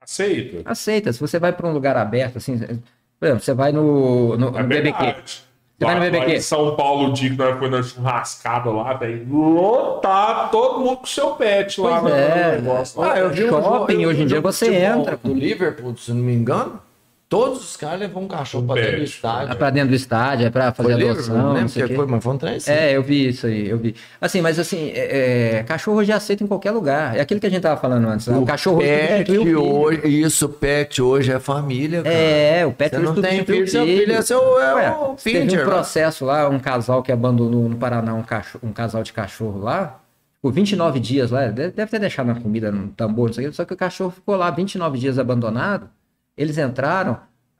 Speaker 1: Aceita.
Speaker 3: Aceita. Se você vai para um lugar aberto, assim. Por exemplo, você vai no, no,
Speaker 1: É
Speaker 3: no BBQ.
Speaker 1: verdade.
Speaker 3: Você vai no
Speaker 1: Lá- lá
Speaker 3: BBQ?
Speaker 1: em São Paulo, o dia que nós foi na churrascada lá, velho, lotado, todo mundo com seu pet lá
Speaker 3: Pois
Speaker 1: no
Speaker 3: é.
Speaker 1: negócio. lá.
Speaker 3: Ah, eu vi um shopping,
Speaker 2: jogo- eu vi
Speaker 3: hoje em
Speaker 2: um
Speaker 3: dia
Speaker 2: jogo
Speaker 3: você
Speaker 2: de futebol
Speaker 3: entra.
Speaker 2: Do Liverpool, se não me engano, todos os caras levam um cachorro pra dentro do
Speaker 1: pet.
Speaker 3: É
Speaker 2: estádio.
Speaker 3: para dentro do estádio, é para fazer
Speaker 2: né? Foi Liverpool?
Speaker 3: adoção.
Speaker 2: Não
Speaker 3: não
Speaker 2: lembro
Speaker 3: sei o
Speaker 2: que
Speaker 3: quê.
Speaker 2: foi, mas foi um trem sim.
Speaker 3: É, eu vi isso aí, eu vi. Assim, mas assim, é, é, cachorro já aceita em qualquer lugar. É aquilo que a gente tava falando antes. né? O, cachorro hoje
Speaker 2: pet
Speaker 3: substitui o filho.
Speaker 2: hoje, isso, pet hoje é família, cara.
Speaker 3: É, o pet
Speaker 2: Você
Speaker 3: hoje
Speaker 2: não tem
Speaker 3: substitui o
Speaker 2: filho, seu filho é seu é
Speaker 3: Ué,
Speaker 2: o
Speaker 3: teve um
Speaker 2: Fincher. mano.
Speaker 3: processo lá, um casal que abandonou no Paraná um, cachorro, um casal de cachorro lá. Por 29 dias lá, deve deve ter deixado na comida no tambor, não sei o que, só que o cachorro ficou lá 29 dias abandonado. Eles entraram,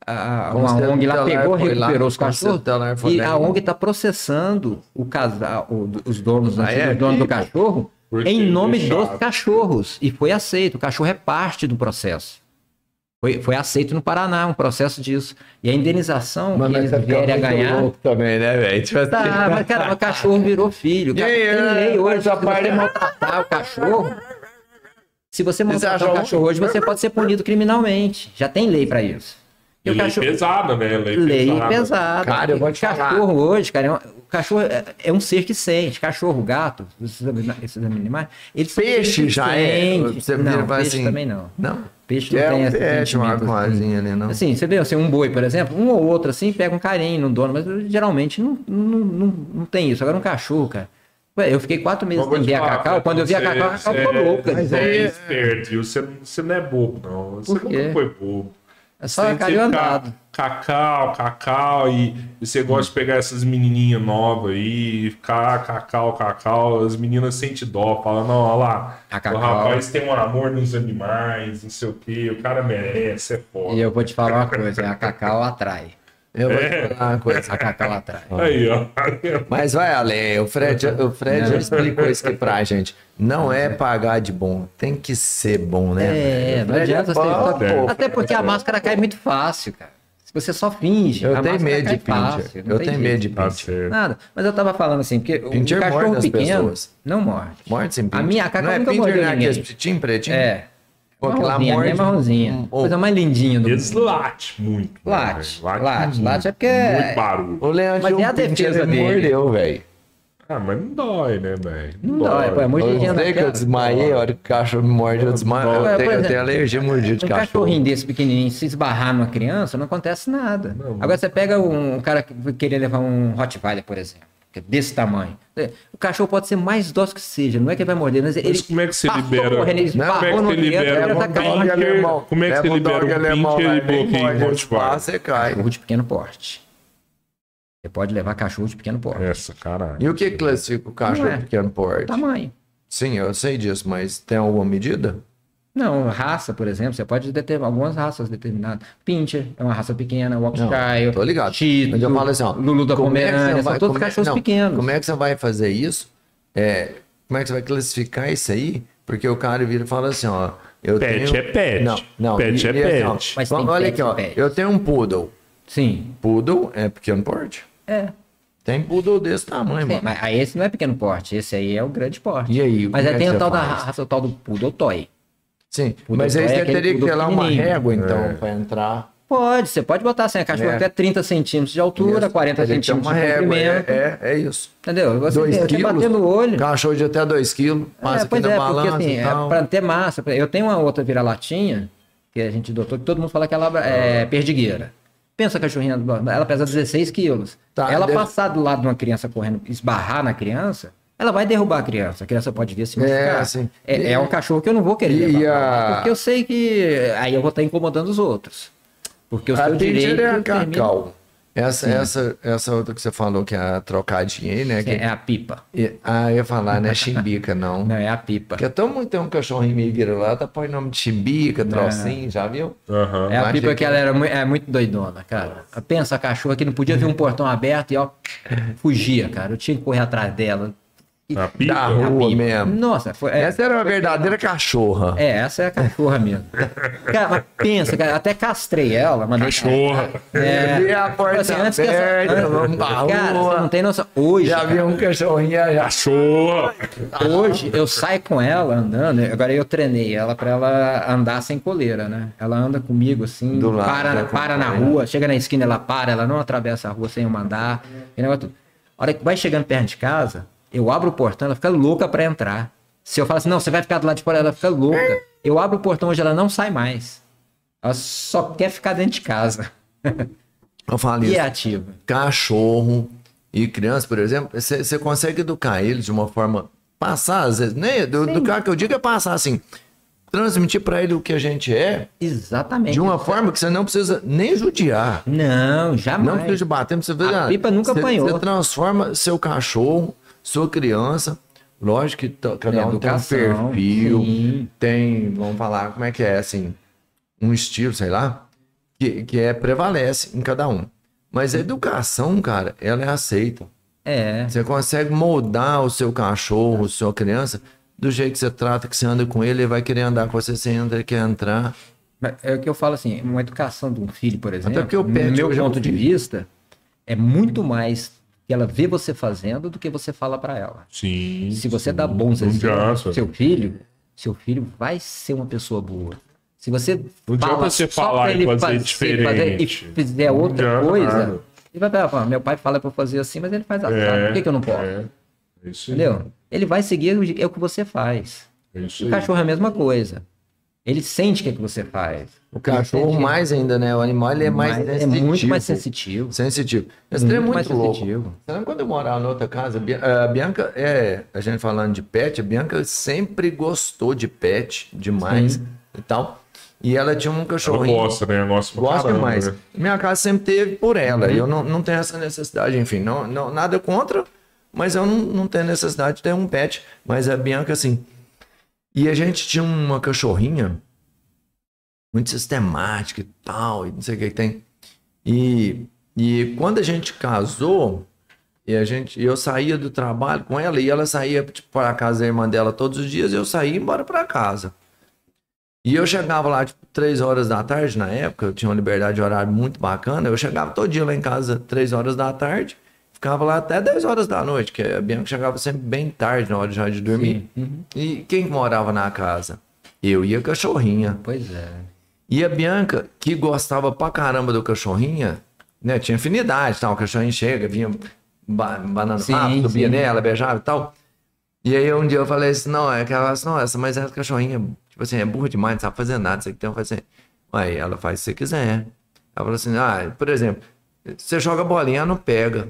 Speaker 3: a, a-
Speaker 2: Como
Speaker 3: uma
Speaker 2: se
Speaker 3: ONG lá
Speaker 2: tutelar
Speaker 3: pegou,
Speaker 2: um foi lá,
Speaker 3: recuperou os
Speaker 2: como se
Speaker 3: cachorros.
Speaker 2: tutelar foi
Speaker 3: E
Speaker 2: lá.
Speaker 3: a ONG está processando o casal, o- os donos, assim,
Speaker 2: Ah, é?
Speaker 3: os donos do cachorro,
Speaker 1: Por
Speaker 3: em
Speaker 1: ter
Speaker 3: nome
Speaker 1: deixado.
Speaker 3: dos cachorros. E foi aceito. O cachorro é parte do processo. Foi, foi aceito no Paraná um processo disso. E a indenização que eles
Speaker 2: tá ficando
Speaker 3: vierem a
Speaker 2: muito
Speaker 3: ganhar.
Speaker 2: louco também, né, velho? Tipo assim,
Speaker 3: Tá, mas cara, o cachorro virou filho.
Speaker 2: E
Speaker 3: Cara,
Speaker 2: aí,
Speaker 3: tem
Speaker 2: né?
Speaker 3: lei hoje.
Speaker 2: Faz a
Speaker 3: Se você
Speaker 2: parte.
Speaker 3: maltratar o cachorro. Se você maltratar
Speaker 2: acha
Speaker 3: o cachorro
Speaker 2: ruim?
Speaker 3: hoje, você pode ser punido criminalmente. Já tem lei pra isso.
Speaker 1: E lei pesada, né?
Speaker 3: Lei pesada.
Speaker 2: Cara, eu vou te falar.
Speaker 3: cachorro hoje, cara, é um, o cachorro é, é um ser que sente. Cachorro, gato, esses, amina- esses animais, eles são seres
Speaker 2: peixe
Speaker 3: que
Speaker 2: já é.
Speaker 3: sentem.
Speaker 2: Você vira e
Speaker 3: não,
Speaker 2: fala
Speaker 3: peixe
Speaker 2: assim,
Speaker 3: também não.
Speaker 2: Não.
Speaker 3: Peixe
Speaker 2: Que
Speaker 3: não
Speaker 2: é
Speaker 3: tem
Speaker 2: um
Speaker 3: esse
Speaker 2: pet, uma
Speaker 3: sentimento, assim.
Speaker 2: coisinha ali, não.
Speaker 3: Assim, você vê, assim, um boi, por exemplo, um ou outro assim, pega um carinho no dono, mas geralmente não, não, não, não tem isso. Agora um cachorro, cara. Ué, eu fiquei quatro meses sem ver a Cacau, quando eu vi a Cacau, a Cacau ficou louca.
Speaker 1: Mas
Speaker 3: então.
Speaker 1: é esperto, viu? Você, você não é bobo, não. Você
Speaker 3: Por quê?
Speaker 1: nunca foi bobo.
Speaker 3: É só a
Speaker 1: Você-
Speaker 3: cara e
Speaker 1: você
Speaker 3: o
Speaker 1: fica
Speaker 3: andado.
Speaker 1: Cacau, cacau, e, e você gosta de pegar essas menininhas novas aí, e ficar cacau, cacau, as meninas sentem dó, falam, não, olha lá,
Speaker 3: A
Speaker 1: o
Speaker 3: Cacau.
Speaker 1: rapaz tem um amor nos animais, não sei o que, o cara merece, é foda.
Speaker 3: E eu vou te falar uma coisa, a é Cacau atrai.
Speaker 2: Eu vou te falar uma coisa.
Speaker 3: A Cacá lá atrás.
Speaker 1: Aí, ó. *laughs*
Speaker 2: Mas vai além, o Fred, o Fred já explicou isso aqui pra gente. Não é pagar de bom, tem que ser bom, né?
Speaker 3: É,
Speaker 2: velho?
Speaker 3: não
Speaker 2: O Fred
Speaker 3: adianta você.
Speaker 2: bom, pô.
Speaker 3: Até porque a máscara cai muito fácil, cara. Se você só finge.
Speaker 2: Eu
Speaker 3: a
Speaker 2: tenho
Speaker 3: máscara
Speaker 2: medo de
Speaker 3: cai fácil,
Speaker 2: pincher.
Speaker 3: não
Speaker 2: Eu
Speaker 3: tem
Speaker 2: tenho
Speaker 3: jeito.
Speaker 2: medo de
Speaker 1: Tá
Speaker 2: pincher.
Speaker 1: certo.
Speaker 3: Nada. Mas eu tava falando assim, porque o
Speaker 2: Pincher
Speaker 3: um cachorro
Speaker 2: morde as
Speaker 3: pequeno
Speaker 2: pessoas.
Speaker 3: não morde.
Speaker 2: Morte sem
Speaker 3: A minha caca
Speaker 2: Não é
Speaker 3: nunca mordeu
Speaker 2: pincher, né?
Speaker 3: ninguém.
Speaker 2: Aquele pretinho, pretinho?
Speaker 3: É.
Speaker 2: Pô, aquela
Speaker 3: marronzinha,
Speaker 2: morde-
Speaker 3: é marronzinha.
Speaker 2: Hum, ou-
Speaker 3: Coisa mais lindinha do
Speaker 1: Eles
Speaker 3: mundo.
Speaker 1: late muito. né,
Speaker 3: Late,
Speaker 1: velho?
Speaker 3: late,
Speaker 1: muito.
Speaker 3: late é porque-
Speaker 1: Muito barulho.
Speaker 2: O Leandro
Speaker 3: Mas
Speaker 2: tinha
Speaker 3: é a
Speaker 2: pincher,
Speaker 3: defesa
Speaker 2: ele
Speaker 3: dele.
Speaker 2: mordeu, velho.
Speaker 1: Ah, mas não dói, né, velho?
Speaker 3: Não dói, pô, é muito
Speaker 2: Eu
Speaker 3: pequeno.
Speaker 2: sei que eu
Speaker 3: daquela.
Speaker 2: desmaiei, a hora que o cachorro me morde, eu desmaio.
Speaker 3: Não,
Speaker 2: Eu, tenho,
Speaker 3: é, por
Speaker 2: eu
Speaker 3: exemplo,
Speaker 2: tenho alergia a mordida de
Speaker 3: Um
Speaker 2: cachorro.
Speaker 3: cachorrinho desse pequenininho, se esbarrar numa criança, não acontece nada. Agora você pega um, um cara que vai querer levar um Rottweiler, por exemplo, que é desse tamanho. É, O cachorro pode ser mais dócil que seja, não é que ele vai morder, mas ele.
Speaker 1: Mas como é que você
Speaker 3: passou
Speaker 1: libera?
Speaker 3: correndo, ele
Speaker 1: Como é que
Speaker 3: esbarrou no
Speaker 1: você
Speaker 3: dedo,
Speaker 1: libera?
Speaker 3: ele
Speaker 1: um
Speaker 3: tá caindo.
Speaker 1: pincher?
Speaker 2: alemão.
Speaker 1: Como é que você
Speaker 2: Leva um
Speaker 1: libera
Speaker 2: dog
Speaker 1: um
Speaker 2: alemão
Speaker 1: pincher
Speaker 2: lá,
Speaker 1: e
Speaker 2: vem,
Speaker 1: bloqueia
Speaker 2: morde
Speaker 1: um
Speaker 2: o espaço,
Speaker 1: Rottweiler?
Speaker 2: Você cai.
Speaker 3: Cachorro de pequeno porte. Você pode levar cachorro de pequeno porte.
Speaker 1: Essa, caralho.
Speaker 2: E o que classifica o cachorro
Speaker 3: Não é.
Speaker 2: pequeno porte?
Speaker 3: Tamanho.
Speaker 2: Sim, eu sei disso, mas tem alguma medida?
Speaker 3: Não, raça, por exemplo, você pode determinar algumas raças determinadas. Pincher é uma raça pequena,
Speaker 2: Não,
Speaker 3: Yorkshire,
Speaker 2: tô ligado.
Speaker 3: Cheeto,
Speaker 2: Mas eu falo assim, ó,
Speaker 3: Lulu da
Speaker 2: como é que você vai-
Speaker 3: Pomerânia, são todos
Speaker 2: como é-
Speaker 3: cachorros
Speaker 2: não,
Speaker 3: pequenos.
Speaker 2: Como é que você vai fazer isso? É, como é que você vai classificar isso aí? Porque o cara vira e fala assim, ó, eu
Speaker 1: Pet
Speaker 2: tenho...
Speaker 1: é pet.
Speaker 2: Não, não.
Speaker 1: Pet
Speaker 2: e-
Speaker 1: é
Speaker 2: e assim, ó,
Speaker 1: pet.
Speaker 3: Mas tem
Speaker 2: olha
Speaker 3: pet
Speaker 2: aqui, ó,
Speaker 3: pet.
Speaker 2: eu tenho um poodle.
Speaker 3: Sim,
Speaker 2: Poodle é pequeno porte.
Speaker 3: é.
Speaker 2: Tem poodle desse tamanho,
Speaker 3: Tem,
Speaker 2: mano.
Speaker 3: mas aí esse não é pequeno porte, esse aí é o grande porte.
Speaker 2: E aí,
Speaker 3: Mas
Speaker 2: como é
Speaker 3: aí
Speaker 2: que
Speaker 3: tem
Speaker 2: você
Speaker 3: o tal da
Speaker 2: faz?
Speaker 3: raça, o tal do poodle toy.
Speaker 2: Sim,
Speaker 3: Poodle
Speaker 2: mas aí
Speaker 3: é
Speaker 2: você
Speaker 3: aquele
Speaker 2: teria que ter
Speaker 3: poodle
Speaker 2: lá uma
Speaker 3: pequenininho.
Speaker 2: régua, então,
Speaker 1: É.
Speaker 2: pra entrar.
Speaker 3: Pode, você pode botar assim, a cachorro
Speaker 2: É.
Speaker 3: até 30 centímetros de altura,
Speaker 2: Isso,
Speaker 3: 40
Speaker 2: teria que ter
Speaker 3: centímetros
Speaker 2: uma
Speaker 3: de
Speaker 2: régua, é,
Speaker 3: comprimento.
Speaker 2: é, é isso.
Speaker 3: Entendeu? Você,
Speaker 2: Dois
Speaker 3: tem- você
Speaker 2: quilos,
Speaker 3: batendo o olho.
Speaker 2: Cachorro de até 2 quilos, passa
Speaker 3: pois
Speaker 2: aqui na
Speaker 3: é,
Speaker 2: balança
Speaker 3: porque assim,
Speaker 2: e tal.
Speaker 3: é pra ter massa. Eu tenho uma outra vira-latinha, que a gente adotou, que todo mundo fala que ela é perdigueira. Pensa a cachorrinha, ela pesa 16 quilos.
Speaker 2: Tá,
Speaker 3: ela
Speaker 2: deve-
Speaker 3: passar do lado de uma criança correndo, esbarrar na criança, ela vai derrubar a criança. A criança pode vir se machucar.
Speaker 2: assim,
Speaker 3: É,
Speaker 2: e-
Speaker 3: é um cachorro que eu não vou querer
Speaker 2: e
Speaker 3: levar,
Speaker 2: a-
Speaker 3: Porque eu sei que aí eu vou estar incomodando os outros. Porque o
Speaker 2: A
Speaker 3: seu direito...
Speaker 2: Pinter é a
Speaker 3: termina-
Speaker 2: Cacau. Essa, essa, essa outra que você falou, que é a trocadinha aí, né? Que...
Speaker 3: É a pipa.
Speaker 2: e- Ah, eu ia falar, né? Chimbica, não.
Speaker 3: Não, é a pipa.
Speaker 2: Porque é tão muito tem um cachorrinho meio vira lá, tá põe nome de chimbica, trocinho, já viu?
Speaker 1: Aham.
Speaker 3: É a
Speaker 2: Mas
Speaker 3: pipa
Speaker 2: achei
Speaker 3: que
Speaker 2: que-
Speaker 3: ela era mu- é muito doidona, cara. Pensa a cachorra que não podia ver um portão aberto e ó, fugia, cara. Eu tinha que correr atrás dela. é
Speaker 1: A pipa.
Speaker 2: Da
Speaker 3: né?
Speaker 2: rua mesmo.
Speaker 3: Nossa, foi. É,
Speaker 2: Essa era uma verdadeira cachorra.
Speaker 3: é, essa é a cachorra mesmo. Cara, mas pensa, cara, até castrei ela, mandei.
Speaker 1: Chorra.
Speaker 3: É,
Speaker 2: E a porta
Speaker 3: assim, antes que essa-
Speaker 2: aberta,
Speaker 3: antes-
Speaker 2: vamos pra
Speaker 3: Cara,
Speaker 2: rua.
Speaker 3: você não tem noção. Hoje,
Speaker 2: Já
Speaker 3: cara,
Speaker 2: viu um cachorrinho já.
Speaker 1: Cachorra.
Speaker 3: Hoje eu saio com ela andando, agora eu treinei ela pra ela andar sem coleira, né? Ela anda comigo assim,
Speaker 2: Do lado,
Speaker 3: para,
Speaker 2: né, com
Speaker 3: para na
Speaker 2: coleira.
Speaker 3: rua, chega na esquina, ela para, ela não atravessa a rua sem eu mandar. e negócio tudo. A hora que vai chegando perto de casa, eu abro o portão, ela fica louca pra entrar. Se eu falar assim, não, você vai ficar do lado de fora, ela fica louca. Eu abro o portão hoje, ela não sai mais. Ela só quer ficar dentro de casa. *laughs*
Speaker 2: Eu falo
Speaker 3: E
Speaker 2: isso.
Speaker 3: é ativa.
Speaker 2: cachorro e criança, por exemplo, você consegue educar eles de uma forma passar, às vezes, né? Do, do cara que eu digo é passar assim, transmitir pra ele o que a gente é,
Speaker 3: Exatamente.
Speaker 2: de uma forma que você não precisa nem judiar.
Speaker 3: Não, jamais.
Speaker 2: Não precisa de bater, não precisa fazer
Speaker 3: A
Speaker 2: nada.
Speaker 3: pipa nunca
Speaker 2: Cê-
Speaker 3: apanhou.
Speaker 2: Você transforma seu cachorro, sua criança. Lógico que to- cada
Speaker 3: É
Speaker 2: um
Speaker 3: educação,
Speaker 2: tem um perfil,
Speaker 3: sim.
Speaker 2: tem, vamos falar, como é que é, assim, um estilo, sei lá, que, que é, prevalece em cada um. Mas a educação, cara, ela é aceita.
Speaker 3: É.
Speaker 2: Você consegue moldar o seu cachorro, a sua criança, do jeito que você trata, que você anda com ele, ele vai querer andar com você, você entra, ele quer entrar.
Speaker 3: Mas É o que eu falo assim, uma educação de um filho, por exemplo,
Speaker 2: porque o
Speaker 3: no
Speaker 2: pet
Speaker 3: meu
Speaker 2: hoje é
Speaker 3: ponto
Speaker 2: um
Speaker 3: de
Speaker 2: filho.
Speaker 3: vista, é muito mais que ela vê você fazendo do que você fala pra ela.
Speaker 1: Sim.
Speaker 3: Se você
Speaker 1: sim.
Speaker 3: dá bons
Speaker 1: Não
Speaker 3: exemplos
Speaker 1: adianta.
Speaker 3: pro seu filho, seu filho vai ser uma pessoa boa. Se você
Speaker 1: Não adianta você falar
Speaker 3: pra
Speaker 1: e fazer
Speaker 3: faz- e
Speaker 1: diferente.
Speaker 3: fizer
Speaker 1: Não
Speaker 3: outra
Speaker 1: adianta
Speaker 3: coisa,
Speaker 1: nada.
Speaker 3: ele vai falar, "Ah, meu pai fala pra eu fazer assim, mas ele faz assim, por que, que eu não posso?
Speaker 1: É. É isso aí.
Speaker 3: Entendeu? Ele vai seguir o- é o que você faz.
Speaker 1: É isso
Speaker 3: O
Speaker 1: aí.
Speaker 3: cachorro é a mesma coisa. Ele sente o que, é que você faz.
Speaker 2: O cachorro
Speaker 3: Entendi.
Speaker 2: mais ainda, né? O animal ele é mais tipo.
Speaker 3: Mas é
Speaker 2: sensitivo.
Speaker 3: muito mais sensitivo.
Speaker 2: Sensitivo. Esse trem é muito
Speaker 3: Uhum. mais
Speaker 2: louco.
Speaker 3: sensitivo.
Speaker 2: Você lembra quando eu morava na outra casa? A Bia- A Bianca, é, a gente falando de pet, a Bianca sempre gostou de pet demais e tal. E ela tinha um
Speaker 1: Ela
Speaker 3: é
Speaker 2: cachorrinho.
Speaker 1: gosta, né? Gosta pra
Speaker 2: Gosto
Speaker 1: caramba,
Speaker 2: demais.
Speaker 1: né? Uhum.
Speaker 2: Minha casa sempre teve por ela. Eu não, não tenho essa necessidade, enfim, não, não, nada é contra, mas eu não, não tenho necessidade de ter um pet. Mas a Bianca, assim. E a gente tinha uma cachorrinha muito sistemática e tal, e não sei o que que tem. E E quando a gente casou, e a gente, eu saía do trabalho com ela, e ela saía tipo, para casa da irmã dela todos os dias, eu saía e embora para casa. E eu chegava lá, tipo, três horas da tarde, na época, eu tinha uma liberdade de horário muito bacana. Eu chegava todo dia lá em casa, três horas da tarde, ficava lá até 10 horas da noite, que a Bianca chegava sempre bem tarde, na hora já de dormir. E quem morava na casa? Eu e a cachorrinha.
Speaker 3: Pois é.
Speaker 2: E a Bianca, que gostava pra caramba do cachorrinha, né? Tinha afinidade, tal. O cachorrinho chega, vinha ba banana
Speaker 3: Sim,
Speaker 2: papo, subia
Speaker 3: sim.
Speaker 2: nela, beijava e tal. E aí um dia eu falei assim, não, é que ela falou assim, não, essa, mas essa cachorrinha, tipo assim, é burra demais, não sabe fazer nada, isso aqui tem que fazer. Aí ela faz se quiser. Ela falou assim, ah, por exemplo, você joga bolinha, ela não pega.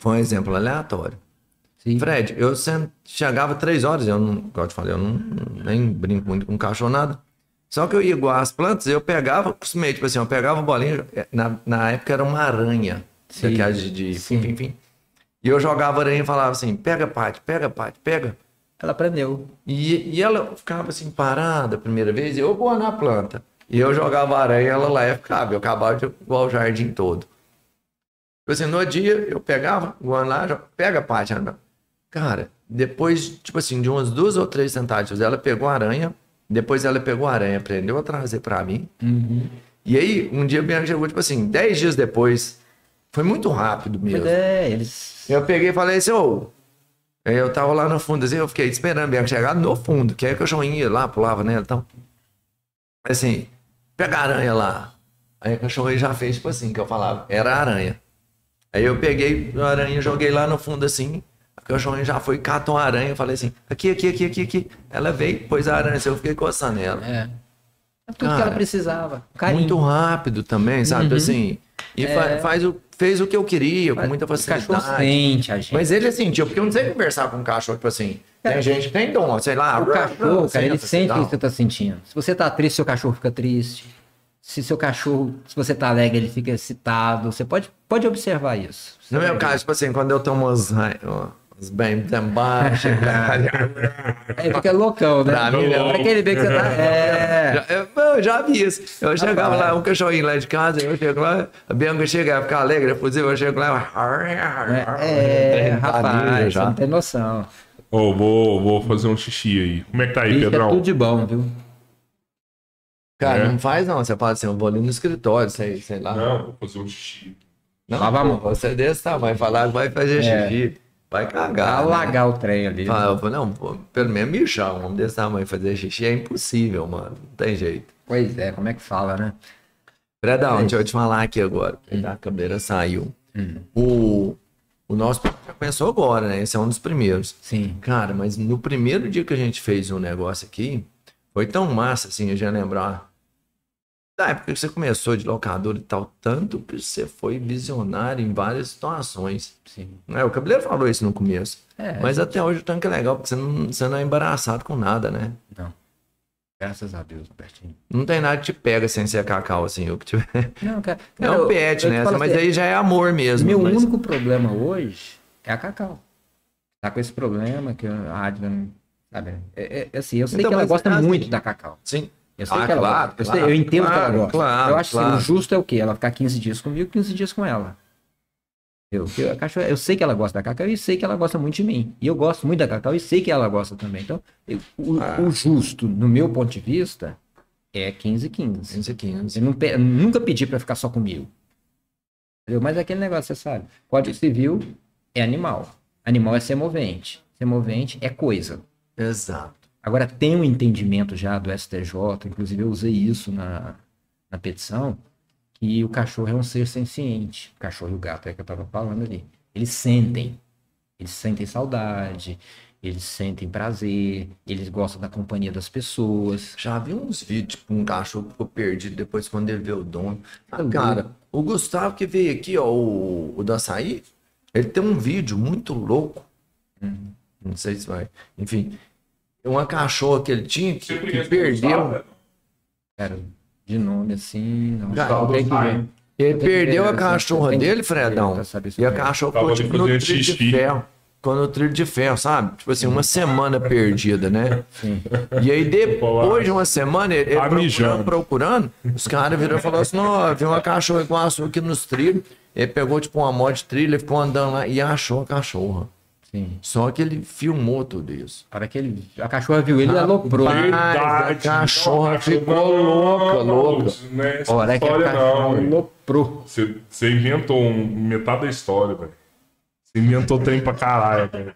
Speaker 2: Foi um exemplo aleatório.
Speaker 3: Sim.
Speaker 2: Fred, eu sen- chegava três horas, eu não, como eu te falei, eu não, nem brinco muito com cachorro, nada. Só que eu ia igual as plantas, eu pegava, costumei, tipo assim, eu pegava a bolinha, na, na época era uma aranha,
Speaker 3: Sim,
Speaker 2: daquelas de, de
Speaker 3: sim.
Speaker 2: fim, fim, fim. E eu jogava a aranha e falava assim, pega, Paty, pega, Paty, pega.
Speaker 3: Ela aprendeu.
Speaker 2: E, e ela ficava assim, parada a primeira vez, e eu boa na planta. E eu jogava aranha, ela lá e ficava, eu acabava de igual o jardim todo. Tipo assim, no dia eu pegava, voando lá, jo- pega a parte. ela- Cara, depois, tipo assim, de umas duas ou três tentativas, ela pegou a aranha, depois ela pegou a aranha, aprendeu a trazer pra mim. E aí, um dia a Bianca chegou, tipo assim, dez dias depois, foi muito rápido mesmo.
Speaker 3: Pois é, eles.
Speaker 2: Eu peguei e falei assim, ô. Aí eu tava lá no fundo, assim, eu fiquei esperando a Bianca chegar no fundo, que aí o cachorrinho ia lá, pulava nela então. Assim, pega a aranha lá. Aí é o cachorrinho já fez, tipo assim, que eu falava, era a aranha. Aí eu peguei a aranha, joguei lá no fundo assim. O cachorrinho já foi, catou a aranha, eu falei assim, aqui, aqui, aqui, aqui, aqui. Ela veio, pôs a aranha, assim, eu fiquei coçando ela.
Speaker 3: É. É tudo que
Speaker 2: Cara,
Speaker 3: ela precisava. Carinho. Uhum. É.
Speaker 2: Muito rápido também, sabe? Assim, e fa- faz o, fez o que então eu queria, com muita
Speaker 3: Os
Speaker 2: facilidade.
Speaker 3: cachorros sente a gente.
Speaker 2: Mas ele sentiu, porque eu não sei conversar com o cachorro, tipo assim, tem gente que tem dom, sei lá.
Speaker 3: É.
Speaker 2: assim,
Speaker 3: O cachorro, cara,
Speaker 2: senta,
Speaker 3: ele
Speaker 2: sei
Speaker 3: sente o
Speaker 2: lá.
Speaker 3: que você tá sentindo. Se você tá triste, seu cachorro fica triste. Se seu cachorro, se você tá alegre, ele fica excitado. Você pode, pode observar isso.
Speaker 2: No meu caso, tipo assim, quando eu tomo umas, ai, ó, uns bem
Speaker 3: *laughs*
Speaker 2: né? baixos,
Speaker 3: Aí fica loucão, né?
Speaker 2: Pra mim, não.
Speaker 3: Pra aquele bem que
Speaker 2: *laughs*
Speaker 3: você tá. É. Tá
Speaker 2: eu, eu já vi isso. Eu chegava lá, um cachorrinho lá de casa, eu chego lá, a Bianca chega, ela fica alegre, inclusive eu chego lá, *laughs* eu...
Speaker 3: É,
Speaker 2: Tadinho,
Speaker 3: rapaz, você
Speaker 2: já.
Speaker 3: não tem noção.
Speaker 1: Ô, vou, vou fazer um xixi aí. Como é que tá aí,
Speaker 3: Bicho é
Speaker 1: Pedrão?
Speaker 3: tudo de bom, viu?
Speaker 2: Cara,
Speaker 1: É.
Speaker 2: não faz não, você fala assim, eu vou ali no escritório, sei, sei lá.
Speaker 1: Não, vou fazer um xixi.
Speaker 2: Não,
Speaker 3: Lava a mão.
Speaker 2: pô, Você é desse tamanho, falar que vai fazer
Speaker 3: É.
Speaker 2: xixi, vai
Speaker 3: Pra
Speaker 2: cagar. né?
Speaker 3: alagar o trem ali.
Speaker 2: Ah, eu falei, não, pô, pelo menos mijar, um homem desse tamanho fazer xixi é impossível, mano. Não tem jeito.
Speaker 3: Pois é, como é que fala, né?
Speaker 2: Fredão, deixa eu te falar aqui agora. A cabeleira saiu. O, o nosso já começou agora, né? Esse é um dos primeiros.
Speaker 3: Sim.
Speaker 2: Cara, mas no primeiro dia que a gente fez um negócio aqui, foi tão massa, assim, eu já lembrar. Da época que você começou de locador e tal, tanto que você foi visionário em várias situações.
Speaker 3: Sim.
Speaker 2: É, o cabeleiro falou isso no começo.
Speaker 3: É.
Speaker 2: Mas até hoje o tanque é legal, porque você não, você não é embaraçado com nada, né?
Speaker 3: Não. Graças a Deus, Bertinho.
Speaker 2: Não tem nada que te pega sem ser cacau, assim, o que tiver. *laughs*
Speaker 3: Não, cara.
Speaker 2: É
Speaker 3: cara, eu-
Speaker 2: um pet,
Speaker 3: eu te
Speaker 2: né?
Speaker 3: falo
Speaker 2: Mas
Speaker 3: assim,
Speaker 2: aí já é amor mesmo.
Speaker 3: Meu
Speaker 2: mas...
Speaker 3: único problema hoje é a Cacau. Tá com esse problema que a Adriana não sabe. né? É, é, assim, eu sei
Speaker 2: Então,
Speaker 3: que ela
Speaker 2: mas
Speaker 3: gosta
Speaker 2: é
Speaker 3: muito
Speaker 2: assim.
Speaker 3: da Cacau.
Speaker 2: Sim.
Speaker 3: Eu sei
Speaker 2: Ah,
Speaker 3: que ela
Speaker 2: claro,
Speaker 3: gosta. Eu
Speaker 2: claro,
Speaker 3: sei- eu entendo que
Speaker 2: claro,
Speaker 3: ela gosta.
Speaker 2: claro,
Speaker 3: eu acho que
Speaker 2: claro.
Speaker 3: o justo é o quê? Ela ficar 15 dias comigo, 15 dias com ela. Eu, eu, a cachorra- eu sei que ela gosta da Cacau e sei que ela gosta muito de mim. E eu gosto muito da Cacau e sei que ela gosta também. Então, eu- o,
Speaker 2: Ah.
Speaker 3: o justo, no meu ponto de vista, é 15 15.
Speaker 2: Isso aqui, né?
Speaker 3: Eu, não pe- eu nunca pedi pra ficar só comigo. Entendeu? Mas é aquele negócio, você sabe. Código civil é animal. Animal é semovente. Semovente é coisa.
Speaker 2: Exato.
Speaker 3: Agora tem um entendimento já do STJ, inclusive eu usei isso na, na petição, que o cachorro é um ser senciente. O cachorro e o gato é que eu tava falando ali. Eles sentem. Eles sentem saudade, eles sentem prazer, eles gostam da companhia das pessoas.
Speaker 2: Já vi uns vídeos com um cachorro que ficou perdido depois quando ele vê o dono. Ah,
Speaker 3: Eu
Speaker 2: cara, o Gustavo que veio aqui, ó, o, o do açaí, ele tem um vídeo muito louco.
Speaker 3: Uhum.
Speaker 2: Não sei se vai. Enfim, uma cachorra que ele tinha que,
Speaker 1: Você
Speaker 2: que
Speaker 1: conhece o
Speaker 2: perdeu.
Speaker 1: Gustavo?
Speaker 3: Cara, de nome assim, não
Speaker 2: Cara,
Speaker 3: eu tenho que ver.
Speaker 1: Gustavo.
Speaker 2: Ele
Speaker 3: Tem que ver,
Speaker 2: perdeu a
Speaker 3: assim,
Speaker 2: cachorra
Speaker 3: tem que
Speaker 2: dele,
Speaker 3: ver
Speaker 2: Fredão.
Speaker 3: pra saber se
Speaker 2: E a
Speaker 3: tem.
Speaker 2: cachorra
Speaker 1: Tava
Speaker 2: ficou
Speaker 1: ali
Speaker 2: tipo no
Speaker 1: fazendo
Speaker 2: trilho de
Speaker 1: xixi.
Speaker 2: ferro. quando o trilho de ferro, sabe? Tipo assim, uma semana perdida, né?
Speaker 1: *laughs*
Speaker 2: E aí, depois de uma semana, ele, ele
Speaker 1: Tipo, Tá mijando.
Speaker 2: procurando, procurando, os caras viram e falaram assim: não, viu uma cachorra com açúcar aqui nos trilhos. Ele pegou, tipo, uma moto de trilha, ficou andando lá e achou a cachorra.
Speaker 3: Sim.
Speaker 2: Só que ele filmou tudo isso.
Speaker 3: A hora que ele, a cachorra viu ele e aloprou.
Speaker 2: Rapaz.
Speaker 3: né?
Speaker 2: a cachorra ficou louca, louca.
Speaker 1: Não é essa
Speaker 3: A hora que a
Speaker 1: história,
Speaker 3: cachorra
Speaker 1: não. velho.
Speaker 3: aloprou.
Speaker 1: Você você inventou um- metade da história, velho. Você inventou trem pra caralho, velho.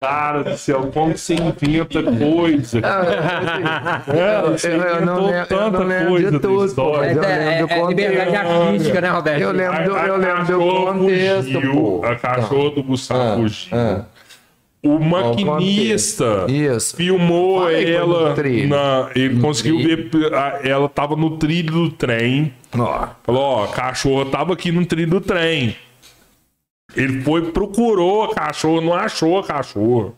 Speaker 1: Cara do céu, como você inventa coisa? É, você
Speaker 2: Ah, eu- eu
Speaker 1: inventou
Speaker 2: não lembro- eu
Speaker 1: tanta
Speaker 2: não lembro
Speaker 1: coisa
Speaker 2: de
Speaker 1: da
Speaker 2: tudo,
Speaker 1: história.
Speaker 3: Mas
Speaker 2: Eu
Speaker 3: é,
Speaker 2: lembro
Speaker 3: é, é
Speaker 2: quando
Speaker 3: liberdade
Speaker 1: eu-
Speaker 3: artística, né, Roberto?
Speaker 2: Eu lembro.
Speaker 1: A-
Speaker 2: eu-
Speaker 1: a
Speaker 2: eu lembro do
Speaker 1: cachorra
Speaker 2: contexto,
Speaker 1: fugiu,
Speaker 2: pô. Ah,
Speaker 1: A cachorra do Gustavo fugiu. O maquinista
Speaker 2: Isso.
Speaker 1: filmou
Speaker 2: Falei que foi
Speaker 1: ela.
Speaker 2: no trilho.
Speaker 1: na- ele conseguiu ver. a- Ela tava no trilho do trem.
Speaker 2: Ó,
Speaker 1: Falou, ó, a cachorra tava aqui no trilho do trem. Ele foi, procurou a cachorra, não achou a cachorra.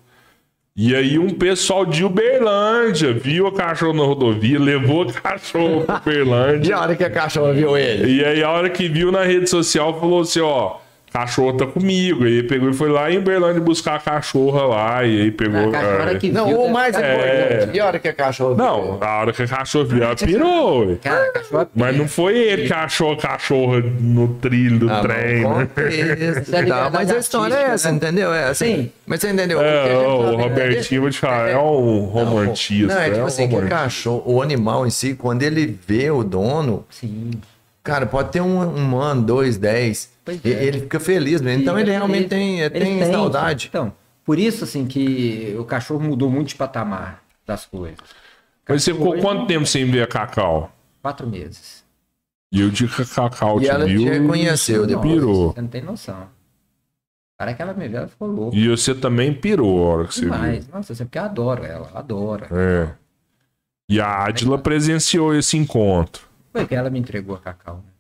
Speaker 1: E aí um pessoal de Uberlândia viu a cachorra na rodovia, levou a cachorra pra
Speaker 2: E
Speaker 1: Uberlândia.
Speaker 2: a hora que a cachorra viu ele?
Speaker 1: E aí a hora que viu na rede social, falou assim, ó, cachorro tá comigo. E aí pegou e foi lá em Uberlândia buscar a cachorra lá. E aí pegou...
Speaker 3: Ah, A cachorra
Speaker 1: é.
Speaker 3: que
Speaker 2: Não,
Speaker 3: viu.
Speaker 2: ou
Speaker 3: né?
Speaker 2: mais
Speaker 1: É.
Speaker 2: importante. E a hora que a cachorra viu
Speaker 1: Não, a hora que a cachorra viu, ela pirou. ué.
Speaker 3: Cara, a cachorra
Speaker 1: Mas não foi ele que achou a cachorra no trilho
Speaker 2: Tá
Speaker 3: Ah,
Speaker 1: do trem,
Speaker 2: ele?
Speaker 1: né?
Speaker 2: Contexto,
Speaker 3: Isso é
Speaker 2: tá, mas
Speaker 3: liberdade
Speaker 2: a história é
Speaker 3: artística,
Speaker 2: essa,
Speaker 3: né?
Speaker 2: entendeu? É assim.
Speaker 3: Sim.
Speaker 2: Mas você entendeu? que
Speaker 1: É,
Speaker 2: a gente
Speaker 1: o,
Speaker 2: tá vendo
Speaker 1: Robertinho, vou te falar, é um romantista.
Speaker 2: Não, é tipo
Speaker 1: um
Speaker 2: assim, que o
Speaker 1: romantista.
Speaker 2: cachorro, o animal em si, quando ele vê o dono,
Speaker 3: Sim.
Speaker 2: cara, pode ter um, um ano, dois, dez.
Speaker 3: Pois
Speaker 2: e-
Speaker 3: é.
Speaker 2: Ele fica feliz mesmo. Então ele realmente tem,
Speaker 3: Ele
Speaker 2: tem, saudade.
Speaker 3: Então, por isso, assim, que o cachorro mudou muito de patamar das coisas.
Speaker 1: Mas você ficou quanto tempo sem ver a Cacau?
Speaker 3: Quatro meses.
Speaker 1: E eu digo que a Cacau
Speaker 2: E
Speaker 1: te
Speaker 2: ela te
Speaker 1: viu.
Speaker 2: reconheceu
Speaker 1: Você
Speaker 2: depois.
Speaker 1: pirou.
Speaker 3: Você não tem noção. Para que ela me viu, ela ficou louca.
Speaker 1: E você também pirou a hora que você
Speaker 3: Demais. Nossa, assim, porque eu adoro ela, eu adoro.
Speaker 1: viu. É. E a Adila presenciou esse encontro.
Speaker 3: Foi que ela me entregou a Cacau. né?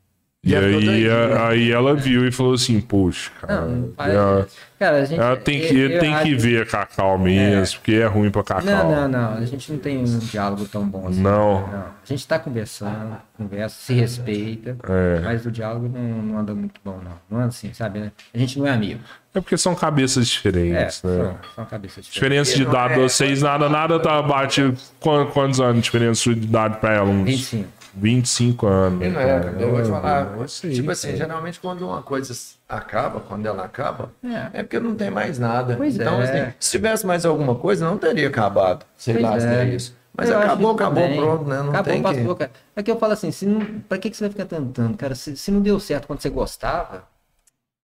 Speaker 1: E,
Speaker 2: E ela ficou
Speaker 1: aí,
Speaker 2: doidinha,
Speaker 1: a- aí ela viu e falou assim, poxa, cara.
Speaker 3: Não, não
Speaker 1: ela,
Speaker 3: faz. Cara, a gente.
Speaker 1: ela tem que,
Speaker 3: eu- eu
Speaker 1: tem que
Speaker 3: acho-
Speaker 1: ver a Cacau mesmo, porque é ruim pra Cacau.
Speaker 3: Não, não, não. A gente não tem um diálogo tão bom assim.
Speaker 1: Não.
Speaker 3: A gente tá conversando, conversa, se respeita.
Speaker 1: É.
Speaker 3: Mas o diálogo não, não anda muito bom, não. Não anda assim, sabe? né? A gente não é amigo.
Speaker 1: É porque são cabeças
Speaker 3: É,
Speaker 1: diferentes, né?
Speaker 3: são, são cabeças diferentes.
Speaker 1: Diferença de idade,
Speaker 2: É,
Speaker 1: vocês nada, nada tá batido. Quan- Quantos anos de diferença de idade pra ela? Uns
Speaker 3: 25.
Speaker 1: 25 anos.
Speaker 2: E não é, cara, eu vou te
Speaker 1: É, é
Speaker 2: falar.
Speaker 1: isso aí,
Speaker 2: tipo assim, geralmente quando uma coisa s- acaba, quando ela acaba,
Speaker 3: É.
Speaker 2: é, porque não tem mais nada.
Speaker 3: Pois
Speaker 2: então,
Speaker 3: é.
Speaker 2: assim, se tivesse mais alguma coisa, não teria acabado. Sei
Speaker 3: Pois
Speaker 2: lá se
Speaker 3: é.
Speaker 2: teria isso. Mas
Speaker 3: Eu acho
Speaker 2: acabou,
Speaker 3: isso
Speaker 2: acabou,
Speaker 3: também.
Speaker 2: pronto, né? Não
Speaker 3: acabou,
Speaker 2: tem que...
Speaker 3: passou, cara. É que eu falo assim, se não, pra que, que você vai ficar tentando, cara? Se, se não deu certo quando você gostava,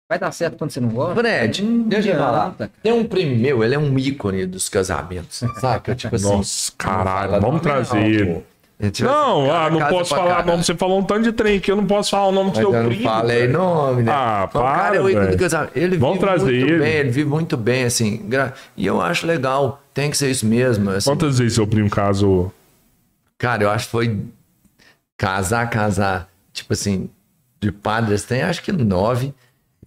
Speaker 3: vai dar certo quando você não gosta?
Speaker 2: Fred,
Speaker 3: Não
Speaker 2: deixa eu te falar.
Speaker 3: adianta, cara.
Speaker 2: Tem um primo meu, ele é um ícone dos casamentos, saca? Tipo assim...
Speaker 1: Nossa, caralho,
Speaker 2: não
Speaker 1: vamos
Speaker 2: fala
Speaker 1: trazer
Speaker 2: nome
Speaker 1: ele.
Speaker 2: pô. É, tipo
Speaker 1: Não,
Speaker 2: assim,
Speaker 1: ah,
Speaker 2: cara,
Speaker 1: não
Speaker 2: casa
Speaker 1: posso
Speaker 2: pra
Speaker 1: falar
Speaker 2: caralho.
Speaker 1: nome. Você falou um tanto de trem que eu não posso falar o nome do
Speaker 2: Mas
Speaker 1: seu
Speaker 2: eu não
Speaker 1: primo.
Speaker 2: falei nome, né?
Speaker 1: Ah,
Speaker 2: Mas o cara
Speaker 1: para,
Speaker 2: é o ícone
Speaker 1: velho.
Speaker 2: do casamento. Ele
Speaker 1: Vamos
Speaker 2: vive
Speaker 1: trazer
Speaker 2: muito
Speaker 1: ele.
Speaker 2: bem, ele vive muito bem, assim. gra- E eu acho legal, tem que ser isso mesmo. assim.
Speaker 1: Quantas vezes seu primo casou?
Speaker 2: Cara, eu acho que foi casar, casar, tipo assim, de padres tem acho que nove.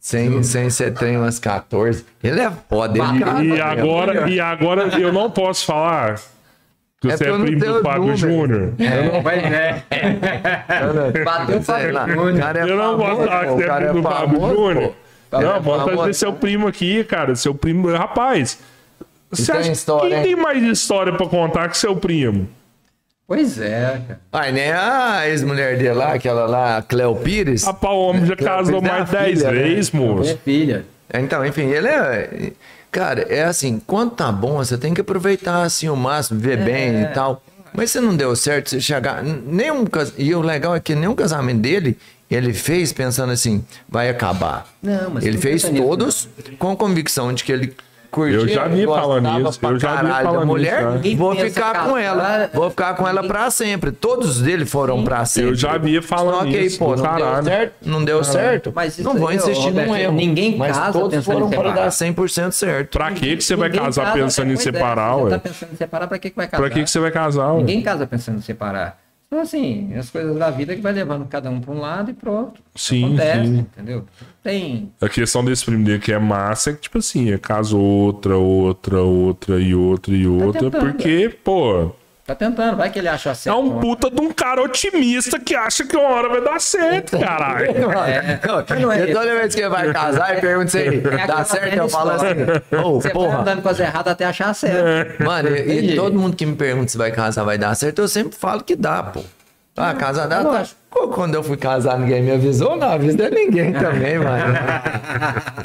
Speaker 2: Sem, sem ser tem umas 14. Ele é foda, ele casa
Speaker 1: E
Speaker 2: mesmo.
Speaker 1: agora, e agora eu não posso falar que você
Speaker 2: É porque
Speaker 1: é
Speaker 2: eu não
Speaker 1: primo
Speaker 2: tenho
Speaker 1: do Fábio
Speaker 2: número.
Speaker 1: Júnior. Eu não,
Speaker 3: Vai, né? *laughs* Bateu né? o
Speaker 2: Sei lá,
Speaker 3: Fábio
Speaker 2: o cara é
Speaker 1: eu não
Speaker 2: famoso,
Speaker 1: posso falar que
Speaker 2: pô,
Speaker 1: você
Speaker 2: o
Speaker 1: é
Speaker 2: cara
Speaker 1: primo do Fábio
Speaker 2: famoso,
Speaker 1: Júnior.
Speaker 2: pô. Cara é
Speaker 1: Não, bota
Speaker 2: famoso.
Speaker 1: trazer seu primo aqui, cara. Seu primo. Rapaz, você
Speaker 2: tem
Speaker 1: acha
Speaker 2: história,
Speaker 1: quem
Speaker 2: hein?
Speaker 1: tem mais história pra contar que seu primo?
Speaker 3: Pois é, cara.
Speaker 2: Ai, né? A ex-mulher dele lá, aquela lá, a Cleo Pires.
Speaker 1: A Paloma já casou
Speaker 2: Cleo Pires é
Speaker 1: mais de
Speaker 2: a
Speaker 1: 10
Speaker 2: filha, né?
Speaker 1: vezes, moço.
Speaker 3: Minha É, filha.
Speaker 2: Então, enfim, ele é. Cara, é assim, quando tá bom, você tem que aproveitar assim o máximo,
Speaker 3: É.
Speaker 2: ver bem e tal. Mas se não deu certo, você chegar. Nenhum, cas- e o legal é que nenhum casamento dele, ele fez pensando assim, vai acabar.
Speaker 3: Não, mas um
Speaker 2: ele
Speaker 3: não
Speaker 2: fez
Speaker 3: pensa nisso,
Speaker 2: todos com a convicção de que ele curtia.
Speaker 1: Eu já vi
Speaker 2: gostava
Speaker 1: falando isso,
Speaker 2: pra
Speaker 1: eu já vi
Speaker 2: caralho da
Speaker 1: falando
Speaker 2: mulher,
Speaker 1: isso, né?
Speaker 3: Ninguém
Speaker 2: vou
Speaker 3: pensa
Speaker 2: ficar com
Speaker 3: casar,
Speaker 2: ela. Vou ficar com ela
Speaker 3: ninguém-
Speaker 2: pra sempre. Todos dele foram pra sempre.
Speaker 1: Eu já vi falando
Speaker 2: Só que aí,
Speaker 1: isso,
Speaker 2: pô,
Speaker 1: do
Speaker 2: não
Speaker 1: caralho.
Speaker 2: deu certo, não deu certo.
Speaker 3: Mas isso
Speaker 2: não vou
Speaker 3: aí, ô,
Speaker 2: insistir num
Speaker 3: Roberto,
Speaker 2: erro.
Speaker 3: ninguém
Speaker 2: mas
Speaker 3: casa
Speaker 2: todos
Speaker 3: pensando em
Speaker 2: foram para
Speaker 3: separar.
Speaker 2: dar 100% certo. *laughs*
Speaker 1: Pra que que você vai
Speaker 3: Ninguém
Speaker 1: casar
Speaker 3: casa-
Speaker 1: pensando em
Speaker 3: Pois é,
Speaker 1: separar,
Speaker 3: você
Speaker 1: ué?
Speaker 3: tá pensando em separar, pra que, que vai casar?
Speaker 1: Pra que que você vai casar, ué?
Speaker 3: Ninguém casa pensando em separar. Então, assim, as coisas da vida que vai levando cada um pra um lado e pronto.
Speaker 1: Sim,
Speaker 3: Acontece,
Speaker 1: sim.
Speaker 3: entendeu? Tem.
Speaker 1: A questão desse primo dele que é massa é que, tipo assim, é caso outra, outra, outra e outra e outra,
Speaker 3: Tá tentando,
Speaker 1: porque, pô,
Speaker 3: Tá tentando, vai que ele acha
Speaker 1: É
Speaker 3: certo.
Speaker 1: um puta de um cara otimista que acha que uma hora vai dar certo,
Speaker 3: *laughs*
Speaker 1: caralho.
Speaker 3: não é
Speaker 2: Eu toda vez que vai casar, eu pergunto se
Speaker 3: É
Speaker 2: dá
Speaker 3: aquela
Speaker 2: certo,
Speaker 3: velha
Speaker 2: eu falo assim,
Speaker 3: história.
Speaker 2: ô,
Speaker 3: Você vai
Speaker 2: porra.
Speaker 3: andando com as erradas até achar certo.
Speaker 1: É.
Speaker 2: Mano, e,
Speaker 3: Entendi.
Speaker 2: e todo mundo que me pergunta se vai casar vai dar certo, eu sempre falo que dá, pô. Ah, casar dá, tá.
Speaker 3: é lógico.
Speaker 2: Pô, Quando eu fui casar, ninguém me avisou, não avisou
Speaker 3: *laughs*
Speaker 2: ninguém também, mano.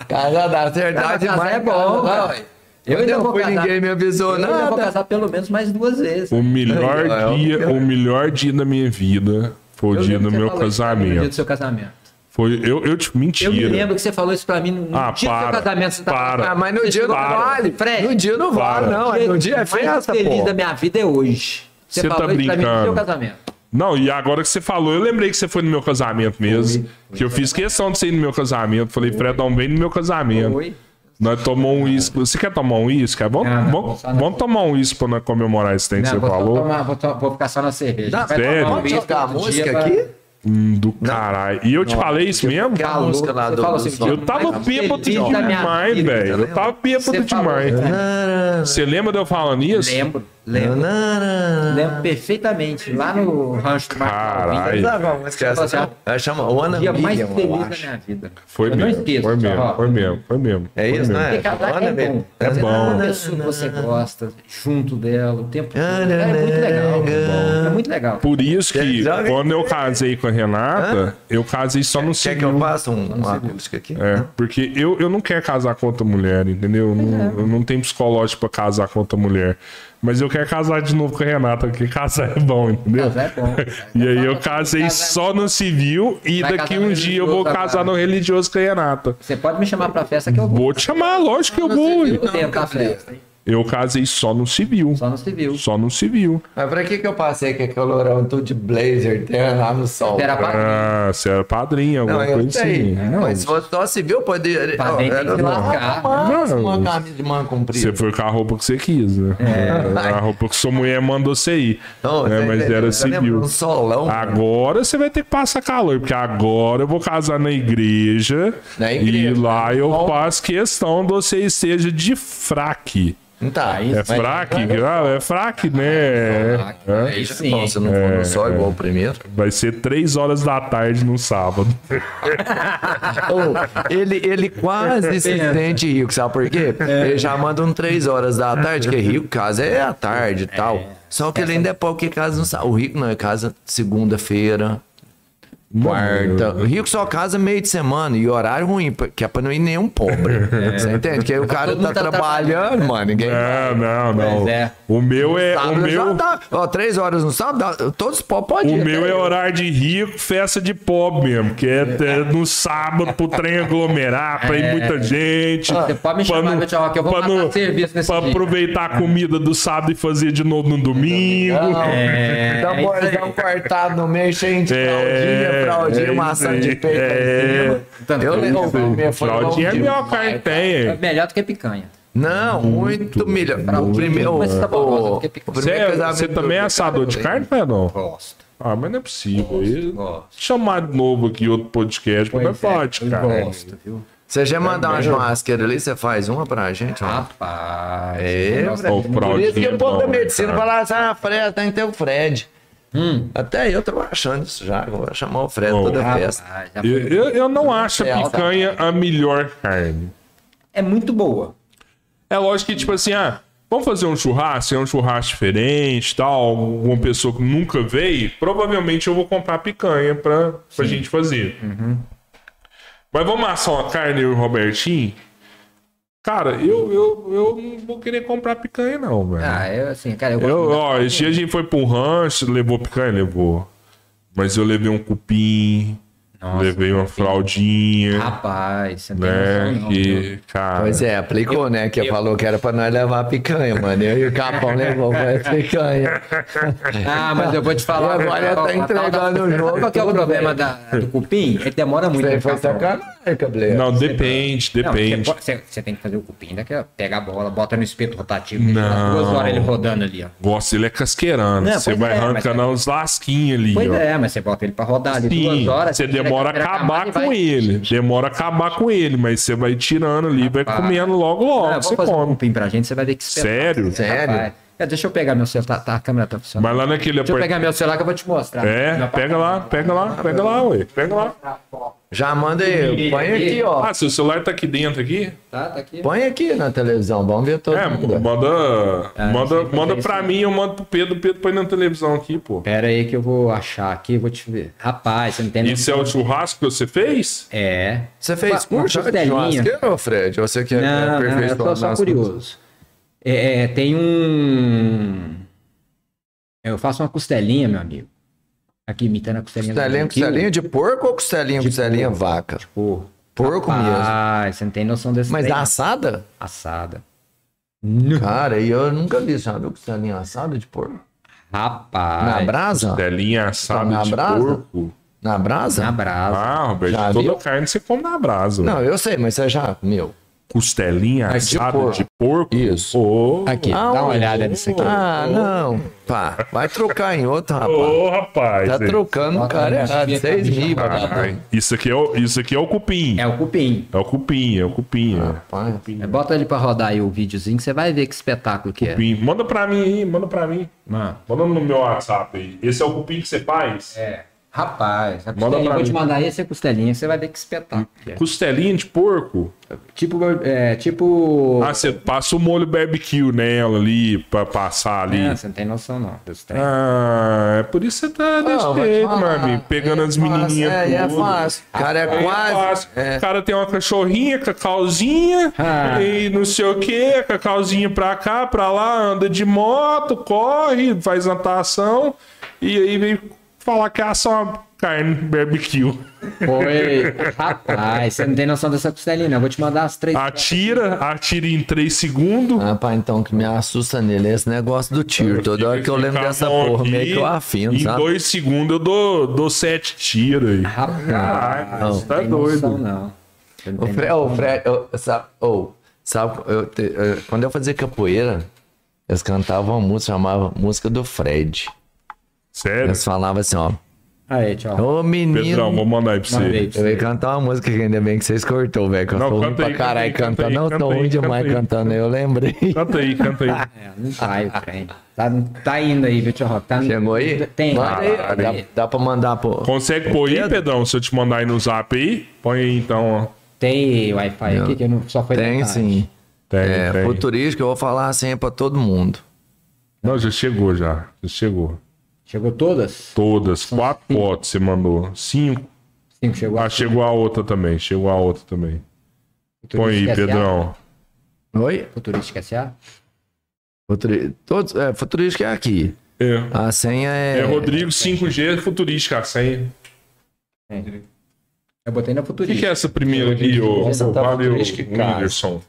Speaker 2: casar dá certo, dá
Speaker 3: Cara, casar
Speaker 2: demais.
Speaker 3: é bom,
Speaker 2: casar dá,
Speaker 3: cara.
Speaker 2: ué.
Speaker 3: Eu
Speaker 2: Quando
Speaker 3: ainda
Speaker 2: eu
Speaker 3: vou
Speaker 2: fui,
Speaker 3: casar.
Speaker 2: ninguém me avisou,
Speaker 3: Eu ainda vou
Speaker 2: nada.
Speaker 3: casar pelo menos mais duas vezes.
Speaker 1: O melhor
Speaker 2: É, é,
Speaker 1: dia,
Speaker 2: é.
Speaker 1: o melhor dia da minha vida foi o
Speaker 3: um Eu
Speaker 1: dia
Speaker 3: lembro
Speaker 1: do
Speaker 3: que você
Speaker 1: meu
Speaker 3: falou isso pra mim No dia do
Speaker 1: casamento.
Speaker 3: seu casamento.
Speaker 1: Foi eu, eu te mentira.
Speaker 3: Eu me lembro que você falou isso pra mim no
Speaker 1: Ah,
Speaker 3: dia do
Speaker 1: para,
Speaker 3: seu casamento. Você tava
Speaker 1: para.
Speaker 3: lá,
Speaker 2: Ah, mas no
Speaker 3: você
Speaker 2: dia não
Speaker 3: chegou pra-
Speaker 2: vale.
Speaker 3: Fred,
Speaker 2: No dia não vale,
Speaker 1: Para.
Speaker 2: não. é No dia é festa,
Speaker 3: O feliz
Speaker 2: pô.
Speaker 3: da minha vida é hoje. Você
Speaker 1: Você tá
Speaker 3: falou isso pra mim no
Speaker 1: brincando.
Speaker 3: seu casamento.
Speaker 1: Não, e agora que você falou, eu lembrei que você foi no meu casamento mesmo. que eu fiz questão de você ir no meu casamento. Falei, Fredão, vem no meu casamento.
Speaker 3: Oi?
Speaker 1: Nós tomamos um uísque. Você quer tomar um uísque? Ah, Vamos,
Speaker 3: Não, não,
Speaker 1: vamos,
Speaker 3: só não.
Speaker 1: vamos tomar um uísque pra nós comemorar esse tempo que
Speaker 3: Não,
Speaker 1: você
Speaker 3: vou, só
Speaker 1: falou.
Speaker 3: tomar- vou, to- vou ficar só na cerveja.
Speaker 2: Dá-
Speaker 3: Vai
Speaker 1: Sério?
Speaker 3: tomar um
Speaker 2: Vamos
Speaker 3: uísque
Speaker 2: tocar a
Speaker 3: outro
Speaker 2: música
Speaker 3: dia pra-
Speaker 2: aqui?
Speaker 1: Hum, do caralho. E eu te falei isso mesmo?
Speaker 2: Que a
Speaker 3: Calor.
Speaker 2: música lá
Speaker 3: Você
Speaker 2: do...
Speaker 3: fala
Speaker 2: do-
Speaker 3: assim,
Speaker 1: Eu
Speaker 3: Mas
Speaker 1: tava
Speaker 3: feliz
Speaker 1: bêbado
Speaker 3: da minha
Speaker 1: demais,
Speaker 3: vida,
Speaker 1: velho. Eu
Speaker 2: lembra?
Speaker 1: tava bêbado
Speaker 3: Você falou,
Speaker 1: demais.
Speaker 3: né?
Speaker 2: Nananana,
Speaker 1: Você lembra de eu falando isso?
Speaker 3: Lembro, lembro.
Speaker 2: nananana.
Speaker 3: Lembro perfeitamente. Lá no rancho do Marco
Speaker 1: Caralho.
Speaker 3: Alvim,
Speaker 2: Sabe qual música é essa? chama? Ela chama
Speaker 3: o
Speaker 2: One
Speaker 3: dia mais
Speaker 2: Million, eu
Speaker 3: feliz né? da
Speaker 2: acho.
Speaker 3: minha vida.
Speaker 1: Foi
Speaker 3: Eu não
Speaker 1: mesmo.
Speaker 3: esqueço,
Speaker 1: Foi mesmo,
Speaker 3: ó.
Speaker 1: foi mesmo, foi mesmo.
Speaker 2: É
Speaker 1: foi
Speaker 2: isso,
Speaker 1: mesmo.
Speaker 2: né?
Speaker 3: Porque casar
Speaker 2: One
Speaker 3: é
Speaker 2: Million.
Speaker 3: bom.
Speaker 2: É
Speaker 3: Casar com
Speaker 1: bom.
Speaker 3: uma pessoa que você gosta, junto dela, o tempo todo. É muito legal. É muito legal.
Speaker 1: Por isso que
Speaker 2: Já vi.
Speaker 1: quando eu casei com a Renata, eu casei só no
Speaker 2: Quer que
Speaker 1: civil.
Speaker 2: eu faça um, uma acústica aqui?
Speaker 1: É, porque eu, eu não quero casar com outra mulher, entendeu? Eu não,
Speaker 3: é.
Speaker 1: eu não tenho psicológico pra casar com outra mulher. Mas eu quero casar de novo com a Renata, porque casar é bom, entendeu?
Speaker 3: Casar é bom.
Speaker 1: *laughs* E aí eu
Speaker 3: Casar-
Speaker 1: casei
Speaker 3: casar é
Speaker 1: só no civil e
Speaker 3: Vai
Speaker 1: daqui
Speaker 3: casar no
Speaker 1: um dia eu vou
Speaker 3: religioso
Speaker 1: casar
Speaker 3: agora.
Speaker 1: no religioso com a Renata.
Speaker 3: Você pode me chamar pra festa que eu vou.
Speaker 1: Vou te chamar, lógico que eu
Speaker 3: No
Speaker 1: vou.
Speaker 3: civil, eu tenho
Speaker 2: nunca
Speaker 3: pra
Speaker 2: fui.
Speaker 3: festa. hein?
Speaker 1: Eu casei só no civil.
Speaker 3: Só no civil.
Speaker 1: Só no civil.
Speaker 2: Mas pra que que eu passei com aquele lourão todo de blazer, terra lá no sol?
Speaker 3: Era pra...
Speaker 1: Ah, você era padrinho,
Speaker 2: Não,
Speaker 1: alguma
Speaker 2: eu
Speaker 1: coisa
Speaker 2: sei.
Speaker 3: É,
Speaker 1: assim.
Speaker 2: Não, mas se fosse só civil, poderia...
Speaker 3: Mas nem tem que largar.
Speaker 2: Nossa,
Speaker 1: Não.
Speaker 2: uma camisa de manga comprida.
Speaker 1: Você foi com a roupa que você quis, né?
Speaker 3: É,
Speaker 1: A roupa que sua mulher mandou você ir.
Speaker 2: Não,
Speaker 1: né?
Speaker 2: Então, você-
Speaker 1: Mas era
Speaker 2: você lembra
Speaker 1: civil. Ah,
Speaker 2: Um solão.
Speaker 1: Agora você vai ter que passar calor, porque agora eu vou casar na igreja,
Speaker 2: Na igreja.
Speaker 1: e lá eu
Speaker 2: Bom.
Speaker 1: faço questão de você esteja de fraque.
Speaker 2: Não tá.
Speaker 1: É
Speaker 2: mas-
Speaker 1: fraque? Ah, é fraque, né? É.
Speaker 2: Aí já
Speaker 3: Sim.
Speaker 2: bom, se não for
Speaker 1: É,
Speaker 2: no sol
Speaker 1: é.
Speaker 2: igual o primeiro.
Speaker 1: Vai ser três horas da tarde no sábado.
Speaker 2: *laughs* Ô, ele, ele quase se sente rico, sabe por quê? Ele já manda um 3 horas da tarde, que rico, casa é à tarde e tal. Só que ele ainda é pau que casa não sabe. O rico não é casa segunda-feira, quarta. O rico só casa meio de semana e horário ruim, pra- que é pra não ir nenhum *laughs* pobre. Você entende? Que aí o cara
Speaker 3: Todo mundo
Speaker 2: É. tá
Speaker 3: tá
Speaker 2: trabalhando, mano. Ninguém.
Speaker 1: Não, não, não.
Speaker 3: Pois é.
Speaker 1: O meu é. O
Speaker 2: Sábado já tá
Speaker 1: meu,
Speaker 2: dá. Ó, 3 horas no sábado, dá- todos os pau pode
Speaker 1: o
Speaker 2: ir,
Speaker 1: meu
Speaker 2: tá?
Speaker 1: é horário de rico, festa de pobre mesmo. Que é, é no sábado pro trem aglomerar, pra ir muita gente.
Speaker 3: Você É. pode me chamar,
Speaker 1: não-
Speaker 3: meu tio Roque, eu vou
Speaker 1: pra
Speaker 3: matar
Speaker 1: não-
Speaker 3: serviço nesse
Speaker 1: Pra
Speaker 3: dia.
Speaker 1: aproveitar a comida do sábado e fazer de novo no domingo.
Speaker 2: Não,
Speaker 3: É,
Speaker 2: Dá
Speaker 3: é isso aí.
Speaker 2: bordão cortado no meio, cheio de
Speaker 1: É,
Speaker 2: fraldinha, fraldinha,
Speaker 1: é
Speaker 2: maçã
Speaker 1: isso
Speaker 2: de
Speaker 1: aí.
Speaker 2: peito
Speaker 1: É.
Speaker 2: em cima. Eu lembro, minha foi
Speaker 1: Claudinha é
Speaker 2: bom
Speaker 1: melhor
Speaker 2: demais.
Speaker 1: carne tem.
Speaker 3: É
Speaker 1: hein?
Speaker 3: melhor do que picanha.
Speaker 2: Não, muito melhor. O primeiro,
Speaker 3: Mas você tá bom,
Speaker 2: o,
Speaker 3: você quer picar.
Speaker 2: o primeiro
Speaker 1: Você,
Speaker 2: casamento
Speaker 1: você
Speaker 2: do-
Speaker 1: também é assador de carne, né, não?
Speaker 3: Gosto.
Speaker 1: Ah, mas não é possível. Ele-
Speaker 3: gosto.
Speaker 1: Chamar de novo aqui outro podcast, mas
Speaker 3: Pois é,
Speaker 1: pode,
Speaker 3: eu
Speaker 1: cara.
Speaker 3: Gosto, viu?
Speaker 2: Você já mandar uma churrasqueira ali, você faz uma pra gente? ó.
Speaker 3: Rapaz.
Speaker 2: É,
Speaker 3: nossa,
Speaker 2: Fred.
Speaker 1: Ô,
Speaker 2: Por isso que
Speaker 1: Claudinha
Speaker 2: o povo da
Speaker 1: bom,
Speaker 2: medicina
Speaker 1: né, cara.
Speaker 2: fala assim, ah, Fred, tem que ter o Fred.
Speaker 3: Hum.
Speaker 2: Até eu tô achando isso já, vou chamar o Fred
Speaker 1: Ô,
Speaker 2: toda
Speaker 3: rapaz,
Speaker 2: festa.
Speaker 3: já foi-
Speaker 1: Eu, eu- eu não acho a
Speaker 2: É,
Speaker 1: picanha a melhor carne.
Speaker 3: É muito boa.
Speaker 1: É lógico que, tipo assim, ah, vamos fazer um churrasco, é um churrasco diferente, tal, uma pessoa que nunca veio, provavelmente eu vou comprar picanha pra, pra gente fazer.
Speaker 3: Uhum.
Speaker 1: Mas vamos assar uma carne, eu e o Robertinho? Cara, eu, eu, eu não vou querer comprar picanha, não, velho.
Speaker 3: Ah, eu assim, cara, eu gosto
Speaker 1: Eu,
Speaker 3: muito.
Speaker 1: ó, esse dia a gente foi pro rancho, levou picanha? Levou. Mas eu levei um cupim,
Speaker 3: Nossa,
Speaker 1: levei uma fraldinha,
Speaker 3: Rapaz, você não tem noção,
Speaker 1: né?
Speaker 3: não, viu?
Speaker 1: Que, cara.
Speaker 2: Pois é, aplicou, né? Que falou que era pra nós levar a picanha, mano. Eu e o Capão levou a picanha.
Speaker 3: Ah, mas eu vou te falar.
Speaker 2: E agora tá
Speaker 3: a tal da-
Speaker 2: entregando o jogo,
Speaker 3: Sabe qual que é o
Speaker 2: tudo
Speaker 3: problema
Speaker 2: bem.
Speaker 3: da, do cupim? Ele demora muito.
Speaker 2: Você
Speaker 3: pra
Speaker 2: foi é,
Speaker 3: ficar pronto.
Speaker 2: sacanagem, cabelo.
Speaker 1: Não, depende,
Speaker 3: Não, é
Speaker 1: depende.
Speaker 3: você po- Você, você tem que fazer o cupim daqui, ó. Pega a bola, bota no espeto rotativo, deixa
Speaker 1: Não.
Speaker 3: umas duas horas ele rodando ali, ó.
Speaker 1: Gosta, ele é casqueirano.
Speaker 3: Não,
Speaker 1: Você
Speaker 3: pois
Speaker 1: vai
Speaker 3: é,
Speaker 1: arrancando uns lasquinhos ali,
Speaker 3: Pois
Speaker 1: ó.
Speaker 3: é, mas você bota ele pra rodar ali
Speaker 1: Sim,
Speaker 3: duas horas.
Speaker 1: você
Speaker 3: tira
Speaker 1: demora a
Speaker 3: primeira
Speaker 1: acabar
Speaker 3: camada e
Speaker 1: com
Speaker 3: vai-
Speaker 1: ele. Demora a acabar com ele, mas você vai tirando ali, vai
Speaker 3: Rapaz.
Speaker 1: comendo logo, logo.
Speaker 3: Não, eu
Speaker 1: você
Speaker 3: vou fazer um
Speaker 1: come.
Speaker 3: cupim pra gente, você vai ver que esperar.
Speaker 1: Sério?
Speaker 2: Sério?
Speaker 3: Rapaz, É, deixa eu pegar meu celular. Tá, tá, a câmera tá funcionando.
Speaker 1: Mas lá naquele
Speaker 3: Deixa eu
Speaker 1: apartamento.
Speaker 3: pegar meu celular que eu vou te mostrar.
Speaker 1: É,
Speaker 3: Meu
Speaker 1: pega lá, pega lá, pega lá, ué. Pega lá.
Speaker 2: Já manda aí, põe aqui, ó.
Speaker 1: Ah, seu celular tá aqui dentro aqui?
Speaker 3: Tá, tá aqui.
Speaker 2: Põe aqui na televisão, vamos ver todo
Speaker 1: É, manda.
Speaker 2: mundo.
Speaker 1: Manda,
Speaker 3: Ah, fazer
Speaker 1: manda
Speaker 3: isso,
Speaker 1: pra mim, eu mando pro Pedro, o Pedro põe na televisão aqui, pô.
Speaker 3: Pera aí que eu vou achar aqui, vou te ver. Rapaz, você não tem
Speaker 1: Isso é o churrasco que você fez?
Speaker 3: É.
Speaker 2: Você
Speaker 3: Uma-
Speaker 2: fez
Speaker 3: uma
Speaker 2: curso de
Speaker 3: costelinha.
Speaker 2: churrasqueiro, ô, Fred? Você que é
Speaker 3: Não, não,
Speaker 2: perfeito
Speaker 3: eu tô
Speaker 2: nas
Speaker 3: só
Speaker 2: coisas.
Speaker 3: curioso. É, é, tem um. é, Eu faço uma costelinha, meu amigo. Aqui, imitando a costelinha. do
Speaker 2: Costelinha,
Speaker 3: Guilherme
Speaker 2: costelinha de porco ou costelinha,
Speaker 3: De
Speaker 2: costelinha
Speaker 3: porco.
Speaker 2: vaca?
Speaker 3: Kiko. Porra.
Speaker 2: Porco mesmo.
Speaker 3: Ah, Tipo, você não tem noção desse
Speaker 2: Mas
Speaker 3: trem,
Speaker 2: assada?
Speaker 3: não. assada.
Speaker 2: Cara, e eu nunca vi, sabe? Costelinha assada de porco. Na
Speaker 3: Rapaz.
Speaker 2: brasa?
Speaker 1: Telinha assada
Speaker 2: na
Speaker 1: de
Speaker 2: brasa?
Speaker 1: porco.
Speaker 2: Na brasa?
Speaker 3: Na brasa.
Speaker 1: Ah, Roberto,
Speaker 2: Já
Speaker 1: toda
Speaker 2: viu?
Speaker 1: carne você come na brasa. ué.
Speaker 2: Não, eu sei, mas você já comeu.
Speaker 1: Costelinha
Speaker 2: Mas de
Speaker 1: assada
Speaker 2: porco.
Speaker 1: de porco?
Speaker 2: Isso.
Speaker 1: Ô,
Speaker 3: Aqui, dá uma olhada nisso aqui.
Speaker 2: Ah, não. Pá, vai trocar em outro, rapaz.
Speaker 1: Ô, Ah, rapaz.
Speaker 2: Tá
Speaker 1: hein?
Speaker 2: trocando o cara é errado. Seis mil,
Speaker 1: Ai, isso, aqui é o, isso aqui é o cupim.
Speaker 3: É o cupim.
Speaker 1: É o cupim, é o cupim. é.
Speaker 2: rapaz.
Speaker 3: É, Bota ele pra rodar aí o videozinho que você vai ver que espetáculo que é.
Speaker 1: Cupim. Manda pra mim aí, manda pra mim.
Speaker 3: Mano.
Speaker 1: Manda no meu WhatsApp aí. Esse é o cupim que você faz?
Speaker 3: É. Rapaz, a
Speaker 1: Manda
Speaker 3: costelinha,
Speaker 1: pra
Speaker 3: vou te
Speaker 1: mim.
Speaker 3: mandar esse é costelinha, que você vai ver que espetáculo que é.
Speaker 1: Costelinha de porco?
Speaker 3: Tipo, é, tipo...
Speaker 1: Ah, você passa o molho barbecue nela ali, pra passar ali.
Speaker 3: É, você não tem noção não desse trem.
Speaker 1: Ah, é por isso que você tá desse
Speaker 2: Não, vai
Speaker 1: jeito,
Speaker 2: falar.
Speaker 1: meu amigo. Pegando
Speaker 2: É
Speaker 1: as
Speaker 2: fácil,
Speaker 1: menininhas.
Speaker 2: É, é
Speaker 1: tudo.
Speaker 2: fácil. O cara é
Speaker 1: Aí é
Speaker 2: quase.
Speaker 1: fácil.
Speaker 2: é.
Speaker 1: O cara tem uma cachorrinha, cacauzinha,
Speaker 3: Ah.
Speaker 1: e não sei o que, cacauzinha pra cá, pra lá, anda de moto, corre, faz natação, e aí vem falar que é só uma carne barbecue.
Speaker 3: Ah, Foi, rapaz, você não tem noção dessa costelinha não, eu vou te mandar as
Speaker 1: Ah,
Speaker 3: três.
Speaker 1: Atira, atira em 3 segundos.
Speaker 2: Rapaz, então o que me assusta nele é esse negócio do tiro. Toda hora é que eu lembro
Speaker 1: Fica a
Speaker 2: dessa
Speaker 1: mão
Speaker 2: porra,
Speaker 1: aqui,
Speaker 2: meio que eu afino,
Speaker 1: Em
Speaker 2: sabe?
Speaker 1: dois segundos eu dou, dou sete tiros aí.
Speaker 3: Rapaz,
Speaker 1: Caralho,
Speaker 3: você
Speaker 1: você tá
Speaker 3: não tem noção,
Speaker 1: doido.
Speaker 3: não. Você não
Speaker 2: Ô,
Speaker 3: tem
Speaker 2: Fred,
Speaker 3: noção,
Speaker 2: ô, Fred, ô, sabe, ô, sabe eu te- eu- quando eu fazia capoeira, eles cantavam uma música, chamava Música do Fred.
Speaker 1: Sério?
Speaker 2: Eles falavam assim, ó.
Speaker 3: não. Aí, tchau.
Speaker 2: Ô, menino.
Speaker 1: Pedrão, vou mandar aí pra
Speaker 3: Uma
Speaker 1: você.
Speaker 3: vez.
Speaker 2: Eu ia cantar uma música que ainda bem que vocês cortou, velho. Que eu
Speaker 1: Não,
Speaker 2: tô ruim
Speaker 1: canta
Speaker 2: pra
Speaker 1: aí,
Speaker 2: caralho
Speaker 1: canta aí, canta
Speaker 2: cantando. Não,
Speaker 1: aí,
Speaker 2: eu tô
Speaker 1: canta
Speaker 2: ruim
Speaker 1: aí,
Speaker 2: demais
Speaker 1: canta aí.
Speaker 2: cantando, eu lembrei.
Speaker 1: Canta aí, canta aí.
Speaker 2: *laughs*
Speaker 3: É,
Speaker 2: Ah.
Speaker 3: não vai o trem. Tá, tá indo aí, viu, tio Rock? Tá,
Speaker 2: Chegou aí?
Speaker 3: Tem.
Speaker 2: Manda aí,
Speaker 1: Caralho.
Speaker 2: Dá, dá pra mandar, pô.
Speaker 1: Consegue pôr aí, Pedrão? Se eu te mandar aí no zap aí? Põe aí então, ó.
Speaker 3: Tem Wi-Fi aqui que eu não, só foi
Speaker 2: Tem
Speaker 3: detalhe.
Speaker 2: sim.
Speaker 1: Tem,
Speaker 2: É,
Speaker 1: tem.
Speaker 2: futurístico, eu vou falar assim pra todo mundo.
Speaker 1: Não, já chegou já. Já chegou.
Speaker 3: Chegou todas?
Speaker 1: Todas. Quatro fotos você mandou. Cinco.
Speaker 3: Cinco chegou.
Speaker 1: Ah, chegou a outra também. Chegou a outra também. Põe aí,
Speaker 3: Futurística SA?
Speaker 1: Pedrão.
Speaker 2: Oi?
Speaker 3: Futurística SA?
Speaker 2: Futuri... Todos... É, futurístico é aqui.
Speaker 1: É.
Speaker 2: A senha é.
Speaker 1: É Rodrigo 5G futurística a senha.
Speaker 3: Eu botei na
Speaker 1: O que, que
Speaker 3: futurística.
Speaker 1: é essa primeira aqui, ô?
Speaker 2: Essa tá
Speaker 1: Valeu,
Speaker 2: futurística, cara.
Speaker 1: Whindersson.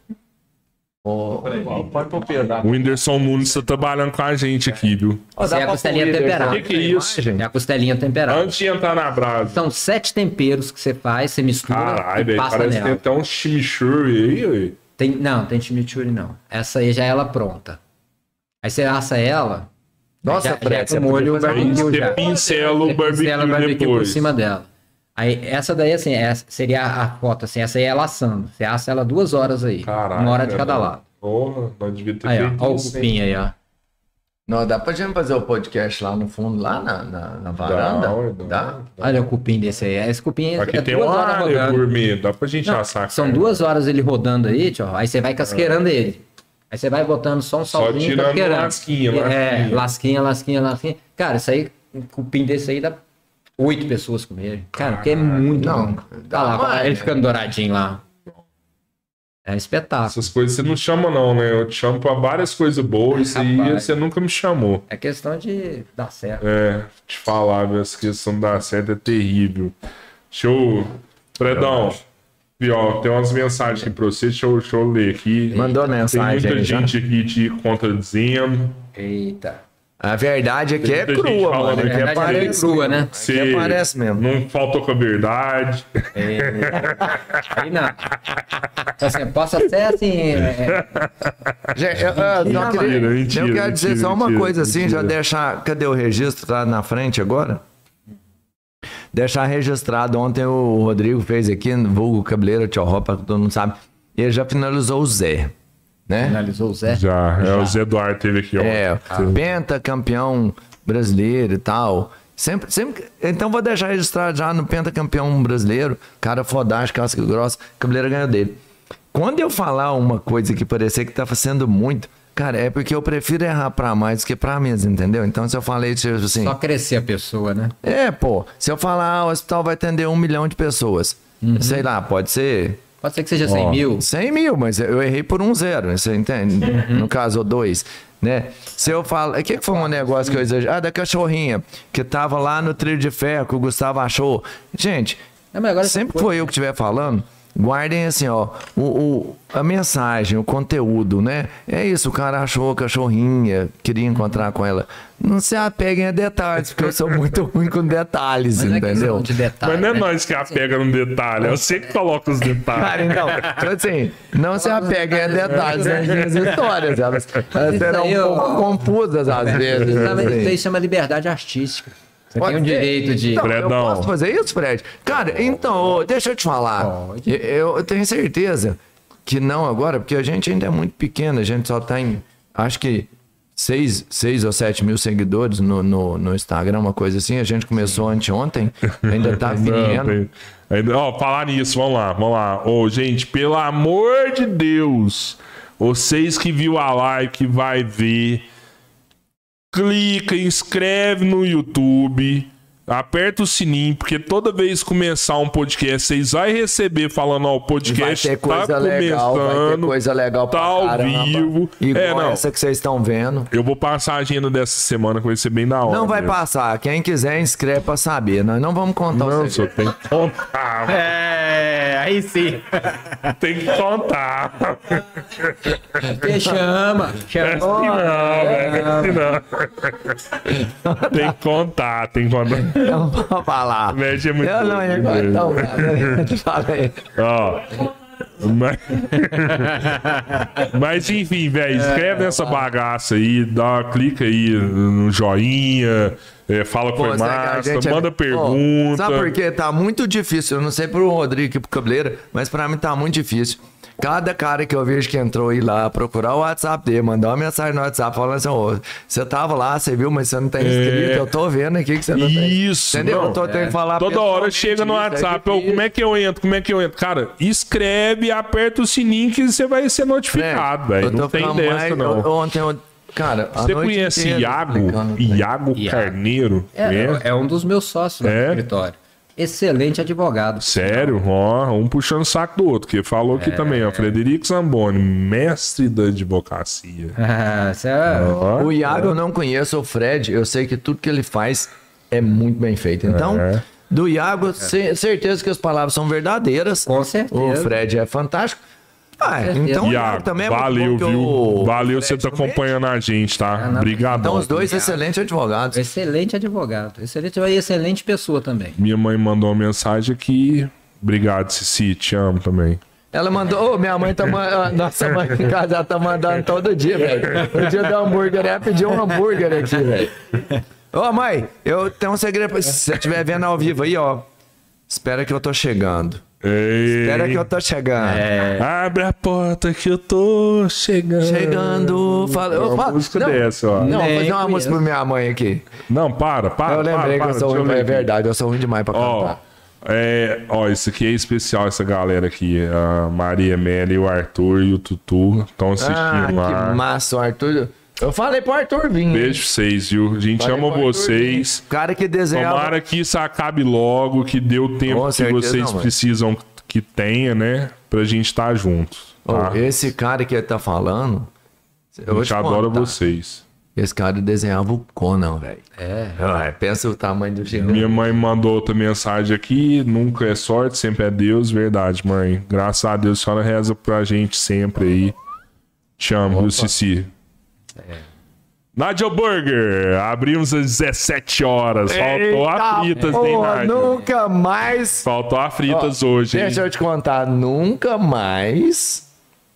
Speaker 2: Ó, Pode pôr pedra.
Speaker 1: O Whindersson Nunes tá trabalhando com a gente aqui, viu?
Speaker 2: Ó,
Speaker 3: Essa
Speaker 2: dá
Speaker 3: é a
Speaker 2: pra
Speaker 3: costelinha
Speaker 2: pôr
Speaker 3: temperada.
Speaker 2: Whindersson.
Speaker 1: Que que é isso?
Speaker 2: Imagem?
Speaker 3: É a costelinha
Speaker 2: Tá.
Speaker 3: temperada.
Speaker 1: Antes de entrar na brasa.
Speaker 3: São sete temperos que você faz, você mistura
Speaker 1: Caralho,
Speaker 3: e
Speaker 1: velho.
Speaker 3: passa
Speaker 1: Parece que tem
Speaker 3: nela.
Speaker 1: até um chimichurri aí, velho.
Speaker 3: Tem, não, tem chimichurri não. Essa aí já é ela pronta. Aí você assa ela.
Speaker 2: Nossa,
Speaker 3: já, já é
Speaker 2: Fred, você
Speaker 3: com molho
Speaker 2: podia fazer
Speaker 1: Aí
Speaker 2: uma
Speaker 3: barbecue
Speaker 1: você
Speaker 3: já.
Speaker 1: pincela o
Speaker 3: Você É, pincela o
Speaker 1: barbecue
Speaker 3: por
Speaker 1: depois.
Speaker 3: cima dela. Aí essa daí, assim, essa seria a a foto, assim, essa aí é ela assando. Você assa ela duas horas aí.
Speaker 1: Caralho, é
Speaker 3: uma hora de
Speaker 1: cara.
Speaker 3: cada lado.
Speaker 1: Porra, nós devia ter
Speaker 3: Aí, ó,
Speaker 1: feito
Speaker 3: ó o
Speaker 1: isso.
Speaker 3: cupim aí, ó.
Speaker 2: Não, dá pra gente fazer o podcast lá no fundo, lá na, na, na varanda?
Speaker 1: Dá, dá.
Speaker 2: Dá?
Speaker 3: Olha o cupim desse aí. Esse cupim é,
Speaker 1: Aqui
Speaker 3: é
Speaker 1: tem um
Speaker 3: duas
Speaker 1: uma
Speaker 3: horas
Speaker 1: área
Speaker 3: rodando.
Speaker 1: gourmet, dá pra gente
Speaker 3: Não,
Speaker 1: assar.
Speaker 3: são
Speaker 1: cara.
Speaker 3: duas horas ele rodando aí, tio. Aí você vai casqueirando ele. Aí você vai botando só um salzinho e
Speaker 1: É. tirando
Speaker 3: casqueirando.
Speaker 1: lasquinha,
Speaker 3: É,
Speaker 1: lasquinha.
Speaker 3: lasquinha, lasquinha, lasquinha. Cara, isso aí, um cupim desse aí dá oito pessoas comerem. Cara, porque é muito.
Speaker 2: Não,
Speaker 3: bom.
Speaker 2: dá
Speaker 3: Tá lá,
Speaker 2: mais,
Speaker 3: ele
Speaker 2: né?
Speaker 3: ficando douradinho lá. É um espetáculo.
Speaker 1: Essas coisas você não chama, não, né? Eu te chamo pra várias coisas boas e
Speaker 3: Rapaz.
Speaker 1: você nunca me chamou.
Speaker 3: É questão de dar certo.
Speaker 1: É, te falar, viu? Essa questão da seta é terrível. Deixa eu. Fredão, pior, tem umas mensagens aqui pra você, deixa eu, deixa eu ler aqui.
Speaker 2: Mandou
Speaker 1: Tem muita
Speaker 2: mensagem aí, já.
Speaker 1: gente aqui te contradizendo.
Speaker 3: Eita.
Speaker 2: A verdade aqui é
Speaker 1: Tem muita gente
Speaker 2: crua,
Speaker 1: falando
Speaker 2: mano.
Speaker 1: aqui.
Speaker 2: Aqui
Speaker 1: Na
Speaker 3: É
Speaker 1: verdade,
Speaker 2: aparece.
Speaker 3: crua, né?
Speaker 1: Você
Speaker 2: aparece mesmo.
Speaker 1: Não faltou com a verdade.
Speaker 3: Aí não. Então, assim, posso até assim. é,
Speaker 2: Gente, eu, eu não queria-
Speaker 1: mentira,
Speaker 2: eu
Speaker 1: mentira,
Speaker 2: quero dizer
Speaker 1: mentira,
Speaker 2: só uma
Speaker 1: mentira,
Speaker 2: coisa assim,
Speaker 1: mentira.
Speaker 2: já deixar. Cadê o registro? Tá na frente agora? Deixar registrado. Ontem o Rodrigo fez aqui, no vulgo cabeleiro, tio Ropa, que todo mundo sabe. Ele já finalizou o Zé. né?
Speaker 3: Finalizou o
Speaker 1: *laughs*
Speaker 3: Zé.
Speaker 1: Já, É, o Zé Eduardo teve aqui, ó.
Speaker 2: É, penta campeão brasileiro e tal. Sempre, sempre, então vou deixar registrado já no pentacampeão brasileiro, cara fodástico, casca grossa, cabeleira ganhou dele. Quando eu falar uma coisa que parecer que tá sendo muito, cara, é porque eu prefiro errar pra mais do que pra menos, entendeu? Então se eu falei tipo assim,
Speaker 3: Só crescer a pessoa, né?
Speaker 2: é, pô, se eu falar, ah, o hospital vai atender um milhão de pessoas, sei lá, pode ser
Speaker 3: Pode ser que seja 100 mil.
Speaker 2: 100 mil, mas eu errei por um zero, você entende?
Speaker 3: Uhum.
Speaker 2: No caso, ou dois, né? Se eu falo... O que que foi um negócio que eu exagerei? Ah, da cachorrinha, que tava lá no trilho de ferro, que o Gustavo achou. Gente,
Speaker 3: É, mas agora
Speaker 2: sempre que
Speaker 3: essa coisa-
Speaker 2: foi eu que estiver falando, guardem assim, ó, o, o- a mensagem, o conteúdo, né? É isso, o cara achou a cachorrinha, queria encontrar com ela. Não se apeguem a detalhes, porque eu sou muito *laughs* ruim com detalhes,
Speaker 3: Mas não é
Speaker 2: entendeu?
Speaker 3: questão de detalhe.
Speaker 1: Mas não é
Speaker 3: né?
Speaker 1: nós que apega no detalhe, é você que coloca
Speaker 2: *laughs*
Speaker 1: os
Speaker 2: Cara,
Speaker 1: detalhes.
Speaker 2: então, então, assim, não se apeguem a detalhes das minhas histórias. Elas, elas
Speaker 3: Isso
Speaker 2: serão
Speaker 3: aí,
Speaker 2: um
Speaker 3: ó.
Speaker 2: pouco confusas às vezes.
Speaker 3: Sabe, Isso aí
Speaker 2: assim.
Speaker 3: chama liberdade artística. Você
Speaker 2: Pode
Speaker 3: tem o
Speaker 2: ser.
Speaker 3: um direito de.
Speaker 2: Então, eu
Speaker 1: Fredão.
Speaker 2: posso fazer isso, Fred? Cara, então, ô, deixa eu te falar.
Speaker 3: Pode.
Speaker 2: Eu, eu tenho certeza que não agora, porque a gente ainda é muito pequeno, a gente só tem, acho que, seis, seis ou sete mil seguidores no, no, no Instagram, uma coisa assim. A gente começou anteontem, ainda
Speaker 3: *laughs*
Speaker 2: tá
Speaker 1: Não,
Speaker 2: pequeno.
Speaker 1: tem- Ainda, ó, falar nisso, vamos lá, vamos lá. Ô, gente, pelo amor de Deus, vocês que viu a live, que vai ver, clica, inscreve no YouTube, aperta o sininho, porque toda vez que começar um podcast, vocês vão receber falando, ó, o
Speaker 2: Vai
Speaker 1: podcast
Speaker 2: ter coisa
Speaker 1: tá
Speaker 2: legal, vai ter
Speaker 1: começando,
Speaker 2: coisa legal pra
Speaker 1: tá ao
Speaker 2: caramba.
Speaker 1: vivo.
Speaker 2: Igual
Speaker 1: É, não.
Speaker 2: essa que vocês estão vendo.
Speaker 1: Eu vou passar a agenda dessa semana, que vai ser bem da hora.
Speaker 2: Não vai
Speaker 1: mesmo.
Speaker 2: passar. Quem quiser, inscreve pra saber. Nós não vamos contar
Speaker 1: Não,
Speaker 2: o
Speaker 1: só
Speaker 2: *laughs* segredo.
Speaker 1: tem que contar,
Speaker 4: É, aí sim.
Speaker 1: tem que contar.
Speaker 3: Porque chama.
Speaker 1: Esse não, velho. Esse não. tem que contar, tem que contar.
Speaker 2: Não vou falar.
Speaker 1: Mexe é muito
Speaker 2: Eu não,
Speaker 1: doido, né?
Speaker 2: eu não,
Speaker 1: velho.
Speaker 2: então, *laughs* cara, fala aí.
Speaker 1: Ó. Mas... Mas, enfim, velho, escreve nessa bagaça aí, dá, clica aí no joinha, é, fala que
Speaker 2: Pô,
Speaker 1: foi
Speaker 2: sabe que a
Speaker 1: massa,
Speaker 2: gente é-
Speaker 1: manda
Speaker 2: Pô,
Speaker 1: pergunta.
Speaker 2: Sabe por quê? Tá muito difícil. Eu não sei pro Rodrigo e pro Cabeleira, mas pra mim tá muito difícil. Cada cara que eu vejo que entrou aí lá procurar o WhatsApp dele, mandar uma mensagem no WhatsApp falando assim: ô, você tava lá, você viu, mas você não tem inscrito. Eu tô vendo aqui que você não tem.
Speaker 1: É. Isso,
Speaker 2: Entendeu?
Speaker 1: não. é.
Speaker 2: eu tô, tenho que falar
Speaker 1: Toda hora
Speaker 2: pessoalmente
Speaker 1: chega no
Speaker 2: isso, é
Speaker 1: WhatsApp, eu, como é que eu entro? Como é que eu entro? Cara, escreve, aperta o sininho que você vai ser notificado,
Speaker 2: É,
Speaker 1: velho.
Speaker 2: eu tô
Speaker 1: Não tem
Speaker 2: ficando
Speaker 1: dessa,
Speaker 2: mais-
Speaker 1: não.
Speaker 2: eu- Ontem eu. Cara, a
Speaker 1: Você
Speaker 2: noite
Speaker 1: conhece
Speaker 2: inteira tá
Speaker 1: Iago?
Speaker 2: explicando.
Speaker 1: Iago
Speaker 3: Iago.
Speaker 1: Carneiro? Conhece?
Speaker 3: É, é um dos meus sócios lá
Speaker 1: É?
Speaker 3: no escritório. Excelente advogado. *laughs*
Speaker 1: Sério? Ó, um puxando o saco do outro, que falou aqui também, ó. Frederico Zamboni, mestre da advocacia.
Speaker 3: Ah, isso é-
Speaker 1: Ó,
Speaker 2: O Iago eu não conheço, o Fred, eu sei que tudo que ele faz é muito bem feito. Então,
Speaker 1: É.
Speaker 2: do Iago, ce- certeza que as palavras são verdadeiras.
Speaker 3: Com certeza.
Speaker 2: O Fred é fantástico. Ah,
Speaker 3: certeza.
Speaker 2: então o Iago
Speaker 1: Iago,
Speaker 2: também é muito
Speaker 1: valeu,
Speaker 2: bom que
Speaker 1: viu?
Speaker 2: o-
Speaker 1: Valeu
Speaker 2: o
Speaker 1: você
Speaker 2: Fred
Speaker 1: tá
Speaker 2: também.
Speaker 1: acompanhando a gente, tá?
Speaker 3: não.
Speaker 1: Obrigadão.
Speaker 2: Então, os dois excelentes advogados.
Speaker 3: Excelente advogado. Excelente, e excelente pessoa também.
Speaker 1: Minha mãe mandou uma mensagem aqui. Obrigado, Cici, te amo também.
Speaker 2: Ela mandou, Ô, minha mãe tá mandando, nossa mãe em casa ela tá mandando todo dia, velho. No dia do hambúrguer, ela pediu um hambúrguer aqui, velho. Ô, mãe, eu tenho um segredo pra... Se você estiver vendo ao vivo aí, ó, espera que eu tô chegando.
Speaker 1: Ei,
Speaker 2: Espera que eu tô chegando.
Speaker 3: É.
Speaker 1: Abre a porta que eu tô chegando.
Speaker 2: Chegando, fala...
Speaker 1: É
Speaker 2: eu
Speaker 1: uma
Speaker 2: falo-
Speaker 1: música
Speaker 2: não,
Speaker 1: dessa, ó.
Speaker 2: Não, vou fazer
Speaker 3: Nem
Speaker 2: uma
Speaker 3: conheço.
Speaker 2: música pra minha mãe aqui.
Speaker 1: Não, para, para.
Speaker 2: eu
Speaker 1: para, para,
Speaker 2: lembrei que eu sou
Speaker 1: deixa
Speaker 2: ruim, é
Speaker 1: ler aqui.
Speaker 2: verdade, eu sou ruim demais pra
Speaker 1: Ó,
Speaker 2: cantar.
Speaker 1: é, ó, isso aqui é especial, essa galera aqui. A Maria Amélia, o Arthur e o Tutu estão assistindo
Speaker 2: ah,
Speaker 1: lá.
Speaker 2: que massa, o Arthur... Eu falei pro Arthur vir.
Speaker 1: Beijo pra vocês, viu? A gente
Speaker 2: Falei
Speaker 1: ama
Speaker 2: pro Arthur
Speaker 1: vocês.
Speaker 2: vir. O cara que desenhava...
Speaker 1: Tomara que isso acabe logo, que dê o tempo
Speaker 2: Com
Speaker 1: que
Speaker 2: certeza
Speaker 1: vocês
Speaker 2: não, mas-
Speaker 1: precisam que tenha, né? Pra gente estar juntos.
Speaker 2: Ô,
Speaker 1: Tá?
Speaker 2: esse cara que ele tá falando.
Speaker 1: a
Speaker 2: Eu vou
Speaker 1: gente
Speaker 2: te
Speaker 1: adora
Speaker 2: contar.
Speaker 1: vocês.
Speaker 2: Esse cara desenhava o Conan, velho.
Speaker 3: É.
Speaker 2: Ai, Pensa o tamanho do gigante.
Speaker 1: Minha mãe mandou outra mensagem aqui. Nunca é sorte, sempre é Deus. Verdade, mãe. Graças a Deus, a senhora reza pra gente sempre aí. Te amo, viu, Cici? Nadia Burger, abrimos às 17 horas. Faltou a Fritas, hein,
Speaker 2: porra,
Speaker 1: Nádia?
Speaker 2: Nunca mais.
Speaker 1: Faltou a Fritas hoje, hein?
Speaker 2: Deixa eu te contar, nunca mais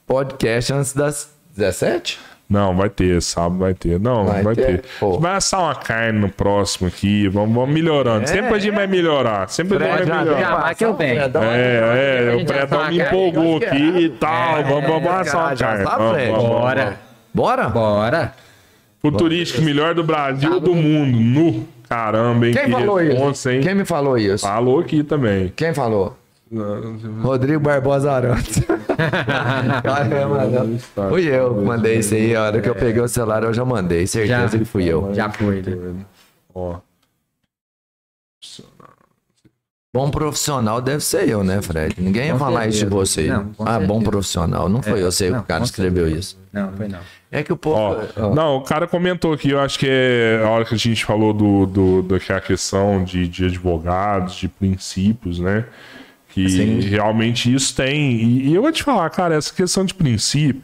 Speaker 2: podcast antes das 17?
Speaker 1: Não, vai ter, sábado vai ter. Não, vai,
Speaker 5: Vai
Speaker 1: ter.
Speaker 5: ter,
Speaker 1: A
Speaker 5: pô.
Speaker 1: gente vai assar uma carne no próximo aqui, vamos, vamos melhorando. Sempre a gente vai melhorar, sempre a gente vai melhorar.
Speaker 3: vai que eu venho.
Speaker 1: É, é,
Speaker 3: A
Speaker 1: o
Speaker 3: gente já
Speaker 1: Pretão
Speaker 3: sabe,
Speaker 1: me
Speaker 3: cara,
Speaker 1: empolgou aqui e tal. vamos, vamos assar uma
Speaker 2: já
Speaker 1: carne.
Speaker 5: tá
Speaker 2: sabe,
Speaker 1: Vamos,
Speaker 2: Fred.
Speaker 1: vamos, vamos.
Speaker 4: Bora.
Speaker 2: Bora?
Speaker 3: Bora.
Speaker 1: Futurístico melhor do Brasil e do mundo. Nu. Caramba, hein?
Speaker 5: Tá Quem falou
Speaker 1: responsa,
Speaker 5: isso?
Speaker 1: hein?
Speaker 5: Quem me falou isso?
Speaker 1: Falou aqui também.
Speaker 5: Quem falou?
Speaker 2: Rodrigo Barbosa
Speaker 3: *laughs*
Speaker 2: Arontes. Caramba, não. Fui eu que mandei isso aí. A hora que eu peguei o celular, eu já mandei. Certeza
Speaker 3: É. Já.
Speaker 2: que fui eu.
Speaker 3: Já foi. né?
Speaker 1: Ó.
Speaker 2: Bom profissional deve ser eu, né, Fred? Ninguém ia
Speaker 3: Com
Speaker 2: falar isso de
Speaker 3: certeza.
Speaker 2: você.
Speaker 3: Não, com
Speaker 2: ah, bom
Speaker 3: certeza. É,
Speaker 2: profissional. Não foi eu, sei que
Speaker 3: não,
Speaker 2: o cara
Speaker 3: com
Speaker 2: escreveu
Speaker 3: certeza.
Speaker 2: isso.
Speaker 3: Não, foi não.
Speaker 2: É que
Speaker 1: Ó,
Speaker 2: o povo. Ó,
Speaker 1: não, o cara comentou aqui, eu acho que é a hora que a gente falou do, do, da que é a questão de, de advogados, de princípios, né? Que realmente isso tem. E, e eu vou te falar, cara, essa questão de princípio,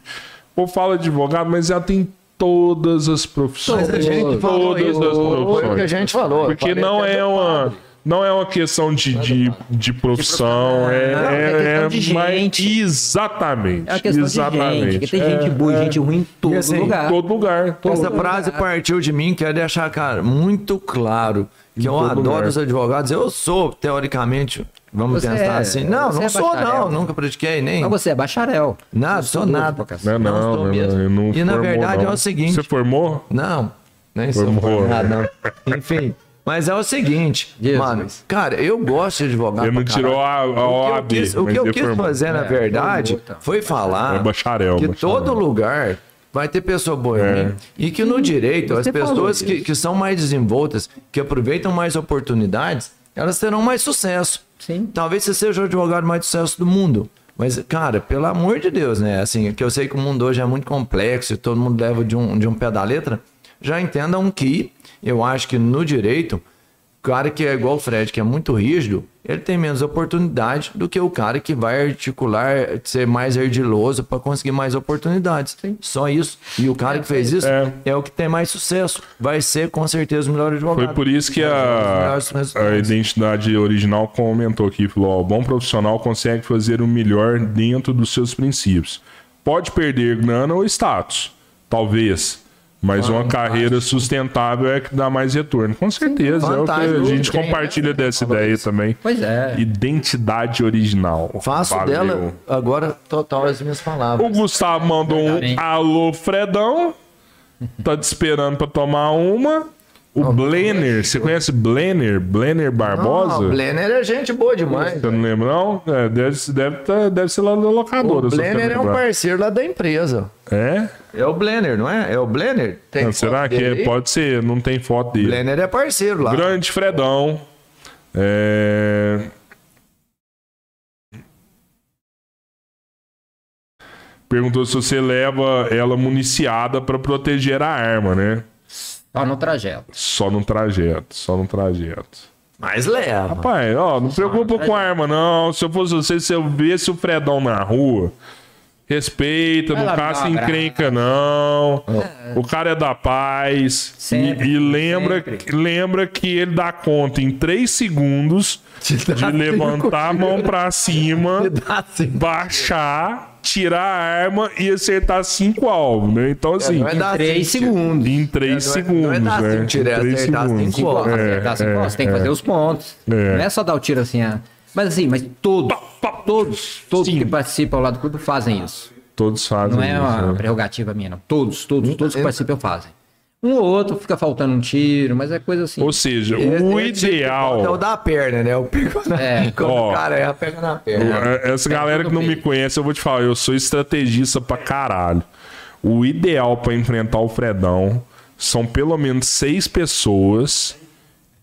Speaker 1: eu falo de advogado, mas ela tem todas as profissões.
Speaker 2: Mas a gente falou
Speaker 1: todas
Speaker 2: isso,
Speaker 1: as
Speaker 5: Foi o que a
Speaker 1: profissões.
Speaker 5: gente falou.
Speaker 1: Porque
Speaker 5: Eu falei
Speaker 1: não
Speaker 5: até
Speaker 1: é
Speaker 5: do
Speaker 1: uma.
Speaker 5: padre.
Speaker 1: Não é uma questão de, de, de profissão, é,
Speaker 4: Não, é
Speaker 1: é,
Speaker 4: questão de
Speaker 1: é- mas-
Speaker 4: gente.
Speaker 1: exatamente.
Speaker 3: É uma questão
Speaker 1: exatamente.
Speaker 3: de gente, que tem
Speaker 1: É,
Speaker 3: gente boa e
Speaker 1: é.
Speaker 3: gente ruim em todo
Speaker 2: E assim,
Speaker 1: Em
Speaker 3: lugar.
Speaker 1: todo lugar. todo
Speaker 2: Essa
Speaker 1: lugar.
Speaker 2: frase
Speaker 3: né?
Speaker 2: partiu de mim, quero deixar, cara, muito claro que eu
Speaker 1: todo
Speaker 2: adoro
Speaker 1: lugar.
Speaker 2: os advogados. Eu sou, teoricamente, vamos
Speaker 3: né? Você
Speaker 2: pensar
Speaker 3: é-
Speaker 2: assim. Não,
Speaker 3: você
Speaker 2: não
Speaker 3: é
Speaker 2: sou, não.
Speaker 3: bacharel.
Speaker 2: Nunca pratiquei, nem.
Speaker 3: Mas você é bacharel.
Speaker 2: Nada,
Speaker 3: Eu
Speaker 2: sou
Speaker 3: doido
Speaker 2: nada.
Speaker 3: pra cacete.
Speaker 1: Não, é
Speaker 2: Não,
Speaker 1: não,
Speaker 2: estou
Speaker 1: não,
Speaker 2: mesmo.
Speaker 1: eu não
Speaker 2: E, na
Speaker 1: formou,
Speaker 2: verdade,
Speaker 1: não.
Speaker 2: é o seguinte-
Speaker 1: Você formou?
Speaker 2: Não, nem sou
Speaker 1: Formou.
Speaker 2: formado, não. Enfim. Mas é o seguinte,
Speaker 3: Jesus.
Speaker 2: mano, cara, eu gosto de advogado.
Speaker 1: Ele não
Speaker 2: Ah, pra
Speaker 1: tirou a, a
Speaker 2: O que eu
Speaker 1: OAB.
Speaker 2: quis, o
Speaker 1: mas
Speaker 2: que eu
Speaker 1: ele
Speaker 2: quis
Speaker 1: formou.
Speaker 2: fazer,
Speaker 3: É,
Speaker 2: na verdade, foi falar
Speaker 1: É bacharel,
Speaker 2: que
Speaker 1: bacharel. É.
Speaker 2: todo lugar vai ter pessoa boa e ruim. E que no direito, as
Speaker 3: você falou
Speaker 2: pessoas
Speaker 3: isso.
Speaker 2: que, que são mais desenvoltas, que aproveitam mais oportunidades, elas terão mais sucesso.
Speaker 3: Sim.
Speaker 2: Talvez você seja o advogado mais de sucesso do mundo. Mas, cara, pelo amor de Deus, né? Assim, que eu sei que o mundo hoje é muito complexo e todo mundo leva de um, de um pé da letra. Já entendam que eu acho que no direito, o cara que é igual o Fred, que é muito rígido, ele tem menos oportunidade do que o cara que vai articular, ser mais ardiloso para conseguir mais oportunidades. Só isso. E o cara que fez isso
Speaker 1: É.
Speaker 2: é. o que tem mais sucesso. Vai ser, com certeza, o melhor advogado.
Speaker 1: Foi por isso que a, É.
Speaker 2: Os é melhores
Speaker 1: a
Speaker 2: resultados.
Speaker 1: identidade original comentou aqui, falou, ó, o bom profissional consegue fazer o melhor dentro dos seus princípios. Pode perder grana ou status, talvez, mas uma carreira sustentável é que dá mais retorno. Com certeza, é o que a
Speaker 2: fantástico.
Speaker 1: gente
Speaker 2: Quem é
Speaker 1: compartilha dessa ideia também.
Speaker 3: Pois é.
Speaker 1: Identidade original.
Speaker 2: Faço
Speaker 1: Valeu.
Speaker 2: dela agora total as minhas
Speaker 1: O
Speaker 2: palavras.
Speaker 1: Gustavo mandou um
Speaker 3: Hein?
Speaker 1: alô, Fredão. Tá te esperando pra tomar uma. O Blenner, você conhece Blenner? Blenner
Speaker 2: Ah, o
Speaker 1: Barbosa?
Speaker 2: Blenner é gente boa demais.
Speaker 1: Você não lembra, não? É, deve, deve, tá- deve ser lá da locadora.
Speaker 2: O
Speaker 1: se eu
Speaker 2: Blenner é um
Speaker 1: lembrar.
Speaker 2: parceiro lá da empresa.
Speaker 1: É?
Speaker 2: É o Blenner, não é? É o Blenner? Tem
Speaker 1: Não, será
Speaker 2: foto
Speaker 1: que é?
Speaker 2: dele aí?
Speaker 1: Pode ser, não tem foto dele.
Speaker 2: Blenner é parceiro lá.
Speaker 1: Grande Fredão. É... Perguntou se você leva ela municiada pra proteger a arma, né?
Speaker 3: Só no trajeto.
Speaker 1: Só no trajeto, só no trajeto.
Speaker 2: Mas leva.
Speaker 1: Pai, ó, não preocupa com arma, não. Se eu fosse você, se eu visse o Fredão na rua, respeita,
Speaker 3: Vai
Speaker 1: não
Speaker 3: lá me dar
Speaker 1: caça
Speaker 3: um abraço.
Speaker 1: encrenca, não. O cara é da paz. E-
Speaker 3: Sempre,
Speaker 1: e lembra,
Speaker 3: sempre.
Speaker 1: que- lembra que ele dá conta em 3 segundos de levantar a mão pra cima,
Speaker 2: Dá sim.
Speaker 1: baixar, tirar a arma e acertar cinco alvos, né? Então, assim.
Speaker 2: Vai é dar
Speaker 4: Três
Speaker 2: sim.
Speaker 4: segundos.
Speaker 1: Em 3
Speaker 2: É, não é- não é
Speaker 1: segundos,
Speaker 2: dar
Speaker 1: né?
Speaker 2: cinco tiros, é
Speaker 1: Em três
Speaker 2: acertar
Speaker 1: segundos.
Speaker 2: cinco alvos.
Speaker 1: É,
Speaker 3: Acertar assim,
Speaker 1: é,
Speaker 3: pô, você tem que
Speaker 1: é.
Speaker 3: fazer os pontos.
Speaker 1: É.
Speaker 3: Não é só dar o tiro assim. ah. Mas assim, mas todos, todos, todos
Speaker 1: Sim.
Speaker 3: que participam lá do clube fazem isso.
Speaker 1: Todos fazem
Speaker 3: Não é
Speaker 1: isso,
Speaker 3: uma
Speaker 1: né?
Speaker 3: prerrogativa minha, não. Todos, todos, todos que participam fazem. Um ou outro fica faltando um tiro, mas é coisa assim.
Speaker 1: Ou seja, o ideal.
Speaker 2: É o da perna, né? O pico na...
Speaker 3: É.
Speaker 2: *laughs* Quando
Speaker 1: Ó.
Speaker 2: o cara erra, pega na perna.
Speaker 1: É, Essa galera que não me conhece, eu vou te falar, eu sou estrategista pra caralho. O ideal pra enfrentar o Fredão são pelo menos seis pessoas.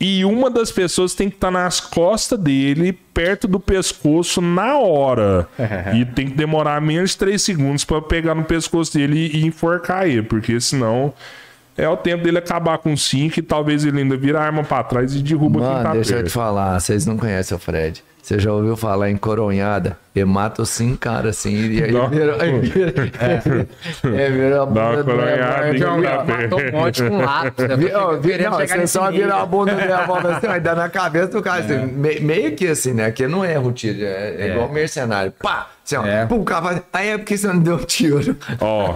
Speaker 1: E uma das pessoas tem que estar nas costas dele, perto do pescoço, na
Speaker 2: *laughs*
Speaker 1: hora. e tem que demorar menos de três segundos pra pegar no pescoço dele e enforcar ele, porque senão é o tempo dele acabar com cinco e talvez ele ainda vira a arma pra trás e derruba quem
Speaker 2: Mano,
Speaker 1: tá
Speaker 2: deixa eu
Speaker 1: perto.
Speaker 2: te falar, vocês não conhecem o Fred. Você já ouviu falar em coronhada? Eu mato sim, cara, assim. E aí
Speaker 1: Não.
Speaker 2: virou. aí virou- É, *laughs* virou
Speaker 1: Dá
Speaker 2: a
Speaker 1: uma
Speaker 2: bunda do
Speaker 1: coronhada, hein,
Speaker 2: Leonardo.
Speaker 1: cara?
Speaker 3: Matou um monte com lápis. eu tô
Speaker 2: Vi- ó, vi-
Speaker 3: querendo
Speaker 2: não,
Speaker 3: chegar
Speaker 2: você
Speaker 3: nesse
Speaker 2: só
Speaker 3: nível.
Speaker 2: virar a bunda dela
Speaker 3: *laughs*
Speaker 2: bola assim, vai
Speaker 3: É.
Speaker 2: dar na cabeça do cara. assim, me- meio que assim, né? Que não erra o tiro, é, é igual é mercenário. Pá! Assim, ó,
Speaker 4: É.
Speaker 2: pum, o cara fala, aí é porque você não deu um tiro.
Speaker 1: Ó,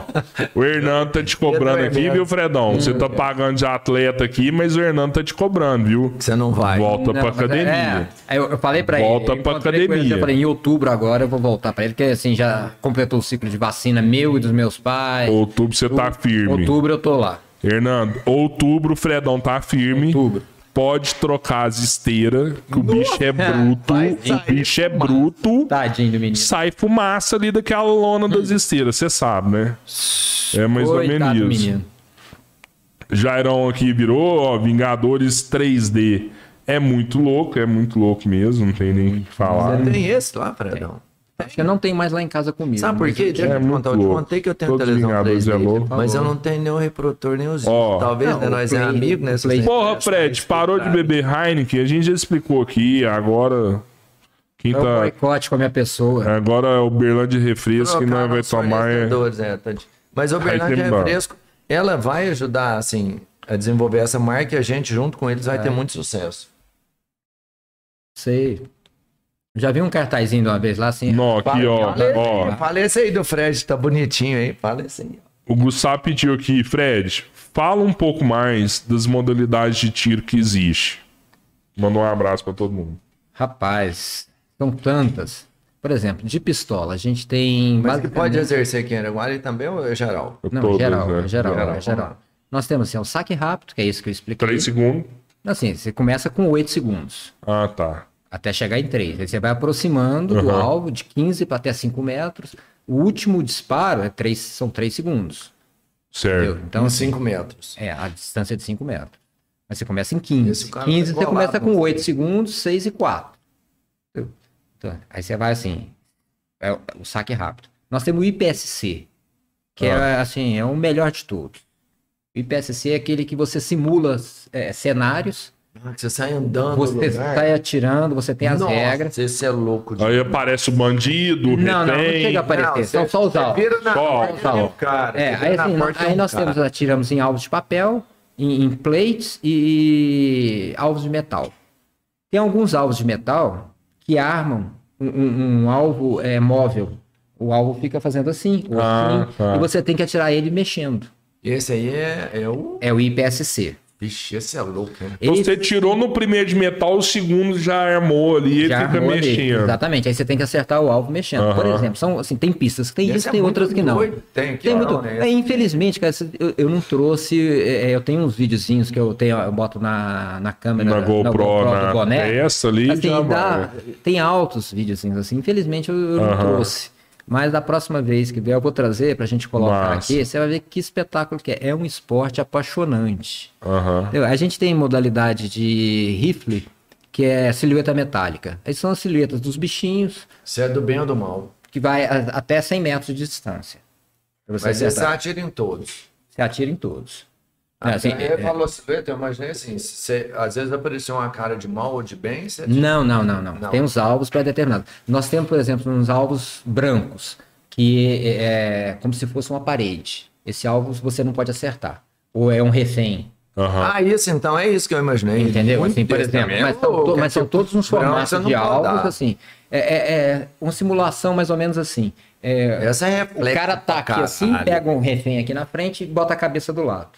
Speaker 1: o Hernando tá te cobrando aqui, viu, Fredão? Você tá pagando de atleta aqui, mas o Hernando tá te cobrando, viu?
Speaker 2: Você não vai.
Speaker 1: Volta
Speaker 3: Não,
Speaker 1: pra
Speaker 3: mas é-
Speaker 1: academia.
Speaker 3: é, aí eu, eu falei pra
Speaker 1: Volta
Speaker 3: ele. eu
Speaker 1: pra
Speaker 3: encontrei com ele,
Speaker 1: academia.
Speaker 3: Eu falei, em outubro agora eu vou voltar pra ele, porque assim, já completou o ciclo de vacina meu e dos meus pais.
Speaker 1: Outubro você tá firme.
Speaker 3: Outubro eu tô lá.
Speaker 1: Hernando, outubro o Fredão tá firme.
Speaker 3: Outubro.
Speaker 1: Pode trocar as esteiras, que o bicho é bruto.
Speaker 2: vai
Speaker 1: O
Speaker 2: sair
Speaker 1: bicho é bruto.
Speaker 3: Tadinho do menino.
Speaker 1: Sai fumaça ali daquela lona das esteiras, você sabe, né? É mais ou
Speaker 3: Coitado do
Speaker 1: menos isso.
Speaker 3: menino.
Speaker 1: Jairão aqui virou, ó, Vingadores 3D. É muito louco, é muito louco mesmo, não tem nem o
Speaker 3: é
Speaker 1: que falar.
Speaker 2: Tem esse lá, Fredão.
Speaker 3: Acho que eu não tenho mais lá em casa comigo.
Speaker 2: Sabe por
Speaker 3: mas
Speaker 2: quê?
Speaker 3: eu-
Speaker 2: Deixa eu te
Speaker 1: muito
Speaker 2: contar. Eu te
Speaker 1: louco.
Speaker 2: contei que eu tenho
Speaker 1: Todos
Speaker 2: televisão
Speaker 1: Vingadores
Speaker 2: 3D,
Speaker 1: é louco.
Speaker 2: mas eu não tenho nenhum reprodutor, nem os
Speaker 1: Ó.
Speaker 2: Talvez,
Speaker 3: Não,
Speaker 2: né, nós é
Speaker 3: Play-
Speaker 2: amigo, né?
Speaker 3: Play-
Speaker 2: Pô,
Speaker 1: Porra, Fred, parou de beber Heineken, a gente já explicou aqui, agora. Quem
Speaker 3: É um
Speaker 1: tá.
Speaker 3: boicote com a minha pessoa.
Speaker 1: Agora é o Berlândia de Refresco que nós vai tomar. é-
Speaker 2: tá Mas o Bernardo
Speaker 1: tem bar.
Speaker 2: Refresco, ela vai ajudar, assim, a desenvolver essa marca e a gente, junto com eles, vai ter muito sucesso.
Speaker 3: Sei. Já vi um cartazinho de uma vez lá assim.
Speaker 1: Nó, aqui, ó.
Speaker 2: Fala-
Speaker 1: ó.
Speaker 2: Fala esse aí do Fred, tá bonitinho, hein? Fala esse aí.
Speaker 1: O Gustavo pediu aqui, Fred, fala um pouco mais das modalidades de tiro que existe. Manda um abraço pra todo mundo.
Speaker 3: Rapaz, são tantas. Por exemplo, de pistola, a gente tem.
Speaker 2: Mas que
Speaker 3: basicamente-
Speaker 2: pode exercer aqui em Araguari também ou é geral?
Speaker 1: Eu
Speaker 3: Não,
Speaker 1: todas, né?
Speaker 3: geral, geral,
Speaker 2: Geral,
Speaker 3: é
Speaker 2: vamos
Speaker 3: geral.
Speaker 2: lá.
Speaker 3: Nós temos assim, um saque rápido, que é isso que eu expliquei.
Speaker 1: Três segundos.
Speaker 3: Assim, você começa com 8 segundos,
Speaker 1: Ah, tá.
Speaker 3: até chegar em 3. Aí você vai aproximando do
Speaker 1: Aham.
Speaker 3: alvo de 15 para até 5 metros. O último disparo é três, são 3 segundos.
Speaker 1: Certo.
Speaker 3: entendeu? Então,
Speaker 2: Então,
Speaker 3: assim,
Speaker 2: 5 metros.
Speaker 3: é a distância é de 5 metros. Mas você começa em
Speaker 2: Esse
Speaker 3: 15.
Speaker 2: cara
Speaker 3: 15
Speaker 2: tá
Speaker 3: você começa
Speaker 2: bolado,
Speaker 3: com
Speaker 2: não
Speaker 3: 8
Speaker 2: sei.
Speaker 3: segundos, 6 e 4. Entendeu? Então, aí você vai assim. É o o saque rápido. Nós temos o IPSC, que é
Speaker 2: Ah.
Speaker 3: assim, é o melhor de todos. O IPSC é aquele que você simula é, cenários,
Speaker 2: Ah, que Você sai andando no
Speaker 3: você
Speaker 2: lugar.
Speaker 3: sai atirando, você tem as
Speaker 2: Nossa,
Speaker 3: regras.
Speaker 2: Esse é louco. de-
Speaker 1: Aí aparece o bandido, o
Speaker 3: Não, não, não
Speaker 1: refém.
Speaker 3: chega a aparecer,
Speaker 2: Não,
Speaker 3: são
Speaker 2: você-
Speaker 3: só os
Speaker 2: você
Speaker 3: alvos.
Speaker 2: vira na
Speaker 1: Só
Speaker 2: porta
Speaker 1: os
Speaker 2: tem um
Speaker 3: alvos.
Speaker 2: cara,
Speaker 3: É,
Speaker 2: você
Speaker 3: aí,
Speaker 2: vira
Speaker 3: assim,
Speaker 2: na porta tem
Speaker 3: aí
Speaker 2: um
Speaker 3: nós
Speaker 2: cara.
Speaker 3: temos, atiramos em alvos de papel, em, em plates e alvos de metal. Tem alguns alvos de metal que armam um, um- um alvo é, móvel. O alvo fica fazendo assim, o
Speaker 1: Ah,
Speaker 3: ossinho,
Speaker 1: tá.
Speaker 3: e você tem que atirar ele mexendo.
Speaker 2: Esse aí é, é o.
Speaker 3: É o IPSC.
Speaker 2: Vixe, esse é louco, hein?
Speaker 1: Então
Speaker 3: Ele
Speaker 1: você tirou no primeiro de metal, o segundo já armou ali e
Speaker 3: já
Speaker 1: fica
Speaker 3: armou ali.
Speaker 1: mexendo.
Speaker 3: Exatamente, aí você tem que acertar o alvo mexendo. Por
Speaker 1: Aham.
Speaker 3: exemplo, são, assim, tem pistas que tem
Speaker 2: Esse
Speaker 3: isso,
Speaker 2: é
Speaker 3: tem
Speaker 2: muito
Speaker 3: outras que não.
Speaker 2: doido. Tem que
Speaker 3: Tem
Speaker 2: não,
Speaker 3: muito.
Speaker 2: né?
Speaker 3: É, infelizmente, cara, isso- eu, eu não trouxe. é, eu tenho uns videozinhos que eu tenho, eu boto na, na câmera
Speaker 1: Na
Speaker 3: da-
Speaker 1: GoPro,
Speaker 3: do
Speaker 1: na testa ali,
Speaker 3: Assim,
Speaker 1: já
Speaker 3: dá-
Speaker 1: vai.
Speaker 3: tem altos videozinhos assim. Infelizmente eu, eu não
Speaker 1: Aham.
Speaker 3: trouxe. Mas da próxima vez que vier, eu vou trazer pra gente colocar
Speaker 1: Massa.
Speaker 3: aqui. Você vai ver que espetáculo que é. É um esporte apaixonante.
Speaker 1: Aham.
Speaker 3: Entendeu? A gente tem modalidade de rifle, que é silhueta metálica. Aí são as silhuetas dos bichinhos,
Speaker 2: Se é do bem ou do mal.
Speaker 3: que vai a- até 100 metros de distância. Pra você
Speaker 2: Mas esse
Speaker 3: acertar.
Speaker 2: atira em todos.
Speaker 3: Você atira em todos.
Speaker 2: Ah,
Speaker 3: É, assim,
Speaker 2: aí
Speaker 3: é-
Speaker 2: ele falou silhueta, eu imaginei assim. se você- às vezes apareceu uma cara de mal ou de bem, você.
Speaker 3: é, Não, não, não, não.
Speaker 2: Não.
Speaker 3: Tem uns alvos pré-determinados. Nós temos, por exemplo, uns alvos brancos, que é, é como se fosse uma parede. Esse alvo você não pode acertar. Ou é um refém,
Speaker 1: Aham.
Speaker 2: Ah, isso então, é isso que eu imaginei.
Speaker 3: entendeu?
Speaker 2: Muito
Speaker 3: Assim, por
Speaker 2: desse
Speaker 3: exemplo,
Speaker 2: também é
Speaker 3: mas são,
Speaker 2: louco,
Speaker 3: to-
Speaker 2: é
Speaker 3: mas são
Speaker 2: tipo,
Speaker 3: todos uns
Speaker 2: branco você
Speaker 3: formatos
Speaker 2: não pode
Speaker 3: de alvos,
Speaker 2: dar.
Speaker 3: assim. É, é- é uma simulação mais ou menos assim. É,
Speaker 2: Essa é
Speaker 3: o
Speaker 2: reflexo.
Speaker 3: cara tá
Speaker 2: pra
Speaker 3: aqui assim,
Speaker 2: caralho.
Speaker 3: pega um refém aqui na frente e bota a cabeça do lado.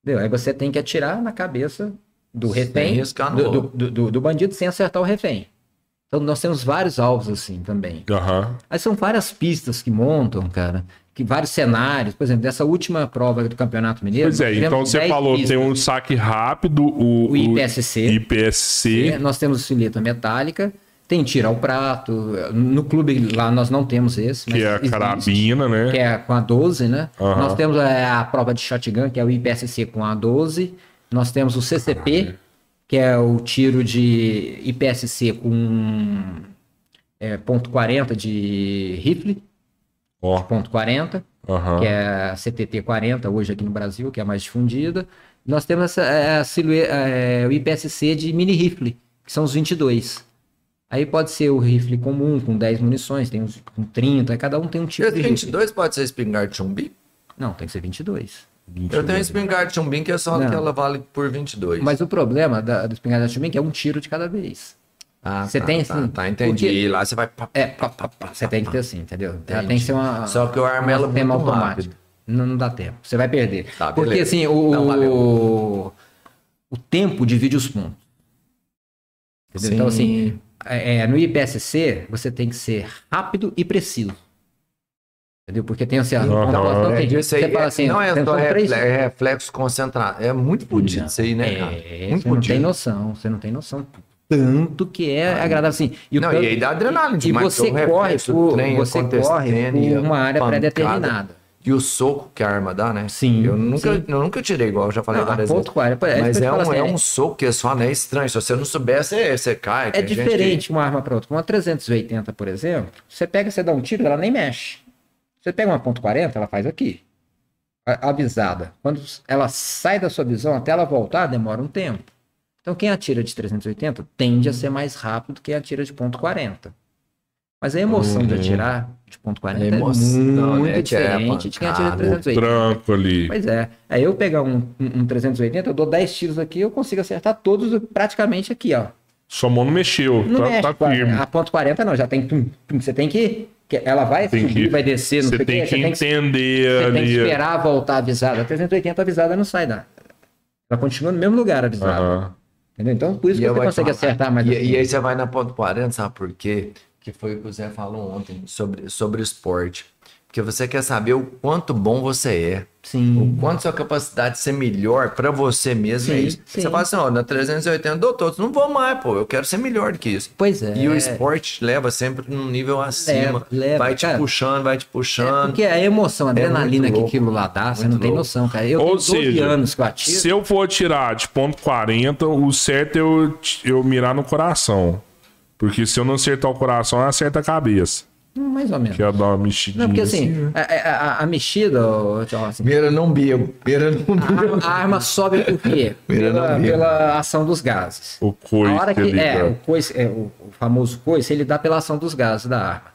Speaker 3: Entendeu? Aí você tem que atirar na cabeça do
Speaker 2: Sem
Speaker 3: refém,
Speaker 2: riscar no
Speaker 3: do, do,
Speaker 2: alvo.
Speaker 3: do- do- do bandido, sem acertar o refém. Então nós temos vários alvos assim também.
Speaker 1: Aham.
Speaker 3: Aí são várias pistas que montam, cara, que vários cenários. Por exemplo, dessa última prova do Campeonato Mineiro.
Speaker 1: Pois é,
Speaker 3: nós tivemos
Speaker 1: então você
Speaker 3: 10
Speaker 1: falou, tem
Speaker 3: pistas.
Speaker 1: um saque rápido, o,
Speaker 3: O IPSC.
Speaker 1: IPSC.
Speaker 3: É, Nós temos silheta metálica, tem tiro ao prato. No clube lá nós não temos esse.
Speaker 1: que é a
Speaker 3: existe.
Speaker 1: carabina, né?
Speaker 3: que é com a 12, né?
Speaker 1: Aham.
Speaker 3: Nós temos é, a prova de shotgun, que é o IPSC com a 12. Nós temos o CCP, que é o tiro de IPSC com é, ponto .40 de rifle,
Speaker 1: Ó,
Speaker 3: ponto .40,
Speaker 1: aham.
Speaker 3: que é a CTT-40 hoje aqui no Brasil, que é a mais difundida. Nós temos essa, é, a silhue- é, o IPSC de mini rifle, que são os 22. Aí pode ser o rifle comum, com 10 munições, tem uns com 30, aí cada um tem um tipo
Speaker 2: Esse
Speaker 3: de rifle.
Speaker 2: 22 pode ser espingarda de chumbim?
Speaker 3: Não, tem que ser 22.
Speaker 2: Eu tenho espingarda de chumbim que é só
Speaker 3: Não.
Speaker 2: que ela vale por 22.
Speaker 3: Mas o problema da, do espingarda de chumbinho é que é um tiro de cada vez.
Speaker 2: Ah,
Speaker 3: Você
Speaker 2: tá,
Speaker 3: tem
Speaker 2: tá,
Speaker 3: assim,
Speaker 2: Tá, entendi.
Speaker 3: porque-
Speaker 2: E lá você vai. pá,
Speaker 3: É, pá, pá, pá, você tem que ter assim, entendeu? Ela tem que ser uma.
Speaker 2: Só que eu armo ela
Speaker 3: um sistema
Speaker 2: muito
Speaker 3: automático.
Speaker 2: rápido.
Speaker 3: Não, não dá tempo. Você vai perder.
Speaker 2: Tá,
Speaker 3: Porque
Speaker 2: beleza.
Speaker 3: assim, o,
Speaker 2: Não, valeu.
Speaker 3: o, tempo divide os pontos. Entendeu? Então, assim, é, é, no IPSC, você tem que ser rápido e preciso. Entendeu? Porque tem assim, a
Speaker 1: Não,
Speaker 3: pontuação
Speaker 1: não,
Speaker 3: tem-
Speaker 2: Isso aí
Speaker 3: você fala
Speaker 2: é-
Speaker 3: assim,
Speaker 2: não é
Speaker 3: tem-
Speaker 2: só
Speaker 3: são
Speaker 2: refle-
Speaker 3: três-
Speaker 2: é reflexo concentrado. É muito fodido isso aí, né, cara?
Speaker 3: É,
Speaker 2: muito
Speaker 3: você não tem
Speaker 2: fodido.
Speaker 3: noção, você não tem noção. Tanto que é agradável assim. o
Speaker 2: Não,
Speaker 3: tanto-
Speaker 2: e aí dá adrenalina
Speaker 3: E
Speaker 2: demais,
Speaker 3: você
Speaker 2: porque o
Speaker 3: corre
Speaker 2: reflexo do
Speaker 3: por,
Speaker 2: trem
Speaker 3: você corre
Speaker 2: acontecendo
Speaker 3: por
Speaker 2: e a
Speaker 3: uma área
Speaker 2: pancada.
Speaker 3: pré-determinada.
Speaker 2: E o soco que a arma dá, né?
Speaker 3: Sim,
Speaker 2: Eu nunca,
Speaker 3: sim.
Speaker 2: eu nunca tirei igual, eu já falei
Speaker 3: Não,
Speaker 2: várias
Speaker 3: a
Speaker 2: vezes.
Speaker 3: ponto com a área, pô, é
Speaker 2: Mas
Speaker 3: isso que eu
Speaker 2: é
Speaker 3: falo
Speaker 2: um,
Speaker 3: assim,
Speaker 2: é
Speaker 3: é-
Speaker 2: um soco que é só, né? Estranho. Se você não souber, você, você cai.
Speaker 3: É
Speaker 2: tem gente que-
Speaker 3: diferente uma arma para outra. Uma 380, por exemplo, você pega, você dá um tiro, ela nem mexe. Você pega uma ponto .40, ela faz aqui. A- Avisada. Quando ela sai da sua visão até ela voltar, demora um tempo. Então quem atira de 380 tende a ser mais rápido do que atira de ponto .40. Mas a emoção de atirar de ponto .40
Speaker 2: A emoção,
Speaker 3: é muito
Speaker 2: né, que é a
Speaker 3: diferente de quem atira de
Speaker 2: pancada,
Speaker 3: 380.
Speaker 1: Tranco ali.
Speaker 3: Pois é. Aí eu pegar um, um, um 380, eu dou 10 tiros aqui, eu consigo acertar todos praticamente aqui, ó.
Speaker 1: Sua mão não mexeu.
Speaker 3: Não
Speaker 1: tá,
Speaker 3: mexe,
Speaker 1: tá
Speaker 3: pô,
Speaker 1: firme.
Speaker 3: a ponto 40 não, já tem pum, pum, você tem que que ela vai
Speaker 1: Tem
Speaker 3: subir,
Speaker 1: que-
Speaker 3: vai descer, não sei
Speaker 1: Você
Speaker 3: o quê,
Speaker 1: tem que
Speaker 3: você tem que, você
Speaker 1: entender
Speaker 3: tem que
Speaker 1: ali.
Speaker 3: esperar voltar avisada. A 380 avisada não sai da. Ela continua no mesmo lugar avisada.
Speaker 1: Aham.
Speaker 3: Entendeu? Então por isso
Speaker 2: E
Speaker 3: que
Speaker 2: eu
Speaker 3: você
Speaker 2: vou te
Speaker 3: consegue
Speaker 2: falar,
Speaker 3: acertar mais
Speaker 2: e, é-
Speaker 3: assim.
Speaker 2: e aí você vai na ponto 40, sabe por quê? Que foi o que o Zé falou ontem sobre, sobre o esporte. Porque você quer saber o quanto bom você é.
Speaker 3: Sim.
Speaker 2: O quanto sua capacidade de ser melhor pra você mesmo é
Speaker 3: Sim,
Speaker 2: isso.
Speaker 3: sim.
Speaker 2: Você fala assim, ó, na 380, doutor, não vou mais, pô, eu quero ser melhor do que isso.
Speaker 3: Pois é.
Speaker 2: E o esporte te leva sempre num nível acima.
Speaker 3: leva,
Speaker 2: vai te
Speaker 3: cara.
Speaker 2: puxando, vai te
Speaker 3: É
Speaker 2: puxando.
Speaker 3: porque a emoção, a adrenalina
Speaker 2: muito
Speaker 3: que
Speaker 2: louco,
Speaker 3: aquilo lá dá, você
Speaker 2: muito
Speaker 3: não tem
Speaker 2: louco.
Speaker 3: noção, cara. Eu
Speaker 1: Ou
Speaker 3: tenho 12
Speaker 1: seja,
Speaker 3: anos que eu atiro.
Speaker 1: Se eu for tirar de ponto 40, o certo é eu, eu mirar no coração. Porque se eu não acertar o coração, eu acerto a cabeça.
Speaker 3: Hum, Mais ou menos.
Speaker 1: Que ia dar uma mexidinha.
Speaker 3: Não, porque assim,
Speaker 1: né?
Speaker 3: a, a- a- a mexida, ó, ó, assim,
Speaker 2: Beira não bebo, beira não
Speaker 3: a arma,
Speaker 2: bebo.
Speaker 3: a arma sobe por quê?
Speaker 2: Vira na
Speaker 3: Pela,
Speaker 2: vira.
Speaker 3: pela ação dos gases.
Speaker 1: O coice
Speaker 3: A hora que,
Speaker 1: ali,
Speaker 3: é,
Speaker 1: cara.
Speaker 3: o, coice, é, o o famoso coice, ele dá pela ação dos gases da arma.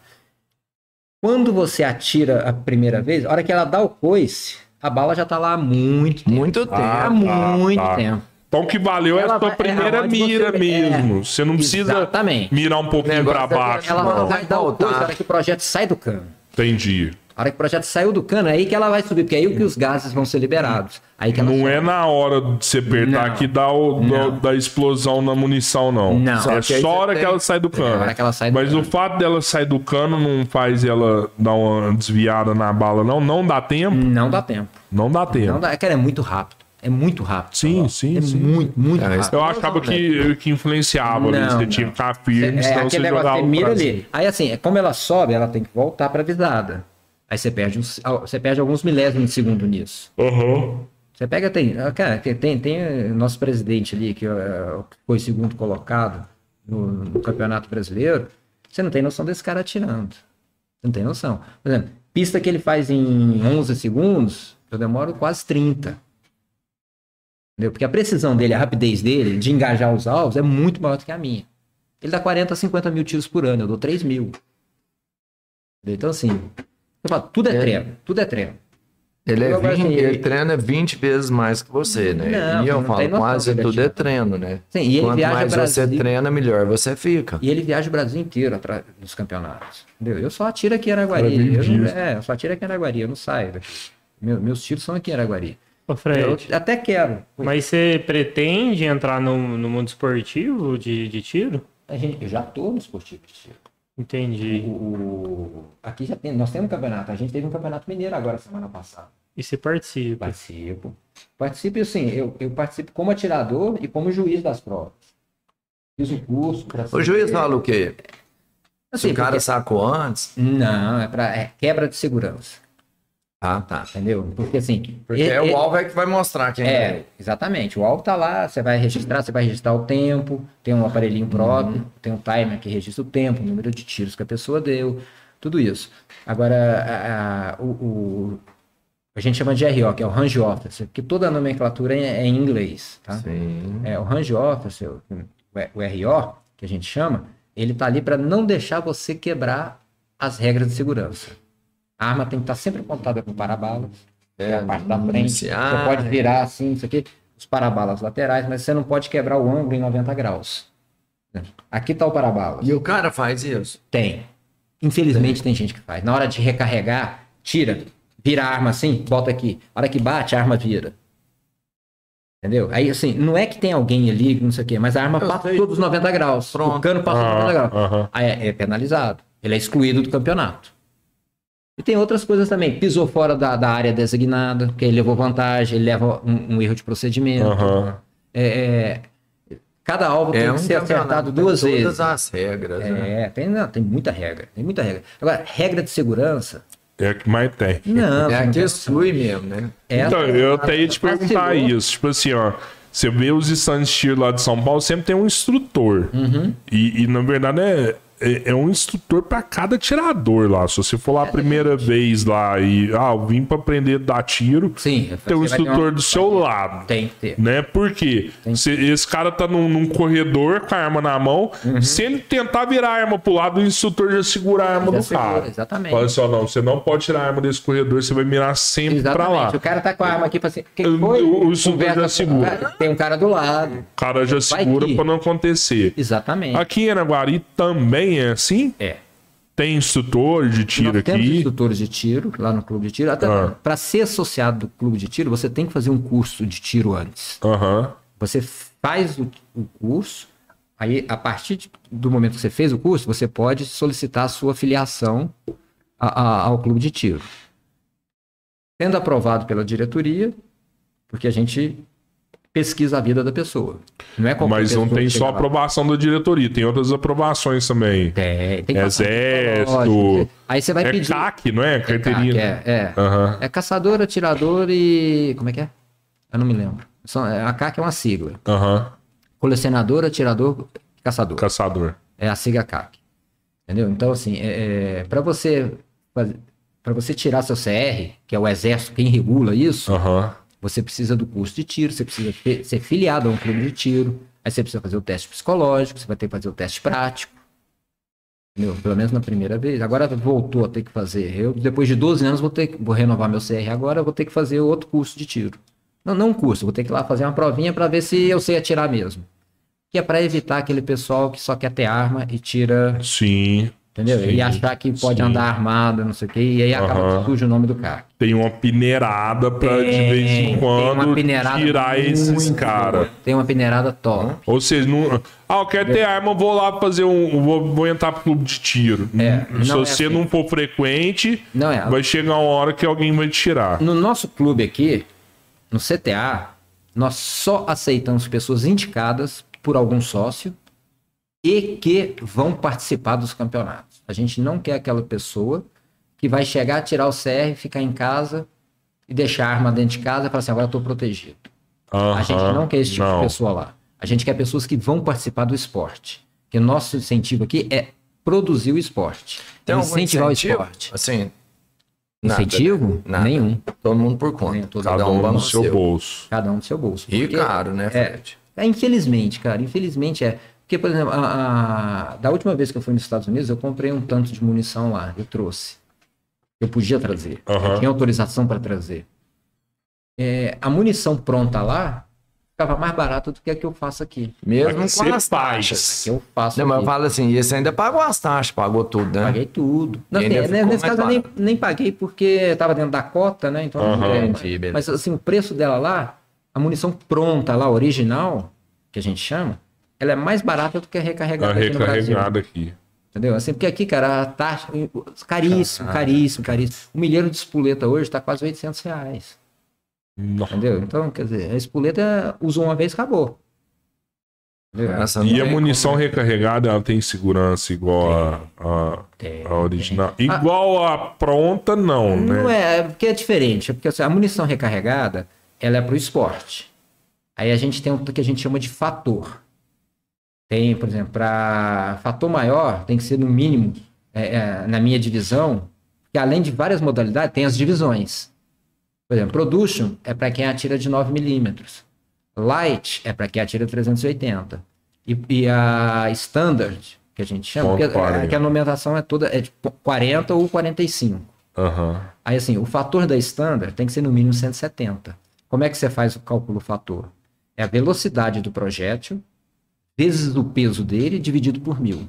Speaker 3: Quando você atira a primeira vez, a hora que ela dá o coice, a bala já tá lá há muito tempo.
Speaker 2: Muito tempo.
Speaker 1: Ah,
Speaker 3: há
Speaker 1: tá,
Speaker 3: muito
Speaker 1: tá.
Speaker 3: tempo.
Speaker 1: Então o que valeu é a
Speaker 3: Ela
Speaker 1: sua
Speaker 3: vai- é
Speaker 1: primeira
Speaker 3: aonde você-
Speaker 1: mira
Speaker 3: é,
Speaker 1: mesmo. você não precisa
Speaker 3: exatamente.
Speaker 1: mirar um pouquinho
Speaker 2: Negócio
Speaker 1: pra
Speaker 2: é-
Speaker 1: baixo.
Speaker 3: Ela
Speaker 1: não.
Speaker 3: só vai dar o
Speaker 2: Voltar.
Speaker 3: coice na hora que o projeto sai do cano.
Speaker 1: Entendi.
Speaker 3: A hora que o projeto saiu do cano, é aí que ela vai subir, porque é aí que os gases vão ser liberados. Aí que ela
Speaker 1: Não é na hora de você apertar
Speaker 3: Não.
Speaker 1: que dá o, da, da explosão na munição, não.
Speaker 3: Não.
Speaker 1: É
Speaker 3: Só
Speaker 2: que aí
Speaker 1: só a
Speaker 2: você
Speaker 1: hora
Speaker 2: tem-
Speaker 1: que ela sai do cano.
Speaker 3: a hora que ela sai do
Speaker 1: Mas
Speaker 3: cano.
Speaker 1: o fato dela sair do cano não faz ela dar uma desviada na bala, não. Não dá tempo.
Speaker 3: Não dá tempo.
Speaker 1: Não dá tempo.
Speaker 3: Hum. Não dá, cara, é muito rápido. É muito rápido.
Speaker 1: Sim, sim,
Speaker 3: é
Speaker 1: sim.
Speaker 3: muito, muito
Speaker 2: É, isso
Speaker 3: rápido.
Speaker 1: Eu achava que, que influenciava ali.
Speaker 3: Não,
Speaker 1: Você
Speaker 3: não.
Speaker 1: tinha que ficar firme,
Speaker 3: É,
Speaker 1: senão você
Speaker 3: aquele negócio,
Speaker 1: jogava
Speaker 3: você mira
Speaker 1: pra cima.
Speaker 3: ali. Aí assim, é como ela sobe, ela tem que voltar pra visada. Aí você perde, uns, você perde alguns milésimos de segundo nisso.
Speaker 1: Aham.
Speaker 3: Você pega, tem, ah, cara, tem, tem, tem eh, nosso presidente ali, que eh, foi segundo colocado no, no Campeonato Brasileiro. Você não tem noção desse cara atirando. Você não tem noção. Por exemplo, pista que ele faz em 11 segundos, eu demoro quase 30. Entendeu? Porque a precisão dele, a rapidez dele de engajar os alvos é muito maior do que a minha. Ele dá 40, 50 mil tiros por ano, eu dou 3 mil. Entendeu? Então, assim, eu falo, tudo é,
Speaker 2: É.
Speaker 3: treino, tudo é treino.
Speaker 2: Ele, é
Speaker 3: Eu gosto
Speaker 2: 20,
Speaker 3: assim,
Speaker 2: ele
Speaker 3: ele-
Speaker 2: treina 20 vezes mais que você, né?
Speaker 3: Não,
Speaker 2: e eu
Speaker 3: não
Speaker 2: falo,
Speaker 3: tem noção
Speaker 2: quase
Speaker 3: que ele
Speaker 2: tudo é
Speaker 3: atira.
Speaker 2: treino, né?
Speaker 3: Sim, e ele
Speaker 2: Quanto
Speaker 3: viaja
Speaker 2: mais você
Speaker 3: Brasil-
Speaker 2: treina, melhor você fica.
Speaker 3: E ele viaja o Brasil inteiro atrás dos campeonatos. Entendeu? Eu só atiro aqui em Araguari.
Speaker 1: Brasil
Speaker 3: Eu não,
Speaker 1: inteiro.
Speaker 3: é, eu só atiro aqui em Araguari, eu não saio daqui. Meu- meus tiros são aqui em Araguari.
Speaker 4: Ô,
Speaker 2: É.
Speaker 3: Eu
Speaker 4: Fred,
Speaker 3: até quero.
Speaker 4: mas você pretende entrar no, no mundo esportivo de, de tiro?
Speaker 3: A gente, eu já tô no esportivo de tiro. O,
Speaker 4: Entendi.
Speaker 3: o- aqui já tem, nós temos um campeonato. A gente teve um campeonato mineiro agora semana passada.
Speaker 4: E você participa?
Speaker 3: Participo. Participo, assim, eu, eu participo como atirador e como juiz das provas. Fiz o curso. pra
Speaker 2: O
Speaker 3: ser-
Speaker 2: juiz fala o quê? Se
Speaker 3: Assim,
Speaker 2: o cara
Speaker 3: porque-
Speaker 2: sacou antes,
Speaker 3: Não, é, pra, é quebra de segurança.
Speaker 2: ah, tá.
Speaker 3: Entendeu? Porque assim.
Speaker 2: Porque
Speaker 3: e-
Speaker 2: é
Speaker 3: e-
Speaker 2: o alvo é que vai mostrar quem é.
Speaker 3: É, exatamente. O alvo tá lá, você vai registrar, você vai registrar o tempo, tem um aparelhinho próprio, tem um timer que registra o tempo, o número de tiros que a pessoa deu, tudo isso. Agora, a, a- o, o- a gente chama de RO, que é o Range Officer, que toda a nomenclatura é, é em inglês, tá?
Speaker 2: Sim.
Speaker 3: É, o Range Officer, o, o RO, que a gente chama, ele tá ali para não deixar você quebrar as regras de segurança. A arma tem que estar sempre apontada para o para-balas, que é a parte da frente. Você
Speaker 2: iniciar,
Speaker 3: pode virar assim, isso aqui, os parabalas laterais, mas você não pode quebrar o ângulo em 90 graus. Aqui tá o Parabala.
Speaker 2: E o cara faz isso.
Speaker 3: Tem. Infelizmente tem gente que faz. Na hora de recarregar, tira, vira a arma assim, bota aqui. Na hora que bate, a arma vira. Entendeu? Aí assim, não é que tem alguém ali, não sei o quê, mas a arma
Speaker 2: Eu
Speaker 3: passa
Speaker 2: sei.
Speaker 3: todos os 90 graus.
Speaker 2: Pronto.
Speaker 3: O cano passa
Speaker 1: Ah,
Speaker 3: os 90 graus.
Speaker 1: aham.
Speaker 3: Aí é, é penalizado. Ele é excluído do campeonato. E tem outras coisas também. Pisou fora da, da área designada, porque ele levou vantagem, ele leva um, um erro de procedimento.
Speaker 1: Aham.
Speaker 3: É, é, cada alvo tem
Speaker 2: É um
Speaker 3: que ser acertado
Speaker 2: campeonato, tem
Speaker 3: duas vezes.
Speaker 2: Todas as regras, né?
Speaker 3: É, tem, não, tem muita regra, tem muita regra. Agora, regra de segurança?
Speaker 1: É o que mais tem.
Speaker 3: Não.
Speaker 2: É
Speaker 3: não
Speaker 2: aqui
Speaker 3: tem.
Speaker 2: exclui mesmo, né?
Speaker 3: É,
Speaker 1: Então, eu até ia te perguntar
Speaker 3: Vacilou.
Speaker 1: isso. Tipo assim, ó. Você vê os stands de tiro lá de São Paulo, sempre tem um instrutor.
Speaker 3: Uhum.
Speaker 1: E, e, na verdade é, é, é um instrutor pra cada atirador lá. Se você for
Speaker 3: É
Speaker 1: lá a primeira vez lá e, ah, eu vim pra aprender a dar tiro,
Speaker 3: Sim,
Speaker 1: tem um
Speaker 3: você vai ter uma-
Speaker 1: instrutor do seu lado.
Speaker 3: Tem que ter.
Speaker 1: Né? Porque esse cara tá num, num corredor com a arma na mão. Se ele tentar virar a arma pro lado, o instrutor já segura a arma
Speaker 3: Uhum. Já
Speaker 1: do
Speaker 3: segura,
Speaker 1: cara.
Speaker 3: exatamente.
Speaker 1: Fala assim, ó, não, você não pode tirar a arma desse corredor, você vai mirar sempre pra lá.
Speaker 3: Exatamente. O cara tá com a arma aqui e fala assim: quem
Speaker 1: Eu-
Speaker 3: foi?
Speaker 1: eu- o instrutor
Speaker 3: Conversa
Speaker 1: já
Speaker 3: com-
Speaker 1: segura.
Speaker 3: Tem um cara do lado.
Speaker 1: O cara já
Speaker 3: Vai
Speaker 1: segura
Speaker 3: que-
Speaker 1: pra não acontecer.
Speaker 3: Exatamente.
Speaker 1: Aqui em Araguari também é assim?
Speaker 3: É.
Speaker 1: Tem instrutor de tiro
Speaker 3: Nós temos
Speaker 1: aqui.
Speaker 3: instrutores de tiro lá no clube de tiro. Até
Speaker 1: Ah.
Speaker 3: para ser associado do clube de tiro, você tem que fazer um curso de tiro antes.
Speaker 1: Aham.
Speaker 3: Você faz o, o curso, aí a partir de- do momento que você fez o curso, você pode solicitar a sua filiação a- a- ao clube de tiro. Sendo aprovado pela diretoria, porque a gente pesquisa a vida da pessoa. Não é qualquer
Speaker 1: Mas não
Speaker 3: pessoa
Speaker 1: tem
Speaker 3: que
Speaker 1: só
Speaker 3: chega
Speaker 1: a
Speaker 3: lá.
Speaker 1: aprovação da diretoria, tem outras aprovações também.
Speaker 3: Tem, tem que passar
Speaker 1: Exército.
Speaker 3: por psicológico. Aí você vai
Speaker 1: é Ah.
Speaker 3: pedir.
Speaker 1: CAC, não é?
Speaker 3: É, CAC,
Speaker 1: Carteirinha.
Speaker 3: é, é.
Speaker 1: Aham.
Speaker 3: É caçador, atirador e. Como é que é? Eu não me lembro. São- é, A CAC é uma sigla.
Speaker 1: Aham.
Speaker 3: Colecionador, atirador, caçador.
Speaker 1: Caçador.
Speaker 3: É a sigla CAC. Entendeu? Então, assim, é, para você para você tirar seu CR, que é o exército quem regula isso,
Speaker 1: Aham.
Speaker 3: você precisa do curso de tiro, você precisa fe- ser filiado a um clube de tiro, aí você precisa fazer o teste psicológico, você vai ter que fazer o teste prático. Entendeu? Pelo menos na primeira vez. Agora voltou a ter que fazer. Eu, depois de 12 anos, vou ter que- vou renovar meu CR agora, vou ter que fazer outro curso de tiro. Não, não um curso, vou ter que ir lá fazer uma provinha para ver se eu sei atirar mesmo. Que é para evitar aquele pessoal que só quer ter arma e tira,
Speaker 1: Sim.
Speaker 3: entendeu?
Speaker 1: Sim,
Speaker 3: e achar que pode
Speaker 1: sim.
Speaker 3: andar armado, não sei o quê, e aí acaba
Speaker 1: Aham.
Speaker 3: que suja o nome do cara.
Speaker 1: Tem uma peneirada pra de vez em quando tirar esses
Speaker 3: muito
Speaker 1: caras.
Speaker 3: boa. Tem uma peneirada top.
Speaker 1: Ou seja, não. Ah, eu quero ter arma, eu vou lá fazer um. Vou, vou entrar pro clube de tiro.
Speaker 3: É,
Speaker 1: Se
Speaker 3: não é
Speaker 1: você
Speaker 3: assim.
Speaker 1: não for frequente,
Speaker 3: Não é.
Speaker 1: vai chegar uma hora que alguém vai te tirar.
Speaker 3: No nosso clube aqui, no CTA, nós só aceitamos pessoas indicadas por algum sócio e que vão participar dos campeonatos. A gente não quer aquela pessoa que vai chegar, tirar o CR, ficar em casa e deixar a arma dentro de casa e falar assim, agora eu estou protegido. A gente
Speaker 1: Aham,
Speaker 3: não quer esse tipo
Speaker 1: não.
Speaker 3: de pessoa lá. A gente quer pessoas que vão participar do esporte. Porque o nosso incentivo aqui é produzir o esporte.
Speaker 2: Tem algum
Speaker 3: incentivar
Speaker 2: incentivo?
Speaker 3: o esporte.
Speaker 2: Assim. nada,
Speaker 3: Incentivo?
Speaker 2: né? Nada.
Speaker 3: Nenhum.
Speaker 2: Todo mundo por
Speaker 3: Nenhum,
Speaker 2: conta.
Speaker 3: todo
Speaker 1: Cada um no
Speaker 2: vamos
Speaker 1: seu bolso.
Speaker 3: Cada um do seu bolso.
Speaker 2: E
Speaker 3: Porque-
Speaker 2: caro, né, Fred?
Speaker 3: É, infelizmente, cara, infelizmente é. Porque, por exemplo, a- a- da última vez que eu fui nos Estados Unidos, eu comprei um tanto de munição lá, eu trouxe. Eu podia trazer.
Speaker 1: Aham.
Speaker 3: Eu tinha autorização para trazer. É, a munição pronta lá ficava mais barata do que a que eu faço aqui.
Speaker 2: Mesmo
Speaker 1: Mas você
Speaker 2: com as
Speaker 1: faz.
Speaker 2: taxas.
Speaker 3: Que eu faço
Speaker 2: Não, mas eu
Speaker 3: aqui.
Speaker 2: falo assim, e você ainda pagou as taxas, pagou tudo, né?
Speaker 3: Paguei tudo. É. Não,
Speaker 2: E ainda
Speaker 3: tem-
Speaker 2: ficou mais
Speaker 3: nesse caso eu nem,
Speaker 2: barato.
Speaker 3: nem paguei porque estava dentro da cota, né? Então
Speaker 1: Aham.
Speaker 3: não tem-
Speaker 2: Entendi, beleza.
Speaker 3: Mas assim, o preço dela lá, a munição pronta lá, original, que a gente chama, ela é mais barata do que a
Speaker 1: A
Speaker 3: recarregada aqui no Brasil.
Speaker 1: recarregada Tá aqui.
Speaker 3: Entendeu? Assim, porque aqui, cara, a taxa. Caríssimo, caríssimo, caríssimo. O milheiro de espoleta hoje está quase 800 reais.
Speaker 1: Não.
Speaker 3: Entendeu? Então, quer dizer, a espoleta usou uma vez, acabou. Entendeu?
Speaker 2: Essa não
Speaker 1: E a
Speaker 2: tem
Speaker 1: munição recarregada, ela tem segurança igual a,
Speaker 3: Tem,
Speaker 1: a, a original.
Speaker 3: tem. Ah,
Speaker 1: Igual a pronta, não,
Speaker 3: Não
Speaker 1: né?
Speaker 3: é, é porque é diferente. é Porque assim, a munição recarregada, ela é para o esporte. Aí a gente tem um, o que a gente chama de fator. Tem, por exemplo, para fator maior, tem que ser no mínimo, é, é, na minha divisão, que além de várias modalidades, tem as divisões. Por exemplo, Production é para quem atira de 9mm. Light é para quem atira 380. E, e a Standard, que a gente chama,
Speaker 1: Ponto
Speaker 3: porque, é,
Speaker 1: 40.
Speaker 3: que a nomenclação é toda é de 40 ou 45.
Speaker 1: Aham.
Speaker 3: Aí assim, o fator da standard tem que ser no mínimo 170. Como é que você faz o cálculo do fator? É a velocidade do projétil vezes o peso dele dividido por mil.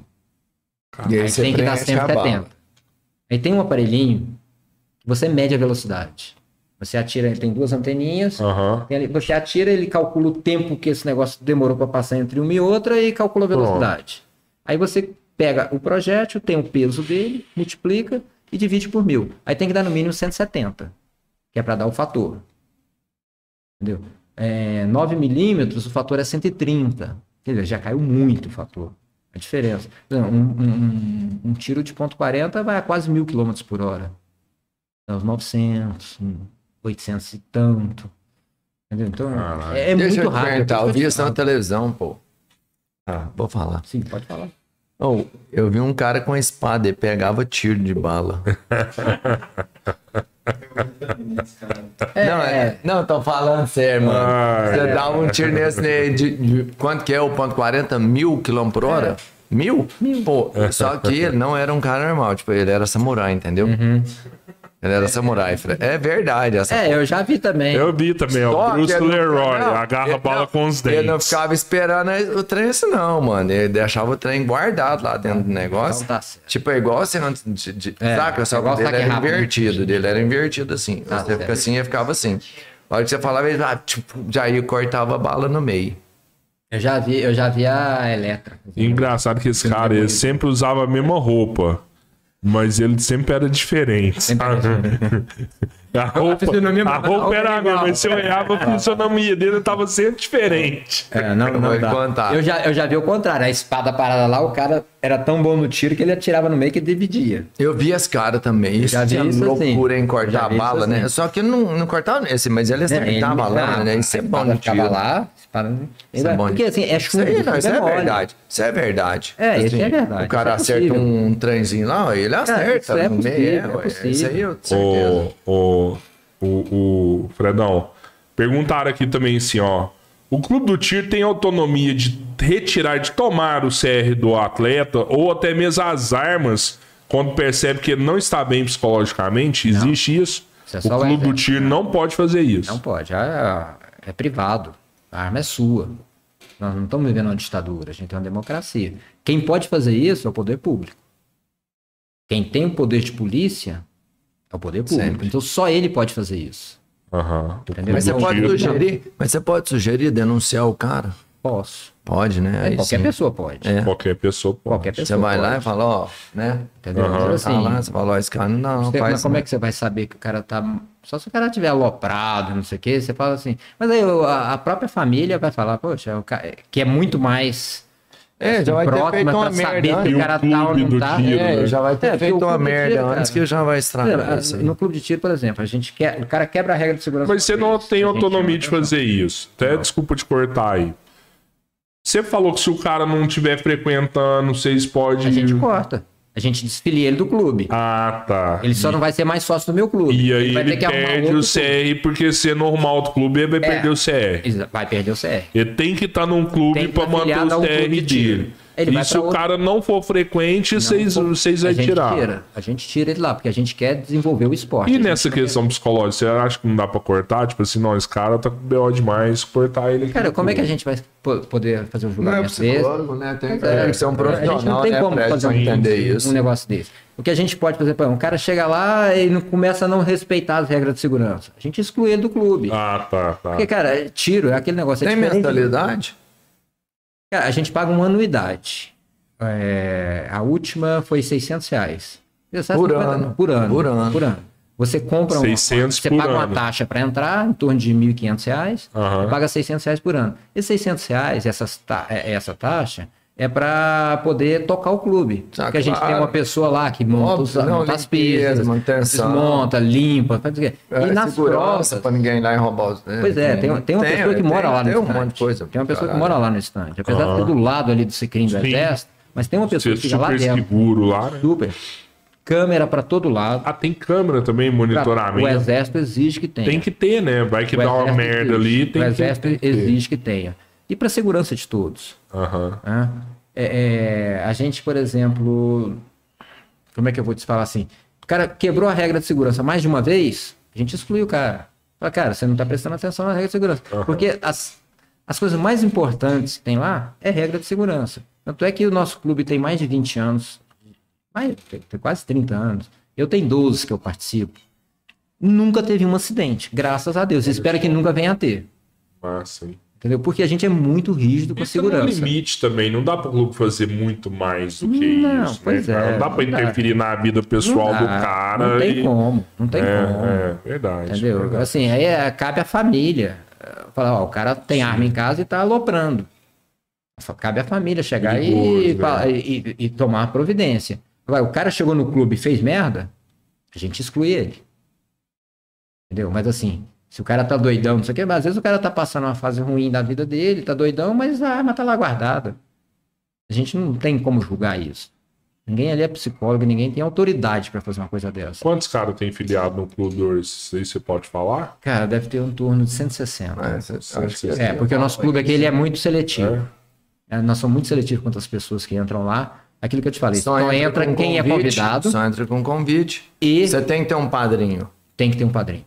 Speaker 2: E
Speaker 3: Aí tem que
Speaker 2: preenche
Speaker 3: dar
Speaker 2: a
Speaker 3: sempre
Speaker 2: bala.
Speaker 3: atento. Aí tem um aparelhinho que você mede a velocidade. Você atira, ele tem duas anteninhas.
Speaker 1: Aham.
Speaker 3: tem ali- você atira, ele calcula o tempo que esse negócio demorou para passar entre uma e outra e calcula a velocidade. Aí você pega o projétil, tem o peso dele, multiplica e divide por mil. Aí tem que dar no mínimo 170, que é para dar o fator. Entendeu? É, 9 milímetros, o fator é 130. Quer dizer, já caiu muito o fator. A diferença. Por exemplo, Um, um- um- um tiro de ponto .40 vai a quase mil quilômetros por hora. Dá uns 900, um 800 e tanto. Entendeu? Então,
Speaker 1: Caralho.
Speaker 3: é, é
Speaker 2: Deixa
Speaker 3: muito
Speaker 2: eu te
Speaker 3: rápido.
Speaker 2: perguntar,
Speaker 3: é
Speaker 2: eu
Speaker 3: por
Speaker 2: vi
Speaker 3: isso que
Speaker 2: isso
Speaker 3: eu
Speaker 2: na
Speaker 3: te
Speaker 2: televisão, pô. Ah, vou falar.
Speaker 3: falo. Sim, pode falar.
Speaker 2: Oh, eu vi um cara com espada, ele pegava tiro de bala. não, é, não, tô falando sério, mano.
Speaker 1: Ah,
Speaker 2: Você dava um tiro nesse né, de, de- quanto que é o ponto 40? Mil quilômetros por
Speaker 3: É.
Speaker 2: hora? Mil? Pô, só que ele não era um cara normal, tipo, ele era samurai, entendeu? Ele era samurai. Fre- É verdade, essa
Speaker 3: Uhum. É, eu já vi também.
Speaker 1: Eu vi também, ó.
Speaker 2: Só que
Speaker 1: Bruce
Speaker 2: ele não-
Speaker 1: Leroy.
Speaker 2: não,
Speaker 1: agarra
Speaker 2: ele
Speaker 1: a bala
Speaker 2: não-
Speaker 1: com os
Speaker 2: Ele não
Speaker 1: dentes.
Speaker 2: ficava esperando o trem assim, não, mano. Ele deixava o trem guardado lá dentro do negócio.
Speaker 3: Então tá certo.
Speaker 2: Tipo, é igual você antes de. de
Speaker 3: É,
Speaker 2: saca? Só
Speaker 3: igual
Speaker 2: que dele
Speaker 3: saque
Speaker 2: era
Speaker 3: rápido. né? Tá
Speaker 2: invertido. Dele era invertido assim. você
Speaker 3: certo.
Speaker 2: fica assim e ficava assim. A hora que você falava, ele ah, tipo, já ia e cortava a bala no meio.
Speaker 3: Eu já vi, eu já vi a Eletra.
Speaker 1: Engraçado que esse cara, ele sempre usava a mesma roupa. Mas ele sempre era diferente. sabe? *laughs* A roupa,
Speaker 3: fisionomia-
Speaker 1: a roupa era a mesma, é mas você olhava a fisionomia dele tava sempre diferente.
Speaker 3: É, não,
Speaker 2: Vou
Speaker 3: não dá.
Speaker 2: contar.
Speaker 3: Eu já, eu já vi o contrário. A espada parada lá, o cara era tão bom no tiro que ele atirava no meio que dividia.
Speaker 2: Eu vi as caras também. Isso
Speaker 3: já vi
Speaker 2: tinha
Speaker 3: isso
Speaker 2: loucura
Speaker 3: assim.
Speaker 2: em
Speaker 3: Eu já
Speaker 2: cortar a
Speaker 3: vi isso
Speaker 2: bala, né?
Speaker 3: assim. É,
Speaker 2: Só que não, não cortava esse, mas ele acertava a lâmina, né? Isso é bom
Speaker 3: Ele
Speaker 2: no
Speaker 3: ficava
Speaker 2: tiro.
Speaker 3: lá, espada...
Speaker 2: Isso é bom.
Speaker 3: Porque assim, é
Speaker 2: Isso
Speaker 3: chumbo,
Speaker 2: aí, não, isso é,
Speaker 3: mole.
Speaker 2: verdade. Isso é verdade. Assim,
Speaker 3: É, isso é verdade,
Speaker 2: O cara
Speaker 3: isso é
Speaker 2: acerta
Speaker 3: possível.
Speaker 2: um trenzinho lá, ele acerta.
Speaker 3: isso é
Speaker 2: no
Speaker 3: possível,
Speaker 2: meio,
Speaker 3: é
Speaker 2: ué,
Speaker 3: possível.
Speaker 2: Isso aí eu tenho certeza.
Speaker 1: Ô, ô, o, o Fredão, perguntaram aqui também assim, ó. O clube do tiro tem autonomia de retirar, de tomar o CR do atleta ou até mesmo as armas quando percebe que ele não está bem psicologicamente? Existe isso?
Speaker 3: Isso é
Speaker 1: o
Speaker 3: só o
Speaker 1: clube do
Speaker 3: exército.
Speaker 1: tiro não pode fazer isso.
Speaker 3: Não pode, a- a- é privado. A arma é sua. Nós não estamos vivendo uma ditadura, a gente tem uma democracia. Quem pode fazer isso é o poder público. Quem tem o poder de polícia é o poder público.
Speaker 2: Sempre.
Speaker 3: Então só ele pode fazer isso.
Speaker 1: Aham. O clube
Speaker 3: Mas
Speaker 2: Mas você
Speaker 1: do
Speaker 2: pode
Speaker 1: tiro-
Speaker 2: sugerir, mas você pode sugerir denunciar o cara?
Speaker 3: Posso.
Speaker 2: Pode, né? Aí
Speaker 3: É, Qualquer
Speaker 2: sim.
Speaker 3: pessoa pode.
Speaker 2: É.
Speaker 1: Qualquer pessoa pode.
Speaker 3: Qualquer pessoa
Speaker 2: Você vai lá e
Speaker 3: pode,
Speaker 2: fala, ó, né?
Speaker 3: Entendeu?
Speaker 1: Aham.
Speaker 3: Então, assim,
Speaker 2: Tá lá, você fala, ó, esse cara não, não
Speaker 3: Você-
Speaker 2: faz.
Speaker 3: mas como é que você vai saber que o cara tá. Só se o cara tiver aloprado, não sei o que, você fala assim. Mas aí o- a a própria família vai falar, poxa, o cara, que é muito mais. assim,
Speaker 2: É, já vai ter feito uma merda
Speaker 3: que
Speaker 1: antes.
Speaker 3: o cara tá
Speaker 1: E o né?
Speaker 3: ou
Speaker 1: um clube
Speaker 3: não
Speaker 1: do
Speaker 3: tá.
Speaker 1: tiro,
Speaker 3: É,
Speaker 1: né?
Speaker 2: já vai ter
Speaker 3: É, porque
Speaker 2: feito
Speaker 3: o
Speaker 2: uma
Speaker 3: clube
Speaker 2: merda
Speaker 3: tira,
Speaker 2: antes
Speaker 3: cara.
Speaker 2: que já vai
Speaker 3: Por exemplo,
Speaker 2: estragar isso aí.
Speaker 3: no clube de tiro, por exemplo, a gente quer, o cara quebra a regra de segurança.
Speaker 1: Mas você
Speaker 3: uma
Speaker 1: não
Speaker 3: vez,
Speaker 1: tem
Speaker 3: a gente
Speaker 1: autonomia
Speaker 3: chama
Speaker 1: de
Speaker 3: atenção.
Speaker 1: fazer isso. Até desculpa te cortar aí. Você falou que se o cara não estiver frequentando, vocês podem.
Speaker 3: A gente corta. A gente desfilia ele do clube.
Speaker 1: Ah, tá.
Speaker 3: Ele só não vai ser mais sócio do meu clube.
Speaker 1: E aí
Speaker 3: vai
Speaker 1: ele perde o
Speaker 3: outro
Speaker 1: CR, porque se é normal do clube, ele vai perder o CR.
Speaker 3: clube. Vai perder o CR.
Speaker 1: Ele tem que estar num clube
Speaker 3: Tem que
Speaker 1: para
Speaker 3: tá
Speaker 1: manter o
Speaker 3: afiliado a um
Speaker 1: CR
Speaker 3: clube de tiro.
Speaker 1: dele.
Speaker 3: Ele
Speaker 1: e
Speaker 3: vai
Speaker 1: se
Speaker 3: pra
Speaker 1: o
Speaker 3: outro-
Speaker 1: cara não for frequente, vocês, vocês
Speaker 3: a
Speaker 1: vão
Speaker 3: gente
Speaker 1: tirar.
Speaker 3: Tira. A gente tira ele lá, porque a gente quer desenvolver o esporte.
Speaker 1: E
Speaker 3: A gente
Speaker 1: nessa questão psicológica, você acha que não dá pra cortar? Tipo assim, não, esse cara tá com BO demais, cortar ele aqui.
Speaker 3: Cara,
Speaker 1: do
Speaker 3: como é que a
Speaker 1: clube.
Speaker 3: gente vai po- poder fazer um
Speaker 2: Não é
Speaker 3: julgamento desse?
Speaker 2: psicólogo, né? Tem
Speaker 3: É,
Speaker 2: que ser um profissional,
Speaker 3: a gente não tem
Speaker 2: né,
Speaker 3: como
Speaker 2: Fred,
Speaker 3: fazer
Speaker 2: pra
Speaker 3: um,
Speaker 2: entender
Speaker 3: um
Speaker 2: isso.
Speaker 3: negócio desse. O que a gente pode fazer, pô, um cara chega lá e não começa a não respeitar as regras de segurança. A gente exclui ele do clube.
Speaker 1: Ah, tá, tá.
Speaker 3: Porque, cara, é tiro é aquele negócio. é
Speaker 2: Tem
Speaker 3: diferente.
Speaker 2: mentalidade?
Speaker 3: Cara, a gente paga uma anuidade. É, a última foi 600 reais.
Speaker 2: Por
Speaker 3: 650
Speaker 2: ano.
Speaker 3: Por ano.
Speaker 2: Por ano.
Speaker 3: Você compra um.
Speaker 1: 600
Speaker 3: Você
Speaker 1: por
Speaker 3: paga
Speaker 1: ano.
Speaker 3: uma taxa para entrar, em torno de 1.500 reais.
Speaker 1: Aham.
Speaker 3: Você paga 600 reais por ano. E 600 reais, essas ta- é- essa taxa, é para poder tocar o clube.
Speaker 2: Ah,
Speaker 3: Porque a gente
Speaker 2: claro.
Speaker 3: tem uma pessoa lá que monta, os,
Speaker 2: Óbvio, não,
Speaker 3: monta as
Speaker 2: limpeza,
Speaker 3: pistas,
Speaker 2: manutenção.
Speaker 3: desmonta, limpa, faz o quê?
Speaker 2: É,
Speaker 3: e nas
Speaker 2: segurança
Speaker 3: provas,
Speaker 2: pra ninguém ir lá e roubar os.
Speaker 3: Pois é, tem, tem uma pessoa que mora
Speaker 2: tem-
Speaker 3: lá no
Speaker 2: Tem um
Speaker 3: estande.
Speaker 2: monte de coisa.
Speaker 3: Tem uma pessoa que
Speaker 2: caralho.
Speaker 3: mora lá no estande. Apesar de ser do lado ali do Secrim do
Speaker 1: Sim.
Speaker 3: Exército, mas tem uma pessoa
Speaker 1: Ser
Speaker 3: que fica lá
Speaker 1: é super
Speaker 3: dentro.
Speaker 1: seguro lá, né?
Speaker 3: Super. Câmera pra todo lado.
Speaker 1: Ah, tem câmera também,
Speaker 3: O
Speaker 1: monitoramento.
Speaker 3: Exército exige que tenha.
Speaker 1: Tem que ter, né? Vai que
Speaker 3: O
Speaker 1: dá uma
Speaker 3: Exército
Speaker 1: merda
Speaker 3: exige.
Speaker 1: ali, tem
Speaker 3: O
Speaker 1: que-
Speaker 3: Exército
Speaker 1: tem que ter.
Speaker 3: exige que tenha. E pra segurança de todos.
Speaker 1: Aham.
Speaker 3: né? É, é, a gente, por exemplo, como é que eu vou te falar assim? O cara quebrou a regra de segurança mais de uma vez, a gente exclui o cara. Fala, cara, você não tá prestando atenção na regra de segurança. Porque as, As coisas mais importantes que tem lá é regra de segurança. Tanto é que o nosso clube tem mais de 20 anos, mais, tem tem quase 30 anos. Eu tenho 12 que eu participo. Nunca teve um acidente, graças a Deus. Espero que nunca venha a ter.
Speaker 1: Massa, hein?
Speaker 3: Entendeu? Porque a gente é muito rígido com a
Speaker 1: Isso também é um
Speaker 3: segurança.
Speaker 1: limite também, não dá pro clube fazer muito mais do que
Speaker 3: Não,
Speaker 1: isso, né?
Speaker 3: pois
Speaker 1: cara?
Speaker 3: é,
Speaker 1: não dá pra
Speaker 3: não dá.
Speaker 1: interferir na vida pessoal
Speaker 3: Não
Speaker 1: do
Speaker 3: dá,
Speaker 1: cara.
Speaker 3: Ah, Não tem
Speaker 1: e-
Speaker 3: como, não tem
Speaker 1: é,
Speaker 3: como.
Speaker 1: é, verdade.
Speaker 3: Entendeu?
Speaker 1: verdade.
Speaker 3: Assim, aí é, cabe à família. eh, Falar, ó, o cara tem arma em casa e tá aloprando. Só Cabe à família chegar e-
Speaker 1: Perigoso,
Speaker 3: e,
Speaker 1: né?
Speaker 3: falar- e- e- e tomar providência. Vai, o cara chegou no clube e fez merda, a gente exclui ele. Entendeu? Mas assim, se o cara tá doidão, não sei o quê, mas às vezes o cara tá passando uma fase ruim da vida dele, tá doidão, mas a arma tá lá guardada. A gente não tem como julgar isso. Ninguém ali é psicólogo, ninguém tem autoridade pra fazer uma coisa dessa.
Speaker 1: Quantos caras tem filiado no clube hoje? Isso aí você pode falar?
Speaker 3: Cara, deve ter um torno de 160.
Speaker 2: Mas, eu acho né? que-
Speaker 3: É, porque o nosso clube aqui ele é muito seletivo.
Speaker 1: É.
Speaker 3: É, Nós somos muito seletivos quanto as pessoas que entram lá. Aquilo que eu te falei,
Speaker 2: Só
Speaker 3: só, entra,
Speaker 2: com
Speaker 3: quem é
Speaker 2: convite,
Speaker 3: convidado
Speaker 2: Só entra com convite.
Speaker 3: e
Speaker 2: Você tem que ter um padrinho.
Speaker 3: tem que ter um padrinho.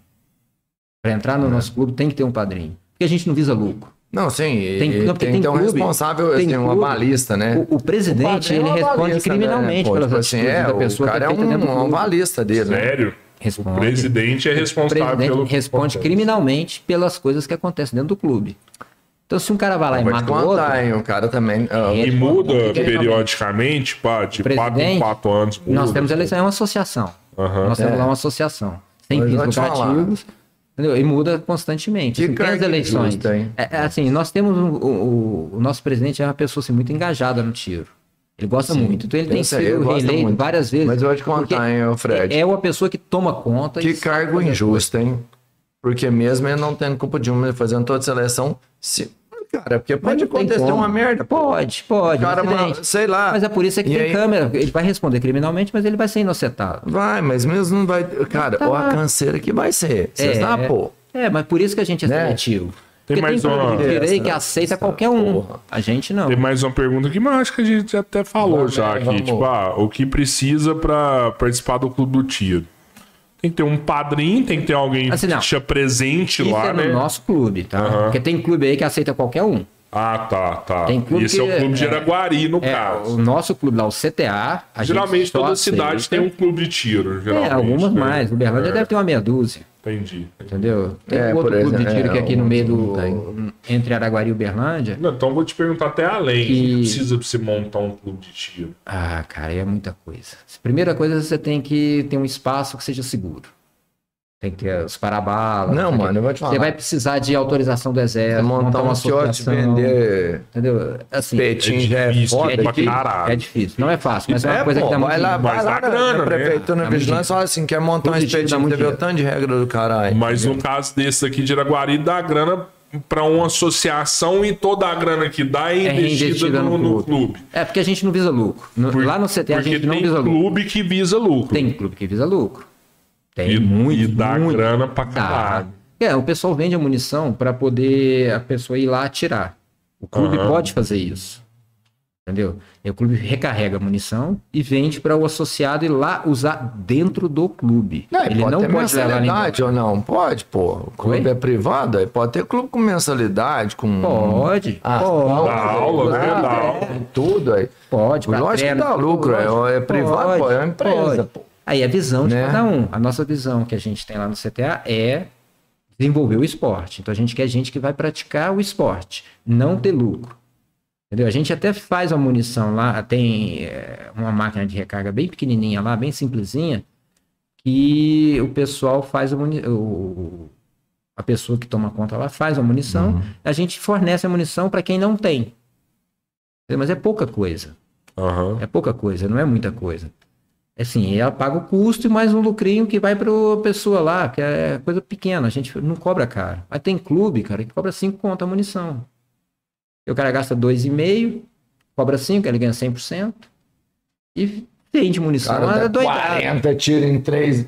Speaker 3: Para entrar
Speaker 2: É.
Speaker 3: no nosso clube tem que ter um padrinho. Porque a gente não visa lucro.
Speaker 2: Não, sim. e-
Speaker 3: Tem-
Speaker 2: e
Speaker 3: não,
Speaker 2: tem,
Speaker 3: porque
Speaker 2: que
Speaker 3: tem
Speaker 2: ter um
Speaker 3: clube,
Speaker 2: responsável,
Speaker 3: tem
Speaker 2: assim, uma
Speaker 3: clube.
Speaker 2: balista, né?
Speaker 3: O, o presidente,
Speaker 2: padrinho é
Speaker 3: ele
Speaker 2: uma
Speaker 3: responde
Speaker 2: balista, né?
Speaker 3: criminalmente
Speaker 2: Pô,
Speaker 3: pelas
Speaker 2: tipo assim,
Speaker 3: atitudes
Speaker 2: é,
Speaker 3: da pessoa
Speaker 2: O cara
Speaker 3: que é feita
Speaker 2: é
Speaker 3: dentro do
Speaker 2: um, um
Speaker 3: clube.
Speaker 2: valista dele, né?
Speaker 1: Sério? O
Speaker 3: Responde.
Speaker 1: presidente é
Speaker 3: O
Speaker 1: responsável
Speaker 3: presidente
Speaker 1: pelo.
Speaker 3: responde criminalmente pelas coisas que acontecem dentro do clube. Então se um cara vai lá e
Speaker 2: Vou te
Speaker 3: mata o outro,
Speaker 2: contar, hein? O cara também... ah,
Speaker 1: E muda periodicamente, pá, de quatro em
Speaker 3: presidente-
Speaker 1: quatro anos. Muda.
Speaker 3: nós temos eleição, é uma associação.
Speaker 1: Aham.
Speaker 3: Nós temos
Speaker 2: É.
Speaker 3: lá uma associação. Sem
Speaker 2: Mas
Speaker 3: fins
Speaker 2: eu vou te
Speaker 3: lucrativos. Entendeu? E muda constantemente.
Speaker 2: Que
Speaker 3: Assim, tem as
Speaker 2: cargo
Speaker 3: eleições.
Speaker 2: justo, hein?
Speaker 3: é, é assim, nós temos um- o, o- o nosso presidente é uma pessoa assim, muito engajada no tiro. Ele gosta
Speaker 2: Sim.
Speaker 3: muito. Então ele
Speaker 2: Eu
Speaker 3: tem
Speaker 2: sei, ele
Speaker 3: sido
Speaker 2: gosta
Speaker 3: reeleito
Speaker 2: muito.
Speaker 3: várias vezes.
Speaker 2: Mas eu vou te
Speaker 3: porque
Speaker 2: contar, hein, ô Fred.
Speaker 3: É, é uma pessoa que toma conta.
Speaker 2: Que
Speaker 3: e-
Speaker 2: cargo injusto, hein? Porque mesmo ele não tendo culpa de uma, ele fazendo toda a seleção, se... cara, porque
Speaker 3: Mas
Speaker 2: pode
Speaker 3: não tem
Speaker 2: acontecer
Speaker 3: como.
Speaker 2: uma merda. Pô,
Speaker 3: Pode, pode.
Speaker 2: cara,
Speaker 3: um
Speaker 2: mano,
Speaker 3: acidente.
Speaker 2: sei lá.
Speaker 3: Mas é por isso é que
Speaker 2: E
Speaker 3: tem
Speaker 2: aí-
Speaker 3: câmera. Ele vai responder criminalmente, mas ele vai ser inocentado.
Speaker 2: Vai, mas mesmo não vai. Cara,
Speaker 3: Tá
Speaker 2: ó a
Speaker 3: lá.
Speaker 2: canseira que vai ser. Você
Speaker 3: é,
Speaker 2: sabe, pô.
Speaker 3: É, mas por isso que a gente é
Speaker 2: Né?
Speaker 3: seletivo.
Speaker 1: Tem
Speaker 3: Porque
Speaker 1: mais
Speaker 3: tem cara
Speaker 1: uma-
Speaker 3: de direito que
Speaker 2: Essa-
Speaker 3: aceita
Speaker 2: essa
Speaker 3: qualquer um.
Speaker 2: porra.
Speaker 3: A gente não.
Speaker 1: Tem mais uma pergunta que mas acho que a gente até falou
Speaker 2: Vamos,
Speaker 1: já
Speaker 2: né?
Speaker 1: aqui.
Speaker 2: Vamos.
Speaker 1: Tipo, ah, o que precisa pra participar do clube do tiro? Tem que ter um padrinho, tem que ter alguém
Speaker 3: Assim, não.
Speaker 1: que te apresente
Speaker 3: Isso
Speaker 1: lá,
Speaker 3: é no
Speaker 1: né?
Speaker 3: nosso clube, tá?
Speaker 1: Aham.
Speaker 3: Porque tem clube aí que aceita qualquer um.
Speaker 1: Ah, tá, tá.
Speaker 3: Tem clube
Speaker 1: Esse é o
Speaker 3: que-
Speaker 1: clube de
Speaker 3: é.
Speaker 1: Araguari, no
Speaker 3: É,
Speaker 1: caso.
Speaker 3: o nosso clube lá, o CTA, a gente
Speaker 1: Geralmente
Speaker 3: só
Speaker 1: toda
Speaker 3: aceita-
Speaker 1: cidade tem um clube de tiro.
Speaker 3: É,
Speaker 1: Geralmente,
Speaker 3: algumas
Speaker 1: né?
Speaker 3: mais. Uberlândia
Speaker 1: É,
Speaker 3: deve ter uma meia dúzia,
Speaker 1: Entendi.
Speaker 3: entendeu? Tem
Speaker 2: É,
Speaker 3: outro
Speaker 2: por
Speaker 3: clube de
Speaker 2: exemplo,
Speaker 3: tiro
Speaker 2: é,
Speaker 3: que é aqui no
Speaker 2: alguns
Speaker 3: meio
Speaker 2: não
Speaker 3: do.
Speaker 2: tem.
Speaker 3: Entre Araguari e Uberlândia.
Speaker 1: Não, então eu vou te perguntar até além. O que
Speaker 3: E-
Speaker 1: precisa pra você montar um clube de tiro?
Speaker 3: Ah, cara, é muita coisa. Primeira coisa, é você tem que ter um espaço que seja seguro. Tem que ter os parabalas.
Speaker 2: Não,
Speaker 3: tem que-
Speaker 2: mano, eu vou te falar.
Speaker 3: Você vai precisar de autorização do exército,
Speaker 2: montar um short,
Speaker 3: É, associação,
Speaker 2: vender
Speaker 3: Entendeu? Assim,
Speaker 2: petinho já é
Speaker 1: difícil,
Speaker 2: foda.
Speaker 1: é
Speaker 2: aqui.
Speaker 1: difícil.
Speaker 3: É difícil, não é fácil, mas é uma
Speaker 2: É,
Speaker 3: coisa
Speaker 2: pô,
Speaker 3: que dá
Speaker 2: vai
Speaker 3: muito
Speaker 2: lá,
Speaker 3: dinheiro.
Speaker 2: vai
Speaker 1: Mas
Speaker 2: lá
Speaker 1: dá
Speaker 2: na,
Speaker 1: grana,
Speaker 2: na
Speaker 1: né?
Speaker 2: prefeitura, na
Speaker 3: Dá
Speaker 2: vigilância, fala assim, quer montar um
Speaker 3: Tudo isso dá
Speaker 2: espetinho,
Speaker 3: muito
Speaker 2: teve o
Speaker 3: dinheiro.
Speaker 2: tanto de regra do
Speaker 3: É,
Speaker 2: caralho.
Speaker 1: Mas no caso desse aqui de Araguari, dá grana pra uma associação e toda a grana que dá é
Speaker 3: É
Speaker 1: investida
Speaker 3: reinvestida
Speaker 1: no,
Speaker 3: no
Speaker 1: no clube.
Speaker 3: É porque a gente não visa lucro. No-
Speaker 1: Por-
Speaker 3: lá no CT a
Speaker 1: porque
Speaker 3: gente não
Speaker 1: tem
Speaker 3: visa lucro.
Speaker 1: clube que visa lucro.
Speaker 3: Tem clube que visa lucro. Tem
Speaker 1: E-
Speaker 3: muito.
Speaker 1: e dá
Speaker 3: muito,
Speaker 1: grana pra
Speaker 3: dá.
Speaker 1: caralho.
Speaker 3: É, o pessoal vende a munição pra poder a pessoa ir lá atirar. O clube
Speaker 1: Aham.
Speaker 3: pode fazer isso. Entendeu? E o clube recarrega a munição e vende para o associado ir lá usar dentro do clube. Ele não
Speaker 2: ter
Speaker 3: pode levar ninguém.
Speaker 2: mensalidade ou não? Pode, pô. O clube
Speaker 3: Oi?
Speaker 2: é privado, aí pode ter clube com mensalidade, com.
Speaker 3: Pode.
Speaker 2: Ah,
Speaker 3: pode.
Speaker 1: Dá aula, né? Dá aula.
Speaker 2: com tudo aí.
Speaker 3: Pode, pra
Speaker 2: Lógico que dá lucro, é- é privado, pô, é uma empresa, pô.
Speaker 3: Aí a visão de
Speaker 2: Né?
Speaker 3: cada um. A nossa visão que a gente tem lá no CTA é desenvolver o esporte. Então a gente quer gente que vai praticar o esporte, não ter lucro. Entendeu? A gente até faz uma munição lá, tem é, uma máquina de recarga bem pequenininha lá, bem simplesinha, que o pessoal faz a muni- o- o- a pessoa que toma conta lá faz a munição, a gente fornece a munição para quem não tem. Entendeu? Mas é pouca coisa.
Speaker 1: Aham.
Speaker 3: É pouca coisa, não é muita coisa. Assim, ela paga o custo e mais um lucrinho que vai para pessoa lá, que é coisa pequena, a gente não cobra caro. Mas tem clube, cara, que cobra 5 conto a munição. E o cara gasta 2,5, cobra 5, ele ganha 100%. E Vende munição,
Speaker 2: Cara,
Speaker 3: anda
Speaker 2: dá
Speaker 3: é doidado.
Speaker 2: 40 tiros em 3,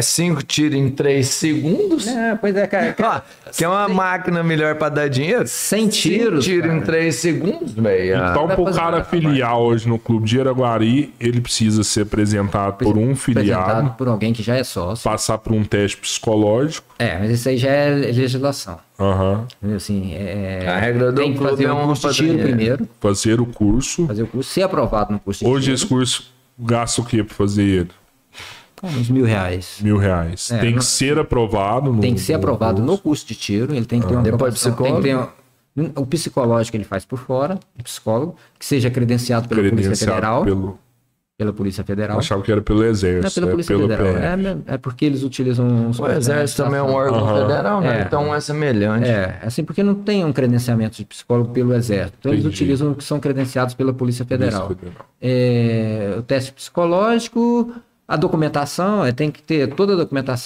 Speaker 2: 5 tiros em 3 segundos.
Speaker 3: É, pois é, cara.
Speaker 2: Ó, quer uma máquina melhor pra dar dinheiro?
Speaker 3: 100
Speaker 2: Cinco
Speaker 3: tiros.
Speaker 2: tiros em
Speaker 3: cara.
Speaker 2: 3 segundos, velho. Ah,
Speaker 1: Então,
Speaker 3: É, vai
Speaker 1: pro
Speaker 3: fazer
Speaker 1: cara
Speaker 3: nada,
Speaker 1: filial hoje no clube de Araguari, ele precisa ser apresentado por um
Speaker 3: é Apresentado
Speaker 1: filiado,
Speaker 3: por alguém que já é sócio.
Speaker 1: passar por um teste psicológico.
Speaker 3: É, mas isso aí já é legislação.
Speaker 1: aham,
Speaker 3: Entendeu? Assim, é,
Speaker 2: A regra do
Speaker 3: tem que
Speaker 2: clube
Speaker 3: fazer
Speaker 2: é
Speaker 3: um
Speaker 2: uma
Speaker 3: curso de tiro
Speaker 2: padrinha.
Speaker 3: primeiro,
Speaker 1: Fazer o curso.
Speaker 3: fazer o curso, ser aprovado no curso de
Speaker 1: Hoje
Speaker 3: tiro,
Speaker 1: esse curso gasta o quê pra fazer ele?
Speaker 3: uns Ah, mil reais.
Speaker 1: Mil reais.
Speaker 3: É,
Speaker 1: tem que
Speaker 3: não-
Speaker 1: ser aprovado. No,
Speaker 3: Tem que ser aprovado no curso de tiro, ele tem que ter uma
Speaker 2: Ah. Depois
Speaker 3: aprovação, tem que ter
Speaker 2: psicólogo?
Speaker 3: um- o psicológico ele faz por fora, o psicólogo, que seja credenciado pela Polícia
Speaker 1: credenciado
Speaker 3: Federal,
Speaker 1: pelo.
Speaker 3: pela Polícia Federal,
Speaker 1: Achava que era pelo
Speaker 3: não é
Speaker 1: exército.
Speaker 3: pela Polícia Federal,
Speaker 1: PF.
Speaker 3: é, mesmo- é porque eles utilizam né, os
Speaker 2: O exército também é um órgão
Speaker 1: Aham.
Speaker 2: federal, né?
Speaker 3: É.
Speaker 2: Então é semelhante.
Speaker 3: É, assim, porque não tem um credenciamento de psicólogo pelo Exército. Então eles
Speaker 1: Entendi.
Speaker 3: utilizam o que são credenciados pela Polícia Federal.
Speaker 1: Polícia Federal.
Speaker 3: É, o teste psicológico, a documentação, é, tem que ter toda a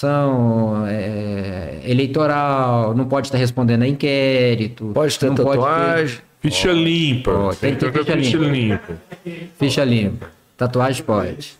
Speaker 3: documentação é, eleitoral, não pode estar respondendo a inquérito.
Speaker 2: Pode ter
Speaker 3: não
Speaker 2: tatuagem.
Speaker 1: Ficha limpa.
Speaker 3: Ó, tem que ter
Speaker 1: Fica
Speaker 3: ficha
Speaker 1: ficha
Speaker 3: limpa.
Speaker 1: limpa.
Speaker 3: ter ficha limpa. Tatuagem pode.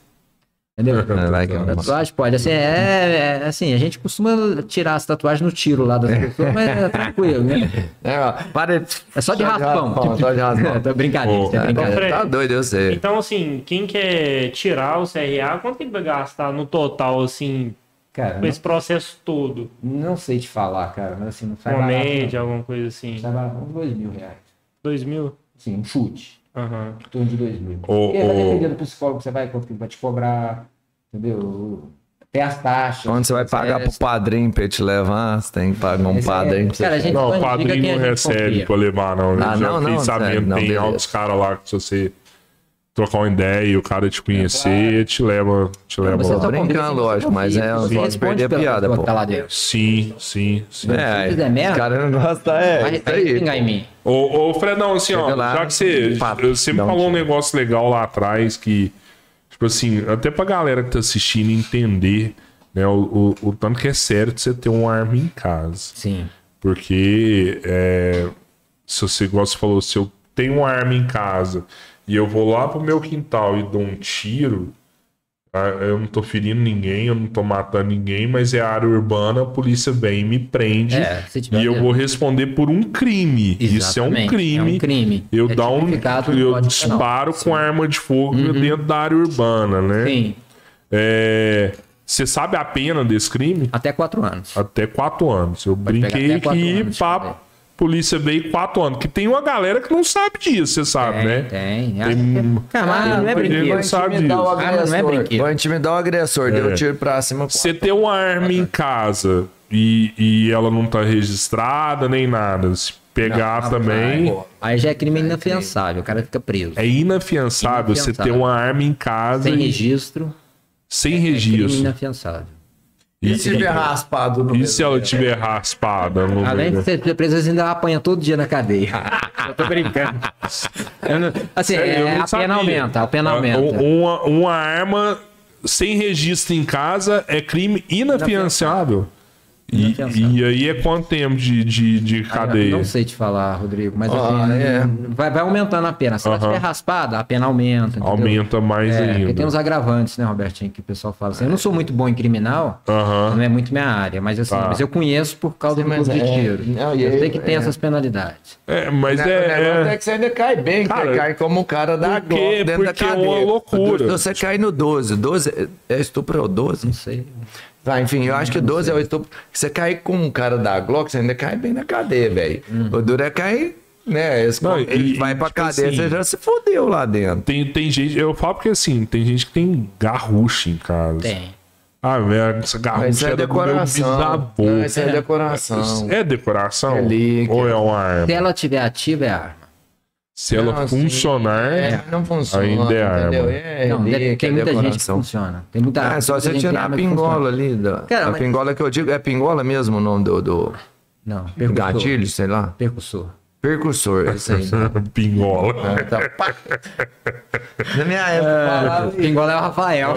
Speaker 3: Entendeu?
Speaker 2: Vai que é um negócio.
Speaker 3: Tatuagem pode. Assim, é, é, assim, a gente costuma tirar as tatuagens no tiro lá das pessoas, mas é tranquilo, né?
Speaker 2: *laughs* É, ó, para de-
Speaker 3: É só de raspão.
Speaker 2: Só
Speaker 3: *laughs*
Speaker 2: de raspão.
Speaker 3: Tá brincadeira,
Speaker 1: Ô. é
Speaker 3: tá brincadeira.
Speaker 4: Fred.
Speaker 2: Tá doido, eu sei.
Speaker 4: Então, assim, quem quer tirar o CRA, quanto que ele vai gastar no total, assim,
Speaker 3: Cara,
Speaker 4: com esse processo todo?
Speaker 3: não, não sei te falar, cara, mas assim, não sai
Speaker 4: Uma
Speaker 3: barato, Tá.
Speaker 4: média, alguma coisa assim.
Speaker 3: não. Sai barato, uns dois mil reais.
Speaker 4: Dois mil?
Speaker 3: Sim, um chute.
Speaker 4: Aham.
Speaker 3: Em torno de dois mil.
Speaker 1: Ô,
Speaker 3: Porque vai
Speaker 1: ô.
Speaker 3: dependendo do psicólogo que você vai, quanto que ele vai te cobrar, entendeu? Tem as taxas.
Speaker 2: Quando você vai pagar pro padrinho pra ele te levar, você tem que pagar um
Speaker 3: Esse é-
Speaker 2: padrinho pra
Speaker 3: cara, a
Speaker 2: você.
Speaker 3: gente-
Speaker 1: Não, o
Speaker 3: Então, diga quem
Speaker 1: padrinho
Speaker 3: a
Speaker 1: não
Speaker 3: gente
Speaker 1: recebe
Speaker 3: confia.
Speaker 1: pra levar, não. Eu
Speaker 2: Ah,
Speaker 1: já
Speaker 2: não,
Speaker 1: fiquei
Speaker 2: não,
Speaker 1: sabendo,
Speaker 2: não,
Speaker 1: tem
Speaker 2: beleza.
Speaker 1: altos caras lá que se você trocar uma ideia e o cara te conhecer,
Speaker 3: É
Speaker 1: te leva, te leva
Speaker 2: você
Speaker 1: lá.
Speaker 2: tá- brincando, lógico, mas é, não pode perder a piada, pô.
Speaker 3: Tá lá dentro.
Speaker 1: Sim, sim, sim.
Speaker 2: É,
Speaker 3: fizer merda,
Speaker 2: o cara não gosta, é.
Speaker 3: Vai,
Speaker 2: isso
Speaker 3: vai
Speaker 2: aí.
Speaker 3: pingar em mim.
Speaker 1: Ô, ô Fredão, assim, ó,
Speaker 2: Chega lá,
Speaker 1: já que você,
Speaker 2: papo,
Speaker 1: você me
Speaker 2: dá um
Speaker 1: falou um
Speaker 2: tiro.
Speaker 1: negócio legal lá atrás que, tipo assim, até pra galera que tá assistindo entender, né, o, o, o tanto que é sério de você ter uma arma em casa.
Speaker 3: Sim.
Speaker 1: Porque é, se você gosta, você falou, se eu tenho uma arma em casa e eu vou lá pro meu quintal e dou um tiro, ah, eu não tô ferindo ninguém, eu não tô matando ninguém, mas é área urbana, a polícia vem e me prende
Speaker 3: É, se tiver
Speaker 1: e eu
Speaker 3: mesmo.
Speaker 1: vou responder por um crime. Isso é um
Speaker 3: Exatamente,
Speaker 1: crime.
Speaker 3: é um crime.
Speaker 1: Eu,
Speaker 3: É
Speaker 1: dar um,
Speaker 3: tipificado no
Speaker 1: eu
Speaker 3: Código Penal.
Speaker 1: disparo com arma de fogo dentro da área urbana, né?
Speaker 3: Uhum. Sim.
Speaker 1: É, você sabe a pena desse crime?
Speaker 3: Até quatro anos.
Speaker 1: Até quatro anos. Eu
Speaker 3: pegar
Speaker 1: brinquei
Speaker 3: até quatro
Speaker 1: que
Speaker 3: anos,
Speaker 1: pá,
Speaker 3: cara.
Speaker 1: polícia veio quatro anos. Que tem uma galera que não sabe disso, você sabe, né?
Speaker 3: Tem,
Speaker 1: Tem- um-
Speaker 3: Cara, mas não
Speaker 1: Tem-
Speaker 3: é brinquedo.
Speaker 1: Não sabe disso.
Speaker 2: o
Speaker 3: Ah, mas não é brinquedo.
Speaker 2: Vou intimidar o agressor, deu
Speaker 1: É.
Speaker 2: um tiro pra cima. com-
Speaker 1: Você ter uma arma em casa e, e ela não tá registrada nem nada. Se pegar também.
Speaker 3: Aí já é crime inafiançável, o cara fica preso.
Speaker 1: é inafiançável você ter
Speaker 3: Inafiançável.
Speaker 1: uma arma em casa
Speaker 3: Sem
Speaker 1: e-
Speaker 3: registro,
Speaker 1: sem
Speaker 3: é crime
Speaker 1: registro.
Speaker 3: inafiançável.
Speaker 2: E se tiver raspado no
Speaker 1: e
Speaker 2: meio?
Speaker 1: se ela tiver raspada? No
Speaker 3: Além de
Speaker 1: meio?
Speaker 3: ser preso, você ainda apanha todo dia
Speaker 1: *laughs*
Speaker 3: na cadeia. Eu tô *laughs* brincando. Eu não- assim,
Speaker 1: Sério, eu
Speaker 3: é,
Speaker 1: não
Speaker 3: a
Speaker 1: sabia.
Speaker 3: pena aumenta, a pena
Speaker 1: Ah,
Speaker 3: aumenta.
Speaker 1: um- Uma, uma arma sem registro em casa é crime inafiançável. E,
Speaker 3: Inafiançável. Ah,
Speaker 1: e aí é quanto tempo de, de, de
Speaker 3: Eu
Speaker 1: cadeia?
Speaker 3: Não sei te falar, Rodrigo, mas
Speaker 2: Ah,
Speaker 3: assim,
Speaker 2: é.
Speaker 3: vai, vai aumentando a pena. Se ela
Speaker 1: Aham.
Speaker 3: tiver raspada, a pena aumenta. entendeu?
Speaker 1: Aumenta mais
Speaker 3: É, porque tem
Speaker 1: ainda.
Speaker 3: uns agravantes, né, Robertinho, que o pessoal fala assim. Eu não sou muito bom em criminal,
Speaker 1: Aham.
Speaker 3: não é muito minha área, mas assim,
Speaker 1: Tá.
Speaker 3: mas eu conheço por causa do
Speaker 2: mas
Speaker 3: clube de
Speaker 2: é-
Speaker 3: tiro.
Speaker 2: não, e
Speaker 3: eu
Speaker 2: aí-
Speaker 3: sei que tem
Speaker 2: é.
Speaker 3: essas penalidades.
Speaker 1: É, mas
Speaker 2: Né, o negócio é...
Speaker 1: é, é,
Speaker 2: que você ainda cai bem, que
Speaker 1: Cara,
Speaker 2: você cai como o cara da
Speaker 1: porque-
Speaker 2: Glock dentro da
Speaker 1: porque é uma
Speaker 2: cadeia.
Speaker 1: loucura.
Speaker 2: Se você cai no 12, 12 é é estupro ou 12?
Speaker 3: Não sei.
Speaker 2: Tá, enfim, eu acho que 12 é o estupro. Você cair com um cara da Glock, você ainda cai bem na cadeia, velho. O duro é cair, né? Esse
Speaker 1: Hum. Não,
Speaker 2: co-
Speaker 1: e-
Speaker 2: ele vai pra
Speaker 1: tipo
Speaker 2: cadeia,
Speaker 1: assim-
Speaker 2: você já se fodeu lá dentro.
Speaker 1: tem, tem gente. Eu falo porque assim, tem gente que tem garrucha em casa.
Speaker 3: Tem.
Speaker 1: Ah, velho, essa garrucha
Speaker 2: Mas isso é
Speaker 1: era do meu
Speaker 2: decoração.
Speaker 1: bisavô. né?
Speaker 2: Não, isso é decoração.
Speaker 1: É decoração?
Speaker 2: É líquido.
Speaker 1: Ou é uma
Speaker 3: Se
Speaker 1: arma?
Speaker 3: ela tiver ativa, é arma.
Speaker 1: Se ela
Speaker 2: Não, assim,
Speaker 1: funcionar.
Speaker 2: É, não funciona.
Speaker 1: Ainda é arma. *laughs*
Speaker 2: entendeu? É,
Speaker 3: Não,
Speaker 2: ele
Speaker 3: deve-
Speaker 2: que é
Speaker 3: tem muita gente que
Speaker 2: decoração.
Speaker 3: funciona. Tem muita
Speaker 2: Ah, é só
Speaker 3: muita
Speaker 2: você
Speaker 3: gente tem
Speaker 2: tirar a
Speaker 3: arma que funciona.
Speaker 2: pingola ali. Da,
Speaker 3: Cara,
Speaker 2: a
Speaker 3: mas-
Speaker 2: pingola que eu digo, é pingola mesmo o nome do, do
Speaker 3: Não, percussor.
Speaker 2: gatilho, sei lá?
Speaker 3: Percussor.
Speaker 2: Percursor, isso
Speaker 3: *laughs*
Speaker 2: aí.
Speaker 1: Pingola.
Speaker 3: É.
Speaker 2: Tá, pá. Na minha época, falava isso.
Speaker 3: Pingola é o Rafael.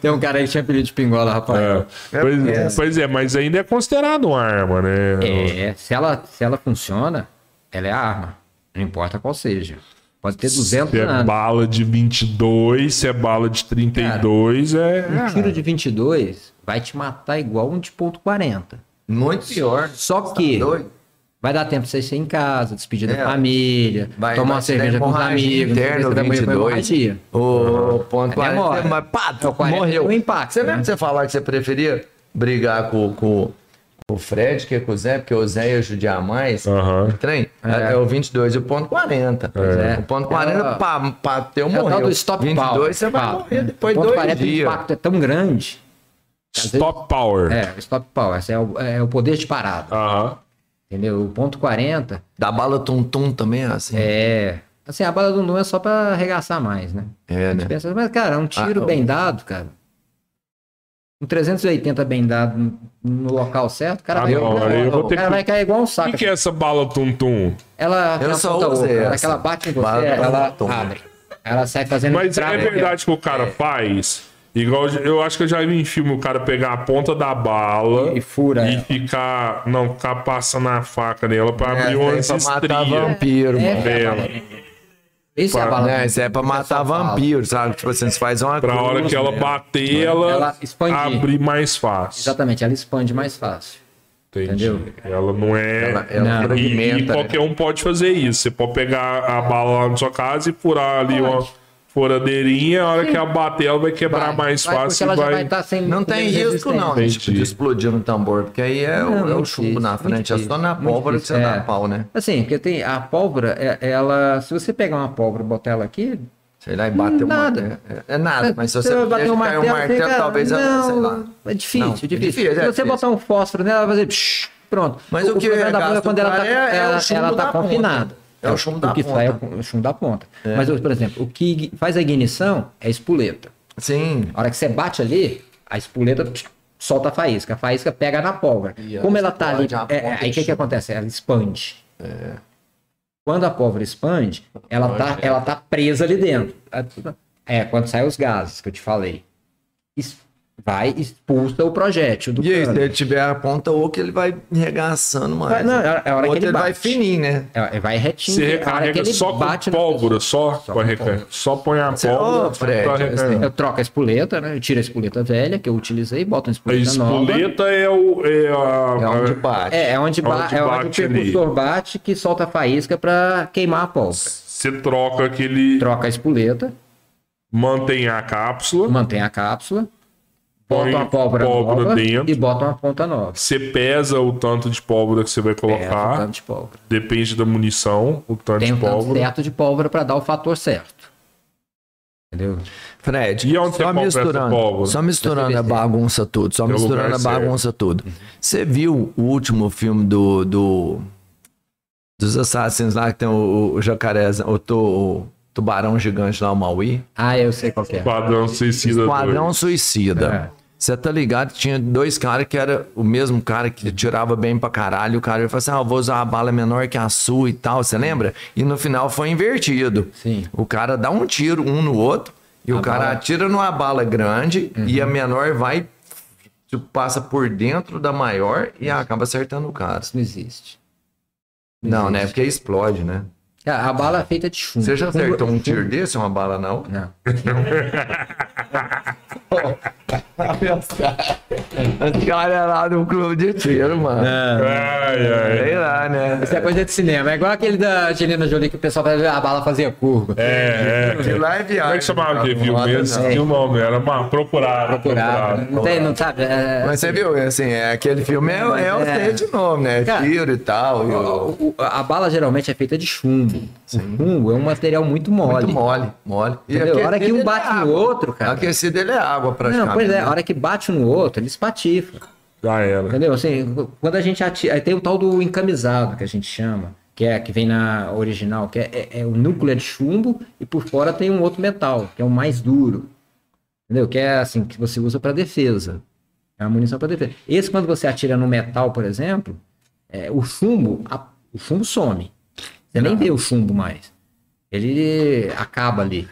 Speaker 3: tem um cara aí que tinha apelido de Pingola, Rafael.
Speaker 1: É. Pois, pois é, mas ainda é considerado uma arma, né?
Speaker 3: É, se ela, se ela funciona, ela é a arma. Não importa qual seja. Pode ter 200
Speaker 1: Se é
Speaker 3: anos.
Speaker 1: bala de 22, se é bala de 32,
Speaker 3: Um
Speaker 1: é.
Speaker 3: tiro de 22 vai te matar igual um de ponto 40.
Speaker 2: Muito pior. Tá
Speaker 3: Só que
Speaker 2: doido?
Speaker 3: vai dar tempo de você ir em casa, despedir
Speaker 2: É.
Speaker 3: da família,
Speaker 2: Vai-
Speaker 3: tomar
Speaker 2: vai te
Speaker 3: uma
Speaker 2: dar
Speaker 3: cerveja com os
Speaker 2: hemorragia
Speaker 3: amigos, é
Speaker 2: interna,
Speaker 3: você vai morrer com
Speaker 2: 22.
Speaker 3: hemorragia.
Speaker 2: O ponto
Speaker 3: Aí
Speaker 2: 40,
Speaker 3: demora.
Speaker 2: mas pá,
Speaker 3: É o 40
Speaker 2: morreu.
Speaker 3: o impacto,
Speaker 2: Você
Speaker 3: né?
Speaker 2: lembra de você falar que você preferia brigar com, com, com o Fred que com o Zé, porque o Zé ia judiar mais?
Speaker 1: Aham.
Speaker 2: O Trem? É.
Speaker 3: É.
Speaker 2: o 22 e o ponto 40.
Speaker 3: É.
Speaker 2: O ponto 40,
Speaker 3: É o-
Speaker 2: pá, bateu,
Speaker 3: É o
Speaker 2: morreu.
Speaker 3: tal do stop
Speaker 2: 22
Speaker 3: power.
Speaker 2: você vai
Speaker 3: Fala.
Speaker 2: morrer depois
Speaker 3: O
Speaker 2: de dois
Speaker 3: ponto 40 O
Speaker 2: dias.
Speaker 3: impacto é tão grande.
Speaker 1: Stop power.
Speaker 3: É, o stop power. esse É o, é o poder de parada.
Speaker 1: Aham.
Speaker 3: Entendeu? O ponto 40
Speaker 2: Da bala tum-tum também, assim.
Speaker 3: é. Assim, a bala do Dundum é só pra arregaçar mais, né?
Speaker 2: É, né?
Speaker 3: Você pensa, mas, cara, um tiro
Speaker 2: Ah,
Speaker 3: bem dado, cara. Um 380 bem dado no- no local certo, o cara,
Speaker 1: Ah,
Speaker 3: vai,
Speaker 1: não,
Speaker 3: cair-
Speaker 1: aí eu vou
Speaker 3: o
Speaker 1: ter
Speaker 3: cara
Speaker 1: que-
Speaker 3: vai cair igual um saco. assim.
Speaker 1: O que, que é essa bala tum-tum?
Speaker 3: Ela tem
Speaker 2: Eu
Speaker 3: uma
Speaker 2: só
Speaker 3: ponta
Speaker 2: uso
Speaker 3: oca, a hora
Speaker 2: essa.
Speaker 3: que ela bate em você,
Speaker 2: Bala
Speaker 3: ela
Speaker 2: tonta.
Speaker 3: abre. Ela sai fazendo...
Speaker 1: Mas é
Speaker 3: trapo.
Speaker 1: verdade que o cara faz. Igual eu acho que eu já vi em filme o cara pegar a ponta da bala
Speaker 3: E fura
Speaker 1: e
Speaker 3: ela.
Speaker 1: ficar. Não, ficar passando a faca nela pra
Speaker 2: É,
Speaker 1: abrir umas
Speaker 2: isso aí pra matar
Speaker 1: estrias.
Speaker 2: vampiro,
Speaker 3: É,
Speaker 2: mano.
Speaker 1: dela.
Speaker 3: Isso é a bala.
Speaker 2: Né, isso é pra matar vampiro, sabe? Tipo assim, você faz uma
Speaker 1: Pra hora
Speaker 2: cruz,
Speaker 1: que ela
Speaker 2: né?
Speaker 1: bater, ela,
Speaker 3: É. Ela expandir.
Speaker 1: abrir mais fácil.
Speaker 3: Exatamente, ela expande mais fácil.
Speaker 1: Entendi.
Speaker 3: Entendeu?
Speaker 1: Ela não é.
Speaker 2: Ela, ela
Speaker 3: Não.
Speaker 1: E, e
Speaker 2: fragmenta. né?
Speaker 1: qualquer um pode fazer isso. Você pode pegar a bala lá na sua casa e furar ali uma furadeirinha. A hora que ela bater, ela vai quebrar
Speaker 3: Vai,
Speaker 1: mais
Speaker 3: vai,
Speaker 1: fácil.
Speaker 3: Porque
Speaker 1: e
Speaker 3: ela
Speaker 1: vai...
Speaker 3: já vai tá estar sem...
Speaker 2: Não tem risco, não, né?
Speaker 1: Entendi.
Speaker 2: tipo, de explodir no tambor, porque aí é, o-
Speaker 3: Não,
Speaker 2: é o
Speaker 3: muito
Speaker 2: chumbo
Speaker 3: difícil,
Speaker 2: na
Speaker 3: muito
Speaker 2: frente, é só
Speaker 3: difícil,
Speaker 2: na
Speaker 3: muito
Speaker 2: pólvora que você
Speaker 3: difícil,
Speaker 2: dá
Speaker 3: é.
Speaker 2: pau, né?
Speaker 3: Assim, porque tem a pólvora, é- ela... Se você pegar uma pólvora e botar ela aqui,
Speaker 2: Sei lá, e bater uma.
Speaker 3: Nada.
Speaker 2: É, é nada, mas se você,
Speaker 3: vai
Speaker 2: deixa
Speaker 3: bater
Speaker 2: cair
Speaker 3: um martelo,
Speaker 2: um martelo,
Speaker 3: você, cara,
Speaker 2: talvez
Speaker 3: não,
Speaker 2: ela, sei lá.
Speaker 3: É difícil,
Speaker 2: Não,
Speaker 3: é
Speaker 2: é
Speaker 3: difícil.
Speaker 2: difícil, é
Speaker 3: Se você
Speaker 2: difícil.
Speaker 3: botar um fósforo nela, ela vai fazer. psh, pronto.
Speaker 2: Mas o que
Speaker 3: problema da
Speaker 2: gasta
Speaker 3: bala é
Speaker 2: o
Speaker 3: quando ela tá,
Speaker 2: cara é- é o
Speaker 3: ela,
Speaker 2: chumbo
Speaker 3: ela
Speaker 2: da
Speaker 3: tá
Speaker 2: ponta.
Speaker 3: confinada.
Speaker 2: É o chumbo da É.
Speaker 3: que sai
Speaker 2: ponta.
Speaker 3: é o chumbo da ponta. Mas, por exemplo, o que faz a ignição é a espoleta.
Speaker 2: Sim.
Speaker 3: A hora que você bate ali, a espoleta psh, solta a faísca. A faísca pega na pólvora.
Speaker 2: E ela
Speaker 3: Como ela tá ali.
Speaker 2: explode, a
Speaker 3: é,
Speaker 2: ponta
Speaker 3: é, aí o que,
Speaker 2: explode.
Speaker 3: que acontece? Ela expande. Quando a pólvora expande, ela tá, ela tá presa ali dentro. É, quando saem os gases que eu te falei. Es- Vai, expulsa o projétil do
Speaker 2: E aí, se
Speaker 3: cano.
Speaker 2: ele tiver a ponta oca, ele vai regaçando mais. né?
Speaker 3: Vai- não, é a- é a hora
Speaker 2: o
Speaker 3: que
Speaker 2: outro
Speaker 3: ele
Speaker 2: ele vai
Speaker 3: bate.
Speaker 2: fininho, né?
Speaker 3: É, vai retinho.
Speaker 1: Você
Speaker 3: a hora que
Speaker 1: recarrega
Speaker 3: ele
Speaker 1: só com
Speaker 3: na
Speaker 1: pólvora, só, só, só põe a
Speaker 2: Você-
Speaker 1: pólvora.
Speaker 2: Ô, Fred,
Speaker 1: pra recarregar.
Speaker 3: pessoa. É. Eu troco a espoleta, né? Eu tiro a espoleta velha que eu utilizei, boto uma
Speaker 1: A
Speaker 3: espoleta, nova.
Speaker 1: espoleta é o. É a,
Speaker 2: É onde
Speaker 1: a-
Speaker 2: bate.
Speaker 3: É, é onde, ba-
Speaker 1: Onde
Speaker 3: é onde o
Speaker 1: bate ali.
Speaker 3: percussor bate que solta a faísca pra queimar a pólvora.
Speaker 1: Você troca aquele.
Speaker 3: Troca a espoleta,
Speaker 1: Mantém a cápsula,
Speaker 3: mantém a cápsula,
Speaker 1: Põe
Speaker 3: bota uma pólvora,
Speaker 1: pólvora
Speaker 3: nova
Speaker 1: dentro.
Speaker 3: e bota uma ponta nova.
Speaker 1: você pesa o tanto de pólvora que você vai
Speaker 3: É, um
Speaker 1: colocar.
Speaker 3: tanto de pólvora.
Speaker 1: Depende da munição, o tanto
Speaker 3: Tem
Speaker 1: de
Speaker 3: um tanto
Speaker 1: pólvora.
Speaker 3: certo de pólvora pra dar o fator certo. Entendeu?
Speaker 2: Fred,
Speaker 1: E onde você
Speaker 2: só
Speaker 1: compra essa
Speaker 2: misturando,
Speaker 1: pólvora?
Speaker 2: só misturando a bagunça tudo, só
Speaker 1: É o
Speaker 2: misturando
Speaker 1: lugar
Speaker 2: a bagunça tudo. Você viu o último filme do, do dos assassinos lá que tem o, o jacaré, o, tu- o tubarão gigante lá, o Maui?
Speaker 3: Ah, eu sei qual que é.
Speaker 1: Esquadrão suicida.
Speaker 2: Esquadrão
Speaker 1: dois.
Speaker 2: Suicida. Você tá ligado? que Tinha dois caras que era o mesmo cara que tirava bem pra caralho. O cara ia falar assim: ah, eu vou usar a bala menor que a sua e tal. Você lembra? E no final foi invertido.
Speaker 3: Sim.
Speaker 2: O cara dá um tiro um no outro e o cara
Speaker 3: bala-
Speaker 2: atira numa bala Uhum. grande e a menor vai, tipo, passa por dentro da maior e acaba acertando o cara.
Speaker 3: Isso não existe.
Speaker 2: Não, né? Porque explode, né?
Speaker 3: Cara, a bala é feita de chumbo.
Speaker 2: Você já
Speaker 3: Chumbo-
Speaker 2: acertou um tiro desse, uma bala na *laughs* outra?
Speaker 3: Não.
Speaker 2: Os caras lá no clube de tiro, mano.
Speaker 1: Ai, ai.
Speaker 2: Sei lá, né?
Speaker 3: Isso é coisa de cinema. É igual aquele da Angelina Jolie que o pessoal fazia, a bala fazia curva.
Speaker 1: É, é.
Speaker 2: De lá é viagem. tá,
Speaker 1: Como é que chamava aquele filme
Speaker 2: Não,
Speaker 1: mesmo?
Speaker 2: não.
Speaker 1: Tinha o nome, era uma procurada.
Speaker 3: Curado. né? Não tem, não sabe? É,
Speaker 2: Mas você viu, assim, é, aquele filme é, é o
Speaker 3: É.
Speaker 2: cheio de nome, né?
Speaker 3: Cara,
Speaker 2: Tiro e tal. e o-
Speaker 3: o- o- a bala geralmente é feita de chumbo. O chumbo é um material muito mole.
Speaker 2: Muito mole, mole. E
Speaker 3: Entendeu? A hora que
Speaker 2: aquecido ele
Speaker 3: um
Speaker 2: é
Speaker 3: bate no
Speaker 2: água.
Speaker 3: outro, cara.
Speaker 2: Aquecido ele é água praticamente.
Speaker 3: Não, pois é,
Speaker 2: né?
Speaker 3: a hora que bate um no outro, ele espatifa.
Speaker 1: Já era.
Speaker 3: Entendeu? Assim, quando a gente atira. Aí tem o tal do encamisado que a gente chama, que é que vem na original, que é, é- é o núcleo de chumbo e por fora tem um outro metal, que é o mais duro. Entendeu? Que é assim, que você usa para defesa. É uma munição para defesa. Esse, quando você atira no metal, por exemplo, é, o chumbo, a- o chumbo some. Você nem vê o chumbo mais. Ele acaba ali.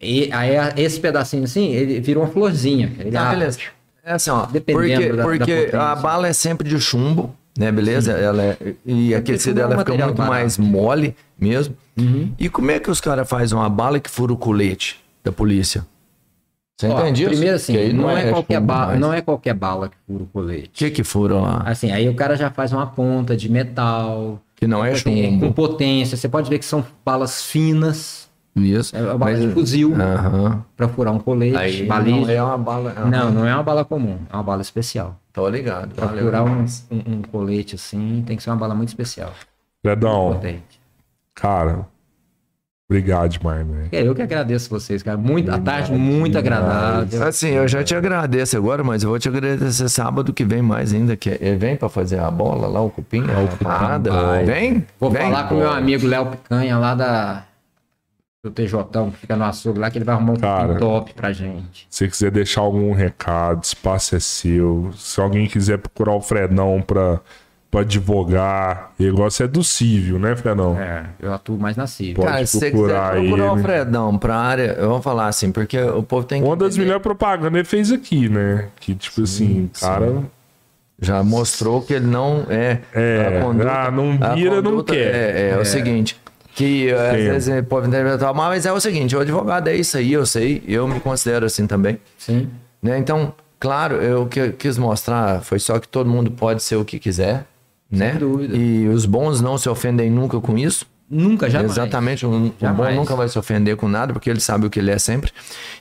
Speaker 3: E, aí, a- esse pedacinho assim, ele virou uma florzinha. cara. Ele
Speaker 2: Tá,
Speaker 3: abre.
Speaker 2: beleza. É assim, ó.
Speaker 3: Dependendo
Speaker 2: porque
Speaker 3: da- da
Speaker 2: porque
Speaker 3: potência.
Speaker 2: a bala é sempre de chumbo. né? Beleza? Ela é, e aquecida
Speaker 3: tudo é um
Speaker 2: ela fica
Speaker 3: material
Speaker 2: muito
Speaker 3: barato. Uhum.
Speaker 2: mais mole mesmo. E como é que os caras fazem uma bala que fura o colete da polícia? Você
Speaker 3: Ó,
Speaker 2: entende isso?
Speaker 3: Primeiro assim,
Speaker 2: Que aí
Speaker 3: não, é, qualquer
Speaker 2: tipo,
Speaker 3: bala,
Speaker 2: mas-
Speaker 3: não é qualquer bala que fura o colete.
Speaker 2: O que que fura lá?
Speaker 3: Assim, aí o cara já faz uma ponta de metal,
Speaker 2: Que não é
Speaker 3: tem- com
Speaker 2: chumbo.
Speaker 3: potência. Você pode ver que são balas finas,
Speaker 2: Isso.
Speaker 3: é uma bala
Speaker 2: Mas-
Speaker 3: de fuzil
Speaker 2: Aham.
Speaker 3: pra furar um colete,
Speaker 2: Aí não
Speaker 3: balística.
Speaker 2: é uma bala. aham.
Speaker 3: Não, não é uma bala comum, é uma bala especial.
Speaker 2: Tô ligado.
Speaker 3: Pra
Speaker 2: valeu.
Speaker 3: furar um, um- um colete assim, tem que ser uma bala muito especial.
Speaker 1: Fredão,
Speaker 3: Potente.
Speaker 1: cara, obrigado demais, né? velho.
Speaker 3: É, eu que agradeço vocês, cara. Muito, a tarde muito agradável.
Speaker 2: Assim, eu já te agradeço agora, mas eu vou te agradecer sábado que vem mais ainda, que é- vem pra fazer a bola lá, o cupim, a parada.
Speaker 1: vai.
Speaker 2: Vem?
Speaker 3: Vou
Speaker 2: vem.
Speaker 3: falar com meu amigo Léo Picanha lá da do TJ, que fica no açougue lá, que ele vai arrumar um
Speaker 1: Cara.
Speaker 3: cupim top pra gente.
Speaker 1: Se quiser deixar algum recado, espaço é seu. Se alguém quiser procurar o Fredão pra, pra advogar, igual você é do Cível, né, Fredão?
Speaker 3: É, eu atuo mais na CIV.
Speaker 1: Pô,
Speaker 2: Cara,
Speaker 1: pode
Speaker 2: se você
Speaker 1: procurar
Speaker 2: quiser procurar o
Speaker 1: ele.
Speaker 2: Fredão pra área, eu vou falar assim, porque o povo tem que.
Speaker 1: Uma das
Speaker 2: entender.
Speaker 1: melhores propagandas ele fez aqui, né? Que, tipo assim, cara.
Speaker 2: Já mostrou que ele não é.
Speaker 1: É, ah, não
Speaker 2: a
Speaker 1: vira, não
Speaker 2: conduta
Speaker 1: quer.
Speaker 2: É, é, é o seguinte. Que às
Speaker 1: Entendo.
Speaker 2: vezes ele pode interpretar mal, mas é o seguinte: o advogado é isso aí, eu sei, eu me considero assim também.
Speaker 3: Sim.
Speaker 2: Né? Então, claro, eu, o que eu quis mostrar foi só que todo mundo pode ser o que quiser, né?
Speaker 3: dúvida.
Speaker 2: E os bons não se ofendem nunca com isso.
Speaker 3: Nunca, jamais.
Speaker 2: Exatamente, um, um bom
Speaker 3: Jamais.
Speaker 2: nunca vai se ofender com nada, porque ele sabe o que ele é sempre.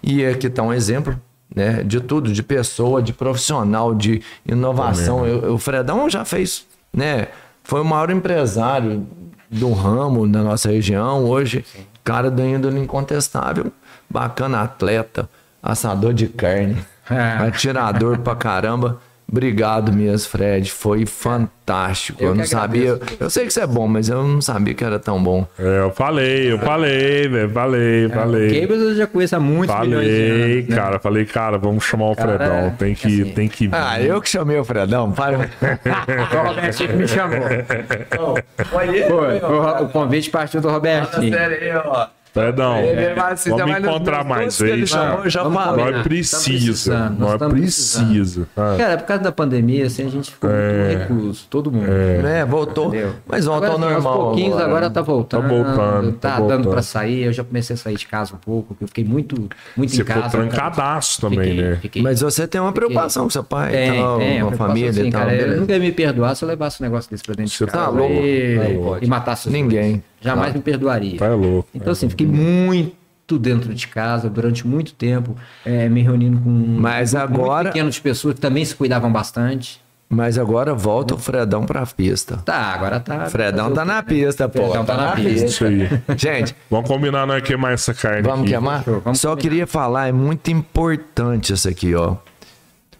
Speaker 2: E aqui está um exemplo né, de tudo, de pessoa, de profissional, de inovação. Eu- eu- o Fredão já fez, né? Foi o maior empresário do ramo da nossa região hoje, cara do índole incontestável, bacana atleta, assador de carne,
Speaker 3: É.
Speaker 2: atirador pra caramba. Obrigado mesmo, Fred. Foi fantástico. Eu,
Speaker 3: Eu que
Speaker 2: não sabia.
Speaker 3: agradeço.
Speaker 2: Eu sei que você é bom, mas eu não sabia que era tão bom.
Speaker 1: É, eu falei, eu falei, velho. Falei,
Speaker 3: O
Speaker 1: falei.
Speaker 3: Gabriel eu já conheço há muitos milhões de
Speaker 1: Falei,
Speaker 3: anos. né?
Speaker 1: cara, falei, cara, vamos chamar o
Speaker 3: Cara,
Speaker 1: Fredão.
Speaker 3: é,
Speaker 1: tem que,
Speaker 3: assim,
Speaker 1: tem que vir.
Speaker 2: Ah, eu que chamei o Fredão, para.
Speaker 3: O Robertinho que me chamou.
Speaker 1: *laughs*
Speaker 3: Foi, foi o Ro- o convite partiu do Robertinho.
Speaker 2: aí, ó.
Speaker 1: Fredão, É.
Speaker 2: é
Speaker 1: vamos encontrar mais é vezes.
Speaker 2: Chamou, eu já tá né?
Speaker 3: Vamos
Speaker 1: Nós
Speaker 2: falei.
Speaker 3: combinar. Tamo
Speaker 1: precisa,
Speaker 3: precisando, nós
Speaker 1: nós
Speaker 3: tamo precisando.
Speaker 1: precisa. Ah,
Speaker 3: Cara, por causa da pandemia, assim, a gente ficou
Speaker 1: É.
Speaker 3: muito recluso, todo mundo.
Speaker 2: Né, voltou. Mas volta ao
Speaker 3: Agora, assim,
Speaker 2: normal.
Speaker 3: aos pouquinhos agora,
Speaker 2: agora.
Speaker 3: tá voltando, tá,
Speaker 1: voltando, tá
Speaker 3: dando
Speaker 1: voltando.
Speaker 3: pra sair. Eu já comecei a sair de casa um pouco, porque eu fiquei muito, muito
Speaker 1: Você
Speaker 3: em casa.
Speaker 1: ficou trancadaço também,
Speaker 3: Fiquei-
Speaker 1: né?
Speaker 3: fiquei-
Speaker 2: Mas você tem uma preocupação com seu pai,
Speaker 3: Tem,
Speaker 2: tal,
Speaker 3: tem,
Speaker 2: com
Speaker 3: É, eu
Speaker 2: a
Speaker 3: faço
Speaker 2: família
Speaker 3: assim,
Speaker 2: e tal.
Speaker 3: cara, ele
Speaker 2: beleza.
Speaker 3: nunca ia me perdoar se eu levasse um negócio desse pra dentro
Speaker 1: Você
Speaker 3: de
Speaker 1: tá
Speaker 3: casa.
Speaker 2: louco,
Speaker 3: E,
Speaker 2: tá louco.
Speaker 3: e matasse os
Speaker 2: Ninguém.
Speaker 3: dois. Jamais
Speaker 2: Tá.
Speaker 3: me perdoaria.
Speaker 1: Tá louco.
Speaker 3: Então, assim, fiquei muito dentro de casa durante muito tempo, eh, me reunindo com um
Speaker 2: Mas
Speaker 3: grupo
Speaker 2: agora-
Speaker 3: muito pequeno de pessoas que também se cuidavam bastante.
Speaker 2: Mas agora volta o Fredão pra pista.
Speaker 3: Tá, agora tá.
Speaker 2: Fredão
Speaker 3: fazer
Speaker 2: tá
Speaker 3: o
Speaker 2: na
Speaker 3: quê,
Speaker 2: pista, pô.
Speaker 3: Fredão tá na pista.
Speaker 1: Isso aí.
Speaker 2: Gente,
Speaker 1: Vamos combinar, não é queimar essa carne.
Speaker 2: Vamos
Speaker 1: aqui.
Speaker 2: queimar?
Speaker 3: Fechou, vamos
Speaker 2: Só queria falar, é muito importante isso aqui, ó.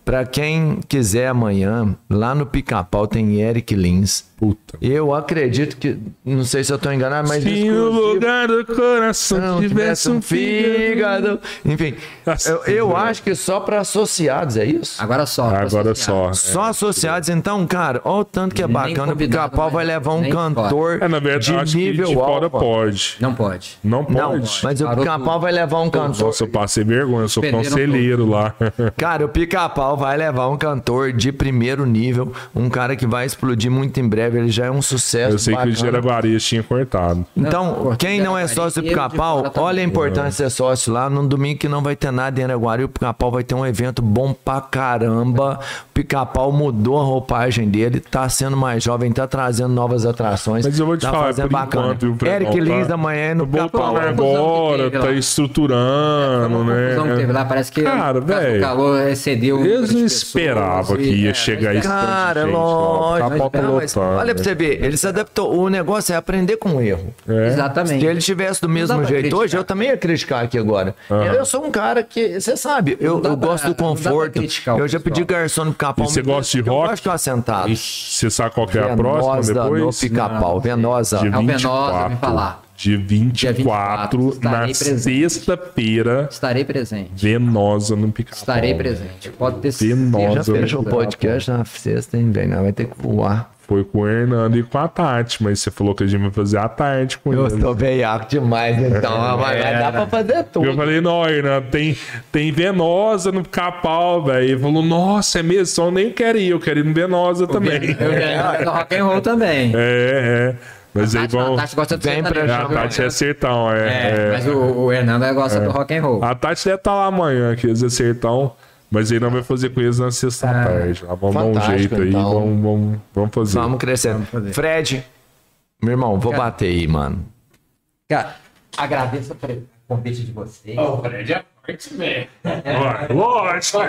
Speaker 2: Pra quem quiser amanhã, lá no Pica-Pau tem Eric Lins.
Speaker 1: Puta.
Speaker 2: Eu acredito que, não sei se eu tô enganado, mas
Speaker 1: Se no
Speaker 2: exclusivo-
Speaker 1: lugar do coração
Speaker 2: não
Speaker 1: tivesse um fígado.
Speaker 2: Enfim,
Speaker 1: Nossa,
Speaker 2: eu, eu
Speaker 1: velho.
Speaker 2: acho que só pra associados, é isso?
Speaker 3: Agora só. pra
Speaker 1: Ah, Agora é,
Speaker 3: associar.
Speaker 1: só.
Speaker 2: Só associados, então, cara, olha o tanto que é
Speaker 3: Nem
Speaker 2: bacana. O
Speaker 3: convidado,
Speaker 2: Pica-Pau
Speaker 3: mas
Speaker 2: vai levar um
Speaker 3: nem
Speaker 2: cantor
Speaker 1: É, na verdade, acho
Speaker 2: de
Speaker 1: que de
Speaker 2: nível
Speaker 1: fora
Speaker 2: alto.
Speaker 1: pode.
Speaker 3: Não pode.
Speaker 1: Não pode.
Speaker 2: Não, mas o
Speaker 3: Parou
Speaker 2: Pica-Pau
Speaker 3: tudo. Então,
Speaker 2: vai levar um cantor
Speaker 1: Nossa, eu passei vergonha, eu sou
Speaker 3: Perderam
Speaker 1: conselheiro lá.
Speaker 2: Cara, o Pica-Pau vai levar um cantor de primeiro nível, um cara que vai explodir muito em breve, ele já é um sucesso.
Speaker 1: Eu sei que o
Speaker 2: bacana.
Speaker 1: Jeraguari tinha cortado.
Speaker 2: Então,
Speaker 3: Não,
Speaker 2: quem não é sócio do
Speaker 3: ele de
Speaker 2: Pica-Pau,
Speaker 3: fora também.
Speaker 2: olha a importância
Speaker 1: É.
Speaker 2: de ser sócio lá. No domingo que não vai ter nada em Araguari, o Pica-Pau vai ter um evento bom pra caramba. O Pica-Pau mudou a roupagem dele, tá sendo mais jovem, tá trazendo novas atrações.
Speaker 1: Mas eu vou te
Speaker 2: tá
Speaker 1: falar, é
Speaker 2: fazendo
Speaker 1: por
Speaker 2: bacana.
Speaker 1: enquanto, viu, Fredão,
Speaker 2: Eric Lins
Speaker 1: tá?
Speaker 2: amanhã é no Pica-Pau.
Speaker 1: Voltando
Speaker 3: confusão
Speaker 1: agora,
Speaker 3: que teve
Speaker 1: tá
Speaker 3: um lá.
Speaker 1: estruturando,
Speaker 3: A confusão que
Speaker 1: né?
Speaker 3: teve um lá, parece que
Speaker 1: Cara,
Speaker 3: por causa do
Speaker 1: velho,
Speaker 3: calor excedeu. o número
Speaker 1: Eles
Speaker 3: de
Speaker 1: não
Speaker 3: pessoas
Speaker 1: esperavam
Speaker 3: e-
Speaker 1: que ia
Speaker 3: é,
Speaker 1: chegar
Speaker 3: não
Speaker 1: isso.
Speaker 2: Cara,
Speaker 1: gente, ó,
Speaker 2: lógico.
Speaker 1: Tá
Speaker 2: Não, mas
Speaker 1: lotando.
Speaker 2: olha pra você ver, ele se adaptou. O negócio é aprender com o erro.
Speaker 1: É.
Speaker 3: Exatamente.
Speaker 2: Se ele tivesse do
Speaker 3: dá
Speaker 2: mesmo
Speaker 3: pra
Speaker 2: jeito hoje,
Speaker 3: criticar.
Speaker 2: eu também ia criticar aqui agora. Eu sou um cara que, você sabe, eu,
Speaker 3: dá
Speaker 2: eu
Speaker 3: pra-
Speaker 2: gosto do
Speaker 3: não dá pra
Speaker 2: conforto.
Speaker 3: criticar o
Speaker 2: Eu já
Speaker 3: pessoal.
Speaker 2: pedi garçom no pica-pau.
Speaker 1: E você
Speaker 2: muitas
Speaker 1: gosta de
Speaker 2: vezes, porque
Speaker 1: rock?
Speaker 2: Eu gosto de um assentado.
Speaker 1: Você sabe qual que é a próxima
Speaker 2: Venosa no
Speaker 1: depois?
Speaker 2: pica-pau. Venosa.
Speaker 1: Dia
Speaker 3: É o Venosa,
Speaker 1: 24.
Speaker 3: me falar.
Speaker 1: Dia 24,
Speaker 3: 24,
Speaker 1: na
Speaker 3: estarei presente.
Speaker 1: sexta-feira,
Speaker 3: Estarei presente.
Speaker 1: Venosa no pica
Speaker 3: Estarei presente. Pode ter
Speaker 1: Venosa.
Speaker 2: Já
Speaker 1: Nossa,
Speaker 2: fechou o
Speaker 1: eu-
Speaker 2: podcast na sexta, hein, velho? Não, Vai ter que voar.
Speaker 1: Foi com o Hernando e com a Tati, mas você falou que a gente vai fazer a tarde com
Speaker 2: Eu
Speaker 1: eles.
Speaker 2: tô veiaco demais, então. mas vai dar pra fazer tudo.
Speaker 1: Eu falei, não, Hernando, tem, tem Venosa no Capal, velho. Ele falou, nossa, é mesmo, só eu nem quero ir, eu quero ir no Venosa também.
Speaker 3: Eu ganhei no rock and roll também.
Speaker 1: *laughs* É, é. Mas aí
Speaker 3: Tati, não,
Speaker 1: vão.
Speaker 3: a Tati gosta do
Speaker 2: Vem pra
Speaker 3: sertanejo,
Speaker 1: A
Speaker 3: viu?
Speaker 1: Tati é sertão, é.
Speaker 3: É,
Speaker 1: é.
Speaker 3: mas o, o Hernando gosta
Speaker 2: É.
Speaker 3: do rock and
Speaker 2: Ah.
Speaker 3: roll.
Speaker 1: A Tati deve estar lá amanhã, que eles é sertão. Mas ele não vai fazer com eles na sexta tarde. Lá, vamos dar um
Speaker 2: Ah, fantástico,
Speaker 1: jeito aí,
Speaker 2: então.
Speaker 1: vamos, vamos, vamos fazer.
Speaker 2: Vamos crescendo. Fred, meu irmão, vou bater aí, mano.
Speaker 3: Cara, agradeço o convite de vocês.
Speaker 1: Ó,
Speaker 2: É.
Speaker 1: Lógico.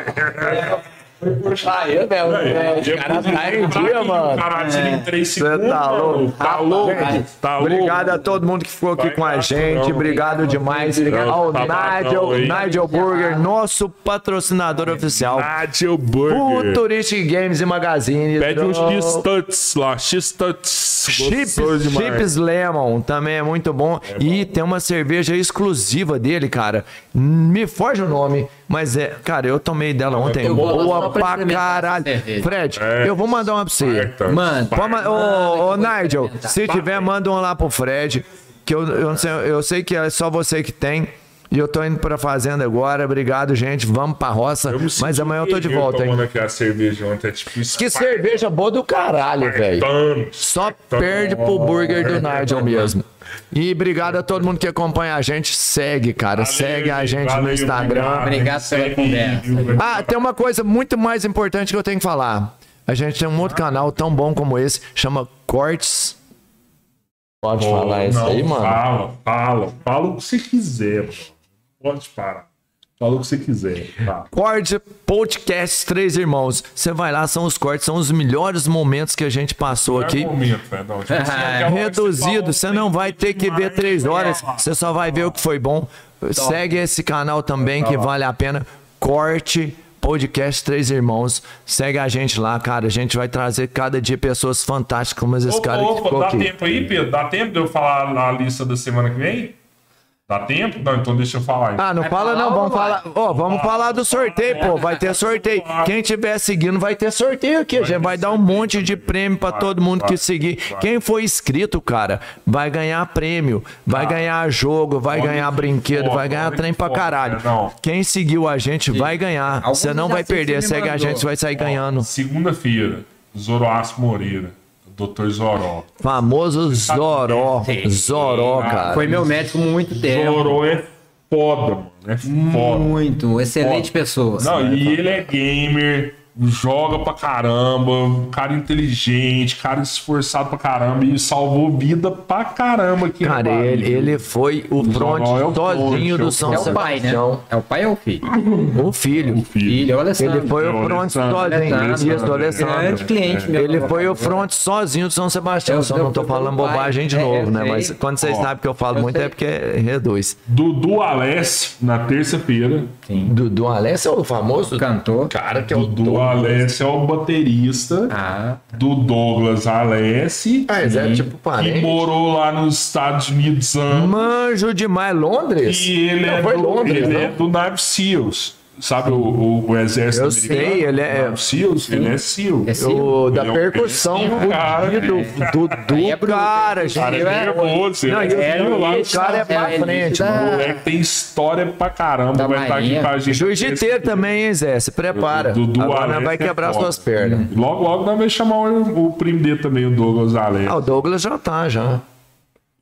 Speaker 2: Foi puxar eu, velho.
Speaker 1: Depois um vem pra aqui, Caralho, você tem três
Speaker 2: É. Você
Speaker 1: segundos.
Speaker 2: tá louco?
Speaker 1: Tá louco? Tá louco?
Speaker 2: Obrigado a todo mundo que ficou aqui
Speaker 1: Vai
Speaker 2: com a
Speaker 1: pra
Speaker 2: gente.
Speaker 1: caramba.
Speaker 2: Obrigado demais
Speaker 1: Obrigado.
Speaker 2: ao
Speaker 1: Tá
Speaker 2: Nigel,
Speaker 1: bom, hein?
Speaker 2: Nigel Burger, nosso patrocinador oficial.
Speaker 1: Nádio Burger.
Speaker 2: Futuristic Games e Magazine.
Speaker 1: Pede um
Speaker 2: Dro-
Speaker 1: X-Tuts lá, X-Tuts.
Speaker 2: Chips,
Speaker 1: Gostoso demais.
Speaker 2: Chips Lemon também é muito bom. e tem uma cerveja exclusiva dele, cara. Me foge o nome, mas é. Cara, eu tomei dela ontem.
Speaker 3: Eu vou lá só
Speaker 2: Boa
Speaker 3: pra
Speaker 2: pra
Speaker 3: experimentar essa
Speaker 2: caralho.
Speaker 3: cerveja.
Speaker 2: Fred,
Speaker 1: É.
Speaker 2: eu vou mandar uma pra você.
Speaker 1: Farta.
Speaker 3: Mano,
Speaker 1: Farta.
Speaker 2: Vamos, ô, ô, Nigel,
Speaker 3: experimentar.
Speaker 2: se tiver, manda um lá pro Fred. Que eu, eu, não sei, eu sei que é só você que tem. E eu tô indo pra fazenda agora. Obrigado, gente. Vamos pra roça.
Speaker 1: Eu me
Speaker 2: Mas
Speaker 1: senti
Speaker 2: amanhã eu tô de
Speaker 1: terrível
Speaker 2: volta, hein?
Speaker 1: tomando aquela cerveja ontem, é tipo
Speaker 2: Que cerveja boa do caralho, velho.
Speaker 1: espartano.
Speaker 2: Só perde pro burger do Nigel mesmo. E obrigado a todo mundo que acomha a gente. Segue, cara.
Speaker 1: Valeu,
Speaker 2: Segue a gente no
Speaker 1: valeu,
Speaker 2: Instagram.
Speaker 3: Obrigado pela
Speaker 1: Segue,
Speaker 3: conversa.
Speaker 1: viu?
Speaker 2: Ah, tem uma coisa muito mais importante que eu tenho que falar. A gente tem um outro canal tão bom como esse, chama Cortes. Pode falar isso
Speaker 1: Não,
Speaker 2: aí, mano?
Speaker 1: Fala, fala. Fala o que você quiser, mano. Pode parar. Fala o que você quiser. Tá.
Speaker 2: Corte Podcast Três Irmãos. Você vai lá, são os cortes, são os melhores momentos que a gente passou aqui.
Speaker 1: É um momento, né? Não, tipo,
Speaker 3: *laughs*
Speaker 1: assim, aquela hora que
Speaker 2: Reduzido,
Speaker 1: você
Speaker 2: você
Speaker 1: fala,
Speaker 2: não vai ter que ver
Speaker 1: demais,
Speaker 2: três
Speaker 1: né?
Speaker 2: horas, você só vai ver o que foi bom. Segue esse canal também
Speaker 1: Tá
Speaker 2: que vale a pena. Corte Podcast Três Irmãos. Segue a gente lá, cara. A gente vai trazer cada dia pessoas fantásticas como esse
Speaker 1: Opa,
Speaker 2: cara que
Speaker 1: opa,
Speaker 2: ficou
Speaker 1: dá
Speaker 2: aqui.
Speaker 1: tempo aí, Pedro? Dá tempo de eu falar na lista da semana que vem? Dá tempo? Não, então deixa eu falar.
Speaker 2: Ah, não fala
Speaker 3: falar
Speaker 2: não,
Speaker 3: ou
Speaker 2: vamos
Speaker 3: não vai?
Speaker 2: falar. Ó, vamos falar do sorteio, pô. Vai ter sorteio. Quem tiver seguindo vai ter sorteio aqui. A gente vai dar um monte de prêmio pra todo mundo que seguir. Quem for inscrito, cara, vai ganhar prêmio, vai ganhar jogo, vai
Speaker 1: Olha
Speaker 2: ganhar
Speaker 1: que
Speaker 2: brinquedo,
Speaker 1: foda,
Speaker 2: vai ganhar
Speaker 1: olha
Speaker 2: trem
Speaker 1: que
Speaker 2: pra
Speaker 1: foda,
Speaker 2: caralho.
Speaker 1: Fernão.
Speaker 2: Quem seguiu a gente vai ganhar.
Speaker 3: Alguns
Speaker 2: Você não vai
Speaker 3: assim você
Speaker 2: perder.
Speaker 3: me
Speaker 2: Segue a
Speaker 3: mandou.
Speaker 2: gente, você vai sair ganhando.
Speaker 1: Segunda-feira, Zoroastro Moreira, Dr. Zoró.
Speaker 2: Famoso Zoró. Zoró, cara.
Speaker 3: Foi meu médico muito tempo.
Speaker 1: Zoró é foda, mano. É foda.
Speaker 3: Muito, excelente
Speaker 1: Ó,
Speaker 3: pessoa.
Speaker 1: Não,
Speaker 2: né,
Speaker 1: e ele é gamer, joga pra caramba, um cara inteligente, cara esforçado pra caramba e salvou vida pra caramba aqui. no
Speaker 2: Cara,
Speaker 1: Bahia.
Speaker 2: ele, ele foi o front
Speaker 1: Zoró é o
Speaker 2: sozinho
Speaker 1: fronte, é
Speaker 2: do
Speaker 1: o
Speaker 2: São
Speaker 3: É o pai, né?
Speaker 2: Sebastião.
Speaker 3: É o pai ou o filho?
Speaker 2: O filho.
Speaker 1: Filho. um
Speaker 3: Filho, é o Alessandro.
Speaker 2: Ele foi o front
Speaker 1: Alessandro.
Speaker 2: sozinho.
Speaker 1: Alessandro.
Speaker 2: tá Isso, Alessandro.
Speaker 3: Grande cliente meu.
Speaker 2: Ele foi o front sozinho do São Sebastião.
Speaker 3: Eu-
Speaker 2: Só
Speaker 3: eu-
Speaker 2: não tô
Speaker 3: eu-
Speaker 2: falando
Speaker 3: eu-
Speaker 2: bobagem de
Speaker 3: é,
Speaker 2: novo,
Speaker 3: eu
Speaker 2: né?
Speaker 3: sei.
Speaker 2: Mas quando vocês
Speaker 1: Ó,
Speaker 2: sabem que eu falo muito
Speaker 3: sei.
Speaker 2: é porque reduz.
Speaker 1: Dudu Alessio, na terça-feira.
Speaker 2: Do, do Alessio é o famoso
Speaker 3: Cantor.
Speaker 2: cara que é o
Speaker 1: Dudu
Speaker 2: do.
Speaker 1: Alessio é o baterista
Speaker 3: Ah,
Speaker 1: do Douglas Alessio.
Speaker 2: Ah, mas é
Speaker 1: que-
Speaker 2: tipo parente.
Speaker 1: Que morou lá nos Estados Unidos antes.
Speaker 2: Hum. Manjo demais, Londres?
Speaker 1: E ele,
Speaker 2: Não,
Speaker 1: é,
Speaker 2: foi
Speaker 1: do,
Speaker 2: Londres,
Speaker 1: ele
Speaker 2: né? não.
Speaker 1: é do Navy Seals. Sabe o, o, o exército
Speaker 2: Eu
Speaker 1: americano?
Speaker 2: sei, ele é-
Speaker 1: Navy Seals, ele é SEAL.
Speaker 3: esse
Speaker 2: O, da
Speaker 1: Ele é um
Speaker 2: percussão,
Speaker 1: péssimo cara,
Speaker 2: fudido,
Speaker 1: velho.
Speaker 2: do, do
Speaker 3: é
Speaker 1: O
Speaker 2: cara,
Speaker 3: bruto,
Speaker 1: cara é
Speaker 2: gente.
Speaker 1: nervoso.
Speaker 2: Não,
Speaker 1: ele
Speaker 2: e o-
Speaker 1: é
Speaker 2: e
Speaker 1: lá
Speaker 2: o
Speaker 1: nos
Speaker 2: cara é
Speaker 1: Estados
Speaker 2: pra
Speaker 3: É, ele
Speaker 2: frente,
Speaker 3: dá-
Speaker 2: mano.
Speaker 1: Unidos. O moleque tem história pra caramba.
Speaker 3: Da
Speaker 1: vai estar aqui
Speaker 3: Marinha.
Speaker 1: com a gente.
Speaker 2: Jiu-jiteiro também, hein, Zé? Se prepara.
Speaker 1: Dudu
Speaker 2: Agora
Speaker 1: Alessio
Speaker 2: vai
Speaker 1: é
Speaker 2: quebrar
Speaker 1: foda.
Speaker 2: suas pernas.
Speaker 1: Logo, logo nós vamos chamar o, o primo dele também, o Douglas Alê.
Speaker 2: Ah, o Douglas já tá, já.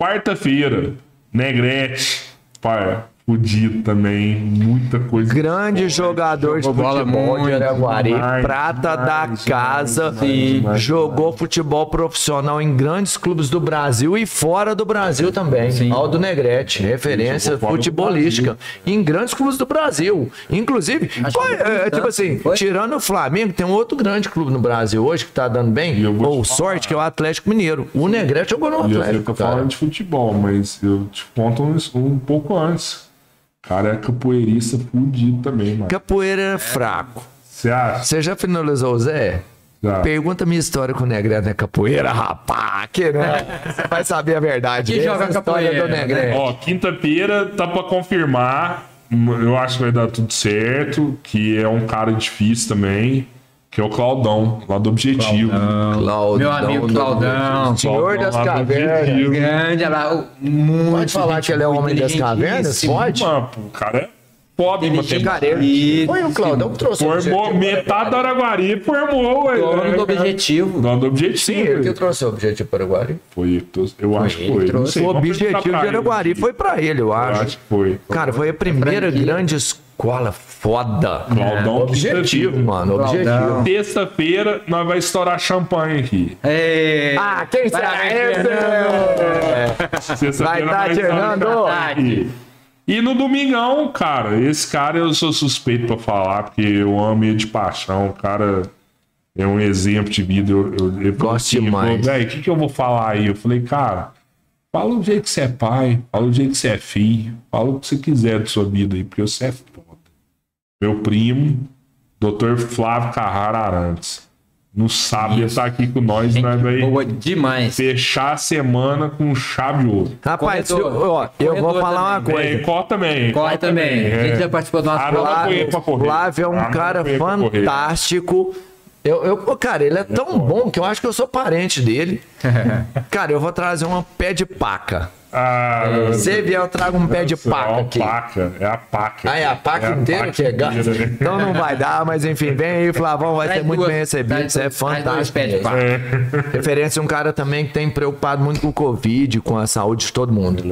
Speaker 1: Quarta-feira, Negrete. Pai, fudido também. Muita coisa.
Speaker 2: Grande jogador de
Speaker 3: Jogou bola
Speaker 2: futebol de
Speaker 3: muito,
Speaker 2: Araguari,
Speaker 1: demais,
Speaker 2: prata da
Speaker 1: demais,
Speaker 2: casa,
Speaker 1: demais,
Speaker 2: e
Speaker 1: demais,
Speaker 2: jogou futebol profissional em grandes clubes do Brasil e fora do Brasil também. Aldo Negrete, referência
Speaker 1: jogou fora do
Speaker 2: futebolística em grandes clubes do Brasil. Inclusive, qual é-
Speaker 1: tá
Speaker 3: que não
Speaker 2: é,
Speaker 3: tem
Speaker 2: tipo
Speaker 3: tanto,
Speaker 2: assim,
Speaker 3: foi?
Speaker 2: tirando o Flamengo, tem um outro grande clube no Brasil hoje que tá dando bem,
Speaker 1: eu vou
Speaker 2: ou
Speaker 1: te falar.
Speaker 2: sorte, que é o Atlético Mineiro. O Negrete jogou no
Speaker 1: E eu
Speaker 2: Atlético,
Speaker 1: tô
Speaker 2: cara.
Speaker 1: falando de futebol, mas eu te conto um, um pouco antes. O cara é capoeirista fudido também, mano.
Speaker 2: Capoeira é fraco.
Speaker 1: Você acha?
Speaker 2: Você já finalizou o Zé?
Speaker 1: Já.
Speaker 2: Pergunta minha história com o Negrete na capoeira, rapá, que né? Você vai saber a verdade.
Speaker 3: Que
Speaker 2: Essa
Speaker 3: joga
Speaker 2: história
Speaker 3: capoeira,
Speaker 2: do Negrete.
Speaker 1: Ó, quinta-feira tá pra confirmar. Eu acho que vai dar tudo certo. Que é um cara difícil também. que é o Claudão, lá do Objetivo.
Speaker 2: Claudão,
Speaker 3: Meu amigo
Speaker 2: do-
Speaker 3: Claudão.
Speaker 2: Senhor das
Speaker 1: Claudão lá do
Speaker 2: cavernas.
Speaker 1: Objetivo.
Speaker 3: Grande, olha lá, o- muito.
Speaker 2: Pode falar
Speaker 3: gente
Speaker 2: que ele é o
Speaker 3: boa,
Speaker 2: homem das cavernas?
Speaker 3: inteligentíssimo.
Speaker 2: Pode?
Speaker 1: Mano, pô, o cara é foda, mano. Tem...
Speaker 2: Picareta.
Speaker 3: Isso.
Speaker 2: Foi o Claudão que trouxe. o
Speaker 1: Formou
Speaker 2: objetivo,
Speaker 1: metade da
Speaker 2: Paraguai.
Speaker 1: Araguari, formou, ué.
Speaker 3: Dono
Speaker 1: né,
Speaker 3: do
Speaker 1: cara?
Speaker 3: objetivo.
Speaker 1: Dono do
Speaker 2: Sim, ele
Speaker 1: Objetivo.
Speaker 2: que trouxe o objetivo para o Guari.
Speaker 1: Foi, eu tô- eu acho que
Speaker 3: ele
Speaker 1: foi.
Speaker 3: que
Speaker 1: Não
Speaker 3: trouxe.
Speaker 1: sei,
Speaker 2: O
Speaker 1: vamos
Speaker 2: objetivo
Speaker 1: perguntar
Speaker 2: de
Speaker 1: pra ele.
Speaker 2: Araguari foi para ele, eu
Speaker 1: Eu
Speaker 2: acho.
Speaker 1: acho que foi.
Speaker 2: Cara, foi a primeira
Speaker 3: Franquia.
Speaker 2: grande escola foda.
Speaker 1: Claudão,
Speaker 2: É, objetivo,
Speaker 1: objetivo.
Speaker 2: mano.
Speaker 3: Claudão.
Speaker 2: Objetivo.
Speaker 1: Terça-feira nós vai estourar champanhe aqui.
Speaker 3: É.
Speaker 2: Ah, quem será
Speaker 3: Parabéns,
Speaker 2: esse? Vai
Speaker 1: Terça-feira
Speaker 2: tá,
Speaker 1: nós estourar
Speaker 2: Fernando.
Speaker 1: champanhe aqui. E no domingão, cara, esse cara eu sou suspeito pra falar, porque eu amo ele de paixão. O cara é um exemplo de vida. Eu, eu, ele falou
Speaker 2: Gosto
Speaker 1: ele falou,
Speaker 2: demais.
Speaker 1: "Véi, o que, que eu vou falar aí? Eu falei, cara, fala o jeito que você é pai, fala o jeito que você é filho, fala o que você quiser da sua vida aí, porque você é foda. Meu primo, Dr. Flávio Carrara Arantes. Não sabe, ele tá aqui com nós, nós vai
Speaker 3: Boa demais.
Speaker 1: fechar a semana com chave de ouro.
Speaker 2: Rapaz,
Speaker 3: Corredor.
Speaker 2: eu, ó, eu vou
Speaker 3: Corredor
Speaker 2: falar
Speaker 3: também.
Speaker 2: uma coisa.
Speaker 1: É, corre também.
Speaker 3: Corre também. A gente já participou do
Speaker 1: Ah,
Speaker 3: nosso
Speaker 1: não,
Speaker 3: programa.
Speaker 1: não
Speaker 2: Flávio,
Speaker 1: pra correr.
Speaker 2: Flávio é um
Speaker 1: Ah, não
Speaker 2: cara
Speaker 1: apanhei pra correr.
Speaker 2: fantástico. Eu, eu, pô, cara, ele é tão bom que eu acho que eu sou parente
Speaker 3: *laughs*
Speaker 2: dele. cara, eu vou trazer um pé de paca.
Speaker 1: Ah,
Speaker 2: Se vier, eu trago um pé de
Speaker 1: nossa, é
Speaker 2: paca
Speaker 1: uma
Speaker 2: aqui.
Speaker 1: paca, é a paca.
Speaker 2: Ah, é a paca inteira que é gato.
Speaker 1: inteira, né?
Speaker 2: Então não vai dar, mas enfim, vem aí, Flavão, vai
Speaker 3: Traz
Speaker 2: ser muito
Speaker 3: duas-
Speaker 2: bem recebido.
Speaker 3: traz
Speaker 2: Você é
Speaker 3: duas- traz duas
Speaker 2: fantástico.
Speaker 3: pés de
Speaker 2: mesmo.
Speaker 3: paca.
Speaker 1: É.
Speaker 2: Referência a um cara também que tem preocupado muito com o Covid, com a saúde de todo mundo.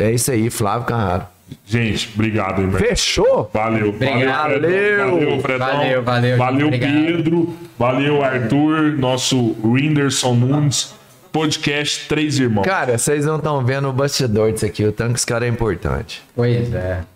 Speaker 2: É isso aí, Flávio Carraro.
Speaker 1: Gente, obrigado, irmão.
Speaker 2: Fechou?
Speaker 1: Valeu.
Speaker 3: Obrigado.
Speaker 1: Fredão. Valeu, Fredão.
Speaker 3: Valeu, valeu,
Speaker 1: Valeu,
Speaker 3: obrigado.
Speaker 1: Pedro. Valeu, Arthur. Nosso Rinderson Nunes. Podcast Três Irmãos.
Speaker 2: Cara, vocês não estão vendo o bastidor disso aqui, o tanto que esse cara é importante.
Speaker 3: Pois é.